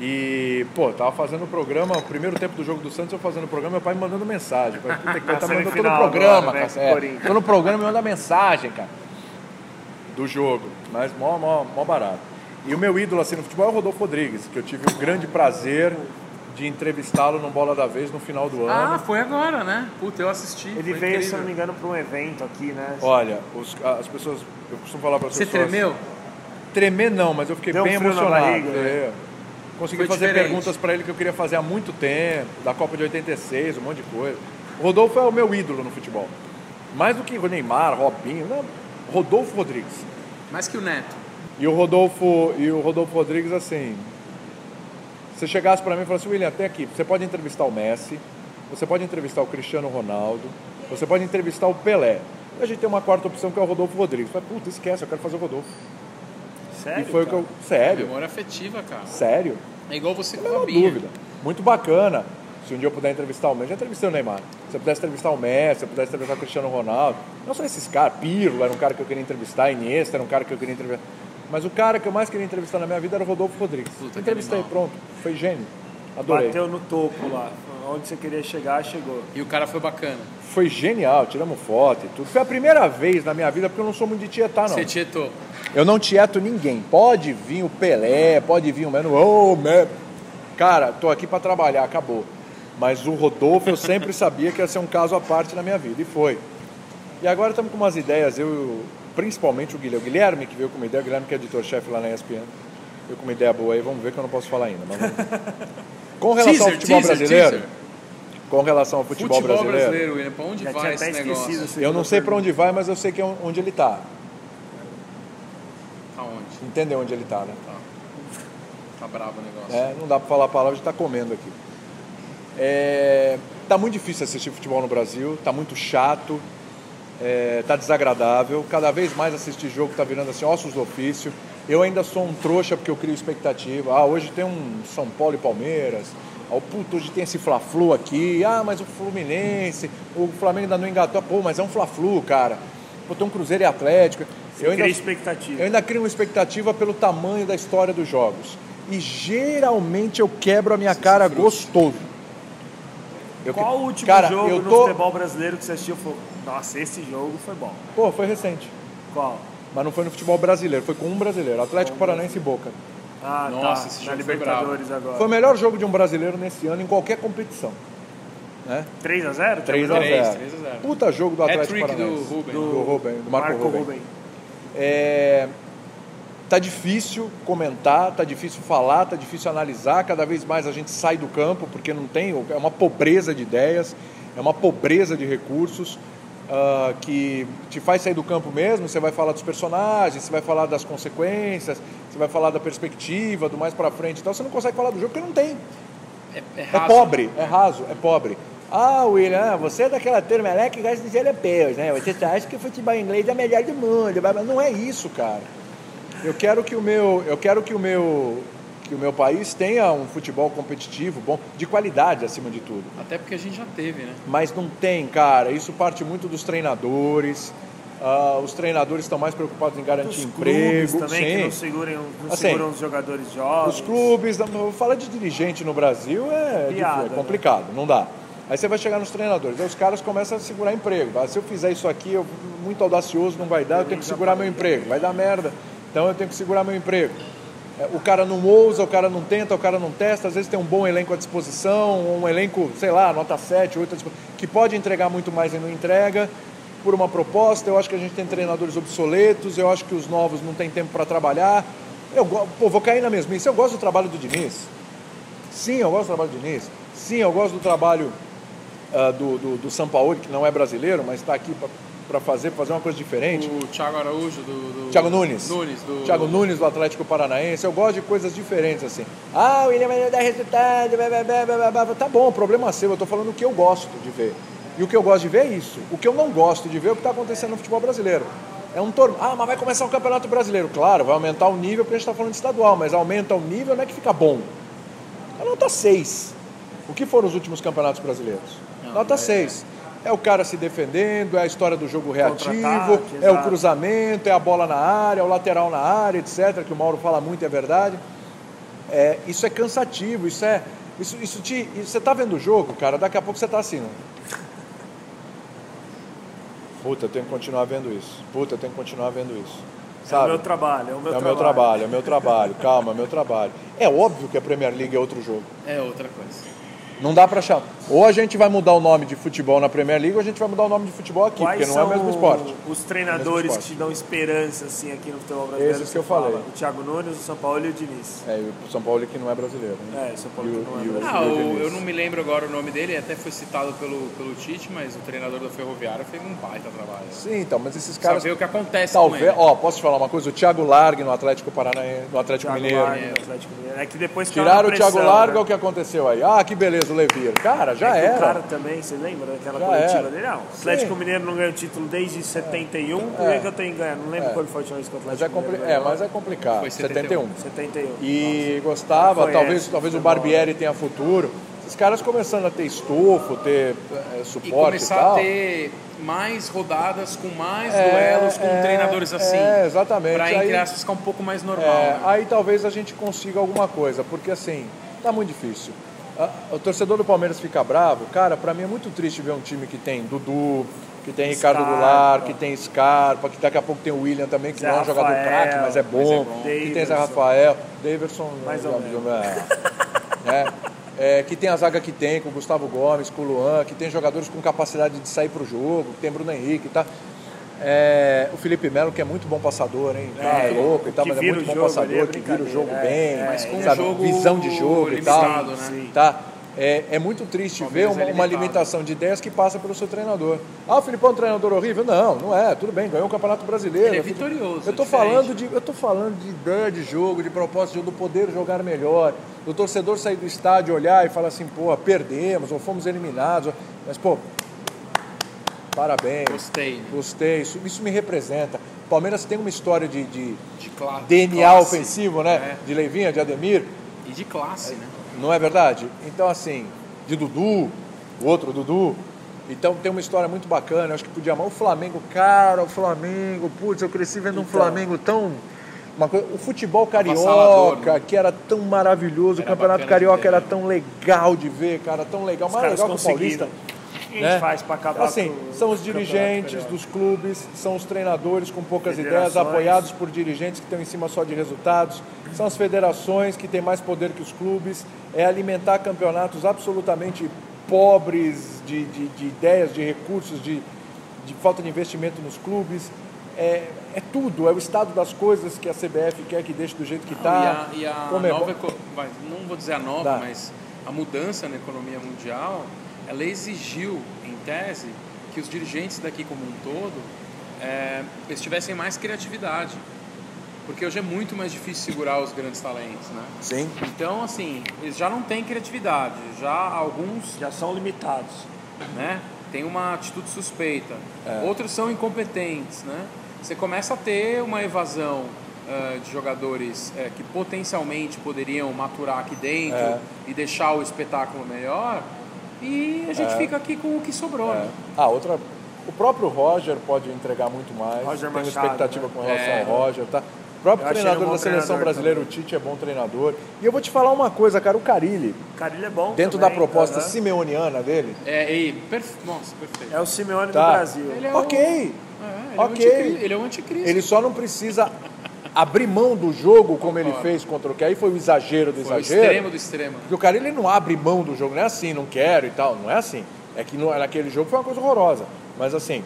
[SPEAKER 2] E, pô, eu tava fazendo o programa, o primeiro tempo do jogo do Santos, eu fazendo o programa, meu pai me mandando mensagem. Eu Falei, puta que pariu, tá me mandando todo o
[SPEAKER 1] semifinal
[SPEAKER 2] programa,
[SPEAKER 1] agora, né,
[SPEAKER 2] cara. É,
[SPEAKER 1] Corinthians.
[SPEAKER 2] tô no programa e manda mensagem, cara do jogo, mas mó, mó, mó barato. E o meu ídolo assim no futebol é o Rodolfo Rodrigues, que eu tive o grande prazer de entrevistá-lo no Bola da Vez no final do
[SPEAKER 3] Ah,
[SPEAKER 2] ano.
[SPEAKER 3] foi agora, né? Puta, eu assisti.
[SPEAKER 1] Ele
[SPEAKER 3] foi
[SPEAKER 1] veio, se eu
[SPEAKER 3] incrível.
[SPEAKER 1] não me engano, para um evento aqui, né?
[SPEAKER 2] Olha, os- as pessoas, eu costumo falar para as
[SPEAKER 3] Você
[SPEAKER 2] pessoas.
[SPEAKER 3] tremeu?
[SPEAKER 2] Tremer não, mas eu fiquei
[SPEAKER 1] Deu um
[SPEAKER 2] bem
[SPEAKER 1] frio na
[SPEAKER 2] emocionado.
[SPEAKER 1] barriga, né?
[SPEAKER 2] É. Consegui
[SPEAKER 3] Foi
[SPEAKER 2] fazer
[SPEAKER 3] diferente.
[SPEAKER 2] perguntas para ele que eu queria fazer há muito tempo, da Copa de 86, um monte de coisa. O Rodolfo é o meu ídolo no futebol. Mais do que o Neymar, Robinho, não, Rodolfo Rodrigues.
[SPEAKER 3] Mais que o Neto.
[SPEAKER 2] E o Rodolfo, e o Rodolfo Rodrigues, assim. Você chegasse para mim e falasse, William, até aqui, você pode entrevistar o Messi, você pode entrevistar o Cristiano Ronaldo, você pode entrevistar o Pelé. E a gente tem uma quarta opção que é o Rodolfo Rodrigues. Eu Falei, puta, esquece, eu quero fazer o Rodolfo.
[SPEAKER 1] Sério?
[SPEAKER 2] e foi o que
[SPEAKER 1] cara?
[SPEAKER 2] eu. Sério?
[SPEAKER 3] É, Memória afetiva, cara.
[SPEAKER 2] Sério?
[SPEAKER 3] É igual você com
[SPEAKER 2] Não
[SPEAKER 3] a
[SPEAKER 2] há
[SPEAKER 3] Bia.
[SPEAKER 2] dúvida. Muito bacana. Se um dia eu puder entrevistar o Messi, já entrevistei o Neymar. Se eu pudesse entrevistar o Messi, se eu pudesse entrevistar o Cristiano Ronaldo, não só esses caras, Pirlo era um cara que eu queria entrevistar, Iniesta era um cara que eu queria entrevistar. Mas o cara que eu mais queria entrevistar na minha vida era o Rodolfo Rodrigues.
[SPEAKER 3] Puta, que
[SPEAKER 2] Entrevistei,
[SPEAKER 3] animal.
[SPEAKER 2] pronto. Foi gênio. Adorei.
[SPEAKER 1] Bateu no topo lá. Onde você queria chegar, chegou.
[SPEAKER 3] E o cara foi bacana.
[SPEAKER 2] Foi genial, tiramos foto e tudo. Foi a primeira vez na minha vida, porque eu não sou muito de tietar, Ah, não.
[SPEAKER 3] Você tietou.
[SPEAKER 2] Eu não tieto ninguém. Pode vir o Pelé, pode vir o Mano. Ô, me- Cara, tô aqui pra trabalhar, acabou. Mas o Rodolfo eu sempre sabia que ia ser um caso à parte na minha vida, e foi. E agora estamos com umas ideias, eu, e o- principalmente o Guilherme. O Guilherme que veio com uma ideia, o Guilherme que é editor-chefe lá na ESPN. Eu com uma ideia boa aí, vamos ver que eu não posso falar ainda. Mas vamos. Com relação ao
[SPEAKER 3] Teaser,
[SPEAKER 2] futebol
[SPEAKER 3] teaser,
[SPEAKER 2] brasileiro.
[SPEAKER 3] teaser.
[SPEAKER 2] Com relação ao futebol,
[SPEAKER 3] Futebol,
[SPEAKER 2] brasileiro.
[SPEAKER 3] brasileiro, William. Pra onde
[SPEAKER 1] Já
[SPEAKER 3] vai
[SPEAKER 1] tinha
[SPEAKER 3] esse
[SPEAKER 1] até esquecido.
[SPEAKER 3] negócio?
[SPEAKER 1] a
[SPEAKER 2] Eu não sei pra
[SPEAKER 1] segunda
[SPEAKER 2] onde vai, mas eu sei que é onde ele tá.
[SPEAKER 3] Aonde?
[SPEAKER 2] Entendeu onde ele tá, né?
[SPEAKER 3] Tá bravo o negócio.
[SPEAKER 2] É, não dá pra falar a palavra, a gente tá comendo aqui. É, tá muito difícil assistir futebol no Brasil, tá muito chato, é, tá desagradável. Cada vez mais assistir jogo tá virando assim, ossos do ofício. Eu ainda sou um trouxa porque eu crio expectativa. Ah, hoje tem um São Paulo e Palmeiras. Ah, o puto, hoje tem esse Fla-Flu aqui. Ah, mas o Fluminense, o Flamengo ainda não engatou. Pô, mas é um Fla-Flu, cara. Pô, tem um Cruzeiro e Atlético.
[SPEAKER 1] Você cria expectativa.
[SPEAKER 2] Eu ainda crio uma expectativa pelo tamanho da história dos jogos. E geralmente eu quebro a minha cara gostoso. Eu que-
[SPEAKER 1] Qual o último
[SPEAKER 2] cara,
[SPEAKER 1] jogo
[SPEAKER 2] eu
[SPEAKER 1] no
[SPEAKER 2] tô...
[SPEAKER 1] futebol brasileiro que você assistiu e falou, nossa, esse jogo foi bom.
[SPEAKER 2] Pô, foi recente.
[SPEAKER 1] Qual?
[SPEAKER 2] Mas não foi no futebol brasileiro, foi com um brasileiro, Atlético Paranaense e Boca.
[SPEAKER 1] Ah,
[SPEAKER 3] Nossa,
[SPEAKER 1] tá.
[SPEAKER 3] esse
[SPEAKER 1] na
[SPEAKER 3] jogo foi
[SPEAKER 1] Libertadores agora.
[SPEAKER 2] Foi o melhor jogo de um brasileiro nesse ano em qualquer competição. Né?
[SPEAKER 1] 3x0?
[SPEAKER 2] 3 a 0.
[SPEAKER 3] Três, três a zero.
[SPEAKER 2] Puta jogo do Atlético
[SPEAKER 3] Hat-trick do
[SPEAKER 2] Paranaense.
[SPEAKER 3] Rubem.
[SPEAKER 2] Do Rubem, do Marco,
[SPEAKER 1] Marco
[SPEAKER 2] Rubem.
[SPEAKER 1] Rubem.
[SPEAKER 2] É, tá difícil comentar, tá difícil falar, tá difícil analisar. Cada vez mais a gente sai do campo porque não tem, é uma pobreza de ideias, é uma pobreza de recursos ah, que te faz sair do campo mesmo. Você vai falar dos personagens, você vai falar das consequências, você vai falar da perspectiva, do mais pra frente, e tal. Você não consegue falar do jogo porque não tem.
[SPEAKER 3] É,
[SPEAKER 2] É
[SPEAKER 3] raso.
[SPEAKER 2] pobre, é raso, é pobre. Ah, William, ah, você é daquela turma que gosta dos europeus, né? Você só acha que o futebol inglês é o melhor do mundo. blá, blá. Não é isso, cara. Eu quero que o meu, eu quero que o meu, que o meu país tenha um futebol competitivo, bom, de qualidade acima de tudo
[SPEAKER 3] Até porque a gente já teve, né?
[SPEAKER 2] mas não tem, cara. Isso parte muito dos treinadores. Ah, os treinadores estão mais preocupados em
[SPEAKER 1] Os
[SPEAKER 2] garantir
[SPEAKER 1] clubes
[SPEAKER 2] emprego.
[SPEAKER 1] também, que
[SPEAKER 2] sim.
[SPEAKER 1] não, segurem, um- não
[SPEAKER 2] Assim,
[SPEAKER 1] seguram os jogadores É jovens.
[SPEAKER 2] Os clubes, falar de dirigente no Brasil é,
[SPEAKER 1] Piada,
[SPEAKER 2] difícil, é
[SPEAKER 1] né?
[SPEAKER 2] complicado, não dá. Aí você vai chegar nos treinadores, aí os caras começam a segurar emprego. Ah, Se eu fizer isso aqui, eu muito audacioso, não vai dar, eu tenho que segurar meu emprego, vai dar merda. Então eu tenho que segurar meu emprego. É, O cara não ousa, o cara não tenta, o cara não testa, às vezes tem um bom elenco à disposição, um elenco, sei lá, nota 7, 8 à disposição, que pode entregar muito mais e não entrega por uma proposta. Eu acho que a gente tem treinadores obsoletos, eu acho que os novos não têm tempo para trabalhar. Eu, go- pô, vou cair na mesmice. Eu gosto do trabalho do Diniz. Sim, eu gosto do trabalho do Diniz. Sim, eu gosto do trabalho ah, do, do, do Sampaoli, que não é brasileiro, mas está aqui para fazer, pra fazer uma coisa diferente.
[SPEAKER 3] O Thiago Araújo do. do...
[SPEAKER 2] Thiago Nunes.
[SPEAKER 3] Nunes, do.
[SPEAKER 2] Thiago Nunes do Atlético Paranaense. Eu gosto de coisas diferentes assim. Ah, o William vai dar resultado. Blá, blá, blá, blá, blá, blá. Tá bom, problema seu. Eu tô falando o que eu gosto de ver. E o que eu gosto de ver é isso. O que eu não gosto de ver é o que está acontecendo no futebol brasileiro. É um torneio. Ah, mas vai começar o Campeonato Brasileiro. Claro, vai aumentar o nível porque a gente está falando de estadual, mas aumenta o nível não é que fica bom. É nota 6. O que foram os últimos campeonatos brasileiros? nota 6. É. o cara se defendendo, é a história do jogo reativo,
[SPEAKER 1] Contra-ataque,
[SPEAKER 2] é o
[SPEAKER 1] exato.
[SPEAKER 2] cruzamento, é a bola na área, é o lateral na área, etc., que o Mauro fala muito, é verdade. É, isso é cansativo, isso é. Isso, isso te. isso- você tá vendo o jogo, cara, daqui a pouco você tá assim. né? Puta, eu tenho que continuar vendo isso. Puta, eu tenho que continuar vendo isso.
[SPEAKER 1] É o
[SPEAKER 2] Sabe?
[SPEAKER 1] meu trabalho, é o meu
[SPEAKER 2] É o
[SPEAKER 1] trabalho.
[SPEAKER 2] meu trabalho, é o meu trabalho. Calma, é o meu trabalho. É óbvio que a Premier League é outro jogo.
[SPEAKER 3] É outra coisa.
[SPEAKER 2] Não dá pra achar. Ou a gente vai mudar o nome de futebol na Premier League, ou a gente vai mudar o nome de futebol aqui,
[SPEAKER 1] Quais
[SPEAKER 2] porque não é o
[SPEAKER 1] são
[SPEAKER 2] mesmo esporte.
[SPEAKER 1] os
[SPEAKER 2] Mesmo
[SPEAKER 1] treinadores
[SPEAKER 2] esporte.
[SPEAKER 1] que te dão esperança assim, aqui no futebol brasileiro?
[SPEAKER 2] Esses que
[SPEAKER 1] você
[SPEAKER 2] eu falei.
[SPEAKER 1] fala? O Thiago Nunes, o São Paulo e o Diniz.
[SPEAKER 2] É, e o São Paulo que não é brasileiro. Né?
[SPEAKER 1] É, o São Paulo
[SPEAKER 2] E
[SPEAKER 1] que
[SPEAKER 2] o-
[SPEAKER 1] não é
[SPEAKER 2] e o-
[SPEAKER 1] brasileiro.
[SPEAKER 3] Ah,
[SPEAKER 2] Rodrigo
[SPEAKER 3] o-
[SPEAKER 2] Luiz.
[SPEAKER 3] eu não me lembro agora o nome dele, até foi citado pelo, pelo Tite, mas o treinador da Ferroviária fez um baita trabalho.
[SPEAKER 2] Sim, então, mas esses
[SPEAKER 3] Só
[SPEAKER 2] caras.
[SPEAKER 3] ver o que acontece com
[SPEAKER 2] Talvez.
[SPEAKER 3] ele.
[SPEAKER 2] Ó, posso te falar uma coisa? O Thiago Largue no Atlético Paranaense, no Atlético
[SPEAKER 1] Thiago
[SPEAKER 2] Mineiro.
[SPEAKER 1] Largo, do Atlético Mineiro. É que depois caiu
[SPEAKER 2] Tiraram
[SPEAKER 1] na
[SPEAKER 2] o Thiago
[SPEAKER 1] pressão,
[SPEAKER 2] Largo,
[SPEAKER 1] né?
[SPEAKER 2] olha o que aconteceu aí. Ah, que beleza o Levir. Cara, já
[SPEAKER 1] É que
[SPEAKER 2] Ah, era.
[SPEAKER 1] O cara também, você lembra daquela
[SPEAKER 2] Já
[SPEAKER 1] coletiva
[SPEAKER 2] era.
[SPEAKER 1] dele? Não, o Atlético
[SPEAKER 2] Sim.
[SPEAKER 1] Mineiro não ganhou título desde 71, por
[SPEAKER 2] É.
[SPEAKER 1] que que eu tenho que ganhar? Não lembro
[SPEAKER 2] É.
[SPEAKER 1] quando foi a última vez que o
[SPEAKER 2] Mas é,
[SPEAKER 1] Atlético
[SPEAKER 2] compli-
[SPEAKER 1] Mineiro
[SPEAKER 2] é,
[SPEAKER 1] ganhou.
[SPEAKER 2] mas é complicado.
[SPEAKER 3] Foi
[SPEAKER 2] 71.
[SPEAKER 1] 71.
[SPEAKER 2] E gostava,
[SPEAKER 1] Conhece,
[SPEAKER 2] talvez, talvez o
[SPEAKER 1] futebol,
[SPEAKER 2] Barbieri tenha futuro. Esses caras começando a ter estofo, ter eh,
[SPEAKER 3] E
[SPEAKER 2] suporte e,
[SPEAKER 3] começar
[SPEAKER 2] tal.
[SPEAKER 3] a ter mais rodadas, com mais
[SPEAKER 2] É,
[SPEAKER 3] duelos, com
[SPEAKER 2] é,
[SPEAKER 3] treinadores assim.
[SPEAKER 2] é, exatamente.
[SPEAKER 3] Pra, entre
[SPEAKER 2] Aí-
[SPEAKER 3] aspas, ficar um pouco mais normal.
[SPEAKER 2] É,
[SPEAKER 3] né?
[SPEAKER 2] aí talvez a gente consiga alguma coisa, porque assim, tá muito difícil. a- o torcedor do Palmeiras fica bravo. Cara, pra mim é muito triste ver um time que tem Dudu, que tem Ricardo
[SPEAKER 1] Scarpa.
[SPEAKER 2] Goulart, que tem Scarpa, que daqui a pouco tem o William também, que
[SPEAKER 1] Zé
[SPEAKER 2] não é um jogador
[SPEAKER 1] Rafael,
[SPEAKER 2] craque, mas é
[SPEAKER 1] mas é
[SPEAKER 2] bom.
[SPEAKER 1] bom.
[SPEAKER 2] Que tem Zé
[SPEAKER 1] Daverson.
[SPEAKER 2] Rafael, Daverson.
[SPEAKER 1] Mais
[SPEAKER 2] né,
[SPEAKER 1] ou menos.
[SPEAKER 2] é, né? É, que tem a zaga que tem, com o Gustavo Gomes, com o Luan, que tem jogadores com capacidade de sair pro jogo, que tem Bruno Henrique e tá. É, o Felipe Melo, que é muito bom passador, hein? Cara, É, louco e tal,
[SPEAKER 1] que
[SPEAKER 2] mas é
[SPEAKER 1] vira
[SPEAKER 2] muito
[SPEAKER 1] o
[SPEAKER 2] bom
[SPEAKER 1] jogo ali, é
[SPEAKER 2] passador, que vira o jogo
[SPEAKER 1] brincadeira,
[SPEAKER 2] bem,
[SPEAKER 1] é,
[SPEAKER 2] mas com
[SPEAKER 3] é.
[SPEAKER 2] sabe,
[SPEAKER 3] jogo
[SPEAKER 2] visão de jogo
[SPEAKER 3] limitado,
[SPEAKER 2] e tal.
[SPEAKER 1] né?
[SPEAKER 2] Tá? É, é muito triste ver
[SPEAKER 3] Palmeiras
[SPEAKER 2] uma,
[SPEAKER 3] é
[SPEAKER 2] uma
[SPEAKER 3] limitado.
[SPEAKER 2] limitação de ideias que passa pelo seu treinador. Ah, o Filipão é um treinador horrível? Não, não é. Tudo bem, ganhou o Campeonato Brasileiro.
[SPEAKER 3] Ele é
[SPEAKER 2] Eu fico-
[SPEAKER 3] vitorioso,
[SPEAKER 2] Eu tô
[SPEAKER 3] é diferente.
[SPEAKER 2] falando de- eu estou falando de ideia de jogo, de propósito de jogo, do poder jogar melhor, do torcedor sair do estádio, olhar e falar assim, pô, perdemos ou fomos eliminados. ou- Mas, pô, parabéns,
[SPEAKER 3] Gostei, né?
[SPEAKER 2] gostei, isso, isso me representa. O Palmeiras tem uma história de, de
[SPEAKER 3] De classe.
[SPEAKER 2] DNA
[SPEAKER 3] classe.
[SPEAKER 2] ofensivo, né?
[SPEAKER 3] É.
[SPEAKER 2] De Leivinha, de Ademir,
[SPEAKER 3] E de classe, né?
[SPEAKER 2] não é verdade? Então, assim, de Dudu, o outro Dudu. Então tem uma história muito bacana, eu acho que podia amar o Flamengo, cara, o Flamengo, putz, eu cresci vendo
[SPEAKER 3] Então.
[SPEAKER 2] um Flamengo tão. Uma coisa, o futebol
[SPEAKER 3] Avassalador,
[SPEAKER 2] carioca,
[SPEAKER 3] né?
[SPEAKER 2] que era tão maravilhoso, o
[SPEAKER 3] Era
[SPEAKER 2] Campeonato
[SPEAKER 3] bacana de
[SPEAKER 2] Carioca
[SPEAKER 3] ver,
[SPEAKER 2] era
[SPEAKER 3] né?
[SPEAKER 2] tão legal de ver, cara, tão legal,
[SPEAKER 1] Os
[SPEAKER 2] mais
[SPEAKER 1] caras
[SPEAKER 2] legal que o Paulista.
[SPEAKER 1] conseguiram. O que a gente
[SPEAKER 2] né?
[SPEAKER 1] faz pra acabar
[SPEAKER 2] Então, assim,
[SPEAKER 1] com o
[SPEAKER 2] são os
[SPEAKER 1] campeonato
[SPEAKER 2] dirigentes
[SPEAKER 1] carioca?
[SPEAKER 2] dos clubes, são os treinadores com poucas ideias,
[SPEAKER 1] Federações.
[SPEAKER 2] apoiados por dirigentes que estão em cima só de resultados, são as federações que têm mais poder que os clubes, é alimentar campeonatos absolutamente pobres de, de- de ideias, de recursos, de, de falta de investimento nos clubes. É, é tudo, é o estado das coisas que a CBF quer que deixe do jeito que tá. é está.
[SPEAKER 3] E a, e a nova eco- vai, não vou dizer a nova,
[SPEAKER 2] Dá.
[SPEAKER 3] mas a mudança na economia mundial, ela exigiu, em tese, que os dirigentes daqui como um todo é, eles tivessem mais criatividade. Porque hoje é muito mais difícil segurar os grandes talentos, né?
[SPEAKER 2] Sim.
[SPEAKER 3] Então, assim, eles já não têm criatividade. Já alguns
[SPEAKER 1] Já são limitados.
[SPEAKER 3] né? Tem uma atitude suspeita.
[SPEAKER 2] É.
[SPEAKER 3] Outros são incompetentes, né? Você começa a ter uma evasão ah, de jogadores eh, que potencialmente poderiam maturar aqui dentro
[SPEAKER 2] É.
[SPEAKER 3] e deixar o espetáculo melhor. E a gente fica aqui com o que sobrou.
[SPEAKER 2] É.
[SPEAKER 3] né?
[SPEAKER 2] Ah, outra. O próprio Roger pode entregar muito mais.
[SPEAKER 1] Roger
[SPEAKER 2] Tenho
[SPEAKER 1] Machado,
[SPEAKER 2] expectativa
[SPEAKER 1] né?
[SPEAKER 2] com relação
[SPEAKER 3] É.
[SPEAKER 2] ao Roger, tá?
[SPEAKER 1] Eu
[SPEAKER 2] O próprio
[SPEAKER 1] achei
[SPEAKER 2] treinador
[SPEAKER 1] ele um
[SPEAKER 2] da
[SPEAKER 1] bom
[SPEAKER 2] seleção
[SPEAKER 1] treinador
[SPEAKER 2] brasileira, o Tite, é bom treinador. E eu vou te falar uma coisa, cara, o Carilli,
[SPEAKER 1] Carilho é bom.
[SPEAKER 2] dentro da
[SPEAKER 1] também,
[SPEAKER 2] proposta
[SPEAKER 1] aham.
[SPEAKER 2] simeoniana dele,
[SPEAKER 3] É, e perf- Nossa, perfeito.
[SPEAKER 1] É o Simeone
[SPEAKER 2] Tá.
[SPEAKER 1] do Brasil.
[SPEAKER 3] Ele é
[SPEAKER 2] ok.
[SPEAKER 3] o- é, ele
[SPEAKER 2] Ok.
[SPEAKER 3] É o anticri- ele é o anticristo.
[SPEAKER 2] Ele só não precisa abrir mão do jogo como ele
[SPEAKER 3] Concordo.
[SPEAKER 2] fez contra o que aí foi o exagero do
[SPEAKER 3] Foi o
[SPEAKER 2] exagero.
[SPEAKER 3] extremo do extremo.
[SPEAKER 2] Porque o cara ele não abre mão do jogo, não é assim, não quero e tal, não é assim. É que no, naquele jogo foi uma coisa horrorosa. Mas assim,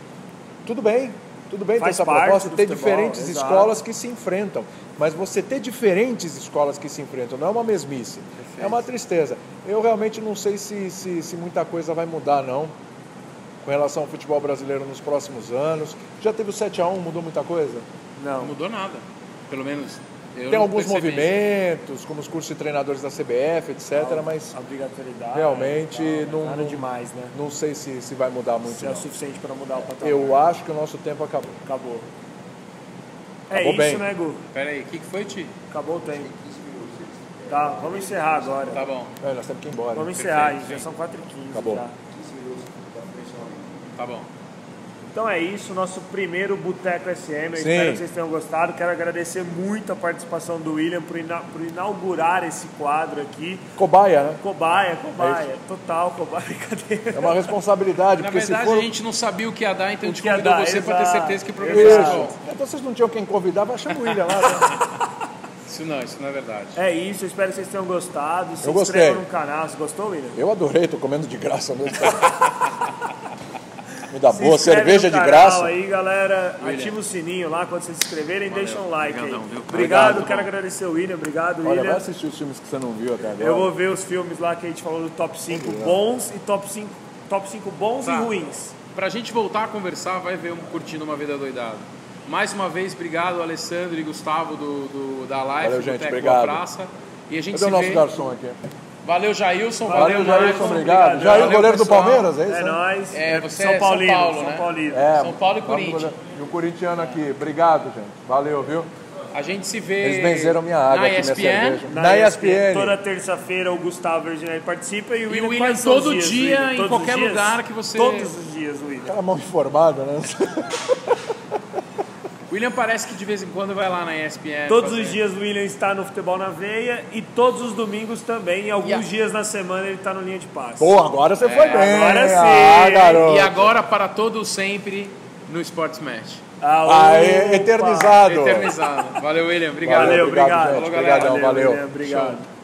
[SPEAKER 2] tudo bem, tudo bem
[SPEAKER 1] Faz
[SPEAKER 2] ter essa
[SPEAKER 1] parte
[SPEAKER 2] proposta,
[SPEAKER 1] do
[SPEAKER 2] ter
[SPEAKER 1] futebol,
[SPEAKER 2] diferentes
[SPEAKER 1] exato.
[SPEAKER 2] escolas que se enfrentam. Mas você ter diferentes escolas que se enfrentam não é uma mesmice, é uma tristeza. Eu realmente não sei se, se, se muita coisa vai mudar, não, com relação ao futebol brasileiro nos próximos anos. Já teve o 7x1, mudou muita coisa?
[SPEAKER 3] Não
[SPEAKER 1] Não.
[SPEAKER 3] mudou nada. Pelo menos. eu
[SPEAKER 2] Tem
[SPEAKER 3] não
[SPEAKER 2] alguns
[SPEAKER 3] percebi.
[SPEAKER 2] movimentos, como os cursos de treinadores da CBF, etc., mas
[SPEAKER 1] A obrigatoriedade.
[SPEAKER 2] Realmente,
[SPEAKER 1] e tal,
[SPEAKER 2] não-
[SPEAKER 1] Nada
[SPEAKER 2] não-
[SPEAKER 1] demais, né?
[SPEAKER 2] Não sei se, se vai mudar muito.
[SPEAKER 1] Se é o
[SPEAKER 2] Não.
[SPEAKER 1] suficiente pra mudar o patamar.
[SPEAKER 2] Eu acho que o nosso tempo acabou.
[SPEAKER 1] Acabou. É
[SPEAKER 2] Acabou
[SPEAKER 1] isso,
[SPEAKER 2] bem.
[SPEAKER 1] né, Gu?
[SPEAKER 3] Pera aí, o que, que foi, Ti?
[SPEAKER 1] Acabou o tempo. Tá, vamos encerrar agora.
[SPEAKER 3] Tá bom,
[SPEAKER 2] É, nós temos que ir embora.
[SPEAKER 1] Vamos encerrar,
[SPEAKER 3] Perfeito,
[SPEAKER 1] gente. Já
[SPEAKER 3] sim.
[SPEAKER 1] são 4h15.
[SPEAKER 2] Acabou.
[SPEAKER 1] já.
[SPEAKER 3] tá bom.
[SPEAKER 1] Então é isso, nosso primeiro Boteco SM. Eu
[SPEAKER 2] Sim.
[SPEAKER 1] espero que vocês tenham gostado. Quero agradecer muito a participação do William por, ina- por inaugurar esse quadro aqui.
[SPEAKER 2] Cobaia, né?
[SPEAKER 1] Cobaia, cobaia, total cobaia. Cadê?
[SPEAKER 2] É uma responsabilidade,
[SPEAKER 3] Na
[SPEAKER 2] porque
[SPEAKER 3] verdade,
[SPEAKER 2] se for.
[SPEAKER 3] a gente não sabia o que ia dar, então
[SPEAKER 1] O
[SPEAKER 3] a gente
[SPEAKER 1] que ia
[SPEAKER 3] convidou
[SPEAKER 1] dar,
[SPEAKER 3] você para ter
[SPEAKER 1] exato,
[SPEAKER 3] certeza que o programa ia ser bom.
[SPEAKER 2] Isso. Então vocês não tinham quem convidar, vai chamar o William lá. Né?
[SPEAKER 3] Isso não, isso não é verdade.
[SPEAKER 1] É isso, eu espero que vocês tenham gostado. Se
[SPEAKER 2] Eu gostei.
[SPEAKER 1] inscrevam no canal. Você gostou, William?
[SPEAKER 2] Eu adorei, tô comendo de graça mesmo. Me dá boa,
[SPEAKER 1] inscreve
[SPEAKER 2] cerveja
[SPEAKER 1] no
[SPEAKER 2] de
[SPEAKER 1] canal
[SPEAKER 2] graça.
[SPEAKER 1] aí, galera.
[SPEAKER 3] William.
[SPEAKER 1] Ativa o sininho lá quando vocês se inscreverem.
[SPEAKER 3] Valeu.
[SPEAKER 1] Deixa um like
[SPEAKER 3] Obrigadão,
[SPEAKER 1] aí.
[SPEAKER 3] viu?
[SPEAKER 1] Obrigado,
[SPEAKER 3] Obrigado,
[SPEAKER 1] quero
[SPEAKER 3] bom.
[SPEAKER 1] agradecer o William. Obrigado,
[SPEAKER 2] Olha, vai
[SPEAKER 1] William.
[SPEAKER 2] assistir os filmes que você não viu até agora.
[SPEAKER 1] Eu vou ver os filmes lá que a gente falou do top 5 bons e top 5, top 5 bons e
[SPEAKER 3] Tá.
[SPEAKER 1] ruins.
[SPEAKER 3] Pra gente voltar a conversar, vai ver um curtindo uma vida doidada. Mais uma vez, obrigado, Alessandro e Gustavo do, do- da live,
[SPEAKER 2] Valeu,
[SPEAKER 3] do
[SPEAKER 2] gente,
[SPEAKER 3] Boteco
[SPEAKER 2] obrigado.
[SPEAKER 3] da Praça. E a gente
[SPEAKER 2] Cadê o
[SPEAKER 3] se
[SPEAKER 2] nosso
[SPEAKER 3] vê.
[SPEAKER 2] garçom aqui?
[SPEAKER 3] Valeu, Jailson.
[SPEAKER 2] Valeu,
[SPEAKER 3] Valeu,
[SPEAKER 2] Jailson,
[SPEAKER 3] Jailson.
[SPEAKER 2] obrigado.
[SPEAKER 1] obrigado.
[SPEAKER 2] Jair,
[SPEAKER 3] Valeu,
[SPEAKER 2] goleiro do
[SPEAKER 3] pessoal.
[SPEAKER 2] Palmeiras, é isso?
[SPEAKER 1] É
[SPEAKER 2] né?
[SPEAKER 1] nóis.
[SPEAKER 3] É, você
[SPEAKER 1] São
[SPEAKER 3] é São
[SPEAKER 1] Paulino,
[SPEAKER 3] Paulo,
[SPEAKER 1] São
[SPEAKER 3] né?
[SPEAKER 1] Paulino.
[SPEAKER 2] É,
[SPEAKER 3] São Paulo e
[SPEAKER 2] vamos
[SPEAKER 3] Corinthians.
[SPEAKER 2] goleiro. E o corintiano aqui. Obrigado, gente. Valeu, viu?
[SPEAKER 3] A gente se vê.
[SPEAKER 2] Eles benzeram minha água
[SPEAKER 3] na
[SPEAKER 2] aqui, minha
[SPEAKER 3] ESPN.
[SPEAKER 2] cerveja.
[SPEAKER 1] Na,
[SPEAKER 2] Na
[SPEAKER 1] ESPN.
[SPEAKER 2] ESPN.
[SPEAKER 1] Toda terça-feira o Gustavo Virginelli participa e o
[SPEAKER 3] E
[SPEAKER 1] William,
[SPEAKER 3] o William
[SPEAKER 1] quais são os
[SPEAKER 3] todo
[SPEAKER 1] dias,
[SPEAKER 3] dia,
[SPEAKER 1] William?
[SPEAKER 3] em
[SPEAKER 1] Todos os
[SPEAKER 3] qualquer
[SPEAKER 1] dias?
[SPEAKER 3] lugar que você-
[SPEAKER 1] Todos os dias, William.
[SPEAKER 2] Cara, mal informado, né?
[SPEAKER 3] O William parece que de vez em quando vai lá na ESPN.
[SPEAKER 1] Todos
[SPEAKER 3] É, fazer-
[SPEAKER 1] os dias o William está no Futebol na Veia e todos os domingos também. E alguns
[SPEAKER 3] Yeah.
[SPEAKER 1] dias na semana ele está no Linha de Passe.
[SPEAKER 2] Pô, agora você foi bem.
[SPEAKER 1] agora sim.
[SPEAKER 2] Ah, garoto.
[SPEAKER 3] É, E agora para todo sempre no Sports Match.
[SPEAKER 1] Ah,
[SPEAKER 2] Aê,
[SPEAKER 1] opa.
[SPEAKER 2] eternizado.
[SPEAKER 3] Eternizado. Valeu, William. Obrigado.
[SPEAKER 1] Valeu,
[SPEAKER 2] Obrigado,
[SPEAKER 1] obrigado.
[SPEAKER 2] gente.
[SPEAKER 1] Falou,
[SPEAKER 2] Obrigadão,
[SPEAKER 1] galera.
[SPEAKER 2] valeu.
[SPEAKER 1] William, Obrigado.